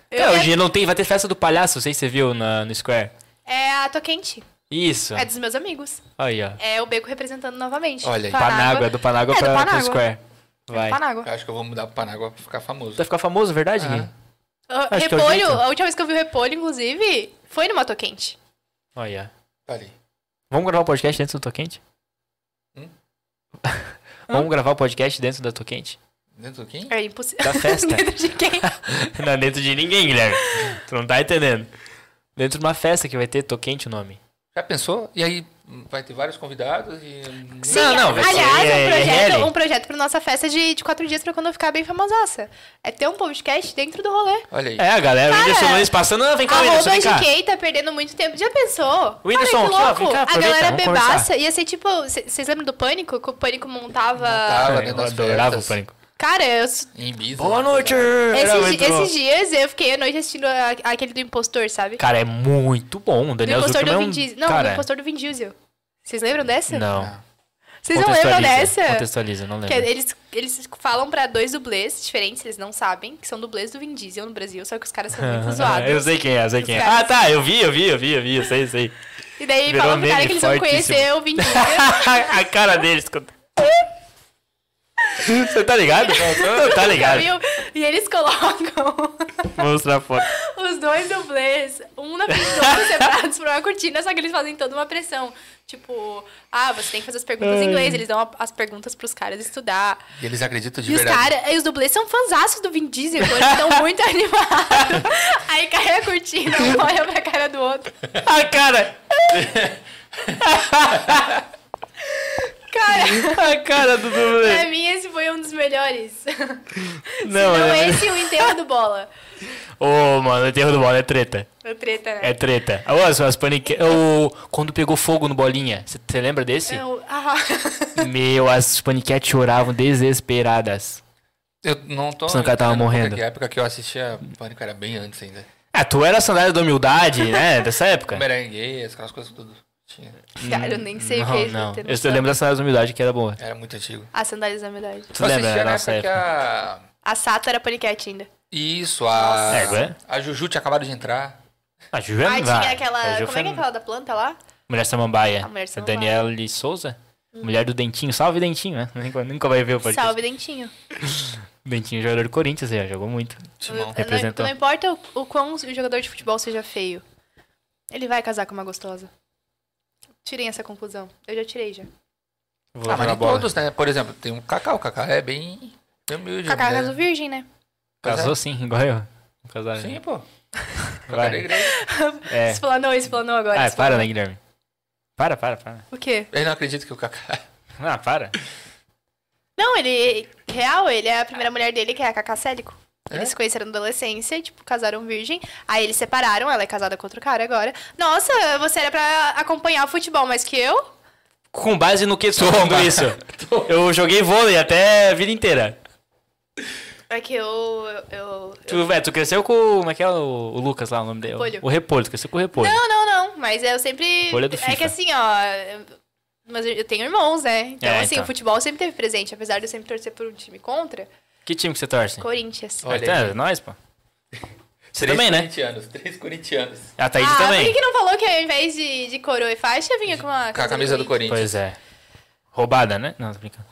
Speaker 3: eu
Speaker 1: Cara,
Speaker 3: ia-
Speaker 1: É, hoje não tem, vai ter festa do palhaço, não sei se você viu na- no Square.
Speaker 3: É a Tô Quente.
Speaker 1: Isso.
Speaker 3: É dos meus amigos.
Speaker 1: Aí, ó.
Speaker 3: É o Beco representando novamente.
Speaker 2: Olha aí.
Speaker 1: Panágua, do Panágua
Speaker 3: É, do
Speaker 1: pra, pro
Speaker 3: Panágua.
Speaker 1: Square. Vai.
Speaker 3: Panágua.
Speaker 2: Eu acho que eu vou mudar pro Panágua pra ficar famoso.
Speaker 1: Vai ficar famoso, é verdade,
Speaker 2: Ah.
Speaker 1: Gui?
Speaker 3: O
Speaker 1: Acho que é o
Speaker 3: repolho,
Speaker 1: jeito.
Speaker 3: a última vez que eu vi o repolho, inclusive, foi numa Tô Quente.
Speaker 1: Olha.
Speaker 2: Peraí.
Speaker 1: Vamos gravar o podcast dentro do Toquente?
Speaker 2: Hum?
Speaker 1: Vamos gravar o podcast dentro da Toquente?
Speaker 2: Dentro do quem?
Speaker 3: É impossível.
Speaker 1: Da festa.
Speaker 3: Dentro de quem?
Speaker 1: não, dentro de ninguém, Guilherme. Tu não tá entendendo. Dentro de uma festa que vai ter Toquente o nome.
Speaker 2: Já pensou? E aí hum, vai ter vários convidados e... hum,
Speaker 3: Sim,
Speaker 1: Não, não, vai ser
Speaker 3: aliás,
Speaker 1: é-
Speaker 3: um, projeto,
Speaker 1: IRL.
Speaker 3: um projeto pra nossa festa de, de quatro dias pra quando eu ficar bem famosaça. É ter um podcast dentro do rolê.
Speaker 2: Olha aí.
Speaker 1: É, a galera, o
Speaker 3: Cara,
Speaker 1: Whindersson Nunes passando. Não, vem cá, Whindersson,
Speaker 3: Arroba
Speaker 1: vem cá.
Speaker 3: GK tá perdendo muito tempo. Já pensou?
Speaker 1: Whindersson,
Speaker 3: Cara,
Speaker 1: aqui,
Speaker 3: que
Speaker 1: ó,
Speaker 3: louco.
Speaker 1: vem cá,
Speaker 3: a
Speaker 1: aproveita,
Speaker 3: galera
Speaker 1: vamos conversar.
Speaker 3: bebaça. Ia ser tipo. c- Vocês lembram do Pânico? Que o Pânico montava.
Speaker 2: Montava.
Speaker 1: Cara,
Speaker 2: dentro
Speaker 1: eu
Speaker 2: das
Speaker 1: adorava o
Speaker 2: festas.
Speaker 1: pânico.
Speaker 3: Cara, eu s-
Speaker 2: Em Ibiza.
Speaker 1: Boa noite! Era
Speaker 3: esses,
Speaker 1: muito
Speaker 3: di-
Speaker 1: bom.
Speaker 3: esses dias eu fiquei a noite assistindo a- aquele do impostor, sabe?
Speaker 1: Cara, é muito bom. O
Speaker 3: do
Speaker 1: Daniel
Speaker 3: impostor
Speaker 1: Zuckerman
Speaker 3: do
Speaker 1: é
Speaker 3: Vin
Speaker 1: um-
Speaker 3: Diesel. Não, do
Speaker 1: cara,
Speaker 3: impostor do Vin Diesel. Vocês lembram dessa?
Speaker 1: Não.
Speaker 3: Vocês não lembram
Speaker 1: Contextualiza,
Speaker 3: dessa?
Speaker 1: Contextualiza, não
Speaker 3: Que é,
Speaker 1: lembro.
Speaker 3: eles, eles falam pra dois dublês diferentes, eles não sabem, que são dublês do Vin Diesel no Brasil, só que os caras são muito zoados.
Speaker 1: eu sei quem é, eu sei quem é.
Speaker 3: Os caras-
Speaker 1: Ah, tá, eu vi, eu vi, eu vi, eu vi, eu sei, eu sei.
Speaker 3: E daí
Speaker 1: Virou
Speaker 3: falam pro cara
Speaker 1: meme
Speaker 3: que eles vão
Speaker 1: fortíssimo.
Speaker 3: conhecer o Vin Diesel.
Speaker 1: a cara deles. quando- Você tá ligado? Não, tá
Speaker 3: Já
Speaker 1: ligado.
Speaker 3: viu? E eles colocam
Speaker 1: Vou mostrar a foto.
Speaker 3: os dois dublês, um na frente do outro, separados por uma cortina, só que eles fazem toda uma pressão. Tipo, ah, você tem que fazer as perguntas em inglês, eles dão a- as perguntas pros caras estudar.
Speaker 2: E eles acreditam de
Speaker 3: E os
Speaker 2: verdade.
Speaker 3: caras, e os dublês são fanzaços do Vin Diesel, então eles estão muito animados. Aí cai a cortina, um olha pra cara do outro.
Speaker 1: A cara!
Speaker 3: Cara,
Speaker 1: A cara do
Speaker 3: pra
Speaker 1: dublê.
Speaker 3: mim esse foi um dos melhores.
Speaker 1: Não,
Speaker 3: Não
Speaker 1: é.
Speaker 3: esse e o enterro do bola.
Speaker 1: Ô, mano, o enterro do bola é treta.
Speaker 3: É treta, né?
Speaker 1: É treta. Ô, as, as panique... Ô, quando pegou fogo no bolinha. Você lembra desse?
Speaker 3: Eu- ah.
Speaker 1: Meu, as paniquetes choravam desesperadas.
Speaker 2: Eu não tô...
Speaker 1: Senão o cara tava
Speaker 2: entendendo
Speaker 1: morrendo.
Speaker 2: porque Que época que eu assistia Pânico era bem antes ainda.
Speaker 1: Ah, tu era a sandália da humildade, né? Dessa época?
Speaker 2: Como era gay, aquelas coisas tudo. Tinha.
Speaker 3: Cara, eu nem sei o que é
Speaker 1: Não,
Speaker 3: isso,
Speaker 1: não.
Speaker 3: ter
Speaker 1: Eu só
Speaker 3: noção.
Speaker 1: lembro da sandália da humildade que era boa.
Speaker 2: Era muito antigo.
Speaker 3: As sandálias da humildade.
Speaker 1: Tu
Speaker 2: Eu
Speaker 1: lembra
Speaker 2: assistia
Speaker 1: da
Speaker 2: na
Speaker 1: nossa
Speaker 2: época que
Speaker 1: época?
Speaker 2: a...
Speaker 3: A Sato era paniquete ainda.
Speaker 2: Isso, a...
Speaker 1: É, agora?
Speaker 2: a Juju tinha acabado de entrar.
Speaker 1: A Juve
Speaker 3: Ah, tinha
Speaker 1: A
Speaker 3: aquela.
Speaker 1: Ju
Speaker 3: Como é que é
Speaker 1: foi-
Speaker 3: aquela da planta lá?
Speaker 1: Mulher Samambaia.
Speaker 3: A Mulher
Speaker 1: É
Speaker 3: Samambaia. Hum.
Speaker 1: Daniele Souza? Mulher do Dentinho. Salve, Dentinho, né? Nunca, nunca vai ver o podcast.
Speaker 3: Salve, Dentinho.
Speaker 1: Dentinho, jogador do Corinthians, aí, ó, jogou muito.
Speaker 2: Timão.
Speaker 1: Representou.
Speaker 3: Não, não importa o, o quão o jogador de futebol seja feio. Ele vai casar com uma gostosa. Tirem essa conclusão. Eu já tirei já.
Speaker 1: Vou
Speaker 2: Ah, mas
Speaker 1: jogar
Speaker 2: nem
Speaker 1: bola.
Speaker 2: todos, né? Por exemplo, tem um Cacá. O Cacá é bem... bem humilde.
Speaker 3: Cacá
Speaker 2: né?
Speaker 3: casou virgem, né?
Speaker 2: Pois é.
Speaker 1: Casou sim, igual eu. Casar,
Speaker 2: Sim,
Speaker 1: né?
Speaker 2: pô. Cacá da
Speaker 1: Vai.
Speaker 2: igreja.
Speaker 1: É.
Speaker 3: Explanou, explanou agora.
Speaker 1: Ah,
Speaker 3: explanou.
Speaker 1: para, né, Guilherme? Para, para, para.
Speaker 3: O quê?
Speaker 2: Eu não acredito que o é. Cacá...
Speaker 1: Ah, para.
Speaker 3: Não, ele. Real, ele é a primeira mulher dele, que é a Cacá Célico.
Speaker 2: É?
Speaker 3: Eles se conheceram na adolescência e, tipo, casaram virgem. Aí eles separaram, ela é casada com outro cara agora. Nossa, você era pra acompanhar o futebol mais que eu?
Speaker 1: Com base no que eu tô falando isso? Eu joguei vôlei até a vida inteira.
Speaker 3: É que eu. eu, eu-
Speaker 1: Tu, é, tu cresceu com. o- Como é que é o, o Lucas lá, o nome dele?
Speaker 3: Repolho.
Speaker 1: O Repolho, tu cresceu com o Repolho.
Speaker 3: Não, não, não. Mas eu sempre.
Speaker 1: Folha do
Speaker 3: é que
Speaker 1: FIFA.
Speaker 3: assim, ó. Mas eu- eu tenho irmãos, né? Então,
Speaker 1: É,
Speaker 3: assim,
Speaker 1: então.
Speaker 3: o futebol sempre teve presente. Apesar de eu sempre torcer por um time contra,
Speaker 1: Que time que você torce?
Speaker 3: Corinthians.
Speaker 2: Olha
Speaker 1: Então,
Speaker 2: aí.
Speaker 1: é nóis, pô. Você
Speaker 2: Três
Speaker 1: também, né?
Speaker 2: corintianos, três corintianos.
Speaker 1: A Thaís
Speaker 3: ah, por que,
Speaker 1: também.
Speaker 3: que não falou que ao invés de, de coroa e faixa, vinha com uma
Speaker 2: Com é a camisa do Corinthians.
Speaker 1: Pois é. Roubada, né? Não, tô brincando.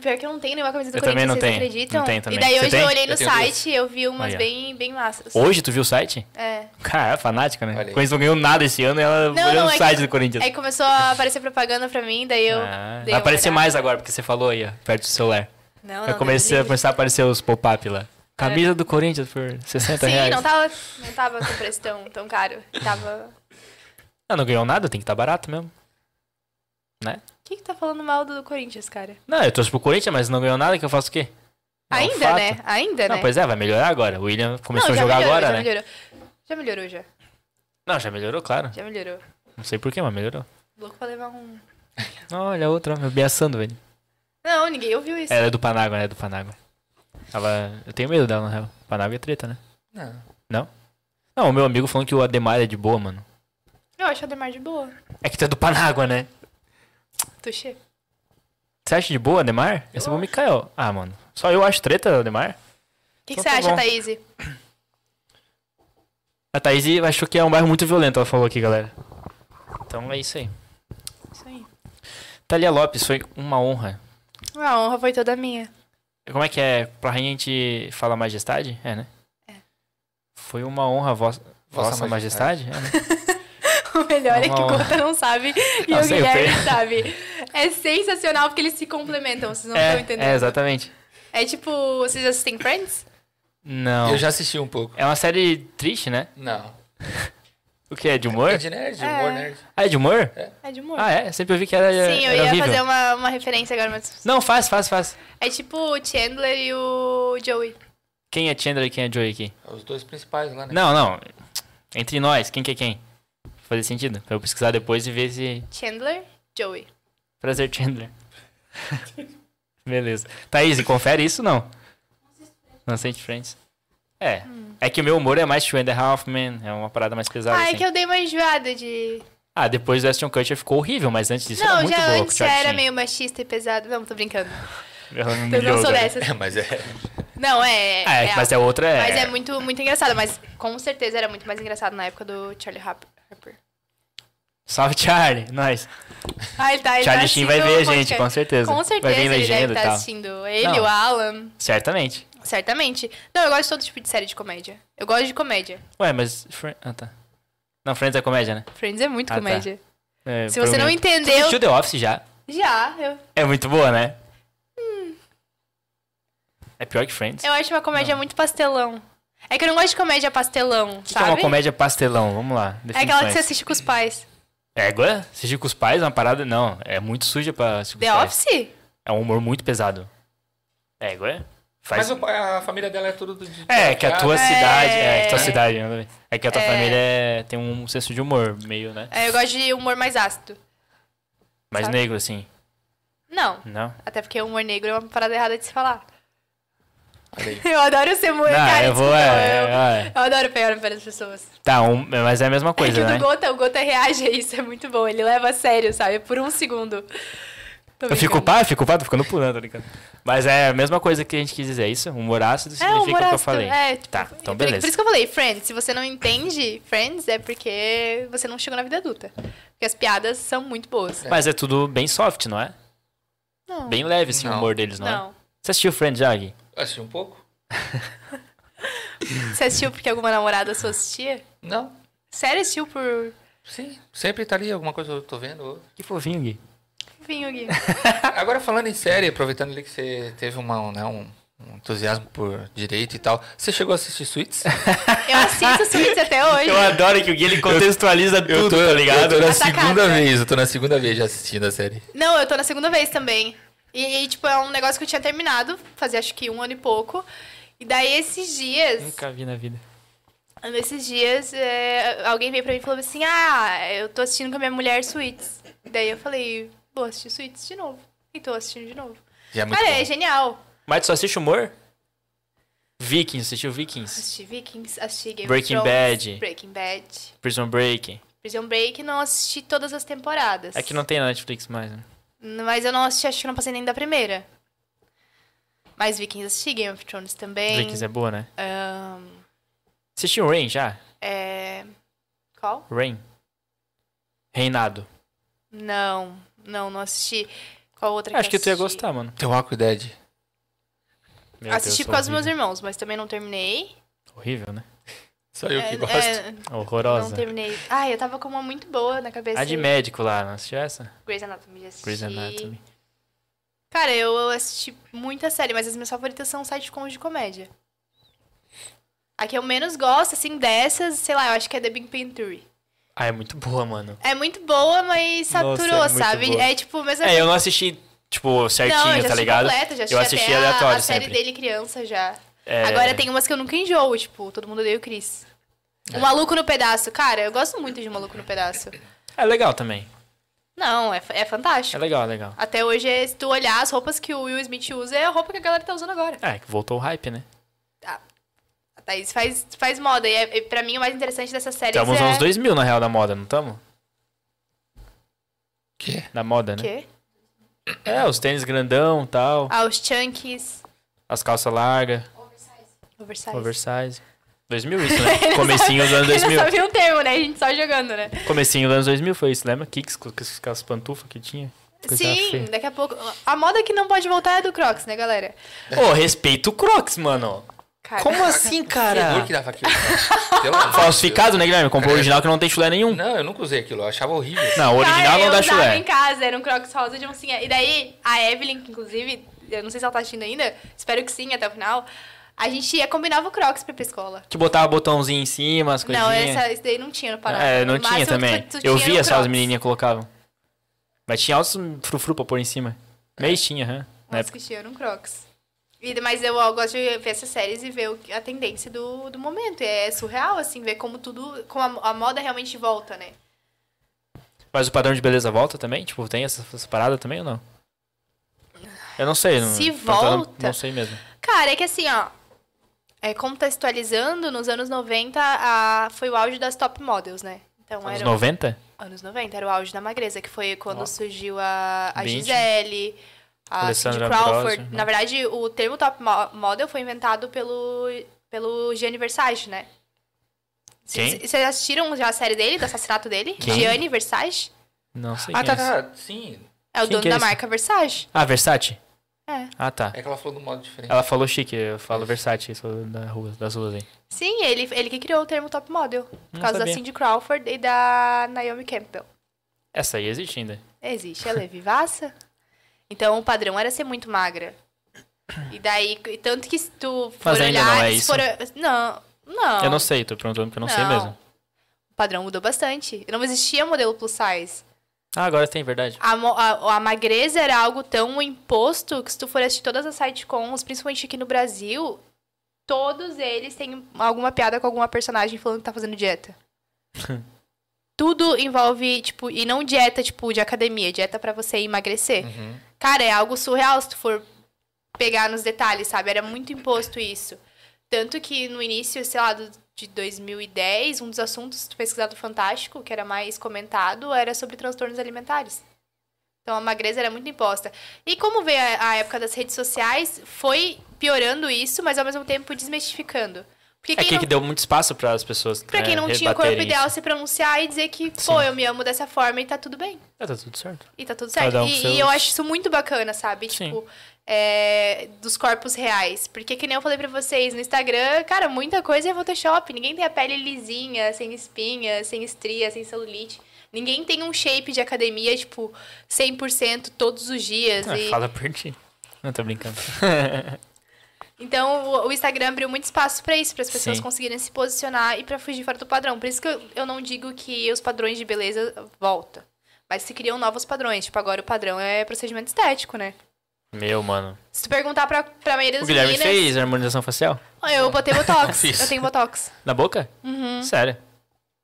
Speaker 3: Pior que eu não tenho nenhuma camisa do
Speaker 1: Eu também
Speaker 3: Corinthians,
Speaker 1: não
Speaker 3: vocês
Speaker 1: tenho.
Speaker 3: acreditam?
Speaker 1: Não tenho também.
Speaker 3: E daí
Speaker 1: Você
Speaker 3: hoje
Speaker 1: tem?
Speaker 3: eu olhei
Speaker 2: Eu
Speaker 3: no
Speaker 2: tenho
Speaker 3: site e eu vi umas
Speaker 1: Aí, ó.
Speaker 3: bem, bem massas.
Speaker 1: Hoje tu viu o site?
Speaker 3: É.
Speaker 1: Cara, é fanática, né?
Speaker 2: Olha aí.
Speaker 1: O Corinthians não ganhou nada esse ano e ela
Speaker 3: Não,
Speaker 1: olhou
Speaker 3: não,
Speaker 1: o
Speaker 3: é
Speaker 1: site
Speaker 3: que-
Speaker 1: do Corinthians.
Speaker 3: Aí começou a aparecer propaganda pra mim, daí eu.
Speaker 1: Ah,
Speaker 3: dei
Speaker 1: vai
Speaker 3: uma
Speaker 1: aparecer
Speaker 3: olhada.
Speaker 1: mais agora, porque você falou aí, ó, perto do celular.
Speaker 3: Não,
Speaker 1: Vai começar,
Speaker 3: não.
Speaker 1: vai
Speaker 3: Deus me livre.
Speaker 1: começar a aparecer os pop-up lá. Camisa do Corinthians por 60
Speaker 3: Sim,
Speaker 1: reais.
Speaker 3: não tá- tava, não tava com preço tão, tão caro. Tava.
Speaker 1: Ah, não ganhou nada, tem que estar barato mesmo. Né?
Speaker 3: Quem que tá falando mal do Corinthians, cara?
Speaker 1: Não, eu torço pro Corinthians, mas não ganhou nada, que eu faço o quê? Não,
Speaker 3: Ainda,
Speaker 1: É um fato.
Speaker 3: né? Ainda,
Speaker 1: Não,
Speaker 3: né?
Speaker 1: pois é, vai melhorar agora. O William começou
Speaker 3: Não,
Speaker 1: a
Speaker 3: já
Speaker 1: jogar
Speaker 3: melhorou,
Speaker 1: agora,
Speaker 3: já
Speaker 1: né?
Speaker 3: Melhorou. Já melhorou, já.
Speaker 1: Não, já melhorou, claro.
Speaker 3: Já melhorou.
Speaker 1: Não sei porquê, mas melhorou.
Speaker 3: Louco pra levar um.
Speaker 1: Olha, outra, me ameaçando, velho.
Speaker 3: Não, ninguém ouviu isso.
Speaker 1: Ela é do Panágua, né? É do Panágua. Ela... Eu tenho medo dela, na real. Panágua é treta, né?
Speaker 2: Não.
Speaker 1: Não, o meu amigo falando que o Ademar é de boa, mano.
Speaker 3: Eu acho o Ademar de boa.
Speaker 1: É que tu é do Panágua, né?
Speaker 3: Tuxê.
Speaker 1: Você acha de boa, Ademar? Eu sou o Mikael. Ah, mano. Só eu acho treta, Ademar?
Speaker 3: O que, que
Speaker 1: Então
Speaker 3: você
Speaker 1: tá
Speaker 3: acha,
Speaker 1: bom.
Speaker 3: Thaís?
Speaker 1: A Thaís achou que é um bairro muito violento, ela falou aqui, galera. Então é isso aí.
Speaker 3: Isso aí.
Speaker 1: Thalia Lopes, foi uma honra.
Speaker 3: A honra foi toda minha.
Speaker 1: Como é que é? Pra rainha a gente fala majestade? É, né?
Speaker 3: É.
Speaker 1: Foi uma honra, vossa,
Speaker 2: Vossa
Speaker 1: vossa, majestade? É, né?
Speaker 3: O melhor é que
Speaker 1: Uma
Speaker 3: o
Speaker 1: honra.
Speaker 3: Conta não sabe e
Speaker 1: Não,
Speaker 3: o
Speaker 1: sei, eu
Speaker 3: Guilherme
Speaker 1: tenho.
Speaker 3: sabe. É sensacional porque eles se complementam, vocês não estão
Speaker 1: é, é,
Speaker 3: entendendo.
Speaker 1: exatamente.
Speaker 3: É tipo, vocês assistem Friends?
Speaker 1: Não.
Speaker 2: Eu já assisti um pouco.
Speaker 1: É uma série triste, né?
Speaker 2: Não.
Speaker 1: O que é? De humor?
Speaker 2: É de nerd, humor nerd.
Speaker 1: Ah, é de humor?
Speaker 3: É de humor.
Speaker 1: Ah, é? Sempre ouvi que era.
Speaker 3: Sim, eu
Speaker 1: era
Speaker 3: ia
Speaker 1: horrível.
Speaker 3: fazer uma, uma referência agora, mas.
Speaker 1: Não, faz, faz, faz.
Speaker 3: É tipo o Chandler e o Joey.
Speaker 1: Quem é Chandler e quem é Joey aqui?
Speaker 2: Os dois principais lá, né?
Speaker 1: Não, não. Entre nós, quem que é quem? Fazer sentido. Pra eu pesquisar depois e ver se.
Speaker 3: Chandler, Joey.
Speaker 1: Prazer, Chandler. Beleza. Thaís, confere isso não? Não sente Friends. É. É que o meu humor é mais Two and a Half Men, é uma parada mais pesada.
Speaker 3: Hum. Ah,
Speaker 1: assim.
Speaker 3: é que eu dei uma enjoada de.
Speaker 1: Ah, depois do Aston Kutcher ficou horrível, mas antes disso era
Speaker 3: não,
Speaker 1: muito
Speaker 3: já
Speaker 1: boa. com o
Speaker 3: antes já
Speaker 1: Charlie
Speaker 3: era
Speaker 1: Sheen.
Speaker 3: meio machista e pesado. Não, tô brincando.
Speaker 1: Ela me
Speaker 3: Eu não
Speaker 1: humilhou,
Speaker 3: sou
Speaker 1: cara.
Speaker 3: dessas.
Speaker 2: É, mas é.
Speaker 3: Não, é.
Speaker 1: Ah, né? é, mas é outra.
Speaker 3: Mas é muito, muito engraçado, mas com certeza era muito mais engraçado na época do Charlie Hap- Harper.
Speaker 1: Salve, Charlie. Nós.
Speaker 3: Ah, ele tá, ele
Speaker 1: Charlie
Speaker 3: tá
Speaker 1: Sheen vai
Speaker 3: assistindo
Speaker 1: ver a
Speaker 3: o
Speaker 1: gente, com
Speaker 3: podcast.
Speaker 1: certeza.
Speaker 3: Com certeza
Speaker 1: Vai vir
Speaker 3: ele deve
Speaker 1: legenda
Speaker 3: estar
Speaker 1: e tal.
Speaker 3: assistindo. Ele,
Speaker 1: Não.
Speaker 3: o Alan,
Speaker 1: Certamente.
Speaker 3: certamente. Não, eu gosto de todo tipo de série de comédia. Eu gosto de comédia.
Speaker 1: Ué, mas. Fri- Ah, tá. Não, Friends é comédia, né?
Speaker 3: Friends é muito
Speaker 1: Ah, tá.
Speaker 3: comédia.
Speaker 1: É,
Speaker 3: Se você não
Speaker 1: provavelmente. Tu
Speaker 3: entendeu,
Speaker 1: assistiu The Office já?
Speaker 3: já. Eu,
Speaker 1: É muito boa, né? É pior que Friends.
Speaker 3: Hum. eu acho uma comédia muito pastelão. É que eu não gosto de comédia pastelão,
Speaker 1: O que que é
Speaker 3: sabe?
Speaker 1: uma comédia assim, pastelão? Vamos lá.
Speaker 3: É aquela que
Speaker 1: definições.
Speaker 3: você assiste com os pais.
Speaker 1: Égua? Assistir com os pais é uma parada. Não, é muito suja pra assistir com
Speaker 3: The
Speaker 1: os pais.
Speaker 3: Office?
Speaker 1: É um humor muito pesado. Égua? Faz.
Speaker 2: Mas o pai- a família dela é tudo do- de.
Speaker 1: É, que a tua
Speaker 3: É.
Speaker 1: cidade. É, que tua cidade. né? É que a tua
Speaker 3: É.
Speaker 1: família é- tem um senso de humor meio, né?
Speaker 3: É, eu gosto de humor mais ácido.
Speaker 1: Mais
Speaker 3: Sabe?
Speaker 1: negro, assim.
Speaker 3: Não.
Speaker 1: Não?
Speaker 3: Até porque humor negro é uma parada errada de se falar.
Speaker 2: Olha aí.
Speaker 3: Eu adoro ser humor,
Speaker 1: não,
Speaker 3: cara.
Speaker 1: eu vou.
Speaker 3: desculpa,
Speaker 1: é,
Speaker 3: eu-
Speaker 1: é.
Speaker 3: Eu adoro pegar para as pessoas.
Speaker 1: Tá, um- mas é a mesma coisa,
Speaker 3: é que o
Speaker 1: né?
Speaker 3: do Gota, o Gota reage a isso, é muito bom. Ele leva a sério, sabe? Por um segundo. Tô
Speaker 1: Eu fico
Speaker 3: brincando.
Speaker 1: culpado, fico culpado, tô ficando pulando, tô brincando. Mas é a mesma coisa que a gente quis dizer, é isso? Humor ácido
Speaker 3: É,
Speaker 1: significa
Speaker 3: o
Speaker 1: o
Speaker 3: humor
Speaker 1: que eu
Speaker 3: ácido,
Speaker 1: falei.
Speaker 3: É, tipo,
Speaker 1: Tá, então
Speaker 3: por- Por
Speaker 1: beleza.
Speaker 3: isso que eu falei, Friends, se você não entende Friends, é porque você não chegou na vida adulta. Porque as piadas são muito boas.
Speaker 1: Mas é tudo bem soft, não é?
Speaker 3: Não.
Speaker 1: Bem leve, assim, o
Speaker 2: Não.
Speaker 1: humor deles, não, é?
Speaker 3: não.
Speaker 1: Você assistiu Friends já, Gui?
Speaker 2: Assisti um pouco?
Speaker 3: Você assistiu porque alguma namorada sua assistia?
Speaker 2: Não.
Speaker 3: Sério, assistiu por.
Speaker 2: Sim. Sempre tá ali alguma coisa eu tô vendo. ou-
Speaker 1: Que fofinho, Gui.
Speaker 3: Vinho, Gui.
Speaker 2: Agora falando em série, aproveitando ali que você teve uma, né, um, um um entusiasmo por direito e tal. Você chegou a assistir Suits?
Speaker 3: Eu assisto Suits até hoje.
Speaker 1: Eu adoro que o Gui ele contextualiza tudo, tá ligado?
Speaker 2: Eu tô na
Speaker 3: Atacado,
Speaker 2: segunda
Speaker 3: né?
Speaker 2: vez, eu tô na segunda vez já assistindo a série.
Speaker 3: Não, eu tô na segunda vez também. E, e, tipo, é um negócio que eu tinha terminado, fazia acho que um ano e pouco. E daí esses dias.
Speaker 1: Nunca vi na vida.
Speaker 3: Nesses dias, é, alguém veio pra mim e falou assim: Ah, eu tô assistindo com a minha mulher suítes. Daí eu falei: Vou assistir suítes de novo. E tô assistindo de novo.
Speaker 2: Já é muito
Speaker 3: Cara,
Speaker 2: bom.
Speaker 3: é genial.
Speaker 1: Mas tu só assiste humor? Vikings, assistiu Vikings?
Speaker 3: Assisti Vikings, assisti Game
Speaker 1: Breaking
Speaker 3: of Thrones,
Speaker 1: Bad.
Speaker 3: Breaking Bad.
Speaker 1: Prison Break.
Speaker 3: Prison Break, não assisti todas as temporadas.
Speaker 1: É que não tem na Netflix mais, né?
Speaker 3: Mas eu não assisti, acho que eu não passei nem da primeira. Mas Vikings assisti, Game of Thrones também.
Speaker 1: Vikings é boa, né?
Speaker 3: Ahn,
Speaker 1: Assistiu Rain já?
Speaker 3: é... Qual?
Speaker 1: Rain. Reinado.
Speaker 3: Não, não, não assisti. Qual outra
Speaker 1: Acho que tu ia
Speaker 3: assisti?
Speaker 1: gostar, mano.
Speaker 2: The Walking Dead.
Speaker 1: Meu
Speaker 3: assisti
Speaker 1: Deus,
Speaker 3: por causa dos meus
Speaker 1: horrível.
Speaker 3: irmãos, mas também não terminei.
Speaker 1: Horrível, né?
Speaker 2: Só eu que
Speaker 3: É,
Speaker 2: gosto.
Speaker 3: é, não
Speaker 1: Horrorosa.
Speaker 3: terminei. Ai, eu tava com uma muito boa na cabeça.
Speaker 1: A de médico lá, não assistiu essa?
Speaker 3: Grey's Anatomy, já assisti.
Speaker 1: Grey's Anatomy.
Speaker 3: Cara, eu eu assisti muita série, mas as minhas favoritas são sitcoms de comédia. A que eu menos gosto, assim, dessas, sei lá, eu acho que é The Big Bang Theory.
Speaker 1: Ah, é muito boa, mano.
Speaker 3: É muito boa, mas
Speaker 1: Nossa, é
Speaker 3: saturou,
Speaker 1: muito
Speaker 3: sabe?
Speaker 1: boa.
Speaker 3: É tipo, mesmo
Speaker 1: É, eu não assisti, tipo, certinho,
Speaker 3: não, eu já
Speaker 1: tá
Speaker 3: assisti
Speaker 1: ligado?
Speaker 3: completa, já assisti
Speaker 1: eu assisti
Speaker 3: até a- a,
Speaker 1: aleatório
Speaker 3: série
Speaker 1: sempre.
Speaker 3: dele criança já.
Speaker 1: É,
Speaker 3: Agora tem umas que eu nunca enjoo, tipo, todo mundo odeia o Chris. O Maluco no Pedaço. Cara, eu gosto muito de O Maluco no Pedaço.
Speaker 1: É legal também.
Speaker 3: Não, é, fa- é fantástico.
Speaker 1: É legal, é legal.
Speaker 3: Até hoje, se tu olhar as roupas que o Will Smith usa, é a roupa que a galera tá usando agora.
Speaker 1: É, que voltou o hype, né?
Speaker 3: A Thaís faz, faz moda. E, é, e pra mim, o mais interessante dessa série
Speaker 1: Estamos nos
Speaker 3: é...
Speaker 1: anos 2000, na real, da moda, não estamos?
Speaker 2: Que?
Speaker 1: Da moda, né?
Speaker 3: Quê?
Speaker 1: É, os tênis grandão tal,
Speaker 3: Ah, os chunkies.
Speaker 1: as calças largas,
Speaker 3: É Oversize.
Speaker 1: oversize. 2000 isso, né? Comecinho dos anos
Speaker 3: Eu não
Speaker 1: 2000.
Speaker 3: sabia o termo, né? A gente só jogando, né?
Speaker 1: Comecinho dos anos 2000 foi isso, lembra? Kicks com com aquelas pantufas que tinha. Coisa
Speaker 3: Sim,
Speaker 1: feia.
Speaker 3: daqui a pouco... A moda que não pode voltar é do Crocs, né, galera?
Speaker 1: Ô, respeita o Crocs, mano.
Speaker 3: Cara,
Speaker 1: Como assim,
Speaker 2: Fedor
Speaker 1: cara?
Speaker 2: que dava aquilo. cara. Pelo amor de
Speaker 1: Falsificado, né, Guilherme? Comprou o original que não tem chulé nenhum.
Speaker 2: Deus. Não, eu nunca usei aquilo. Eu achava horrível.
Speaker 1: Não, o original
Speaker 3: Cara,
Speaker 1: não
Speaker 3: Ah, eu
Speaker 1: dá
Speaker 3: usava
Speaker 1: chulé.
Speaker 3: em casa, era um Crocs rosa de oncinha. E daí, a Evelyn, que inclusive, eu não sei se ela tá assistindo ainda, espero que sim, até o final, a gente ia, combinava o Crocs pra ir pra escola.
Speaker 1: Que botava botãozinho em cima, as coisinhas.
Speaker 3: Não, essa, isso daí não tinha no Paraná.
Speaker 1: É, não
Speaker 3: No máximo,
Speaker 1: tinha
Speaker 3: tu-
Speaker 1: também.
Speaker 3: tu
Speaker 1: eu
Speaker 3: tinha no
Speaker 1: via só as
Speaker 3: Crocs.
Speaker 1: menininhas colocavam. Mas tinha altos frufru pra pôr em cima.
Speaker 3: É.
Speaker 1: Mês tinha, hã? Na
Speaker 3: Nossa,
Speaker 1: época.
Speaker 3: que tinha no Crocs. E- Mas eu, eu gosto de ver essas séries e ver o que- a tendência do, do momento. E é surreal, assim, ver como tudo, como a, a moda realmente volta, né?
Speaker 1: Mas o padrão de beleza volta também? Tipo, tem essa, essa parada também ou não? Eu não sei. Não,
Speaker 3: Se
Speaker 1: perguntando,
Speaker 3: volta-
Speaker 1: Não sei mesmo.
Speaker 3: Cara, é que assim, ó. É, contextualizando, nos anos 90 a, foi o auge das top models, né? Então
Speaker 1: Anos
Speaker 3: eram-
Speaker 1: 90?
Speaker 3: Anos 90, era o auge da magreza, que foi quando
Speaker 1: Ó.
Speaker 3: surgiu a, a
Speaker 1: Bem,
Speaker 3: Gisele, a Cindy
Speaker 1: Alessandra
Speaker 3: Crawford.
Speaker 1: Ambrosio, né?
Speaker 3: Na verdade, o termo top mo- model foi inventado pelo, pelo Gianni Versace, né?
Speaker 1: Quem?
Speaker 3: C- Vocês assistiram já a série dele, do assassinato dele?
Speaker 1: Quem?
Speaker 3: Gianni Versace?
Speaker 1: Não sei.
Speaker 2: Ah,
Speaker 1: quem é
Speaker 2: tá,
Speaker 1: esse.
Speaker 2: tá. Sim.
Speaker 3: É o
Speaker 1: Quem
Speaker 3: dono
Speaker 1: que é
Speaker 3: da
Speaker 1: esse?
Speaker 3: marca Versace.
Speaker 1: Ah, Versace?
Speaker 3: tá. É.
Speaker 1: Ah, tá.
Speaker 2: É que ela falou de um modo diferente.
Speaker 1: Ela falou chique, eu falo Versace, sou da rua, das ruas aí.
Speaker 3: Sim, ele, ele que criou o termo top model. Por
Speaker 1: Não
Speaker 3: causa assim. da
Speaker 1: sabia.
Speaker 3: Cindy Crawford e da Naomi Campbell.
Speaker 1: Essa aí existe ainda.
Speaker 3: Existe, ela é vivaça. Então o padrão era ser muito magra. E daí, e tanto que se tu for
Speaker 1: Mas ainda
Speaker 3: olhar,
Speaker 1: não é
Speaker 3: eles
Speaker 1: isso?
Speaker 3: foram- Não, não.
Speaker 1: Eu não sei, tô perguntando porque eu não, sei mesmo.
Speaker 3: O padrão mudou bastante. Não existia modelo plus size.
Speaker 1: Ah, agora tem, verdade.
Speaker 3: A, mo- a- a magreza era algo tão imposto que se tu for assistir todas as sitcoms, principalmente aqui no Brasil, todos eles têm alguma piada com alguma personagem falando que tá fazendo dieta. Tudo envolve, tipo, e não dieta, tipo, de academia, dieta pra você emagrecer.
Speaker 2: Uhum.
Speaker 3: Cara, é algo surreal se tu for pegar nos detalhes, sabe? Era muito imposto isso. Tanto que no início, sei lá, do- de 2010, um dos assuntos, se tu pesquisar do Fantástico, que era mais comentado, era sobre transtornos alimentares. Então a magreza era muito imposta. E como veio a, a época das redes sociais, foi piorando isso, mas ao mesmo tempo desmistificando. Porque
Speaker 1: É
Speaker 3: quem
Speaker 1: que,
Speaker 3: não
Speaker 1: que deu muito espaço para as pessoas.
Speaker 3: Pra quem
Speaker 1: né,
Speaker 3: não tinha o corpo
Speaker 1: rebaterem
Speaker 3: ideal,
Speaker 1: isso.
Speaker 3: se pronunciar e dizer que, pô, eu me amo dessa forma e tá tudo bem.
Speaker 1: Ah, tá tudo certo.
Speaker 3: E tá tudo certo.
Speaker 1: Cada um
Speaker 3: e,
Speaker 1: com
Speaker 3: e
Speaker 1: seus-
Speaker 3: eu acho isso muito bacana, sabe?
Speaker 1: Sim.
Speaker 3: Tipo, é, dos corpos reais. Porque, que nem eu falei pra vocês, no Instagram, cara, muita coisa é Photoshop. Ninguém tem a pele lisinha, sem espinha, sem estria, sem celulite. Ninguém tem um shape de academia, tipo, 100% todos os dias.
Speaker 1: Ah,
Speaker 3: e-
Speaker 1: fala por ti. Não, tô brincando.
Speaker 3: Então, o, o Instagram abriu muito espaço pra isso, para as pessoas
Speaker 1: Sim.
Speaker 3: conseguirem se posicionar e pra fugir fora do padrão. Por isso que eu, eu não digo que os padrões de beleza voltam. Mas se criam novos padrões. Tipo, agora o padrão é procedimento estético, né?
Speaker 1: Meu, mano.
Speaker 3: Se tu perguntar pra, pra maioria
Speaker 1: O
Speaker 3: das
Speaker 1: Guilherme
Speaker 3: meninas...
Speaker 1: fez harmonização facial?
Speaker 3: Eu botei Botox.
Speaker 2: Fiz.
Speaker 3: eu tenho Botox.
Speaker 1: Na boca?
Speaker 3: Uhum,
Speaker 1: Sério.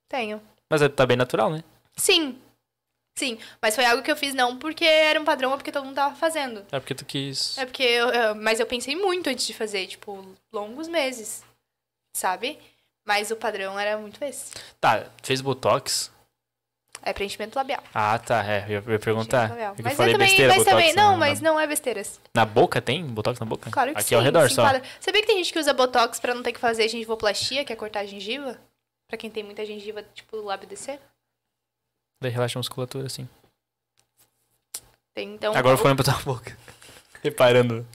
Speaker 3: tenho.
Speaker 1: Mas é- tá bem natural, né?
Speaker 3: Sim. Sim. Mas foi algo que eu fiz não porque era um padrão, ou porque todo mundo tava fazendo.
Speaker 1: É porque tu quis.
Speaker 3: É porque eu, eu- mas eu pensei muito antes de fazer, tipo, longos meses, sabe? Mas o padrão era muito esse.
Speaker 1: Tá, fez botox?
Speaker 3: É preenchimento labial.
Speaker 1: Ah, tá, é. Eu ia- eu ia perguntar.
Speaker 3: preenchimento labial.
Speaker 1: É que eu
Speaker 3: Mas
Speaker 1: falei
Speaker 3: eu também,
Speaker 1: besteira,
Speaker 3: mas
Speaker 1: botox.
Speaker 3: também,
Speaker 1: na-
Speaker 3: não,
Speaker 1: na-
Speaker 3: mas não é besteiras.
Speaker 1: Na boca tem botox na boca?
Speaker 3: Claro que
Speaker 1: Aqui
Speaker 3: sim.
Speaker 1: ao redor
Speaker 3: se
Speaker 1: só.
Speaker 3: enquadra. Sabia que tem gente que usa botox pra não ter que fazer gengivoplastia, que é cortar a gengiva? Pra quem tem muita gengiva, tipo, o lábio descer?
Speaker 1: Daí relaxa a musculatura, assim.
Speaker 3: Então Tem, então,
Speaker 1: Agora
Speaker 3: o-
Speaker 1: ficou olhando pra tua boca. Reparando.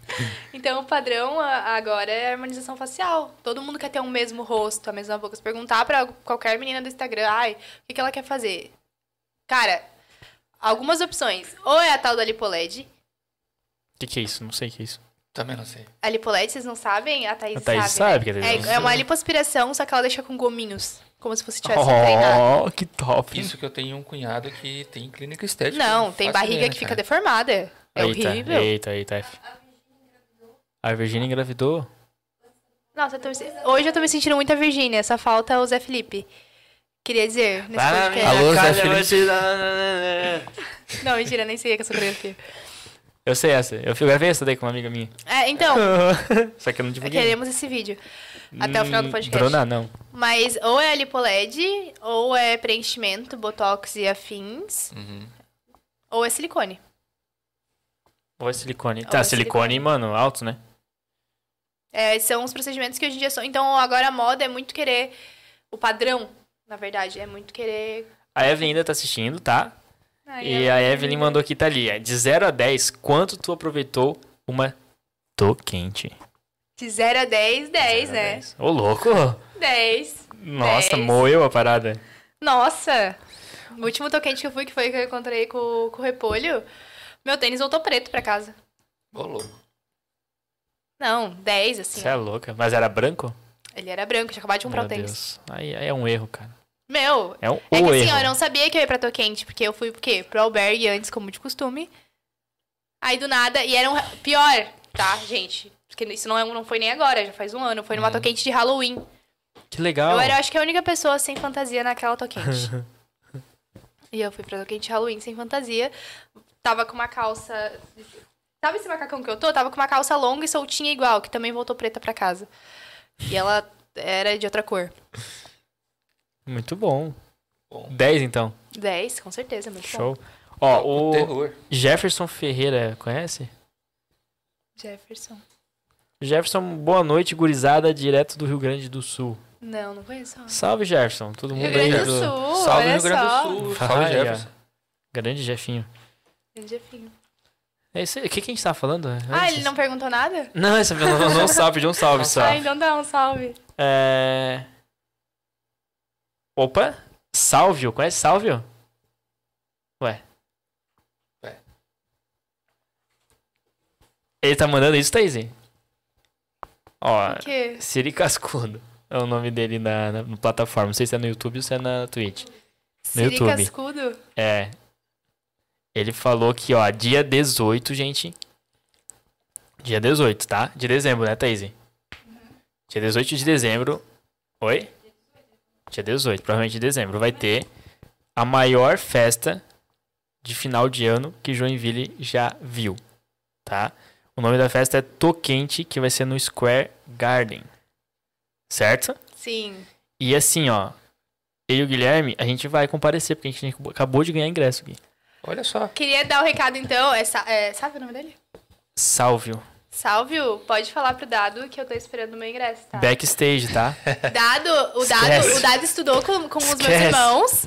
Speaker 3: Então, o padrão a- agora é a harmonização facial. Todo mundo quer ter o mesmo rosto, a mesma boca. Se perguntar pra qualquer menina do Instagram, ai, o que, que ela quer fazer? Cara, algumas opções. Ou é a tal da LipoLed.
Speaker 1: O que, que é isso? Não sei o que é isso.
Speaker 2: Também não sei.
Speaker 3: A LipoLed, vocês não sabem? A Thaís,
Speaker 1: A Thaís
Speaker 3: sabe.
Speaker 1: sabe que
Speaker 3: né?
Speaker 1: a Thaís
Speaker 3: É,
Speaker 1: não
Speaker 3: é uma
Speaker 1: sabe.
Speaker 3: lipoaspiração, só que ela deixa com gominhos. Como se fosse tivesse treinado.
Speaker 1: Oh, que top.
Speaker 2: Isso que eu tenho um cunhado que tem clínica estética.
Speaker 3: Não, tem
Speaker 2: faço
Speaker 3: barriga
Speaker 2: ideia,
Speaker 3: que
Speaker 2: né, cara.
Speaker 3: fica deformada. É
Speaker 1: eita,
Speaker 3: horrível.
Speaker 1: eita, eita. A Virgínia engravidou?
Speaker 3: Nossa, eu tô me se- hoje eu tô me sentindo muito a Virgínia. Só falta o Zé Felipe. Queria dizer, nesse
Speaker 1: Ah,
Speaker 3: podcast.
Speaker 2: Alô, Zé
Speaker 1: casa, eu vou
Speaker 2: Felipe.
Speaker 1: te dar-
Speaker 3: Não, mentira, nem sei que é eu sou coreografia.
Speaker 1: Eu sei essa. Eu fui- gravei essa daí com uma amiga minha.
Speaker 3: É, então,
Speaker 1: Só que eu não divulguei.
Speaker 3: queremos esse vídeo. Até o final do
Speaker 1: Hum,
Speaker 3: podcast.
Speaker 1: Bruna, não.
Speaker 3: Mas ou é lipoled, ou é preenchimento, botox e afins,
Speaker 2: Uhum.
Speaker 3: ou é silicone.
Speaker 1: Ou é silicone.
Speaker 3: Ou
Speaker 1: Tá,
Speaker 3: é
Speaker 1: silicone,
Speaker 3: silicone.
Speaker 1: mano, alto, né?
Speaker 3: É, são os procedimentos que hoje em dia são. Então agora a moda é muito querer. O padrão, na verdade, é muito querer.
Speaker 1: A Evelyn ainda tá assistindo, tá?
Speaker 3: Ai,
Speaker 1: E
Speaker 3: ela-
Speaker 1: a Evelyn mandou aqui, Thalia. De 0 a 10, quanto tu aproveitou uma tô quente?
Speaker 3: De 0 a 10, 10, né? 10.
Speaker 1: Ô, louco! Nossa,
Speaker 3: Dez.
Speaker 1: moeu a parada.
Speaker 3: Nossa! O último toquente que eu fui, que foi que eu encontrei com, com o repolho, meu tênis voltou preto pra casa.
Speaker 2: Ô, louco.
Speaker 3: Não, 10, assim.
Speaker 1: Você é louca. Mas era branco?
Speaker 3: Ele era branco, tinha acabado de comprar
Speaker 1: Meu
Speaker 3: o tênis.
Speaker 1: Deus. Aí, aí é um erro, cara.
Speaker 3: Meu,
Speaker 1: É um
Speaker 3: É que
Speaker 1: o
Speaker 3: assim, ó,
Speaker 1: erro.
Speaker 3: eu não sabia que eu ia pra Toquente, porque eu fui o quê? Pro albergue antes, como de costume. Aí do nada, e era um. Pior, tá, gente? Porque isso não, é, um- não foi nem agora, já faz um ano. Foi numa Toquente de Halloween.
Speaker 1: Que legal.
Speaker 3: Eu era, acho que, a única pessoa sem fantasia naquela Toquente. e eu fui pra Toquente de Halloween sem fantasia. Tava com uma calça. Sabe esse macacão que eu tô? Tava com uma calça longa e soltinha igual, que também voltou preta pra casa. E ela era de outra cor.
Speaker 1: Muito bom.
Speaker 2: Bom.
Speaker 1: 10, então.
Speaker 3: 10, com certeza, muito bom.
Speaker 1: Show. Ó,
Speaker 2: O
Speaker 1: o
Speaker 2: terror.
Speaker 1: Jefferson Ferreira, conhece?
Speaker 3: Jefferson.
Speaker 1: Jefferson, boa noite, gurizada, direto do Rio Grande do Sul.
Speaker 3: Não, não conheço. Ah,
Speaker 1: Salve, Jefferson. Todo mundo
Speaker 3: Rio
Speaker 1: aí
Speaker 3: Grande do
Speaker 1: do...
Speaker 3: Sul,
Speaker 2: Salve
Speaker 3: olha
Speaker 2: Rio Grande
Speaker 3: só.
Speaker 2: do Sul.
Speaker 1: Vai,
Speaker 2: Salve
Speaker 1: ó.
Speaker 2: Jefferson.
Speaker 1: Grande Jefinho.
Speaker 3: Jefinho.
Speaker 1: É isso aí. O que, que a gente tava falando?
Speaker 3: Ah,
Speaker 1: Antes?
Speaker 3: ele não perguntou nada?
Speaker 1: Não,
Speaker 2: é
Speaker 1: essa não, não, não salve, pediu um salve só.
Speaker 3: Ah, então dá um salve.
Speaker 1: É... Opa! Salvio, conhece Salvio? Ué.
Speaker 2: Ué.
Speaker 1: Ele tá mandando isso, Thaís? Ó,
Speaker 3: Que...
Speaker 1: Siri Cascudo é o nome dele na, na- na plataforma. Não sei se é no YouTube ou se é na Twitch.
Speaker 3: Siri
Speaker 1: YouTube.
Speaker 3: Cascudo?
Speaker 1: É. Ele falou que, ó, dia 18, gente. Dia 18, tá? De dezembro, né, Thaís? Dia 18 de dezembro. Oi? Dia 18, provavelmente de dezembro. Vai ter a maior festa de final de ano que Joinville já viu, tá? O nome da festa é Tô Quente, que vai ser no Square Garden. Certo?
Speaker 3: Sim.
Speaker 1: E assim, ó. Eu e o Guilherme, a gente vai comparecer, porque a gente acabou de ganhar ingresso aqui.
Speaker 2: Olha só.
Speaker 3: Queria dar o recado, então. É, Sa- é, sabe o nome dele?
Speaker 1: Salvio.
Speaker 3: Salvio, pode falar pro Dado que eu tô esperando o meu ingresso, tá?
Speaker 1: Backstage, tá?
Speaker 3: Dado, o Dado,
Speaker 1: Esquece.
Speaker 3: o Dado estudou com, com os meus
Speaker 1: Esquece.
Speaker 3: irmãos.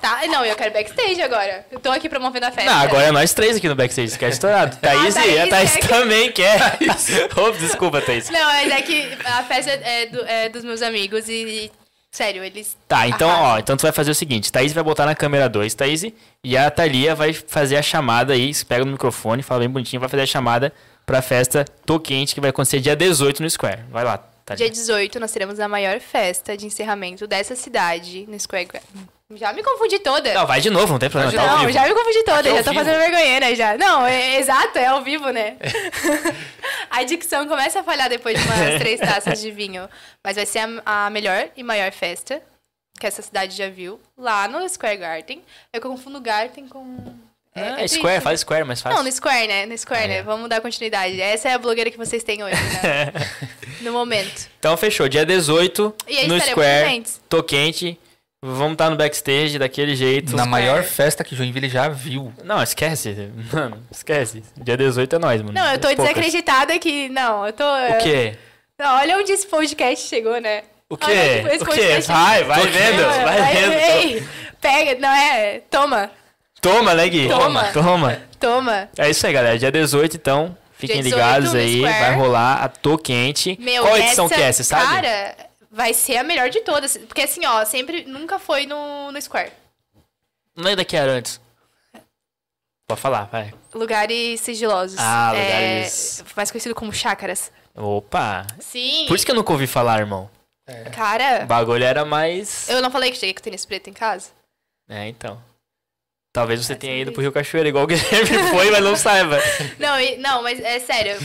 Speaker 3: Tá? Não, eu quero backstage agora. Eu tô aqui promovendo a festa.
Speaker 1: Não, agora é nós três aqui no backstage, esquece estourado. Thaís e a
Speaker 3: Ah, Thaís
Speaker 1: Thaís
Speaker 3: quer que-
Speaker 1: também quer. Ô, desculpa, Thaís.
Speaker 3: Não, mas é que a festa é, do- é dos meus amigos e, e, sério, eles...
Speaker 1: Tá, então,
Speaker 3: Arrasa.
Speaker 1: ó, então tu vai fazer o seguinte, Thaís vai botar na câmera 2, Thaís, e a Thalia vai fazer a chamada aí, se pega no microfone, fala bem bonitinho, vai fazer a chamada pra festa Tô Quente, que vai acontecer dia 18 no Square. Vai lá,
Speaker 3: Dia
Speaker 1: Thalia.
Speaker 3: 18, nós teremos a maior festa de encerramento dessa cidade no Square Gra- Já me confundi toda.
Speaker 1: Não, vai de novo, não tem problema.
Speaker 2: Vai de
Speaker 1: tá ao
Speaker 3: Não,
Speaker 1: vivo.
Speaker 3: já me confundi toda,
Speaker 2: Aqui é
Speaker 3: já
Speaker 2: ao
Speaker 3: tô
Speaker 2: vivo.
Speaker 3: fazendo vergonheira já. Não, é, é exato, é ao vivo, né? a dicção começa a falhar depois de
Speaker 1: É.
Speaker 3: umas três taças de vinho. Mas vai ser a, a melhor e maior festa que essa cidade já viu, lá no Square Garden. Eu confundo Garden com. é-
Speaker 1: Ah,
Speaker 3: é triste,
Speaker 1: Square,
Speaker 3: né?
Speaker 1: faz Square, mas faz.
Speaker 3: Não, no Square, né? No Square,
Speaker 1: Ah, é.
Speaker 3: né? Vamos dar continuidade. Essa é a blogueira que vocês têm hoje, né? no momento.
Speaker 1: Então fechou, dia 18
Speaker 3: E aí
Speaker 1: no
Speaker 3: estaremos
Speaker 1: Square,
Speaker 3: presentes.
Speaker 1: Tô Quente. Vamos estar no backstage daquele jeito.
Speaker 3: Então,
Speaker 2: Na
Speaker 3: é.
Speaker 2: maior festa que Joinville já viu.
Speaker 1: Não, esquece. Mano, esquece. Dia 18 é nós, mano.
Speaker 3: Não, eu tô
Speaker 1: É poucas.
Speaker 3: desacreditada que. Não, eu tô.
Speaker 1: O quê?
Speaker 3: Não, olha onde esse podcast chegou, né?
Speaker 1: O
Speaker 3: Olha,
Speaker 1: quê?
Speaker 3: tipo, esse
Speaker 1: o quê?
Speaker 3: podcast-
Speaker 1: Vai, vai
Speaker 2: Tô
Speaker 1: vendo,
Speaker 2: querendo,
Speaker 1: vai, vendo. então.
Speaker 3: ei, Pega, não é? Toma,
Speaker 1: Toma, né, Gui?
Speaker 3: Toma.
Speaker 1: Toma.
Speaker 3: toma.
Speaker 1: É isso aí, galera. Dia 18, então, fiquem
Speaker 3: 18
Speaker 1: ligados
Speaker 3: no
Speaker 1: aí.
Speaker 3: Square.
Speaker 1: Vai rolar a Tô Quente.
Speaker 3: Meu,
Speaker 1: Qual edição
Speaker 3: essa,
Speaker 1: que é, você sabe?
Speaker 3: Cara, vai ser a melhor de todas. Porque assim, ó, sempre, nunca foi no, no Square.
Speaker 1: Não é daqui era antes. Pode falar, vai.
Speaker 3: Lugares sigilosos.
Speaker 1: Ah,
Speaker 3: É,
Speaker 1: lugares.
Speaker 3: mais conhecido como chácaras.
Speaker 1: Opa.
Speaker 3: Sim.
Speaker 1: Por isso que eu nunca ouvi falar, irmão. O
Speaker 3: Cara,
Speaker 1: bagulho era mais...
Speaker 3: eu não falei que cheguei com tênis preto em casa?
Speaker 1: É, então. Talvez você
Speaker 3: Faz
Speaker 1: tenha ido
Speaker 3: sentido.
Speaker 1: pro Rio Cachoeira, igual o Guilherme foi, mas não saiba.
Speaker 3: Não, e- não, mas é sério.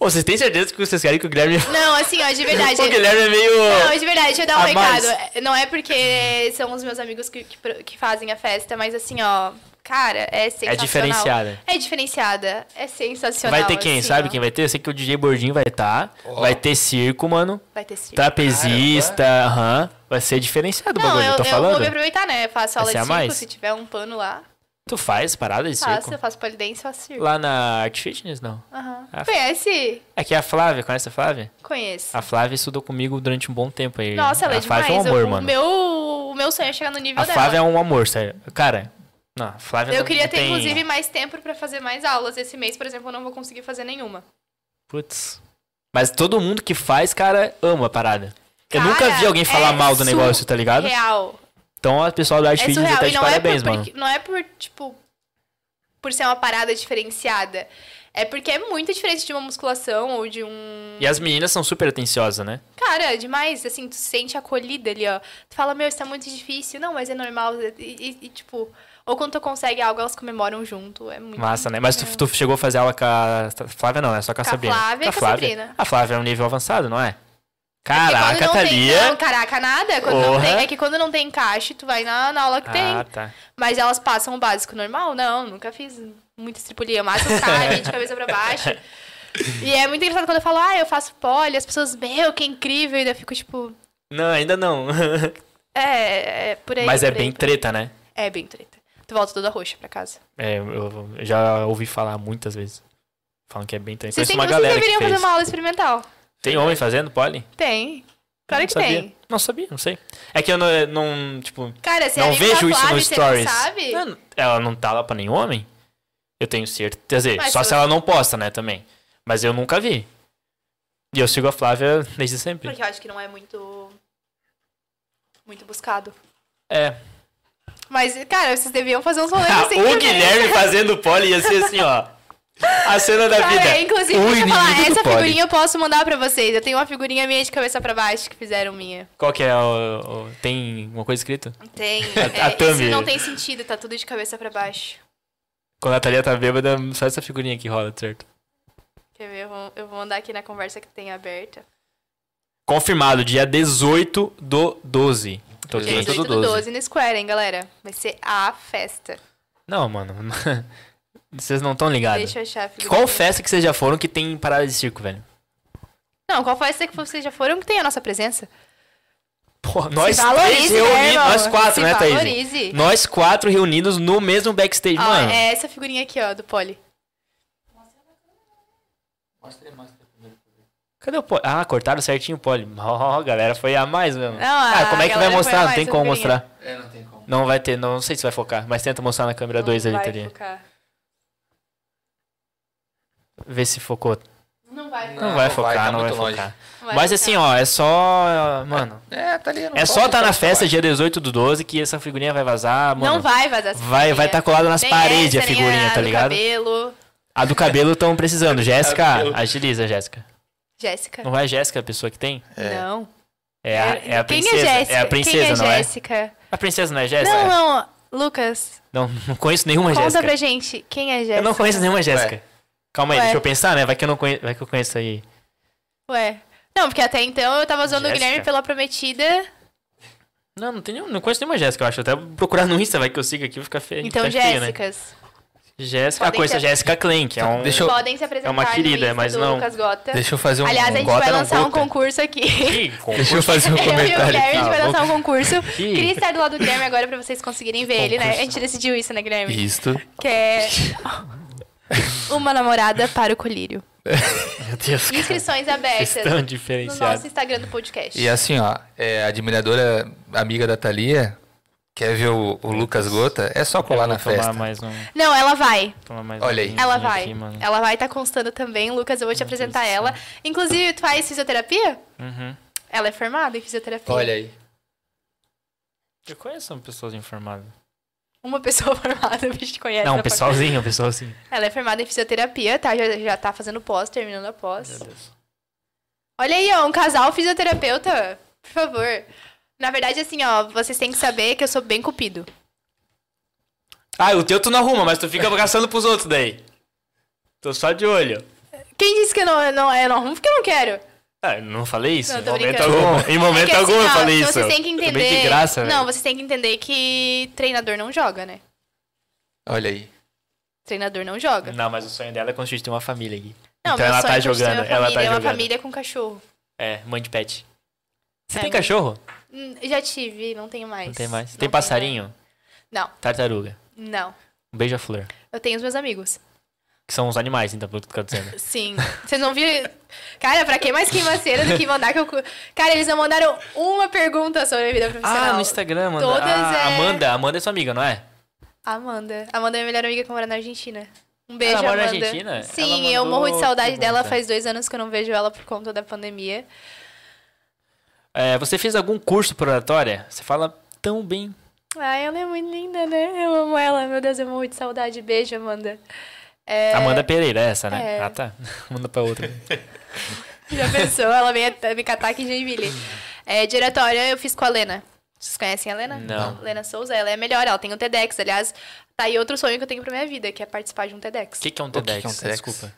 Speaker 1: Ô, vocês têm certeza que vocês querem que o Guilherme...
Speaker 3: Não, assim, ó, de verdade.
Speaker 1: o Guilherme é meio...
Speaker 3: Não, de verdade, deixa eu dar um
Speaker 1: A mais.
Speaker 3: recado. É, Não é porque são os meus amigos que, que, pro- que fazem a festa, mas assim, ó, cara, é sensacional.
Speaker 1: é diferenciada.
Speaker 3: É diferenciada, é sensacional.
Speaker 1: Vai ter quem?
Speaker 3: assim,
Speaker 1: Sabe
Speaker 3: ó.
Speaker 1: quem vai ter? Eu sei que o DJ Bordinho vai estar.
Speaker 2: Ó.
Speaker 1: Vai ter circo, mano.
Speaker 3: Vai ter circo.
Speaker 1: Trapezista, aham. Vai ser diferenciado o
Speaker 3: Não,
Speaker 1: Tá bagulho,
Speaker 3: eu,
Speaker 1: eu tô
Speaker 3: eu vou
Speaker 1: falando.
Speaker 3: me aproveitar, né? Eu faço aula
Speaker 1: Essa é
Speaker 3: de
Speaker 1: a
Speaker 3: circo,
Speaker 1: mais.
Speaker 3: se tiver um pano lá,
Speaker 1: Tu faz parada de
Speaker 3: faço, eu
Speaker 1: circo?
Speaker 3: faço polidense, faço circo.
Speaker 1: Lá na Art Fitness, não.
Speaker 3: Aham.
Speaker 1: Ah,
Speaker 3: Conhece?
Speaker 1: Aqui é a Flávia, conhece a Flávia?
Speaker 3: Conheço.
Speaker 1: A Flávia estudou comigo durante um bom tempo aí.
Speaker 3: Nossa, ela é
Speaker 1: a Flávia
Speaker 3: demais.
Speaker 1: é um amor,
Speaker 3: o,
Speaker 1: mano.
Speaker 3: Meu, o meu sonho é chegar no nível
Speaker 1: A
Speaker 3: dela.
Speaker 1: Flávia é um amor, sério. Cara, não, a Flávia
Speaker 3: Eu
Speaker 1: não-
Speaker 3: queria
Speaker 1: não
Speaker 3: ter,
Speaker 1: tem...
Speaker 3: inclusive, mais tempo pra fazer mais aulas. Esse mês, por exemplo, eu não vou conseguir fazer nenhuma.
Speaker 1: Putz. Mas todo mundo que faz, cara, ama a parada. Eu
Speaker 3: Cara,
Speaker 1: nunca vi alguém falar
Speaker 3: é
Speaker 1: mal do negócio, tá ligado?
Speaker 3: Real.
Speaker 1: Então, o pessoal da Art
Speaker 3: É
Speaker 1: Fitness
Speaker 3: surreal.
Speaker 1: tá
Speaker 3: E
Speaker 1: de
Speaker 3: não
Speaker 1: parabéns,
Speaker 3: é por,
Speaker 1: mano.
Speaker 3: porque- não é por, tipo, por ser uma parada diferenciada. É porque é muito diferente de uma musculação ou de um.
Speaker 1: E as meninas são super atenciosas, né?
Speaker 3: Cara, é demais, assim, tu se sente acolhida ali, ó. Tu fala, meu, isso tá muito difícil. Não, mas é normal. E, e- e, tipo, ou quando tu consegue algo, elas comemoram junto. É muito.
Speaker 1: Massa, né? Mas tu, tu chegou a fazer aula com a Flávia, não, é só com a
Speaker 3: Com a
Speaker 1: Sabrina.
Speaker 3: Flávia e
Speaker 1: Com a
Speaker 3: com a Sabrina.
Speaker 1: A Flávia é um nível avançado, não é?
Speaker 3: É quando
Speaker 1: Caraca,
Speaker 3: não tem,
Speaker 1: Thalia.
Speaker 3: não, caraca, nada. Quando não
Speaker 1: Porra.
Speaker 3: tem, é que quando não tem encaixe, tu vai na, na aula que
Speaker 1: Ah,
Speaker 3: tem.
Speaker 1: tá.
Speaker 3: Mas elas passam o básico normal? Não, nunca fiz muita estripulia. Massa o carne de cabeça pra baixo. E é muito engraçado quando eu falo, ah, eu faço pole, as pessoas, meu, que incrível. E daí eu fico tipo,
Speaker 1: Não, ainda não.
Speaker 3: é, é por aí.
Speaker 1: Mas é
Speaker 3: por aí,
Speaker 1: bem
Speaker 3: por aí."
Speaker 1: treta, né?
Speaker 3: É bem treta. Tu volta toda roxa pra casa.
Speaker 1: É, eu eu já ouvi falar muitas vezes. Falam que é bem treta.
Speaker 3: Vocês,
Speaker 1: Conheço
Speaker 3: têm,
Speaker 1: uma
Speaker 3: vocês
Speaker 1: galera que
Speaker 3: deveriam fazer
Speaker 1: fez.
Speaker 3: uma aula experimental.
Speaker 1: Tem homem fazendo pole?
Speaker 3: Tem. Claro
Speaker 1: Não
Speaker 3: que
Speaker 1: sabia.
Speaker 3: tem.
Speaker 1: Não sabia, não sei. É que eu não, não tipo,
Speaker 3: Cara, se
Speaker 1: não
Speaker 3: a gente
Speaker 1: vejo isso no
Speaker 3: Flávia,
Speaker 1: stories.
Speaker 3: Você não sabe?
Speaker 1: Não, ela não tá lá pra nenhum homem? Eu tenho certeza. Quer dizer,
Speaker 3: Mas
Speaker 1: só
Speaker 3: se
Speaker 1: se ela não posta, né, também. Mas eu nunca vi. E eu sigo a Flávia desde sempre.
Speaker 3: Porque eu acho que não é muito. Muito buscado.
Speaker 1: É.
Speaker 3: Mas, cara, vocês deviam fazer uns rolês
Speaker 1: Ah,
Speaker 3: assim.
Speaker 1: o
Speaker 3: também.
Speaker 1: Guilherme fazendo pole ia ser assim, ó. A cena da vida.
Speaker 3: Cara, inclusive,
Speaker 1: O
Speaker 3: deixa eu falar,
Speaker 1: inimigo do
Speaker 3: essa
Speaker 1: pole.
Speaker 3: figurinha eu posso mandar pra vocês. Eu tenho uma figurinha minha de cabeça pra baixo que fizeram minha.
Speaker 1: Qual que é o, o- Tem uma coisa escrita?
Speaker 3: Tem.
Speaker 1: a
Speaker 3: É, isso
Speaker 1: thumb.
Speaker 3: não tem sentido, tá tudo de cabeça pra baixo.
Speaker 1: Quando a Thalia tá bêbada, só essa figurinha aqui rola, certo?
Speaker 3: Quer ver? Eu vou, eu vou mandar aqui na conversa que tem aberta.
Speaker 1: Confirmado, dia 18 do 12. Tô
Speaker 2: Dia
Speaker 1: quente.
Speaker 2: 18
Speaker 3: 18 do 12 no Square, hein, galera? Vai ser a festa.
Speaker 1: Não, mano. Vocês não estão ligados.
Speaker 3: Deixa eu achar a figurinha.
Speaker 1: Qual festa que vocês já foram que tem parada de circo, velho?
Speaker 3: Não, qual festa que vocês já foram que tem a nossa presença?
Speaker 1: Pô, nós
Speaker 3: Se valorize,
Speaker 1: três
Speaker 3: né, tá
Speaker 1: reunidos,
Speaker 3: irmão?
Speaker 1: nós quatro,
Speaker 3: Se
Speaker 1: né, Thaís?
Speaker 3: valorize.
Speaker 1: Nós quatro reunidos no mesmo backstage,
Speaker 3: Ó,
Speaker 1: mano.
Speaker 3: é essa figurinha aqui, ó, do Poli.
Speaker 1: Cadê o pole? Ah, cortaram certinho o pole. Ó, galera, foi a mais mesmo.
Speaker 3: Não, a
Speaker 1: ah, como é que vai
Speaker 3: galera foi a
Speaker 1: mostrar? Não
Speaker 3: mais,
Speaker 1: tem como
Speaker 3: a figurinha.
Speaker 1: mostrar.
Speaker 2: É, não tem como.
Speaker 1: Não vai ter, não, sei se vai focar, mas tenta mostrar na câmera 2 ali,
Speaker 3: Não vai
Speaker 1: Thalia.
Speaker 3: focar.
Speaker 1: Vê se focou.
Speaker 3: Não vai focar.
Speaker 1: Não,
Speaker 2: Não,
Speaker 1: vai
Speaker 2: não
Speaker 1: focar,
Speaker 2: vai, tá
Speaker 1: não vai
Speaker 2: muito longe.
Speaker 1: focar.
Speaker 3: Não vai
Speaker 1: mas
Speaker 3: focar.
Speaker 1: assim, ó, é só. Mano,
Speaker 2: É, tá ali.
Speaker 1: é só estar tá na festa dia 18 do 12 que essa figurinha vai vazar, mano.
Speaker 3: Não vai vazar
Speaker 1: Vai
Speaker 3: essa
Speaker 1: estar
Speaker 3: figurinha.
Speaker 1: vai tá colada nas
Speaker 3: Nem
Speaker 1: paredes
Speaker 3: essa,
Speaker 1: a
Speaker 3: nem
Speaker 1: figurinha, tá
Speaker 3: do
Speaker 1: ligado?
Speaker 3: cabelo.
Speaker 1: A do cabelo estão precisando.
Speaker 2: A do
Speaker 1: Jéssica,
Speaker 2: cabelo.
Speaker 1: agiliza, Jéssica.
Speaker 5: Jéssica.
Speaker 1: Não é a Jéssica a pessoa que tem?
Speaker 3: Não.
Speaker 1: É a, é a
Speaker 3: Quem
Speaker 1: princesa.
Speaker 3: é Jéssica?
Speaker 1: a princesa,
Speaker 3: Quem é
Speaker 1: não é?
Speaker 3: Jéssica?
Speaker 1: A princesa não é Jéssica?
Speaker 3: Não, não. Lucas,
Speaker 1: Não, não conheço nenhuma
Speaker 3: conta
Speaker 1: Jéssica.
Speaker 3: pra gente. Quem é Jéssica?
Speaker 1: Eu não conheço nenhuma Jéssica. Calma aí,
Speaker 3: Ué.
Speaker 1: deixa eu pensar, né? Vai que eu, não conheço, vai que eu conheço aí.
Speaker 3: Ué. Não, porque até então eu tava usando o
Speaker 1: Jéssica.
Speaker 3: Guilherme pela prometida.
Speaker 1: Não, não, tem nenhum, não conheço nenhuma Jéssica, eu acho. Até vou procurar no Insta, vai que eu sigo aqui, fica feio.
Speaker 3: Então,
Speaker 1: fica feio, né?
Speaker 3: Jéssicas.
Speaker 1: Jéssica, a
Speaker 5: Podem
Speaker 1: coisa
Speaker 5: ter-
Speaker 1: Jéssica Klein, que é um.
Speaker 2: Então, Deixa eu-
Speaker 3: Podem se apresentar
Speaker 1: uma querida,
Speaker 3: no Insta
Speaker 1: mas
Speaker 3: do
Speaker 1: não-
Speaker 3: Lucas Gota.
Speaker 2: Deixa eu fazer um
Speaker 3: Aliás, a gente
Speaker 2: gota
Speaker 3: vai
Speaker 2: não
Speaker 3: lançar um
Speaker 2: gota.
Speaker 3: concurso aqui.
Speaker 1: Ih, com-
Speaker 2: Deixa eu fazer um
Speaker 3: Eu e o
Speaker 2: comentário.
Speaker 3: Guilherme, a gente vai
Speaker 1: Cala a
Speaker 3: lançar um concurso.
Speaker 1: Ih.
Speaker 3: Queria estar do lado do Guilherme agora pra vocês conseguirem ver ele, né? A gente decidiu isso, né, Guilherme?
Speaker 2: Isto.
Speaker 3: Que é uma namorada para o colírio.
Speaker 1: Meu Deus, cara.
Speaker 3: Inscrições
Speaker 1: Vocês estão
Speaker 3: abertas no
Speaker 1: diferenciados.
Speaker 3: é nosso Instagram do podcast.
Speaker 2: E assim, ó, é, admiradora amiga da Thalia, quer ver o, o Lucas Gota? É só colar
Speaker 1: Eu vou
Speaker 2: na
Speaker 1: tomar
Speaker 2: festa.
Speaker 1: Mais um,
Speaker 3: Não, ela vai.
Speaker 1: tomar mais
Speaker 2: Olha
Speaker 1: um
Speaker 2: aí.
Speaker 1: vinhozinho
Speaker 3: Ela vai.
Speaker 1: aqui, mano.
Speaker 3: ela vai estar constando também. Lucas, eu vou te apresentar
Speaker 1: Deus do
Speaker 3: ela. Inclusive, tu faz fisioterapia?
Speaker 1: Uhum.
Speaker 3: Ela é formada em fisioterapia.
Speaker 2: aí.
Speaker 1: Eu conheço uma pessoa informada.
Speaker 3: Uma pessoa formada, o bicho te conhece.
Speaker 1: Não,
Speaker 3: na
Speaker 1: um pessoalzinho, um pessoalzinho.
Speaker 3: faculdade. Ela é formada em fisioterapia, tá? Já, já tá fazendo pós, terminando a pós.
Speaker 1: Meu Deus.
Speaker 3: Olha aí, ó, um casal fisioterapeuta. Por favor. Na verdade, assim, ó, vocês têm que saber que eu sou bem cupido.
Speaker 1: Ah, o teu tu não arruma, mas tu fica abraçando pros outros daí. Tô só de olho.
Speaker 3: Quem disse que eu não, eu não, eu não arrumo porque eu não quero?
Speaker 1: Ah, eu não falei isso?
Speaker 3: Não,
Speaker 1: em
Speaker 3: tô
Speaker 1: momento
Speaker 3: brincando.
Speaker 1: algum. Em
Speaker 3: É
Speaker 1: momento
Speaker 3: que, assim,
Speaker 1: algum eu
Speaker 3: ó,
Speaker 1: falei isso.
Speaker 3: Vocês têm que
Speaker 1: Tô
Speaker 3: entender.
Speaker 1: bem de graça, né?
Speaker 3: não,
Speaker 1: velho.
Speaker 3: vocês têm que entender que treinador não joga, né?
Speaker 2: Olha aí.
Speaker 3: Treinador não joga.
Speaker 1: Não, mas o sonho dela é constituir uma família aqui.
Speaker 3: Não,
Speaker 1: então
Speaker 3: meu
Speaker 1: ela
Speaker 3: sonho
Speaker 1: tá
Speaker 3: é construir
Speaker 1: jogando, ela
Speaker 3: uma
Speaker 1: tá
Speaker 3: família, É
Speaker 1: jogando.
Speaker 3: uma família com cachorro.
Speaker 1: É, mãe de pet. Você
Speaker 3: É,
Speaker 1: tem
Speaker 3: mas-
Speaker 1: cachorro?
Speaker 3: Hum, Já tive, não tenho mais.
Speaker 1: Não tem mais.
Speaker 3: Não
Speaker 1: Tem
Speaker 3: tenho
Speaker 1: passarinho?
Speaker 3: Não.
Speaker 1: Tartaruga.
Speaker 3: mais. Não.
Speaker 1: Um beija-flor.
Speaker 3: Eu tenho os meus amigos.
Speaker 1: Que são os animais, então, pelo que tu tá dizendo.
Speaker 3: Sim. Vocês não viram. Cara, pra quem mais queima cera do que mandar que eu. cu- Cara, eles não mandaram uma pergunta sobre a vida profissional.
Speaker 1: Ah, no Instagram, Amanda.
Speaker 3: Todas
Speaker 1: Ah,
Speaker 3: é-
Speaker 1: Amanda. Amanda é sua amiga, não é?
Speaker 3: Amanda. Amanda é minha melhor amiga que mora na Argentina. Um beijo,
Speaker 1: Ela mora na
Speaker 3: Amanda.
Speaker 1: Argentina?
Speaker 3: Sim,
Speaker 1: Ela
Speaker 3: eu
Speaker 1: mandou
Speaker 3: morro de saudade
Speaker 1: pergunta.
Speaker 3: dela. Faz dois anos que eu não vejo ela por conta da pandemia.
Speaker 1: É, você fez algum curso por oratória? Você fala tão bem.
Speaker 3: Ai, ela é muito linda, né? Eu amo ela. Meu Deus, eu morro de saudade. Beijo, Amanda. É,
Speaker 1: Amanda Pereira, é essa, né?
Speaker 3: É.
Speaker 1: Ah, tá. Manda pra outra.
Speaker 3: Já pensou? Ela vem até me catar aqui em Joinville. É, de oratória eu fiz com a Lena. Vocês conhecem a Lena?
Speaker 1: Não.
Speaker 3: Lena Souza, ela é a melhor. Ela tem um TEDx. Aliás, tá aí outro sonho que eu tenho pra minha vida, que é participar de um TEDx.
Speaker 1: O que, que é um
Speaker 2: que que é
Speaker 1: TEDx?
Speaker 2: um TEDx?
Speaker 1: Desculpa.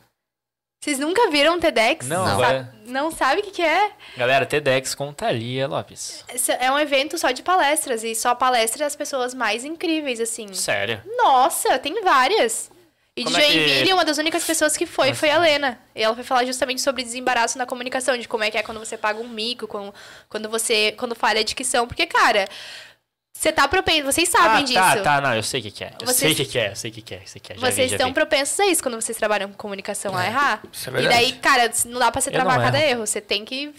Speaker 3: Vocês nunca viram um TEDx?
Speaker 1: Não,
Speaker 3: Sa-
Speaker 1: agora-
Speaker 3: Não sabe o que, que é?
Speaker 1: Galera, TEDx com Thalia Lopes.
Speaker 3: Esse É um evento só de palestras. E só palestra as pessoas mais incríveis, assim.
Speaker 1: Sério.
Speaker 3: Nossa, tem várias. E
Speaker 1: Como
Speaker 3: de
Speaker 1: é que-
Speaker 3: Joinville, uma das únicas pessoas que foi, foi a Lena. E ela foi falar justamente sobre desembaraço na comunicação, de como é que é quando você paga um mico, quando, quando você. quando falha a dicção. Porque, cara, você tá propenso. Vocês sabem
Speaker 1: ah,
Speaker 3: disso.
Speaker 1: tá, tá. Não, eu sei o que, que é. Eu
Speaker 3: Vocês-
Speaker 1: sei o que, que é, eu sei o que, que é. Eu sei o que é. Já
Speaker 3: Vocês
Speaker 1: vi, já
Speaker 3: estão
Speaker 1: vi.
Speaker 3: propensos a isso quando vocês trabalham com comunicação, a errar.
Speaker 2: Isso é
Speaker 3: e
Speaker 2: verdade.
Speaker 3: daí, cara, não dá pra você
Speaker 1: Eu não
Speaker 3: travar cada
Speaker 1: erro.
Speaker 3: erro. Você tem que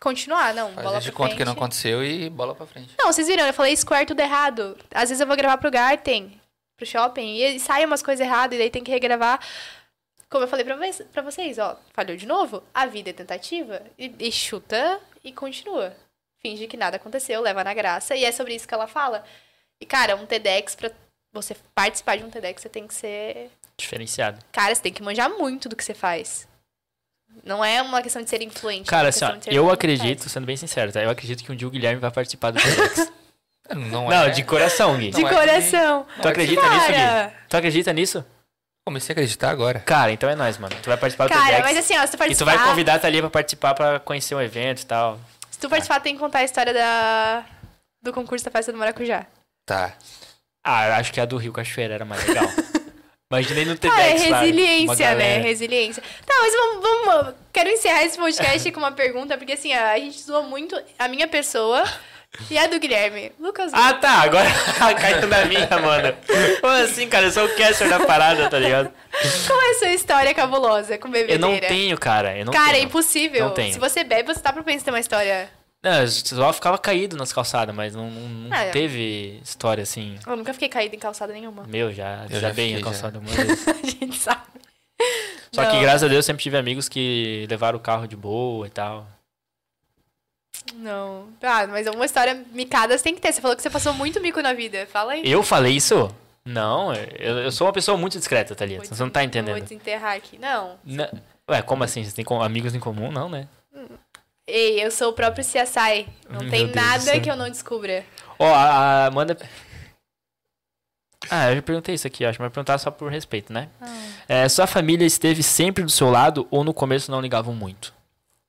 Speaker 3: continuar, não.
Speaker 2: Faz
Speaker 3: bola
Speaker 2: de
Speaker 3: pra
Speaker 2: conta que
Speaker 3: frente.
Speaker 2: não aconteceu e bola pra frente.
Speaker 3: Não, vocês viram, eu falei square tudo errado. Às vezes eu vou gravar pro Garten, pro shopping, e sai umas coisas erradas, e daí tem que regravar. Como eu falei pra, vo- pra vocês, ó, falhou de novo, a vida é tentativa, e, e chuta e continua. Finge que nada aconteceu, leva na graça, e é sobre isso que ela fala. E, cara, um TEDx, pra você participar de um TEDx, você tem que ser.
Speaker 1: Diferenciado.
Speaker 3: Cara, você tem que manjar muito do que você faz. Não é uma questão de ser influente. é
Speaker 1: Cara,
Speaker 3: uma
Speaker 1: assim, ó,
Speaker 3: questão de ser bom
Speaker 1: eu
Speaker 3: no que faz.
Speaker 1: acredito, sendo bem sincero, tá? Eu acredito que um dia o Guilherme vai participar do TEDx.
Speaker 2: Não,
Speaker 1: não,
Speaker 2: é.
Speaker 1: de coração, Gui.
Speaker 3: De
Speaker 2: Não é que- não
Speaker 3: coração.
Speaker 1: Tu
Speaker 2: é que-
Speaker 1: acredita nisso, Gui? Tu acredita nisso?
Speaker 2: Comecei a acreditar agora.
Speaker 1: Cara, então é nóis, mano. Tu vai participar do
Speaker 3: Cara,
Speaker 1: TEDx.
Speaker 3: mas assim, ó, se tu
Speaker 1: E tu
Speaker 3: participar,
Speaker 1: vai convidar a Thalia pra participar pra conhecer o evento e tal.
Speaker 3: se tu participar tem que contar a história da, do concurso da festa do maracujá.
Speaker 2: Tá.
Speaker 1: Ah, eu acho que a do Rio Cachoeira era mais legal. Imaginei no TEDx.
Speaker 3: Ah, é
Speaker 1: lá, uma
Speaker 3: resiliência, né?
Speaker 1: galera.
Speaker 3: Resiliência. Tá, mas vamos, vamos- Quero encerrar esse podcast com uma pergunta, porque assim, a gente zoa muito a minha pessoa e a do Guilherme. Lucas,
Speaker 1: Ah, tá. Agora caiu na minha, mano. Como assim, cara? Eu sou o caster da parada, tá ligado?
Speaker 3: qual é a sua história cabulosa com bebedeira?
Speaker 1: Eu não tenho, cara. Eu não
Speaker 3: Cara, é
Speaker 1: tenho.
Speaker 3: impossível.
Speaker 1: Não tenho.
Speaker 3: Se você bebe, você tá propenso a ter uma história.
Speaker 1: Não, eu só ficava caído nas calçadas, mas não, não- não
Speaker 3: Ah, é.
Speaker 1: teve história assim.
Speaker 3: Eu nunca fiquei caída em calçada nenhuma.
Speaker 1: Meu, já,
Speaker 2: Eu
Speaker 1: já,
Speaker 2: já
Speaker 1: bem a
Speaker 2: fiquei, já.
Speaker 1: calçada uma vez.
Speaker 3: a gente sabe.
Speaker 1: Só que
Speaker 3: Não.
Speaker 1: graças a Deus sempre tive amigos que levaram o carro de boa e tal.
Speaker 3: é Não. Ah, mas uma história micadas tem que ter. Você falou que você passou muito mico na vida. Fala aí.
Speaker 1: Eu falei isso? Não, eu, eu sou uma pessoa muito discreta, Thalia.
Speaker 3: Vou
Speaker 1: Você não tá
Speaker 3: des- Vou
Speaker 1: entendendo.
Speaker 3: desenterrar aqui. Não.
Speaker 1: Na- Ué, como assim? Vocês têm com- amigos em comum? Não, né?
Speaker 3: Ei, eu sou o próprio CSI. Não
Speaker 1: Meu
Speaker 3: tem
Speaker 1: Deus do
Speaker 3: nada
Speaker 1: céu.
Speaker 3: que eu não descubra.
Speaker 1: Ó, a a Amanda. Ah, eu já perguntei isso aqui, acho, mas perguntar só por respeito, né?
Speaker 3: Ah.
Speaker 1: É, sua família esteve sempre do seu lado ou no começo não ligavam muito?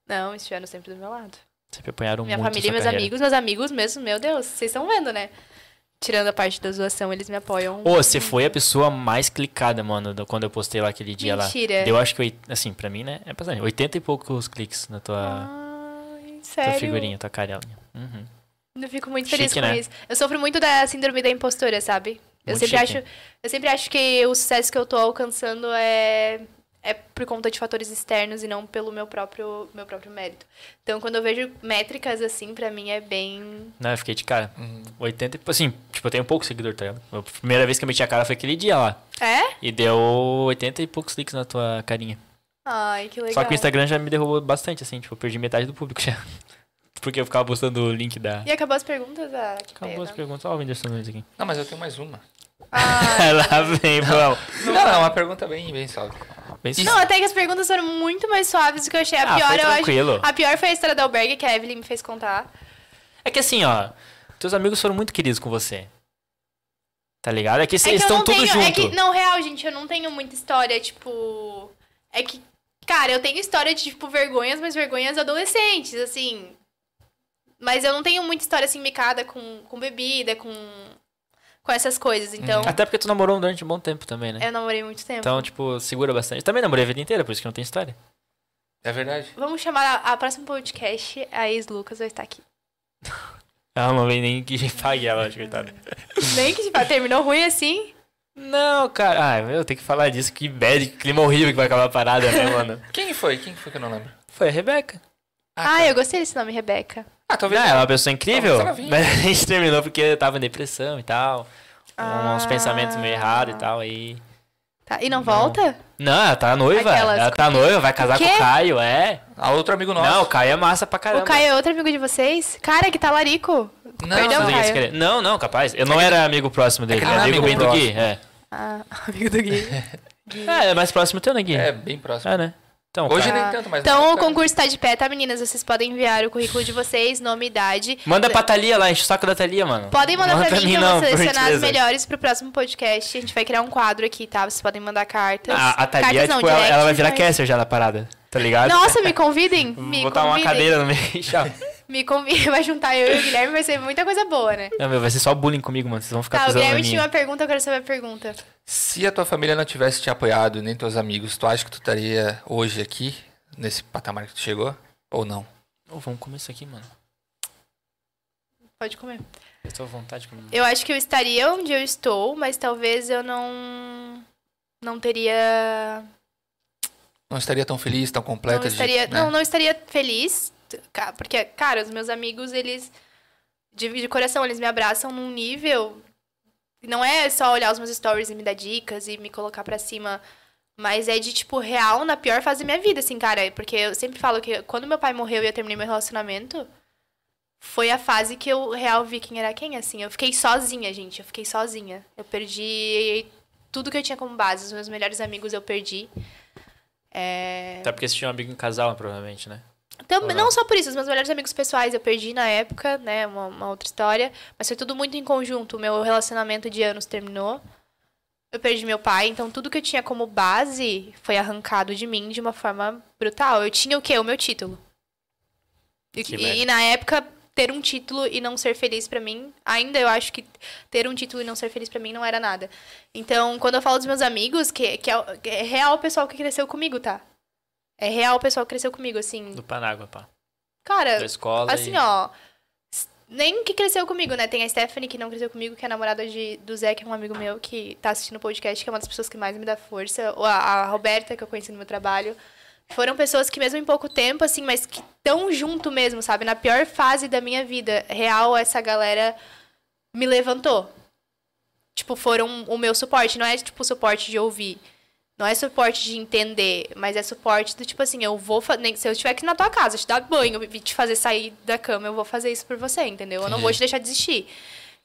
Speaker 3: Não, estiveram sempre do meu lado.
Speaker 1: Sempre apanharam
Speaker 3: Minha
Speaker 1: muito. na
Speaker 3: família e
Speaker 1: sua
Speaker 3: meus
Speaker 1: carreira.
Speaker 3: amigos, meus amigos mesmo, meu Deus, vocês estão vendo, né? Tirando a parte da zoação, eles me apoiam.
Speaker 1: Ô, você foi a pessoa mais clicada, mano, do- quando eu postei lá aquele dia lá.
Speaker 3: Mentira.
Speaker 1: Deu acho que, oit- assim, pra mim, né? É bastante. 80 e poucos cliques na tua,
Speaker 3: Ai,
Speaker 1: tua
Speaker 3: Ah, sério.
Speaker 1: figurinha, tua carelinha. Uhum.
Speaker 3: Eu fico muito feliz
Speaker 1: Chique,
Speaker 3: com
Speaker 1: né?
Speaker 3: isso. Eu sofro muito da síndrome da impostora, sabe? Eu
Speaker 1: Muito
Speaker 3: sempre,
Speaker 1: chique.
Speaker 3: acho, eu sempre acho que o sucesso que eu tô alcançando é, é por conta de fatores externos e não pelo meu próprio, meu próprio mérito. Então, quando eu vejo métricas assim, pra mim é bem.
Speaker 1: Não, eu fiquei de cara. 80 e. Assim, tipo, eu tenho pouco seguidor, tá ligado? A primeira vez que eu meti a cara foi aquele dia lá.
Speaker 3: É?
Speaker 1: E deu 80 e poucos cliques na tua carinha.
Speaker 3: Ai, que legal.
Speaker 1: Só que o Instagram já me derrubou bastante, assim, tipo, eu perdi metade do público já. Porque eu ficava postando o link da.
Speaker 3: E acabou as perguntas? Ah, que
Speaker 1: Acabou
Speaker 3: pena.
Speaker 1: as perguntas. Olha o Whindersson Nunes aqui.
Speaker 2: Não, mas eu tenho mais uma.
Speaker 3: Ai.
Speaker 1: Ah, Lá vem, vamos.
Speaker 2: Não, não, é uma pergunta bem, bem salve.
Speaker 1: Bem
Speaker 3: Não, até que as perguntas foram muito mais suaves do que eu achei. A
Speaker 1: Ah,
Speaker 3: pior,
Speaker 1: foi
Speaker 3: eu acho.
Speaker 1: tranquilo.
Speaker 3: A pior foi a história da albergue que a Evelyn me fez contar.
Speaker 1: É que assim, ó, teus amigos foram muito queridos com você. Tá ligado? É que
Speaker 3: é que
Speaker 1: vocês
Speaker 3: eu
Speaker 1: estão
Speaker 3: não
Speaker 1: tudo
Speaker 3: tenho,
Speaker 1: junto.
Speaker 3: É que, não, real, gente, eu não tenho muita história, tipo. É que. Cara, eu tenho história de, tipo, vergonhas, mas vergonhas adolescentes, assim. Mas eu não tenho muita história assim micada com, com bebida, com. com essas coisas. Então,
Speaker 1: Até porque tu namorou durante um bom tempo também, né?
Speaker 3: eu namorei muito tempo.
Speaker 1: Então, tipo, segura bastante. Eu também namorei a vida inteira, por isso que não tem história.
Speaker 2: É verdade.
Speaker 3: Vamos chamar a, a próxima podcast, a ex-Lucas vai estar aqui.
Speaker 1: Ah, não vem nem que pague ela, acho, coitada.
Speaker 3: Nem que tipo, terminou ruim assim.
Speaker 1: Não, cara. Ah, eu tenho que falar disso. Que bad, que clima horrível que vai acabar a parada, né, mano?
Speaker 2: Quem foi? Quem foi que eu não lembro?
Speaker 1: Foi a Rebeca.
Speaker 3: Ah,
Speaker 2: tá.
Speaker 3: eu gostei desse nome, Rebeca.
Speaker 2: Ah, talvez.
Speaker 1: Não,
Speaker 2: não.
Speaker 1: ela é uma pessoa incrível.
Speaker 2: Ela vinha.
Speaker 1: Mas a gente terminou porque eu tava em depressão e tal. Uns
Speaker 3: Ah.
Speaker 1: pensamentos meio errados e tal. Aí.
Speaker 3: Tá, e não, volta?
Speaker 1: Não, ela tá noiva.
Speaker 3: Aquelas
Speaker 1: Ela tá noiva, vai casar
Speaker 3: Quê?
Speaker 1: com o Caio, é.
Speaker 2: Ah, outro amigo nosso.
Speaker 1: Não, o Caio é massa pra caramba.
Speaker 3: O Caio é outro amigo de vocês? Cara, que talarico.
Speaker 2: Não,
Speaker 3: Perdão,
Speaker 1: Não,
Speaker 2: não,
Speaker 1: ninguém
Speaker 3: Caio.
Speaker 1: se querer. não, não, capaz. Eu não era amigo próximo dele.
Speaker 2: que
Speaker 1: Era
Speaker 2: ele não é
Speaker 1: amigo bem
Speaker 2: amigo
Speaker 1: do Gui. É.
Speaker 3: Ah, amigo do Gui.
Speaker 1: Ah, é mais próximo teu, né, Gui?
Speaker 2: É, bem próximo.
Speaker 1: É, né? Então,
Speaker 2: Hoje
Speaker 1: cara,
Speaker 2: nem tanto, mas. na
Speaker 3: Então o
Speaker 2: época-
Speaker 3: concurso tá de pé, tá, meninas? Vocês podem enviar o currículo de vocês, nome e idade.
Speaker 1: Manda pra Thalia lá, enche o saco da Thalia, mano.
Speaker 3: Podem mandar
Speaker 1: Manda
Speaker 3: pra mim, pra
Speaker 1: não,
Speaker 3: eu
Speaker 1: por
Speaker 3: selecionar as
Speaker 1: gentileza.
Speaker 3: melhores pro próximo podcast. A gente vai criar um quadro aqui, tá? Vocês podem mandar cartas.
Speaker 1: A, a Thalia,
Speaker 3: Então, cartas
Speaker 1: tipo, ela,
Speaker 3: direct,
Speaker 1: ela vai virar
Speaker 3: mas-
Speaker 1: Caster já na parada, tá ligado?
Speaker 3: Nossa, me convidem. Me
Speaker 1: Vou botar uma
Speaker 3: convidem.
Speaker 1: cadeira no meio e tchau.
Speaker 3: Me convidem, vai juntar eu e o Guilherme, vai ser muita coisa boa, né?
Speaker 1: Não, meu, vai ser só bullying comigo, mano. Vocês vão ficar
Speaker 3: Tá, o
Speaker 1: pisando na
Speaker 3: Guilherme tinha
Speaker 1: minha.
Speaker 3: uma pergunta, eu quero saber a pergunta.
Speaker 2: Se a tua família não tivesse te apoiado, e nem teus amigos, tu acha que tu estaria hoje aqui, nesse patamar que tu chegou? Ou não?
Speaker 1: Ô, vamos comer isso aqui, mano.
Speaker 3: Pode comer.
Speaker 1: Eu tô à vontade de comer.
Speaker 3: Eu acho que eu estaria onde eu estou, mas talvez eu não. Não teria
Speaker 2: Não estaria tão feliz, tão completa?
Speaker 3: não
Speaker 2: de- né?
Speaker 3: estaria, não, não estaria feliz, ca- porque cara, os meus amigos eles de, de coração eles me abraçam num nível que não é só olhar os meus stories e me dar dicas e me colocar pra cima, mas é de tipo real na pior fase da minha vida, assim, cara, porque eu sempre falo que quando meu pai morreu e eu terminei meu relacionamento, foi a fase que eu real vi quem era quem, assim. Eu fiquei sozinha, gente. Eu fiquei sozinha. Eu perdi tudo que eu tinha como base. Os meus melhores amigos eu perdi. É...
Speaker 1: Até porque você tinha um amigo em casal, provavelmente, né?
Speaker 3: Tam-
Speaker 1: Uhum.
Speaker 3: Então, Não só por isso, os meus melhores amigos pessoais eu perdi na época, né? Uma, uma outra história. Mas foi tudo muito em conjunto. O meu relacionamento de anos terminou. Eu perdi meu pai, então tudo que eu tinha como base foi arrancado de mim de uma forma brutal. Eu tinha o quê? O meu título. E,
Speaker 1: Que
Speaker 3: e-
Speaker 1: merda.
Speaker 3: e na época, ter um título e não ser feliz pra mim, ainda eu acho que ter um título e não ser feliz pra mim não era nada. Então, quando eu falo dos meus amigos, que, que é, o- que é real o pessoal que cresceu comigo, tá? É real o pessoal que cresceu comigo, assim.
Speaker 1: Do Panágua, pá. Da
Speaker 3: Cara,
Speaker 1: escola.
Speaker 3: assim,
Speaker 1: e...
Speaker 3: ó. s- Nem que cresceu comigo, né? Tem a Stephanie que não cresceu comigo, que é a namorada de, do Zé, que é um amigo meu que tá assistindo o podcast, que é uma das pessoas que mais me dá força. Ou a, a Roberta, que eu conheci no meu trabalho. Foram pessoas que, mesmo em pouco tempo, assim, mas que tão junto mesmo, sabe? Na pior fase da minha vida real, essa galera me levantou. Tipo, foram o meu suporte. Não é, tipo, suporte de ouvir. Não é suporte de entender, mas é suporte do tipo assim, eu vou fa- nem se eu estiver aqui na tua casa, te dar banho, e te fazer sair da cama, eu vou fazer isso por você, entendeu? Eu não vou
Speaker 2: Entendi.
Speaker 3: te deixar desistir.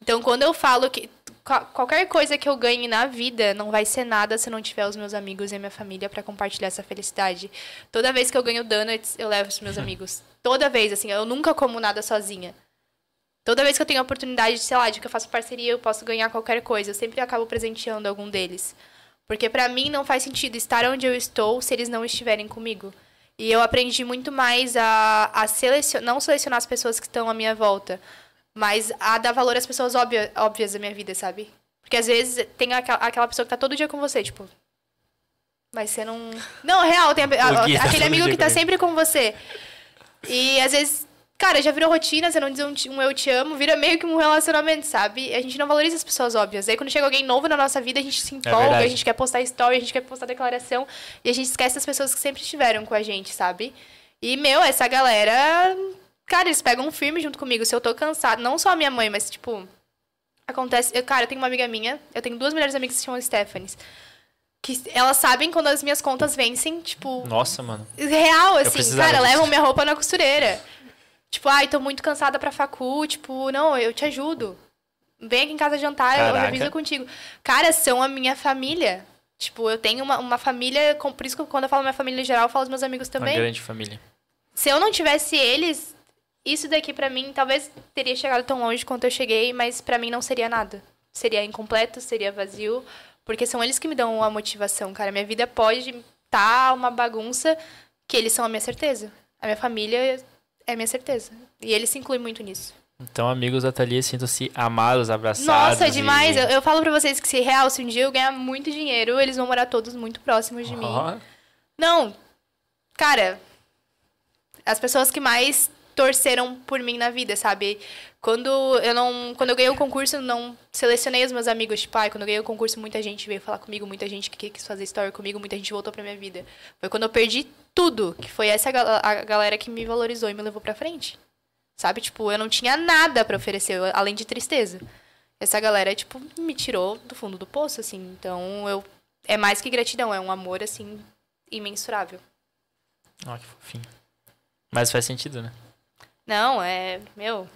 Speaker 3: Então, quando eu falo que qua- qualquer coisa que eu ganhe na vida não vai ser nada se não tiver os meus amigos e a minha família pra compartilhar essa felicidade. Toda vez que eu ganho donuts, eu levo os meus amigos. Toda vez, assim, eu nunca como nada sozinha. Toda vez que eu tenho a oportunidade, sei lá, de que eu faço parceria, eu posso ganhar qualquer coisa. Eu sempre acabo presenteando algum deles. Porque pra mim não faz sentido estar onde eu estou se eles não estiverem comigo. E eu aprendi muito mais a, a selecionar, não selecionar as pessoas que estão à minha volta, mas a dar valor às pessoas óbvia- óbvias da minha vida, sabe? Porque às vezes tem aquela, aquela pessoa que tá todo dia com você, tipo. Mas você não. Não, é real, tem a- a-
Speaker 1: O Gui tá
Speaker 3: aquele
Speaker 1: todo
Speaker 3: amigo
Speaker 1: dia
Speaker 3: que tá
Speaker 1: comigo.
Speaker 3: sempre com você. E às vezes, cara, já virou rotina, você não diz um, te- um eu te amo, vira meio que um relacionamento, sabe? A gente não valoriza as pessoas óbvias. Aí quando chega alguém novo na nossa vida, a gente se empolga, a
Speaker 1: verdade.
Speaker 3: gente quer postar story, a gente quer postar declaração, e a gente esquece as pessoas que sempre estiveram com a gente, sabe? E, meu, essa galera. Cara, eles pegam um firme junto comigo. Se eu tô cansada, não só a minha mãe, mas tipo. Acontece. Eu, cara, eu tenho uma amiga minha, eu tenho duas melhores amigas que se chamam Stephanies. Que elas sabem quando as minhas contas vencem, tipo,
Speaker 1: Nossa, mano.
Speaker 3: Real, assim,
Speaker 1: precisava
Speaker 3: cara,
Speaker 1: disso.
Speaker 3: levam minha roupa na costureira. Tipo, ai, tô muito cansada pra facu, tipo, não, eu te ajudo. Vem aqui em casa jantar, eu
Speaker 1: Caraca.
Speaker 3: reviso contigo. Cara, são a minha família. Tipo, eu tenho uma, uma família, com- por isso que quando eu falo minha família em geral, eu falo dos meus amigos
Speaker 1: Uma
Speaker 3: também.
Speaker 1: grande família.
Speaker 3: Se eu não tivesse eles, isso daqui pra mim, talvez teria chegado tão longe quanto eu cheguei, mas pra mim não seria nada. Seria incompleto, seria vazio, porque são eles que me dão a motivação, cara. Minha vida pode estar uma bagunça, que eles são a minha certeza. A minha família é a minha certeza. E eles se incluem muito nisso.
Speaker 1: Então, amigos da Thalia, sintam-se amados, abraçados.
Speaker 3: Nossa, é
Speaker 1: e-
Speaker 3: demais! Eu, eu falo pra vocês que se real, se um dia eu ganhar muito dinheiro, eles vão morar todos muito próximos de mim.
Speaker 1: Ó,
Speaker 3: Não. Cara, as pessoas que mais torceram por mim na vida, sabe? Quando eu não, quando eu ganhei o concurso, eu não selecionei os meus amigos, tipo, ai, quando eu ganhei o concurso, muita gente veio falar comigo, muita gente que quis fazer story comigo, muita gente voltou pra minha vida. Foi quando eu perdi tudo, que foi essa gal- a galera que me valorizou e me levou pra frente. Sabe? Tipo, eu não tinha nada pra oferecer, eu- além de tristeza. Essa galera, tipo, me tirou do fundo do poço, assim. Então, eu é mais que gratidão, é um amor assim imensurável.
Speaker 1: ó, que fofinho. Mas faz sentido, né?
Speaker 3: Não, é. Meu.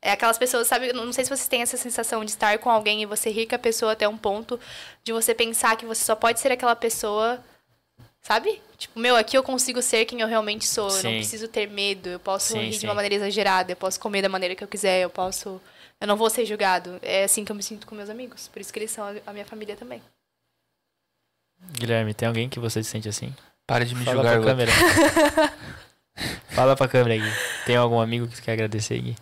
Speaker 3: É aquelas pessoas, sabe? eu Não sei se vocês têm essa sensação de estar com alguém e você rir com a pessoa até um ponto de você pensar que você só pode ser aquela pessoa, sabe? Tipo, meu, aqui eu consigo ser quem eu realmente sou. Eu não
Speaker 1: Sim.
Speaker 3: preciso ter medo. Eu posso
Speaker 1: Sim,
Speaker 3: rir de
Speaker 1: sim.
Speaker 3: uma maneira exagerada. Eu posso comer da maneira que eu quiser. Eu posso. Eu não vou ser julgado. É assim que eu me sinto com meus amigos. Por isso que eles são a- a minha família também.
Speaker 1: Guilherme, tem alguém que você se sente assim?
Speaker 2: Para de me
Speaker 1: Fala
Speaker 2: julgar,
Speaker 1: pra
Speaker 2: Luan.
Speaker 1: câmera. Fala pra câmera, Gui. Tem algum amigo que tu quer agradecer, Gui?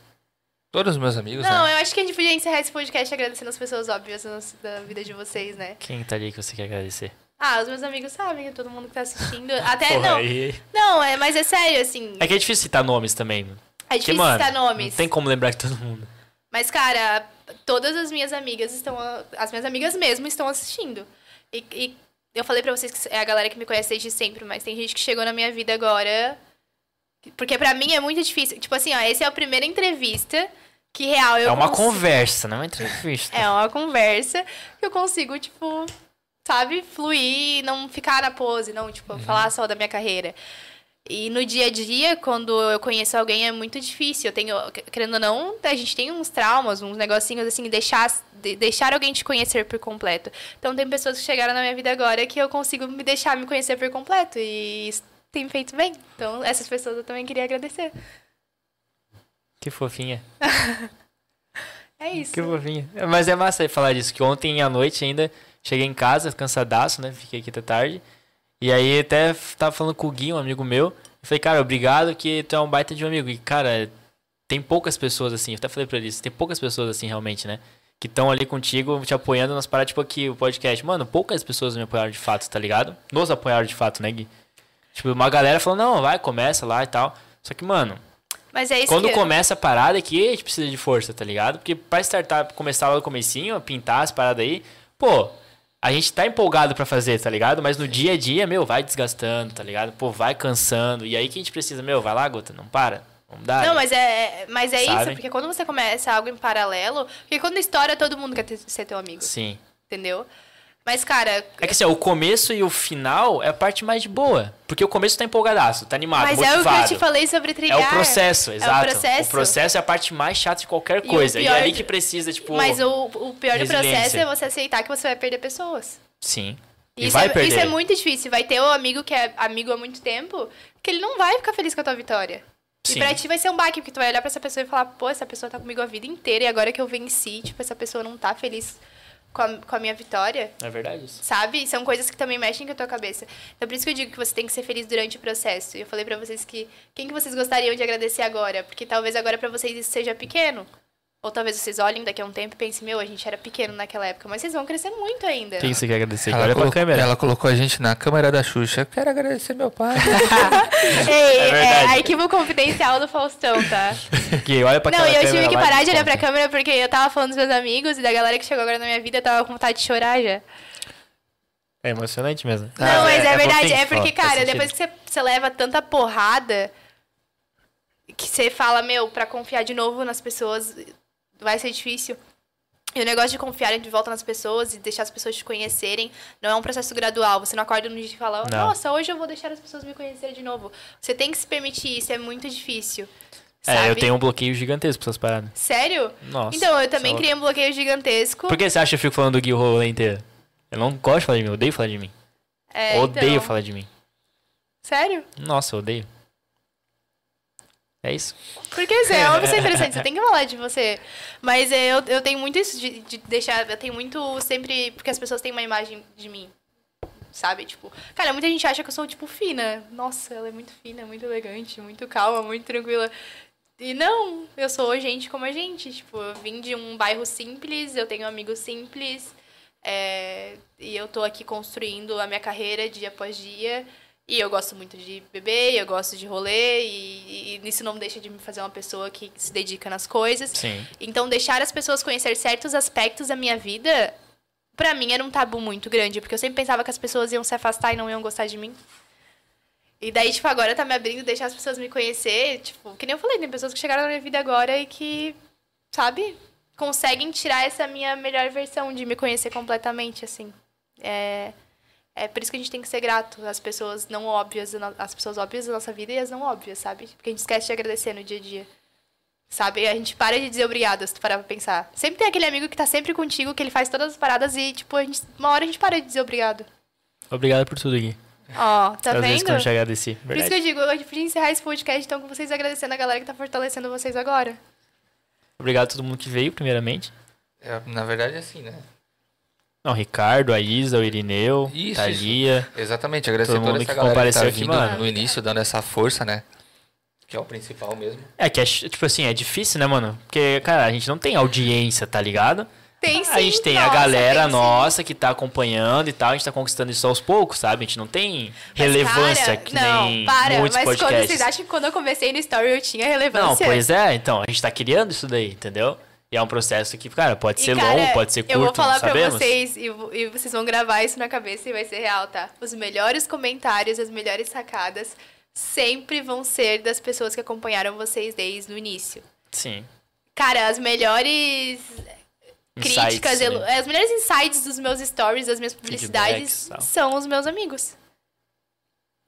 Speaker 2: Todos os meus amigos,
Speaker 3: Não,
Speaker 2: né?
Speaker 3: eu acho que a gente podia encerrar esse podcast agradecendo as pessoas óbvias nas- da vida de vocês, né?
Speaker 1: Quem tá ali que você quer agradecer?
Speaker 3: Ah, os meus amigos sabem, todo mundo que tá assistindo. Até
Speaker 1: Porra,
Speaker 3: não.
Speaker 1: aí-
Speaker 3: Não, é, mas é sério, assim.
Speaker 1: É que é difícil citar nomes também. mano.
Speaker 3: É
Speaker 1: Porque,
Speaker 3: difícil
Speaker 1: mano,
Speaker 3: citar nomes.
Speaker 1: Não tem como lembrar de todo mundo.
Speaker 3: Mas, cara, todas as minhas amigas estão. a- As minhas amigas mesmo estão assistindo. E, e eu falei pra vocês que é a galera que me conhece desde sempre, mas tem gente que chegou na minha vida agora. Porque pra mim é muito difícil. Tipo assim, ó, essa é a primeira entrevista que real eu
Speaker 1: é uma
Speaker 3: consigo-
Speaker 1: conversa, não é uma entrevista.
Speaker 3: É uma conversa que eu consigo, tipo, sabe, fluir e não ficar na pose, não, tipo,
Speaker 1: Uhum.
Speaker 3: falar só da minha carreira. E no dia a dia, quando eu conheço alguém, é muito difícil. Eu tenho, querendo ou não, a gente tem uns traumas, uns negocinhos assim, deixar, de- deixar alguém te conhecer por completo. Então tem pessoas que chegaram na minha vida agora que eu consigo me deixar me conhecer por completo. E isso tem me feito bem. Então, essas pessoas eu também queria agradecer.
Speaker 1: Que fofinha.
Speaker 3: É isso.
Speaker 1: Que fofinha. É, Mas é massa falar disso, que ontem à noite ainda cheguei em casa, cansadaço, né? Fiquei aqui até tarde. E aí até f- tava falando com o Gui, um amigo meu. Eu falei, cara, obrigado que tu é um baita de um amigo. E, cara, tem poucas pessoas assim, eu até falei pra ele isso, tem poucas pessoas assim realmente, né? Que estão ali contigo, te apoiando nas paradas, tipo aqui, o podcast. Mano, poucas pessoas me apoiaram de fato, tá ligado? Nos apoiaram de fato, né, Gui? Tipo, uma galera falou, não, vai, começa lá e tal. Só que, mano,
Speaker 3: Mas é isso
Speaker 1: quando
Speaker 3: que...
Speaker 1: começa a parada aqui, a gente precisa de força, tá ligado? Porque pra startup começar lá no comecinho, pintar as paradas aí, pô, a gente tá empolgado pra fazer, tá ligado? Mas no dia a dia, meu, vai desgastando, tá ligado? Pô, vai cansando. E aí que a gente precisa, meu, vai lá, gota, não para. Vamos dar.
Speaker 3: Não, mas é, é- mas é isso,
Speaker 1: Sabe?
Speaker 3: porque quando você começa algo em paralelo, porque quando estoura, todo mundo quer ter- ser teu amigo,
Speaker 1: Sim.
Speaker 3: entendeu? Mas, cara,
Speaker 1: É que assim, ó, o começo e o final é a parte mais de boa. Porque o começo tá empolgadaço, tá animado,
Speaker 3: mas é o
Speaker 1: motivado.
Speaker 3: que eu te falei sobre trilhar.
Speaker 1: É o processo, exato.
Speaker 3: processo.
Speaker 1: O processo é a parte mais chata de qualquer
Speaker 3: E o
Speaker 1: coisa. E, é
Speaker 3: pior
Speaker 1: ali
Speaker 3: de-
Speaker 1: que precisa, tipo.
Speaker 3: Mas o, o pior do processo
Speaker 1: resiliência.
Speaker 3: é você aceitar que você vai perder pessoas.
Speaker 1: Sim. E
Speaker 3: Isso,
Speaker 1: vai
Speaker 3: é,
Speaker 1: perder.
Speaker 3: isso é muito difícil. Vai ter um amigo que é amigo há muito tempo que ele não vai ficar feliz com a tua vitória.
Speaker 1: Sim.
Speaker 3: E pra ti vai ser um baque, porque tu vai olhar pra essa pessoa e falar, pô, essa pessoa tá comigo a vida inteira e agora que eu venci, tipo, essa pessoa não tá feliz com a, com a minha vitória,
Speaker 1: É verdade isso.
Speaker 3: sabe? São coisas que também mexem com a tua cabeça. Então por isso que eu digo que você tem que ser feliz durante o processo. E eu falei pra vocês que quem que vocês gostariam de agradecer agora? Porque talvez agora pra vocês isso seja pequeno. Ou talvez vocês olhem daqui a um tempo e pensem, meu, a gente era pequeno naquela época, mas vocês vão crescer muito ainda.
Speaker 1: Quem você quer agradecer?
Speaker 2: Ela,
Speaker 1: Olha pra
Speaker 2: colocou,
Speaker 1: câmera.
Speaker 2: ela colocou a gente na câmera da Xuxa. Eu Quero agradecer meu pai.
Speaker 3: Ei,
Speaker 1: É
Speaker 3: é,
Speaker 1: verdade.
Speaker 3: arquivo confidencial do Faustão, tá?
Speaker 1: Que olha pra
Speaker 3: Não,
Speaker 1: aquela
Speaker 3: e eu tive
Speaker 1: câmera
Speaker 3: que
Speaker 1: lá
Speaker 3: parar
Speaker 1: e
Speaker 3: de olhar pra
Speaker 1: conta.
Speaker 3: câmera porque eu tava falando dos meus amigos e da galera que chegou agora na minha vida, eu tava com vontade de chorar já.
Speaker 1: É emocionante mesmo.
Speaker 3: Não, mas é, verdade,
Speaker 1: fofinho,
Speaker 3: é porque,
Speaker 1: ó, faz
Speaker 3: cara,
Speaker 1: sentido.
Speaker 3: depois que você, você leva tanta porrada que você fala, meu, pra confiar de novo nas pessoas vai ser difícil. E o negócio de confiarem de volta nas pessoas e deixar as pessoas te conhecerem não é um processo gradual. Você não acorda no dia e fala,
Speaker 1: Não.
Speaker 3: nossa, hoje eu vou deixar as pessoas me conhecer de novo. Você tem que se permitir isso, é muito difícil.
Speaker 1: É, eu
Speaker 3: sabe?
Speaker 1: tenho um bloqueio gigantesco pra essas paradas.
Speaker 3: Sério?
Speaker 1: Nossa.
Speaker 3: então, eu também
Speaker 1: só-
Speaker 3: criei um bloqueio gigantesco.
Speaker 1: Por que você acha que eu fico falando do Gui o rolê inteiro? Eu não gosto de falar de mim, eu odeio falar de mim.
Speaker 3: É,
Speaker 1: odeio
Speaker 3: então-
Speaker 1: falar de mim.
Speaker 3: Sério?
Speaker 1: Nossa, eu odeio. É isso.
Speaker 3: Porque você é uma pessoa interessante, você tem que falar de você. Mas é, eu, eu tenho muito isso de, de deixar. Eu tenho muito sempre. Porque as pessoas têm uma imagem de mim. Sabe? Tipo, cara, muita gente acha que eu sou, tipo, fina. Nossa, ela é muito fina, muito elegante, muito calma, muito tranquila. E não, eu sou gente como a gente. Tipo, eu vim de um bairro simples, eu tenho amigos simples. é, e eu tô aqui construindo a minha carreira dia após dia. E eu gosto muito de beber, eu gosto de rolê, e, e isso não deixa de me fazer uma pessoa que se dedica nas coisas.
Speaker 1: Sim.
Speaker 3: Então, deixar as pessoas conhecer certos aspectos da minha vida, pra mim era um tabu muito grande, porque eu sempre pensava que as pessoas iam se afastar e não iam gostar de mim. E daí, tipo, agora tá me abrindo, deixar as pessoas me conhecer, tipo, que nem eu falei, tem pessoas que chegaram na minha vida agora e que, sabe, conseguem tirar essa minha melhor versão de me conhecer completamente, assim. É, é por isso que a gente tem que ser grato às pessoas não óbvias, da no- às pessoas óbvias da nossa vida e as não óbvias, sabe? Porque a gente esquece de agradecer no dia a dia. Sabe? A gente para de dizer obrigado, se tu parar pra pensar. Sempre tem aquele amigo que tá sempre contigo, que ele faz todas as paradas e, tipo, a gente, uma hora a gente para de dizer obrigado.
Speaker 1: Obrigado por tudo, Gui.
Speaker 3: Ó, tá
Speaker 1: Às vezes
Speaker 3: vendo?
Speaker 1: quando eu te agradeci.
Speaker 3: Por
Speaker 1: Verdade.
Speaker 3: isso que eu digo, eu podia encerrar esse podcast, então, com vocês agradecendo a galera que tá fortalecendo vocês agora.
Speaker 1: Obrigado a todo mundo que veio, primeiramente.
Speaker 2: É, na verdade, é assim, né?
Speaker 1: Não, o Ricardo, a Isa, o Irineu,
Speaker 2: Isso,
Speaker 1: Thalia.
Speaker 2: Exatamente, agradecer
Speaker 1: Todo
Speaker 2: toda
Speaker 1: mundo
Speaker 2: essa
Speaker 1: que
Speaker 2: galera que tá
Speaker 1: compareceu aqui,
Speaker 2: vindo
Speaker 1: mano.
Speaker 2: no início, dando essa força, né? Que é o principal mesmo.
Speaker 1: É que, é, ch- tipo assim, é difícil, né, mano? Porque, cara, a gente não tem audiência, tá ligado?
Speaker 3: Tem sim,
Speaker 1: a gente tem a
Speaker 3: nossa,
Speaker 1: galera
Speaker 3: tem sim.
Speaker 1: nossa que tá acompanhando e tal, a gente tá conquistando isso aos poucos, sabe? A gente não tem
Speaker 3: Mas,
Speaker 1: relevância
Speaker 3: cara,
Speaker 1: que
Speaker 3: não,
Speaker 1: nem
Speaker 3: para,
Speaker 1: muitos
Speaker 3: mas quando
Speaker 1: podcasts.
Speaker 3: vocês acham que quando eu comecei no story eu tinha
Speaker 1: Não,
Speaker 3: relevância?
Speaker 1: pois é, então, a gente tá criando isso daí, entendeu? E é um processo que, cara, pode
Speaker 3: E,
Speaker 1: ser
Speaker 3: cara,
Speaker 1: longo, pode ser curto,
Speaker 3: Eu vou falar
Speaker 1: não sabemos.
Speaker 3: pra vocês e, vo- e vocês vão gravar isso na cabeça e vai ser real, tá? Os melhores comentários, as melhores sacadas sempre vão ser das pessoas que acompanharam vocês desde o início.
Speaker 1: Sim.
Speaker 3: Cara, as melhores críticas,
Speaker 1: Insights,
Speaker 3: elo-
Speaker 1: né?
Speaker 3: é, as melhores insights dos meus stories, das minhas
Speaker 1: Feedbacks,
Speaker 3: publicidades
Speaker 1: tal.
Speaker 3: são os meus amigos.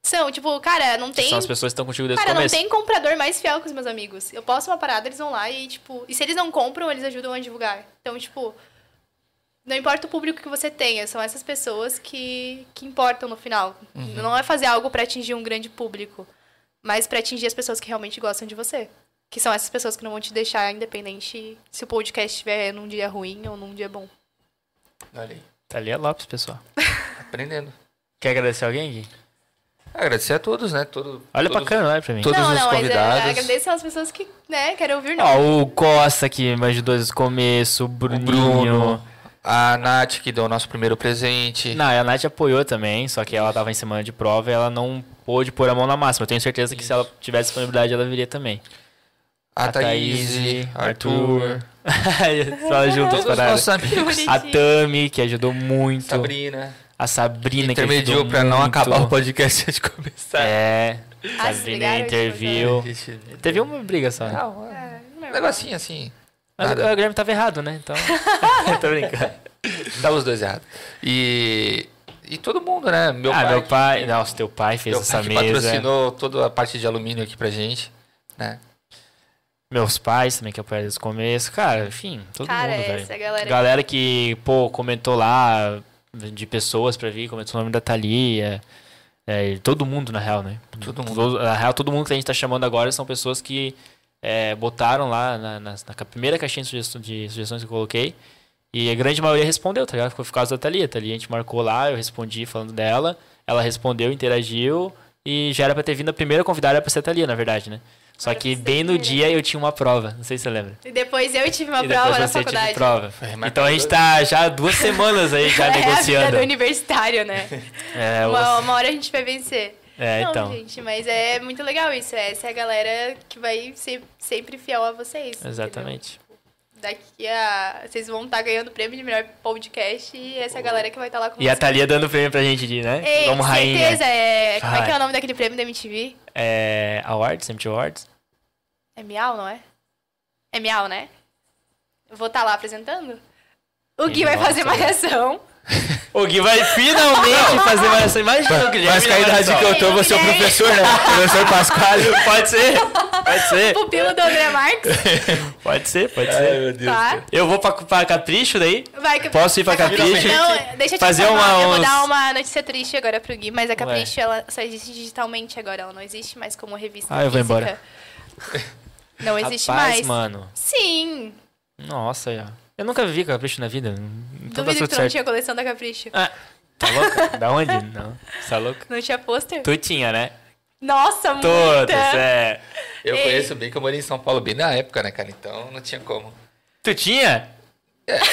Speaker 3: São, tipo, cara, não
Speaker 1: Que
Speaker 3: tem.
Speaker 1: São as pessoas que estão contigo desde
Speaker 3: Cara,
Speaker 1: o
Speaker 3: não
Speaker 1: começo.
Speaker 3: tem comprador mais fiel que os meus amigos. Eu posto uma parada, eles vão lá e, tipo. E se eles não compram, eles ajudam a divulgar. Então, tipo. Não importa o público que você tenha, são essas pessoas que, que importam no final.
Speaker 1: Uhum.
Speaker 3: Não é fazer algo pra atingir um grande público, mas pra atingir as pessoas que realmente gostam de você. Que são essas pessoas que não vão te deixar independente se o podcast estiver num dia ruim ou num dia bom.
Speaker 2: Olha aí, tá
Speaker 1: Thalia Lopes, pessoal.
Speaker 2: aprendendo.
Speaker 1: Quer agradecer alguém, Gui?
Speaker 2: Agradecer a todos, né? Todo,
Speaker 1: Olha
Speaker 2: todos,
Speaker 1: pra câmera, olha pra mim.
Speaker 2: Todos
Speaker 3: não,
Speaker 2: os
Speaker 3: não, mas eu
Speaker 2: convidados.
Speaker 3: agradeço às pessoas que, né, querem ouvir, não.
Speaker 1: Ó, o Costa que me ajudou desde o começo, o
Speaker 2: O
Speaker 1: Bruninho.
Speaker 2: Bruno, a Nath, que deu o nosso primeiro presente.
Speaker 1: Não, a Nath apoiou também, só que ela tava em semana de prova e ela não pôde pôr a mão na máxima. Eu tenho certeza que se ela tivesse disponibilidade, ela viria também.
Speaker 2: a Thaís, Arthur,
Speaker 1: ela juntou as
Speaker 2: todos os
Speaker 1: paradas.
Speaker 2: nossos amigos.
Speaker 1: A Tami, que ajudou muito.
Speaker 2: Sabrina,
Speaker 1: A Sabrina, que
Speaker 2: intermediou
Speaker 1: ajudou
Speaker 2: pra não
Speaker 1: muito.
Speaker 2: acabar o podcast antes de começar.
Speaker 1: É,
Speaker 3: Ah, se
Speaker 1: Sabrina
Speaker 3: ligaram,
Speaker 1: interviu.
Speaker 2: Gente,
Speaker 1: Teve uma briga só. né?
Speaker 2: né? não, é um negocinho assim.
Speaker 1: Mas
Speaker 2: nada.
Speaker 1: o Guilherme tava errado, né? Então. Tô brincando.
Speaker 2: Tava os dois errados. E. E todo mundo, né? Meu
Speaker 1: ah,
Speaker 2: pai.
Speaker 1: meu pai. Nossa, teu pai fez
Speaker 2: meu
Speaker 1: essa
Speaker 2: pai que
Speaker 1: mesa.
Speaker 2: patrocinou toda a parte de alumínio aqui pra gente. Né?
Speaker 1: Meus pais também que apoiaram desde o começo. Cara, enfim, todo
Speaker 3: Cara,
Speaker 1: mundo, velho.
Speaker 3: essa é galera.
Speaker 1: Galera que, pô, comentou lá de pessoas pra vir, comentou o nome da Thalia. É, e todo mundo, na real, né?
Speaker 2: Todo mundo.
Speaker 1: Todo- na real, todo mundo que a gente tá chamando agora são pessoas que é, botaram lá na, na- na ca- primeira caixinha de, sugestão- de sugestões que eu coloquei. E a grande maioria respondeu, tá ligado? Foi por causa da Thalia. A Thalia a gente marcou lá, eu respondi falando dela. Ela respondeu, interagiu. E já era pra ter vindo a primeira convidada era pra ser a Thalia, na verdade, né? Só
Speaker 3: Agora
Speaker 1: que
Speaker 3: você
Speaker 1: bem no
Speaker 3: tem, né?
Speaker 1: dia eu tinha uma prova. Não sei se você lembra
Speaker 3: E depois eu tive uma
Speaker 1: e depois
Speaker 3: prova na
Speaker 1: você tive
Speaker 3: faculdade.
Speaker 1: prova.
Speaker 2: É, mas
Speaker 1: Então a gente tá já há duas semanas aí já
Speaker 3: é a vida
Speaker 1: negociando.
Speaker 3: do universitário, né?
Speaker 1: É, o-
Speaker 3: Uma, uma hora a gente vai vencer.
Speaker 1: é,
Speaker 3: Não,
Speaker 1: então.
Speaker 3: gente, mas é muito legal isso. Essa é a galera que vai ser sempre fiel a vocês. entendeu?
Speaker 1: Exatamente.
Speaker 3: Daqui a. Vocês vão estar ganhando o prêmio de melhor podcast e essa é a galera que vai estar lá com
Speaker 1: E a
Speaker 3: vocês.
Speaker 1: Thalia dando prêmio pra gente, de, né?
Speaker 3: Ei,
Speaker 1: Como
Speaker 3: com
Speaker 1: rainha.
Speaker 3: certeza. É... Como é que é
Speaker 1: Vai.
Speaker 3: o nome daquele prêmio da MTV?
Speaker 1: É, awards, MTV Awards.
Speaker 3: É Miau, não é? É Miau, né? Eu vou estar lá apresentando. O Gui
Speaker 1: Ele
Speaker 3: vai
Speaker 1: gosta,
Speaker 3: fazer
Speaker 1: né?
Speaker 3: malhação.
Speaker 1: O Gui vai finalmente fazer mais essa imagem.
Speaker 2: Mas com a idade que eu tô, você é o
Speaker 3: Guilherme.
Speaker 2: professor, né? professor Pasquale.
Speaker 1: Pode ser, pode ser,
Speaker 3: Pupilo do André Marques.
Speaker 1: pode ser, pode ser.
Speaker 2: meu Deus.
Speaker 3: Tá?
Speaker 1: Eu vou pra, pra Capricho daí?
Speaker 3: Vai, que- assim,
Speaker 1: Posso ir pra Capricho?
Speaker 3: Não, é, deixa eu te
Speaker 1: Fazer
Speaker 3: informar,
Speaker 1: uma-
Speaker 3: Eu vou
Speaker 1: uns-
Speaker 3: dar uma notícia triste agora pro Gui, mas a Capricho
Speaker 1: Ué.
Speaker 3: ela só existe digitalmente agora. Ela não existe mais como revista.
Speaker 1: Ah, eu vou
Speaker 3: física.
Speaker 1: embora.
Speaker 3: Não existe
Speaker 1: Rapaz,
Speaker 3: mais.
Speaker 1: mano.
Speaker 3: Sim.
Speaker 1: Nossa, eu- eu nunca vi Capricho na vida. Então tá
Speaker 3: Duvido que
Speaker 1: tudo
Speaker 3: tu não
Speaker 1: certo.
Speaker 3: tinha coleção da Capricho.
Speaker 1: Ah, tá louca? da onde? Não. Você tá louca?
Speaker 3: Não tinha pôster?
Speaker 1: Tu tinha, né?
Speaker 3: Nossa,
Speaker 1: Todas,
Speaker 3: muita.
Speaker 1: é.
Speaker 2: Eu
Speaker 3: Ei.
Speaker 2: conheço bem que eu morei em São Paulo bem na época, né, cara? Então não tinha como.
Speaker 1: Tu tinha?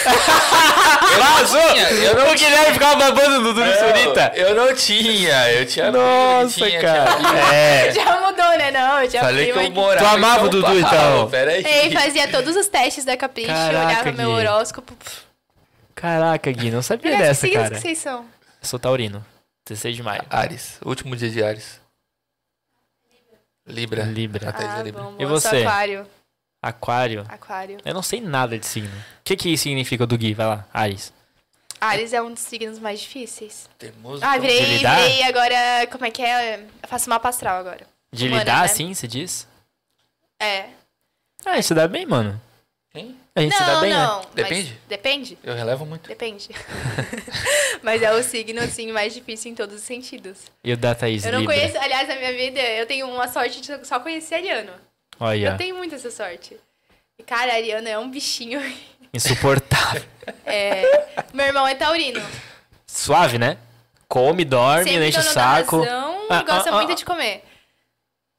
Speaker 2: Eu
Speaker 1: Vazou!
Speaker 2: não tinha, eu não
Speaker 1: o Guilherme ficava babando do Dudu Surita.
Speaker 2: Eu não tinha, eu tinha
Speaker 1: Nossa,
Speaker 2: tinha,
Speaker 1: cara.
Speaker 2: tinha-
Speaker 1: É.
Speaker 3: Já mudou, né? Não, eu já
Speaker 2: Falei
Speaker 3: fui,
Speaker 2: que eu
Speaker 3: mas-
Speaker 2: morava.
Speaker 1: Tu
Speaker 2: em
Speaker 1: amava
Speaker 2: São
Speaker 1: o Dudu,
Speaker 2: Paulo,
Speaker 1: então?
Speaker 2: Peraí.
Speaker 3: Ei, fazia todos os testes da Capricho,
Speaker 1: Caraca,
Speaker 3: olhava meu
Speaker 1: Gui.
Speaker 3: horóscopo. Pff,
Speaker 1: Caraca, Gui, não sabia
Speaker 3: Aliás,
Speaker 1: dessa,
Speaker 3: que signos
Speaker 1: cara.
Speaker 3: que vocês são?
Speaker 1: Sou taurino. 16 de maio.
Speaker 2: Ares, último dia de Ares. Libra.
Speaker 1: Libra.
Speaker 2: A Thaís é
Speaker 3: Ah,
Speaker 2: Libra.
Speaker 3: bom,
Speaker 1: E
Speaker 3: eu sou
Speaker 1: você?
Speaker 3: aquário.
Speaker 1: Aquário.
Speaker 3: Aquário.
Speaker 1: Eu não sei nada de signo. O que que significa do Gui? Vai lá, Ares.
Speaker 3: Ares é um dos signos mais difíceis.
Speaker 2: Teimoso.
Speaker 3: Ah, virei,
Speaker 1: de lidar?
Speaker 3: virei agora. Como é que é? Eu faço mapa astral agora.
Speaker 1: De
Speaker 3: Humana,
Speaker 1: lidar,
Speaker 3: né?
Speaker 1: assim, se diz?
Speaker 3: É.
Speaker 1: Ah, a gente se dá bem, mano.
Speaker 2: Hein?
Speaker 1: A gente se dá
Speaker 3: Não,
Speaker 1: bem, né?
Speaker 3: não. mas
Speaker 2: Depende?
Speaker 3: Depende?
Speaker 2: Eu relevo muito.
Speaker 3: Depende. mas é o signo, assim, mais difícil em todos os sentidos.
Speaker 1: E o da Thaís,
Speaker 3: Eu não
Speaker 1: Libra.
Speaker 3: conheço, aliás, na minha vida, eu tenho uma sorte de só conhecer Ariano.
Speaker 1: Olha,
Speaker 3: Eu tenho muito essa sorte. E, cara, Ariano é um bichinho.
Speaker 1: insuportável.
Speaker 3: É, meu irmão é taurino.
Speaker 1: Suave, né? Come, dorme, não
Speaker 3: Sempre
Speaker 1: enche o
Speaker 3: dono
Speaker 1: saco.
Speaker 3: da razão
Speaker 1: Ah,
Speaker 3: e gosta
Speaker 1: ah, ah,
Speaker 3: muito
Speaker 1: ah.
Speaker 3: de comer.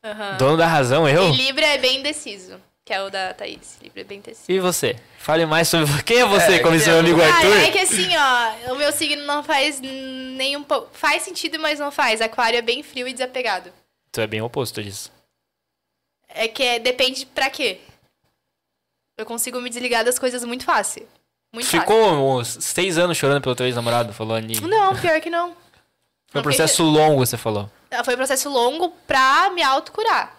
Speaker 3: Aham.
Speaker 1: Dono da razão, eu?
Speaker 3: E Libra é bem indeciso, que é o da Thaís. Libra é bem indeciso.
Speaker 1: E você? Fale mais sobre quem é você
Speaker 2: É,
Speaker 1: como
Speaker 2: quem
Speaker 1: seu
Speaker 2: é
Speaker 1: amigo
Speaker 2: você?
Speaker 1: Arthur?
Speaker 3: Cara, é que assim, ó, o meu signo não faz nem um pouco. Faz sentido, mas não faz. Aquário é bem frio e desapegado.
Speaker 1: Tu é bem oposto disso.
Speaker 3: É que é- depende pra quê. Eu consigo me desligar das coisas muito fácil. Muito fácil.
Speaker 1: Ficou uns seis anos chorando pelo teu ex-namorado, falou Ani.
Speaker 3: Não, pior que não.
Speaker 1: Foi
Speaker 3: não
Speaker 1: um processo longo, você falou.
Speaker 3: Ah, Foi um processo longo pra me autocurar.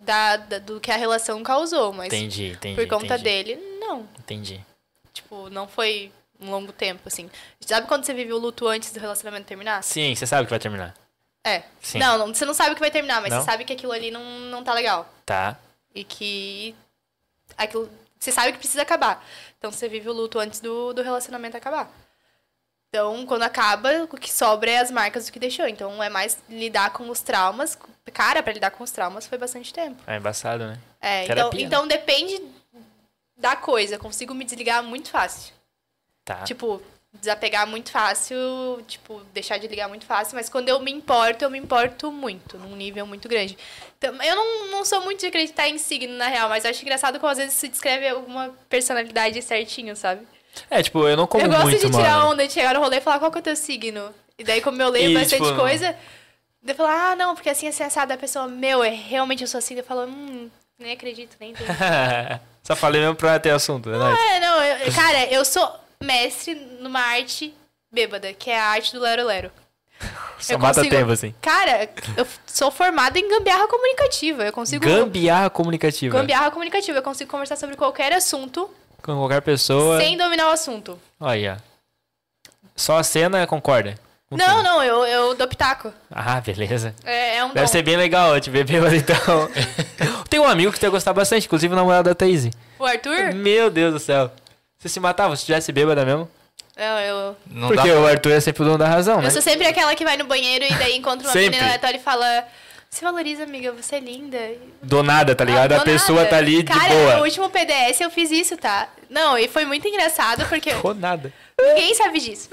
Speaker 3: Da, da, do que a relação causou, mas
Speaker 1: Entendi, entendi.
Speaker 3: por conta
Speaker 1: entendi,
Speaker 3: dele, não.
Speaker 1: Entendi.
Speaker 3: Tipo, não foi um longo tempo, assim. Sabe quando você vive o luto antes do relacionamento terminar?
Speaker 1: Sim, você sabe que vai terminar.
Speaker 3: É.
Speaker 1: Sim.
Speaker 3: Não, não, você não sabe o que vai terminar, mas
Speaker 1: Não?
Speaker 3: você sabe que aquilo ali não, não tá legal.
Speaker 1: Tá.
Speaker 3: E que aquilo. Você sabe que precisa acabar. Então você vive o luto antes do, do relacionamento acabar. Então, quando acaba, o que sobra é as marcas do que deixou. Então, é mais lidar com os traumas. Cara, pra lidar com os traumas foi bastante tempo.
Speaker 1: É embaçado, né?
Speaker 3: É, então,
Speaker 1: Terapia, né?
Speaker 3: então depende da coisa. Eu Consigo me desligar muito fácil.
Speaker 1: Tá.
Speaker 3: Tipo, desapegar muito fácil, tipo, deixar de ligar muito fácil, mas quando eu me importo, eu me importo muito, num nível muito grande. Então, eu não, não sou muito de acreditar em signo, na real, mas eu acho engraçado como às vezes se descreve alguma personalidade certinho, sabe?
Speaker 1: É, tipo, eu não como
Speaker 3: eu gosto
Speaker 1: muito,
Speaker 3: de tirar
Speaker 1: mano.
Speaker 3: onda, de chegar no rolê e falar qual que é o teu signo. E daí, como eu leio
Speaker 1: E,
Speaker 3: bastante
Speaker 1: tipo,
Speaker 3: coisa, daí eu falo, ah, não, porque assim, assim, assado, a pessoa, meu, é realmente eu sou assim, daí eu falo, hum, nem acredito, nem entendi.
Speaker 1: Só falei mesmo pra ter assunto, é nóis.
Speaker 3: É, não, eu- cara, eu sou mestre numa arte bêbada, que é a arte do Lero Lero.
Speaker 1: Só mata
Speaker 3: consigo-
Speaker 1: tempo, assim.
Speaker 3: Cara, eu f- sou formada em gambiarra comunicativa. Eu consigo.
Speaker 1: Gambiarra comunicativa.
Speaker 3: Gambiarra comunicativa. Eu consigo conversar sobre qualquer assunto
Speaker 1: Com com qualquer pessoa.
Speaker 3: Sem dominar o assunto.
Speaker 1: Olha. Só a cena concorda. com
Speaker 3: Não,
Speaker 1: tudo.
Speaker 3: não, eu, eu dou pitaco.
Speaker 1: Ah, beleza.
Speaker 3: É, é um
Speaker 1: Deve
Speaker 3: dom.
Speaker 1: ser bem legal te beber, mas então. Tem um amigo que tem gostar bastante, inclusive o namorado da Thaís.
Speaker 3: O Arthur?
Speaker 1: Meu Deus do céu. Você se matava se tivesse bêbada mesmo?
Speaker 3: Não, É, eu.
Speaker 2: Não dá
Speaker 1: Porque o Arthur é sempre o dono da razão, né?
Speaker 3: Eu sou sempre aquela que vai no banheiro e daí encontra uma
Speaker 1: Sempre.
Speaker 3: menina aleatória e fala: Se valoriza, amiga, você é linda.
Speaker 1: Do nada, tá ligado?
Speaker 3: Ah,
Speaker 1: a
Speaker 3: do
Speaker 1: pessoa
Speaker 3: nada.
Speaker 1: tá ali de
Speaker 3: Cara, no
Speaker 1: boa.
Speaker 3: último PDS eu fiz isso, tá? Não, e foi muito engraçado porque
Speaker 1: Do nada.
Speaker 3: ninguém sabe disso.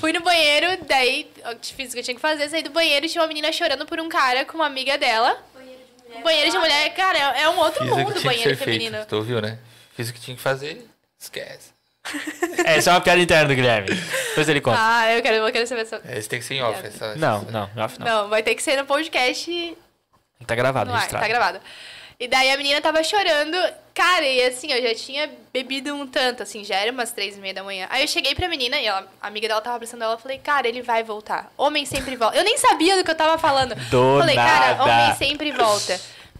Speaker 3: Fui no banheiro, daí eu fiz o que eu tinha que fazer, saí do banheiro e tinha uma menina chorando por um cara com uma amiga dela.
Speaker 4: Banheiro de mulher.
Speaker 3: O banheiro de mulher, cara, é- é um outro
Speaker 2: Fiz o
Speaker 3: mundo
Speaker 2: que tinha que
Speaker 3: o
Speaker 2: ser
Speaker 3: banheiro
Speaker 2: feito.
Speaker 3: feminino.
Speaker 2: Tu ouviu, né? Fiz o que tinha que fazer, esquece.
Speaker 1: É, isso é uma piada interna do Guilherme. Depois ele conta.
Speaker 3: Ah, eu quero, eu quero saber essa.
Speaker 2: É, Isso tem que ser em off. Essa,
Speaker 1: não,
Speaker 2: essa-
Speaker 1: não, off não.
Speaker 3: Não, vai ter que ser no podcast
Speaker 1: Tá gravado,
Speaker 3: no ar,
Speaker 1: registrado.
Speaker 3: tá gravado. E daí a menina tava chorando, cara, e assim, eu já tinha bebido um tanto, assim, já era umas três e meia da manhã. Aí eu cheguei pra menina, e ela, a amiga dela tava abraçando ela, eu falei, cara, ele vai voltar. Homem sempre volta. Eu nem sabia do que eu tava falando.
Speaker 1: Do
Speaker 3: falei, cara,
Speaker 1: nada.
Speaker 3: homem sempre volta.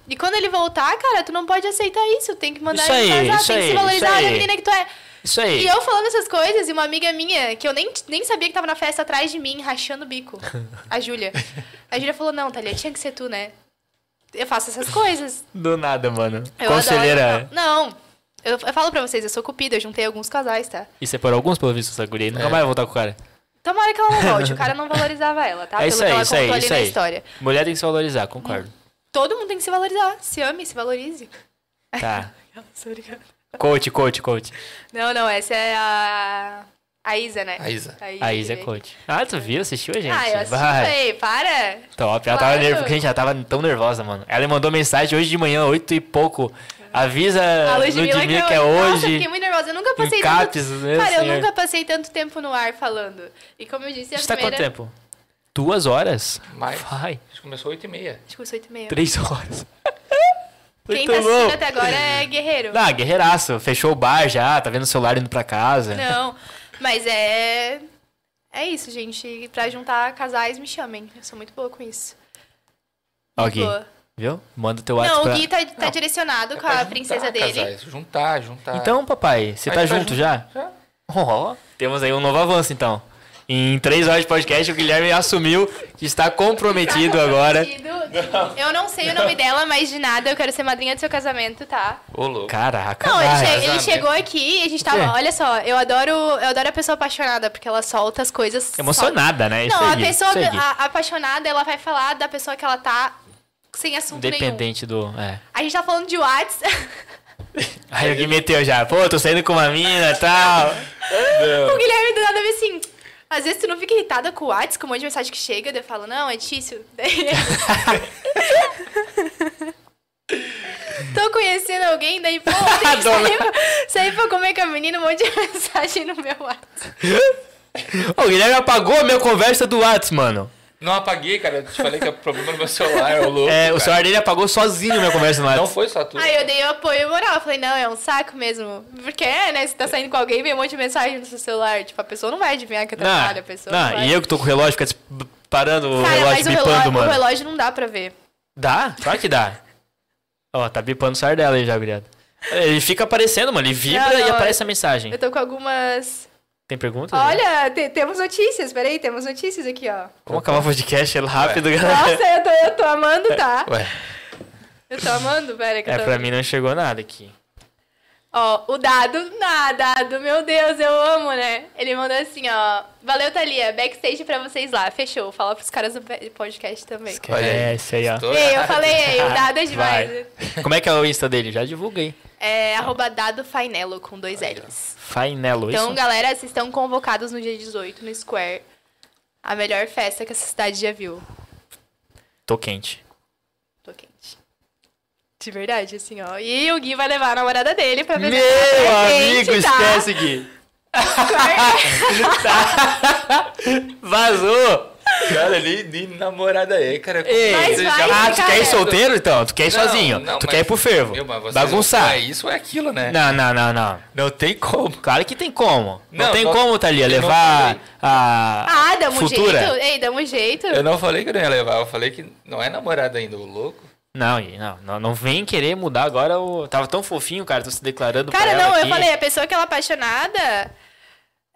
Speaker 3: E quando ele voltar, cara, tu não pode aceitar isso, tem que mandar
Speaker 1: Isso
Speaker 3: ele
Speaker 1: aí,
Speaker 3: casar,
Speaker 1: isso
Speaker 3: tem que
Speaker 1: aí,
Speaker 3: se valorizar,
Speaker 1: isso
Speaker 3: olha a
Speaker 1: aí.
Speaker 3: menina que tu é.
Speaker 1: Isso aí.
Speaker 3: E eu falando essas coisas, e uma amiga minha, que eu nem, nem sabia que tava na festa atrás de mim, rachando o bico. A Júlia. A Júlia falou, não, Thalia, tinha que ser tu, né? Eu faço essas coisas.
Speaker 1: Do nada, mano.
Speaker 3: Eu
Speaker 1: Conselheira. é?
Speaker 3: adoro. Não. não. Eu, eu falo pra vocês, eu sou cupida, eu juntei alguns casais, tá?
Speaker 1: E separou alguns, pelo visto, essa guria. e Nunca
Speaker 2: É.
Speaker 1: mais vai voltar com o cara.
Speaker 3: Tomara que ela não volte, o cara não valorizava ela, tá?
Speaker 1: É isso
Speaker 3: Pelo que
Speaker 1: aí,
Speaker 3: ela
Speaker 1: isso
Speaker 3: contou
Speaker 1: aí,
Speaker 3: ali
Speaker 1: isso
Speaker 3: na
Speaker 1: aí.
Speaker 3: história.
Speaker 1: Mulher tem que se valorizar, concordo.
Speaker 3: Todo mundo tem que se valorizar, se ame, se valorize.
Speaker 1: Tá.
Speaker 3: Nossa, obrigada.
Speaker 1: Coach, coach, coach.
Speaker 3: Não, não, essa é a... A Isa, né?
Speaker 2: A Isa.
Speaker 1: A Isa
Speaker 3: que
Speaker 1: é
Speaker 3: veio.
Speaker 1: coach. Ah, tu viu? Assistiu a gente?
Speaker 3: Ah, eu assisti,
Speaker 1: Vai.
Speaker 3: falei, para.
Speaker 1: Top. Ela
Speaker 3: Claro.
Speaker 1: tava nervosa. Gente, ela tava tão nervosa, mano. Ela me mandou mensagem hoje de manhã, 8 e pouco. Avisa
Speaker 3: A Ludmilla,
Speaker 1: Ludmilla que é
Speaker 3: Nossa, eu
Speaker 1: hoje.
Speaker 3: fiquei muito nervosa. Eu nunca passei
Speaker 1: Em capes,
Speaker 3: tanto...
Speaker 1: né,
Speaker 3: Cara, eu
Speaker 1: senhor?
Speaker 3: nunca passei tanto tempo no ar falando. E como eu disse,
Speaker 1: A
Speaker 3: a
Speaker 1: gente tá
Speaker 3: primeira...
Speaker 1: quanto tempo? Duas horas?
Speaker 2: Mais.
Speaker 1: Vai.
Speaker 2: A gente começou 8h30.
Speaker 3: Acho que eu sou 8 e meia.
Speaker 1: Três horas.
Speaker 3: Quem
Speaker 1: Muito
Speaker 3: tá assistindo
Speaker 1: bom.
Speaker 3: até agora é guerreiro.
Speaker 1: Ah, guerreiraço. Fechou o bar já, tá vendo o celular indo pra casa.
Speaker 3: Não, mas é... É isso, gente. Pra juntar casais, me chamem. Eu sou muito boa com isso.
Speaker 1: Ó,
Speaker 3: Muito
Speaker 1: Gui,
Speaker 3: boa.
Speaker 1: viu? Manda o teu WhatsApp
Speaker 3: Não,
Speaker 1: pra...
Speaker 3: o Gui tá, tá direcionado com
Speaker 2: Pra
Speaker 3: a
Speaker 2: juntar
Speaker 3: princesa dele.
Speaker 2: casais, juntar, juntar.
Speaker 1: Então, papai, você
Speaker 2: Aí
Speaker 1: tá
Speaker 2: tu tá
Speaker 1: junto
Speaker 2: junto.
Speaker 1: já?
Speaker 2: Já.
Speaker 1: Ó, temos aí um novo avanço, então. Em três horas de podcast, o Guilherme assumiu que está comprometido agora.
Speaker 3: Eu não sei o nome dela, mas de nada, eu quero ser madrinha do seu casamento, tá?
Speaker 2: Ô, louco.
Speaker 1: Caraca,
Speaker 3: Não, ele,
Speaker 1: vai.
Speaker 3: che- ele
Speaker 2: casamento.
Speaker 3: chegou aqui e a gente
Speaker 1: quê?
Speaker 3: tava. Olha só, eu adoro, eu adoro a pessoa apaixonada, porque ela solta as coisas.
Speaker 1: Emocionada, né?
Speaker 3: solta-
Speaker 1: Isso
Speaker 3: Não, a
Speaker 1: aí,
Speaker 3: pessoa
Speaker 1: isso aí.
Speaker 3: a- apaixonada, ela vai falar da pessoa que ela tá sem assunto nenhum.
Speaker 1: Dependente do... É.
Speaker 3: A gente tá falando de Whats.
Speaker 1: Aí o Gui meteu já. Pô, tô saindo com uma mina e tal. Ah.
Speaker 3: o Guilherme do nada vê assim. Às vezes tu não fica irritada com o Whats, com um monte de mensagem que chega, daí eu falo, não, é Tício. Daí- Tô conhecendo alguém, daí, pô, tem que sair pra, sair pra comer com a menina, um monte de mensagem no meu Whats.
Speaker 1: Ô, o Guilherme apagou a minha conversa do Whats, mano.
Speaker 2: Não apaguei, cara. Eu te falei que é problema no meu celular, ô louco.
Speaker 1: É, o
Speaker 2: cara.
Speaker 1: celular dele apagou sozinho a minha conversa no
Speaker 2: Não
Speaker 1: Whats.
Speaker 2: foi só tu.
Speaker 3: Aí eu dei apoio moral. Eu Falei, não, é um saco mesmo. Porque é, né? Você tá saindo com alguém, vem um monte de mensagem no seu celular. Tipo, a pessoa não vai adivinhar que eu trabalho, a pessoa. Não,
Speaker 1: não,
Speaker 3: vai.
Speaker 1: e eu que tô com o relógio, fica des- parando o
Speaker 3: Cara,
Speaker 1: relógio
Speaker 3: mas o
Speaker 1: bipando,
Speaker 3: relógio, o
Speaker 1: mano.
Speaker 3: relógio não dá pra ver.
Speaker 1: Dá? Claro que dá. Ó, tá bipando o celular dela aí já, guriado. Ele fica aparecendo, mano. Ele vibra
Speaker 3: Não, não,
Speaker 1: e aparece
Speaker 3: eu-
Speaker 1: a mensagem.
Speaker 3: Eu tô com algumas.
Speaker 1: Tem pergunta?
Speaker 3: Olha, te- temos notícias. Peraí, temos notícias aqui, ó.
Speaker 1: Vamos acabar o podcast é rápido, galera.
Speaker 3: Nossa, eu tô, eu tô amando, tá?
Speaker 2: Ué,
Speaker 3: Eu tô amando, pera que eu
Speaker 1: É,
Speaker 3: tô...
Speaker 1: pra mim não chegou nada aqui.
Speaker 3: Ó, o Dado, ah, Dado, meu Deus, eu amo, né? Ele mandou assim, ó, valeu, Thalia, backstage pra vocês lá, fechou, fala pros caras do pe- podcast também.
Speaker 2: Olha aí.
Speaker 1: É, esse aí, ó.
Speaker 2: tô
Speaker 3: Ei, eu
Speaker 2: errado.
Speaker 3: falei, ei, o Dado é
Speaker 1: Vai.
Speaker 3: demais.
Speaker 1: Como é que é o Insta dele? Já divulguei.
Speaker 3: É arroba dado Fainello com dois L's.
Speaker 1: Fainelo,
Speaker 3: Então,
Speaker 1: isso?
Speaker 3: galera, vocês estão convocados no dia 18 no Square. A melhor festa que essa cidade já viu.
Speaker 1: Tô quente.
Speaker 3: Tô quente. De verdade, assim, ó. E o Gui vai levar a namorada dele pra ver
Speaker 1: Meu
Speaker 3: se ela é
Speaker 1: amigo,
Speaker 3: quente, tá?
Speaker 1: esquece, Gui.
Speaker 3: Square.
Speaker 1: Vazou!
Speaker 2: Cara, ali, de namorada aí, cara.
Speaker 1: Ei.
Speaker 3: Mas
Speaker 2: Você
Speaker 3: vai,
Speaker 2: já-
Speaker 1: Ah, tu
Speaker 3: cara.
Speaker 1: quer ir solteiro, então? Tu quer ir
Speaker 2: Não,
Speaker 1: sozinho?
Speaker 2: não,
Speaker 1: tu
Speaker 2: mas-
Speaker 1: quer ir pro fervo?
Speaker 2: Meu, mas vocês-
Speaker 1: Bagunçar.
Speaker 2: É isso ou é aquilo, né?
Speaker 1: Não, não, não, não.
Speaker 2: Não tem como.
Speaker 1: Claro que tem como. Não,
Speaker 2: Não,
Speaker 1: tem
Speaker 2: não-
Speaker 1: como, Thalia,
Speaker 2: eu não
Speaker 1: levar
Speaker 2: falei.
Speaker 1: a.
Speaker 3: Ah, dá um
Speaker 1: Futura.
Speaker 3: jeito. Ei, dá um jeito.
Speaker 2: Eu não falei que eu não ia levar, eu falei que não é namorada ainda, o louco.
Speaker 1: Não, e não, não, não vem querer mudar agora o. Tava tão fofinho, cara, tô se declarando pra
Speaker 3: Cara,
Speaker 1: ela
Speaker 3: não, eu
Speaker 1: aqui.
Speaker 3: falei, a pessoa que ela é apaixonada,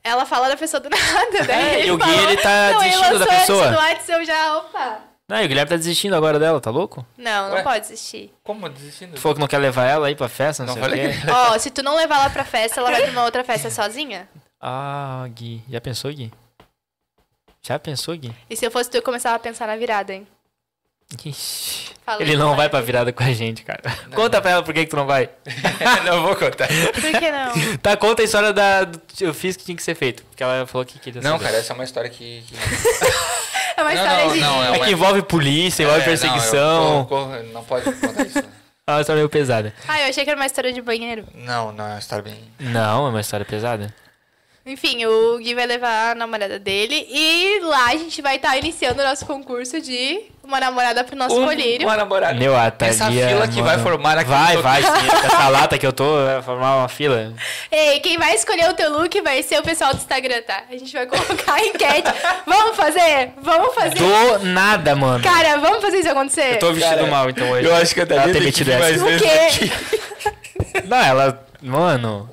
Speaker 3: ela fala da pessoa do nada, né?
Speaker 1: É, e o Gui,
Speaker 3: falou-
Speaker 1: ele tá
Speaker 3: não, ele
Speaker 1: desistindo da
Speaker 3: lançou antes
Speaker 1: pessoa.
Speaker 3: do Whats, eu já, opa.
Speaker 1: Não, e o Guilherme tá desistindo agora dela, tá louco?
Speaker 3: Não, não
Speaker 2: Ué?
Speaker 3: pode desistir.
Speaker 2: Como desistindo?
Speaker 1: Tu falou que não quer levar ela aí pra festa, não,
Speaker 2: Não
Speaker 1: sei o
Speaker 2: falei.
Speaker 1: quê.
Speaker 3: Ó, se tu não levar ela pra festa, ela vai pra uma outra festa sozinha?
Speaker 1: Ah, Gui. Já pensou, Gui? Já pensou, Gui?
Speaker 3: E se eu fosse tu, eu começava a pensar na virada, hein?
Speaker 1: Ixi.
Speaker 3: Falei,
Speaker 1: Ele não
Speaker 3: vai.
Speaker 1: vai pra virada com a gente, cara. Conta pra ela por que, que tu não vai.
Speaker 2: não vou contar.
Speaker 3: Por que não?
Speaker 1: Tá, conta a história da. do- Eu fiz que tinha que ser feito. Porque ela falou que queria
Speaker 2: Não,
Speaker 1: saber.
Speaker 2: cara, essa é uma história que. que-
Speaker 3: É uma
Speaker 2: Não,
Speaker 3: história
Speaker 2: não,
Speaker 3: de...
Speaker 2: não, é
Speaker 1: É
Speaker 2: uma-
Speaker 1: que envolve polícia, envolve
Speaker 2: É, Não, eu-
Speaker 1: perseguição.
Speaker 2: cor- cor- não pode contar isso. né?
Speaker 1: É uma história meio pesada.
Speaker 3: Ah, eu achei que era uma história de banheiro.
Speaker 2: Não, não, é uma história bem.
Speaker 1: Não, é uma história pesada.
Speaker 3: Enfim, o Gui vai levar a namorada dele e lá a gente vai estar iniciando o nosso concurso de uma namorada pro nosso colírio.
Speaker 2: Um Uma namorada.
Speaker 1: Meu, a Thalia,
Speaker 2: Essa fila que vai formar aqui.
Speaker 1: Vai,
Speaker 2: no-
Speaker 1: vai, sim. Essa lata que eu tô vai formar uma fila.
Speaker 3: Ei, quem vai escolher o teu look vai ser o pessoal do Instagram, tá? A gente vai colocar a enquete. Vamos fazer? Vamos fazer.
Speaker 1: Do nada, mano.
Speaker 3: Cara, vamos fazer isso acontecer?
Speaker 1: eu tô vestido
Speaker 2: Cara,
Speaker 1: mal, então hoje.
Speaker 2: Eu acho que a
Speaker 1: Ela
Speaker 2: Thalia
Speaker 1: tem
Speaker 2: tem
Speaker 1: metido
Speaker 2: que ir
Speaker 1: essa.
Speaker 2: mais
Speaker 3: O
Speaker 2: vezes
Speaker 3: quê?
Speaker 2: aqui.
Speaker 1: Não, ela. Mano.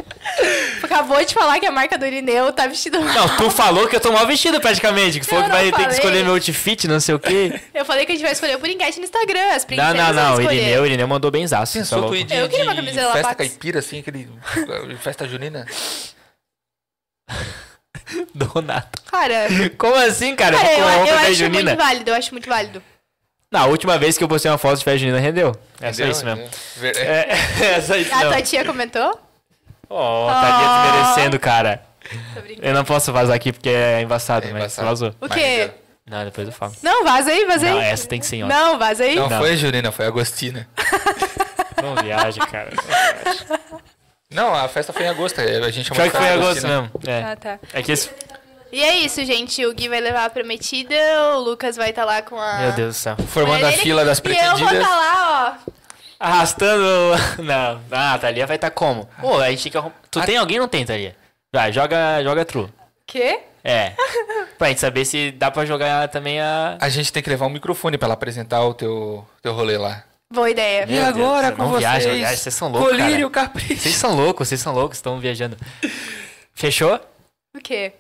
Speaker 3: Acabou de falar que a marca do Irineu tá vestido mal.
Speaker 1: Não, tu falou que eu tô mal vestido praticamente. Que falou
Speaker 3: Eu
Speaker 1: que vai
Speaker 3: não
Speaker 1: ter que
Speaker 3: falei.
Speaker 1: escolher meu outfit, não sei o quê.
Speaker 3: Eu falei que a gente vai escolher por enquete no Instagram. As
Speaker 1: Não,
Speaker 3: princesas
Speaker 1: não, não.
Speaker 3: vão
Speaker 1: O
Speaker 3: escolher.
Speaker 1: Irineu, o Irineu mandou bem zaço.
Speaker 2: Pensou tu ir de,
Speaker 3: Eu queria uma
Speaker 2: de
Speaker 3: camiseta
Speaker 2: festa
Speaker 3: Lapax.
Speaker 2: caipira, assim, aquele. festa junina?
Speaker 1: Donato.
Speaker 3: Cara,
Speaker 1: Como assim, cara?
Speaker 3: cara,
Speaker 1: Eu
Speaker 3: eu,
Speaker 1: vou com a roupa
Speaker 3: eu
Speaker 1: da
Speaker 3: acho
Speaker 1: Junina.
Speaker 3: muito válido, eu acho muito válido.
Speaker 1: Na última vez que eu postei uma foto de festa junina, rendeu. É só
Speaker 2: Entendeu?
Speaker 1: isso mesmo.
Speaker 2: Ver-
Speaker 1: É, é só isso
Speaker 3: A tua
Speaker 1: mesmo.
Speaker 3: tia comentou?
Speaker 1: Oh, tá desmerecendo, cara.
Speaker 3: Tô brincando.
Speaker 1: Eu não posso vazar aqui porque é embaçado,
Speaker 2: É
Speaker 1: mas
Speaker 2: embaçado.
Speaker 1: vazou.
Speaker 3: O
Speaker 2: Mas,
Speaker 3: quê?
Speaker 2: é.
Speaker 1: Não, depois eu falo.
Speaker 3: Não, vaza aí, vaza aí.
Speaker 1: Não, essa tem que ser em off.
Speaker 3: Não, vaza aí.
Speaker 2: Não,
Speaker 1: Não.
Speaker 2: foi a Junina, foi a Agostina.
Speaker 1: Não viaja, cara. Pior
Speaker 2: Não, a festa foi em agosto. é, A gente chamou
Speaker 1: que
Speaker 2: de
Speaker 1: foi em
Speaker 2: festa
Speaker 1: agosto
Speaker 2: Agostina.
Speaker 1: mesmo. É.
Speaker 3: Ah, tá.
Speaker 1: É que esse...
Speaker 3: E é isso, gente. O Gui vai levar a prometida, o Lucas vai estar lá com a.
Speaker 1: Meu Deus do céu.
Speaker 2: Formando
Speaker 3: mulher
Speaker 2: a
Speaker 3: dele,
Speaker 2: fila das
Speaker 3: E eu vou
Speaker 2: pretendidas.
Speaker 3: estar lá, ó.
Speaker 1: Arrastando. Não. Ah, a Thalia vai estar como? Pô, a gente tem que arrum- Tu
Speaker 2: Ah.
Speaker 1: tem alguém ou não tem, Thalia? Vai, joga, joga true.
Speaker 3: Quê?
Speaker 1: É. pra gente saber se dá pra jogar também a.
Speaker 2: A gente tem que levar um microfone pra ela apresentar o teu, teu rolê lá.
Speaker 3: Boa ideia.
Speaker 1: Meu Deus, não viaja, viaja, vocês são loucos,
Speaker 2: Colírio, capricho.
Speaker 1: Vocês são loucos, vocês são loucos, estão viajando. Fechou? É.
Speaker 3: O quê?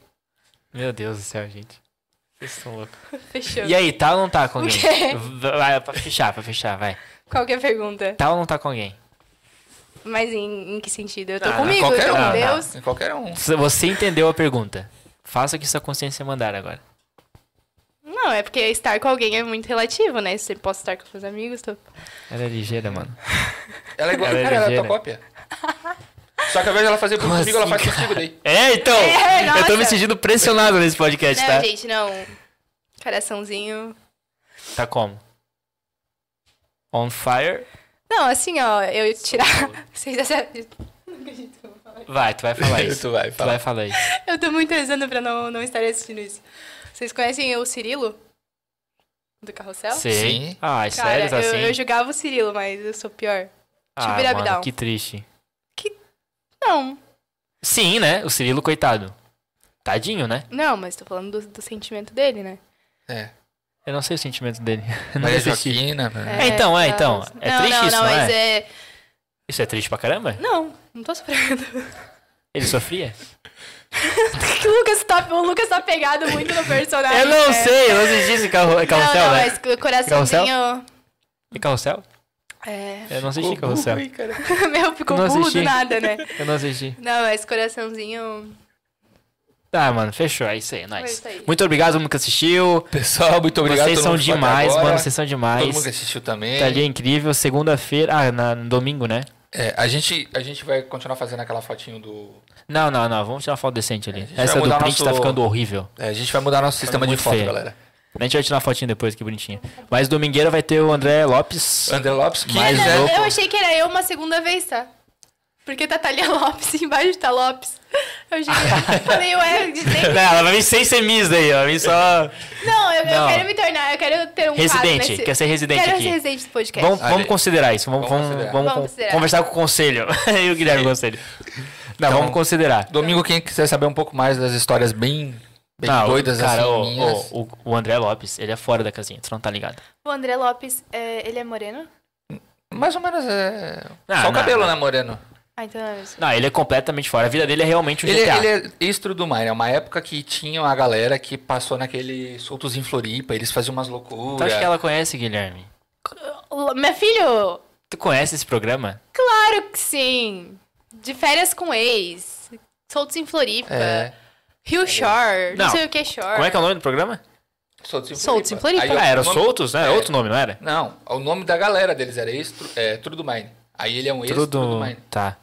Speaker 1: Meu Deus do céu, gente. Vocês são loucos.
Speaker 3: Fechou.
Speaker 1: E aí, tá ou não tá com
Speaker 3: O
Speaker 1: alguém?
Speaker 3: quê?
Speaker 1: Vai, é pra fechar, pra fechar, vai.
Speaker 3: Qual que é a pergunta?
Speaker 1: Tá ou não tá com alguém?
Speaker 3: Mas em, em que sentido? Eu tô
Speaker 1: Ah,
Speaker 3: comigo, eu
Speaker 2: qualquer
Speaker 3: tô
Speaker 2: um.
Speaker 3: com
Speaker 1: Não,
Speaker 3: Deus.
Speaker 2: Em Qualquer um.
Speaker 1: Se Você entendeu a pergunta. Faça o que sua consciência mandar agora.
Speaker 3: Não. é porque estar com alguém é muito relativo, né? Se eu posso estar com meus amigos, tô...
Speaker 1: Ela é ligeira, mano.
Speaker 2: Ela é igual.
Speaker 1: Ela é
Speaker 2: cara, ela é tua
Speaker 1: ligeira.
Speaker 2: cópia. Só que ao invés de ela fazer comigo, ela
Speaker 1: assim,
Speaker 2: faz contigo daí.
Speaker 1: É, então!
Speaker 3: É,
Speaker 1: eu tô
Speaker 3: nossa.
Speaker 1: me sentindo pressionado nesse podcast,
Speaker 3: Não,
Speaker 1: tá?
Speaker 3: gente, não. Coraçãozinho.
Speaker 1: Tá como? On fire?
Speaker 3: Não, assim, ó, eu tirar. Vocês acertam- Não acredito que eu vou falar.
Speaker 1: Vai, tu vai falar isso.
Speaker 2: Tu vai,
Speaker 1: tu
Speaker 2: fala.
Speaker 1: vai falar isso.
Speaker 3: Eu tô muito rezando pra não, não estar assistindo isso. Vocês conhecem o Cirilo? Do Carrossel?
Speaker 1: Sei.
Speaker 2: Sim.
Speaker 1: Ah,
Speaker 3: Cara,
Speaker 1: sério, tá assim?
Speaker 3: eu, eu julgava o Cirilo, mas eu sou pior. eu
Speaker 1: ah,
Speaker 3: virar
Speaker 1: mano,
Speaker 3: Abdal.
Speaker 1: que triste.
Speaker 3: Não,
Speaker 1: Sim, né? O Cirilo, coitado. Tadinho, né?
Speaker 3: não, mas tô falando do, do sentimento dele, né?
Speaker 2: É.
Speaker 1: Eu não sei o sentimento dele. Eu não
Speaker 2: Maria
Speaker 1: assisti.
Speaker 2: Joaquina. é né?
Speaker 1: É, então, é, então.
Speaker 3: tá.
Speaker 1: É
Speaker 3: não,
Speaker 1: triste
Speaker 3: não,
Speaker 1: isso,
Speaker 3: não,
Speaker 1: não
Speaker 3: mas
Speaker 1: é?
Speaker 3: é?
Speaker 1: Isso é triste pra caramba?
Speaker 3: Não, não tô sofrendo.
Speaker 1: Ele sofria?
Speaker 3: o, Lucas tá, o Lucas tá pegado muito no personagem.
Speaker 1: Eu não
Speaker 3: né?
Speaker 1: sei, eu não assisti esse carro, é carrossel,
Speaker 3: não, não,
Speaker 1: né?
Speaker 3: mas o coraçãozinho.
Speaker 1: É carrossel?
Speaker 3: É.
Speaker 1: Eu não assisti carrossel.
Speaker 2: Ui, cara.
Speaker 3: Meu, ficou
Speaker 1: Não
Speaker 3: burro
Speaker 1: assisti.
Speaker 3: do nada, né?
Speaker 1: Eu não assisti.
Speaker 3: Não, mas coraçãozinho.
Speaker 1: Tá, mano, fechou. É isso aí, nós.
Speaker 3: isso aí.
Speaker 1: Muito obrigado, todo mundo que assistiu.
Speaker 2: Pessoal, muito obrigado.
Speaker 1: vocês
Speaker 2: todo
Speaker 1: são
Speaker 2: mundo que ficou até
Speaker 1: demais,
Speaker 2: agora.
Speaker 1: mano. Vocês são
Speaker 2: Todo mundo que
Speaker 1: demais.
Speaker 2: assistiu também.
Speaker 1: Tá ali é incrível. Segunda-feira. Ah, na, no domingo, né?
Speaker 2: É, a, gente, a gente vai continuar fazendo aquela fotinho do...
Speaker 1: Não, não, não. Vamos tirar uma foto decente ali.
Speaker 2: A gente
Speaker 1: Essa
Speaker 2: vai
Speaker 1: do
Speaker 2: mudar
Speaker 1: print tá
Speaker 2: nosso-
Speaker 1: ficando horrível.
Speaker 2: É, a gente vai mudar nosso sistema
Speaker 1: Tá
Speaker 2: de
Speaker 1: muito
Speaker 2: foto,
Speaker 1: feio.
Speaker 2: galera.
Speaker 1: A gente vai tirar uma fotinha depois, que bonitinha. Mas domingueira vai ter o André Lopes.
Speaker 2: André Lopes, que
Speaker 1: Mais
Speaker 2: quiser-
Speaker 1: louco.
Speaker 3: Eu achei que era eu uma segunda vez, tá? Porque tá Thalia Lopes, embaixo tá Lopes. Eu achei que... tá é, falei, ué, nem
Speaker 1: Não, ela vai vir sem ser Miss daí, ela vai vir só.
Speaker 3: Não, eu, eu
Speaker 1: Não.
Speaker 3: quero me tornar, eu quero ter um
Speaker 1: Residente,
Speaker 3: quadro nesse...
Speaker 1: quer ser residente
Speaker 3: Quero
Speaker 1: aqui.
Speaker 3: ser residente do podcast.
Speaker 1: Vamos, vamos
Speaker 2: Ali.
Speaker 1: considerar isso. Vamos,
Speaker 2: Vamos
Speaker 1: vamos,
Speaker 2: considerar.
Speaker 1: vamos
Speaker 3: Vamos
Speaker 1: con-
Speaker 3: considerar.
Speaker 1: conversar com o conselho. e o Guilherme Conselho. Não,
Speaker 2: Então,
Speaker 1: vamos considerar.
Speaker 2: Domingo, quem quiser saber um pouco mais das histórias bem, bem
Speaker 1: Não,
Speaker 2: doidas,
Speaker 1: cara,
Speaker 2: assim,
Speaker 1: Ah, o-
Speaker 2: minhas.
Speaker 1: o, o, o André Lopes, ele é fora da casinha, tu não tá ligado.
Speaker 3: O André Lopes, é, ele é moreno?
Speaker 2: Mais ou menos é.
Speaker 1: Ah,
Speaker 2: Só o
Speaker 1: não,
Speaker 2: cabelo,
Speaker 1: não.
Speaker 2: né, Moreno?
Speaker 3: Ah, então é isso.
Speaker 1: Não, ele é completamente fora. A vida dele é realmente um
Speaker 2: Ele,
Speaker 1: GTA.
Speaker 2: ele é estro do mar, é uma época que tinha a galera que passou naquele soltos em Floripa, eles faziam umas loucuras.
Speaker 1: Tu acha Então, que ela conhece, Guilherme?
Speaker 3: Meu filho,
Speaker 1: Tu conhece esse programa?
Speaker 3: claro que sim. De férias com ex. Soltos em Floripa.
Speaker 2: É.
Speaker 3: Rio Shore. Não,
Speaker 1: Não.
Speaker 3: sei o que é Shore.
Speaker 1: Como é que é o nome do programa?
Speaker 2: Soltos em Floripa.
Speaker 3: Soltos em Floripa.
Speaker 2: Aí
Speaker 3: Ah,
Speaker 2: o
Speaker 1: Ah, era
Speaker 2: nome-
Speaker 1: Soltos, né?
Speaker 2: É.
Speaker 1: Outro nome, não era?
Speaker 2: Não, o nome da galera deles era Estro, é, True do Mine. Aí ele é um Estro do
Speaker 1: Tudo.
Speaker 2: Mine.
Speaker 1: Tá.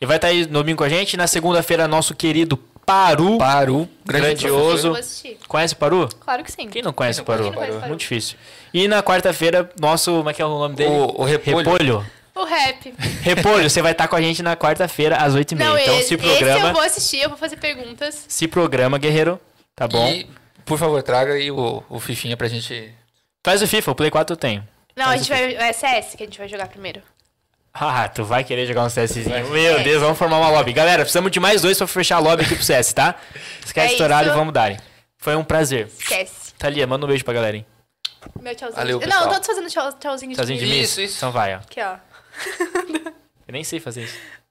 Speaker 1: E vai estar aí no domingo com a gente. Na segunda-feira, nosso querido Paru.
Speaker 2: Paru,
Speaker 1: Grandioso.
Speaker 3: Eu vou assistir.
Speaker 1: Conhece o Paru?
Speaker 3: Claro que sim.
Speaker 1: Quem não conhece o
Speaker 2: Quem não
Speaker 1: Paru?
Speaker 2: conhece o
Speaker 3: Paru?
Speaker 1: Muito difícil. E na quarta-feira, nosso. Como é que é o nome dele?
Speaker 2: O- o Repolho.
Speaker 1: Repolho.
Speaker 3: O rap.
Speaker 1: Repolho, você vai estar com a gente na quarta-feira, às 8h30.
Speaker 3: Não,
Speaker 1: Então
Speaker 3: esse,
Speaker 1: se
Speaker 3: esse eu
Speaker 1: programa.
Speaker 3: vou assistir, eu vou fazer perguntas.
Speaker 1: Se programa, guerreiro. Tá bom?
Speaker 2: E, por favor, traga aí o, o Fifinha pra gente.
Speaker 1: Traz o FIFA, o Play 4 eu tenho.
Speaker 3: Não, a gente vai. É CS que a gente vai jogar primeiro.
Speaker 1: Ah, tu vai querer jogar um CSzinho.
Speaker 2: Vai. É.
Speaker 1: Meu Deus, vamos formar uma lobby. Galera, precisamos de mais dois pra fechar a lobby aqui pro CS, tá? Esquece
Speaker 3: É
Speaker 1: esse horário e
Speaker 3: isso.
Speaker 1: vamos darem. Foi um prazer.
Speaker 3: Esquece.
Speaker 1: Thalia, manda um beijo pra galera, hein?
Speaker 3: Meu tchauzinho.
Speaker 2: Valeu,
Speaker 3: de... Não,
Speaker 2: pessoal.
Speaker 3: todos fazendo tchau, tchauzinho de
Speaker 1: Tchauzinho de
Speaker 3: mim.
Speaker 1: mim.
Speaker 2: Isso, isso.
Speaker 1: Então vai, ó.
Speaker 3: Aqui, ó.
Speaker 1: Então Eu nem sei fazer isso.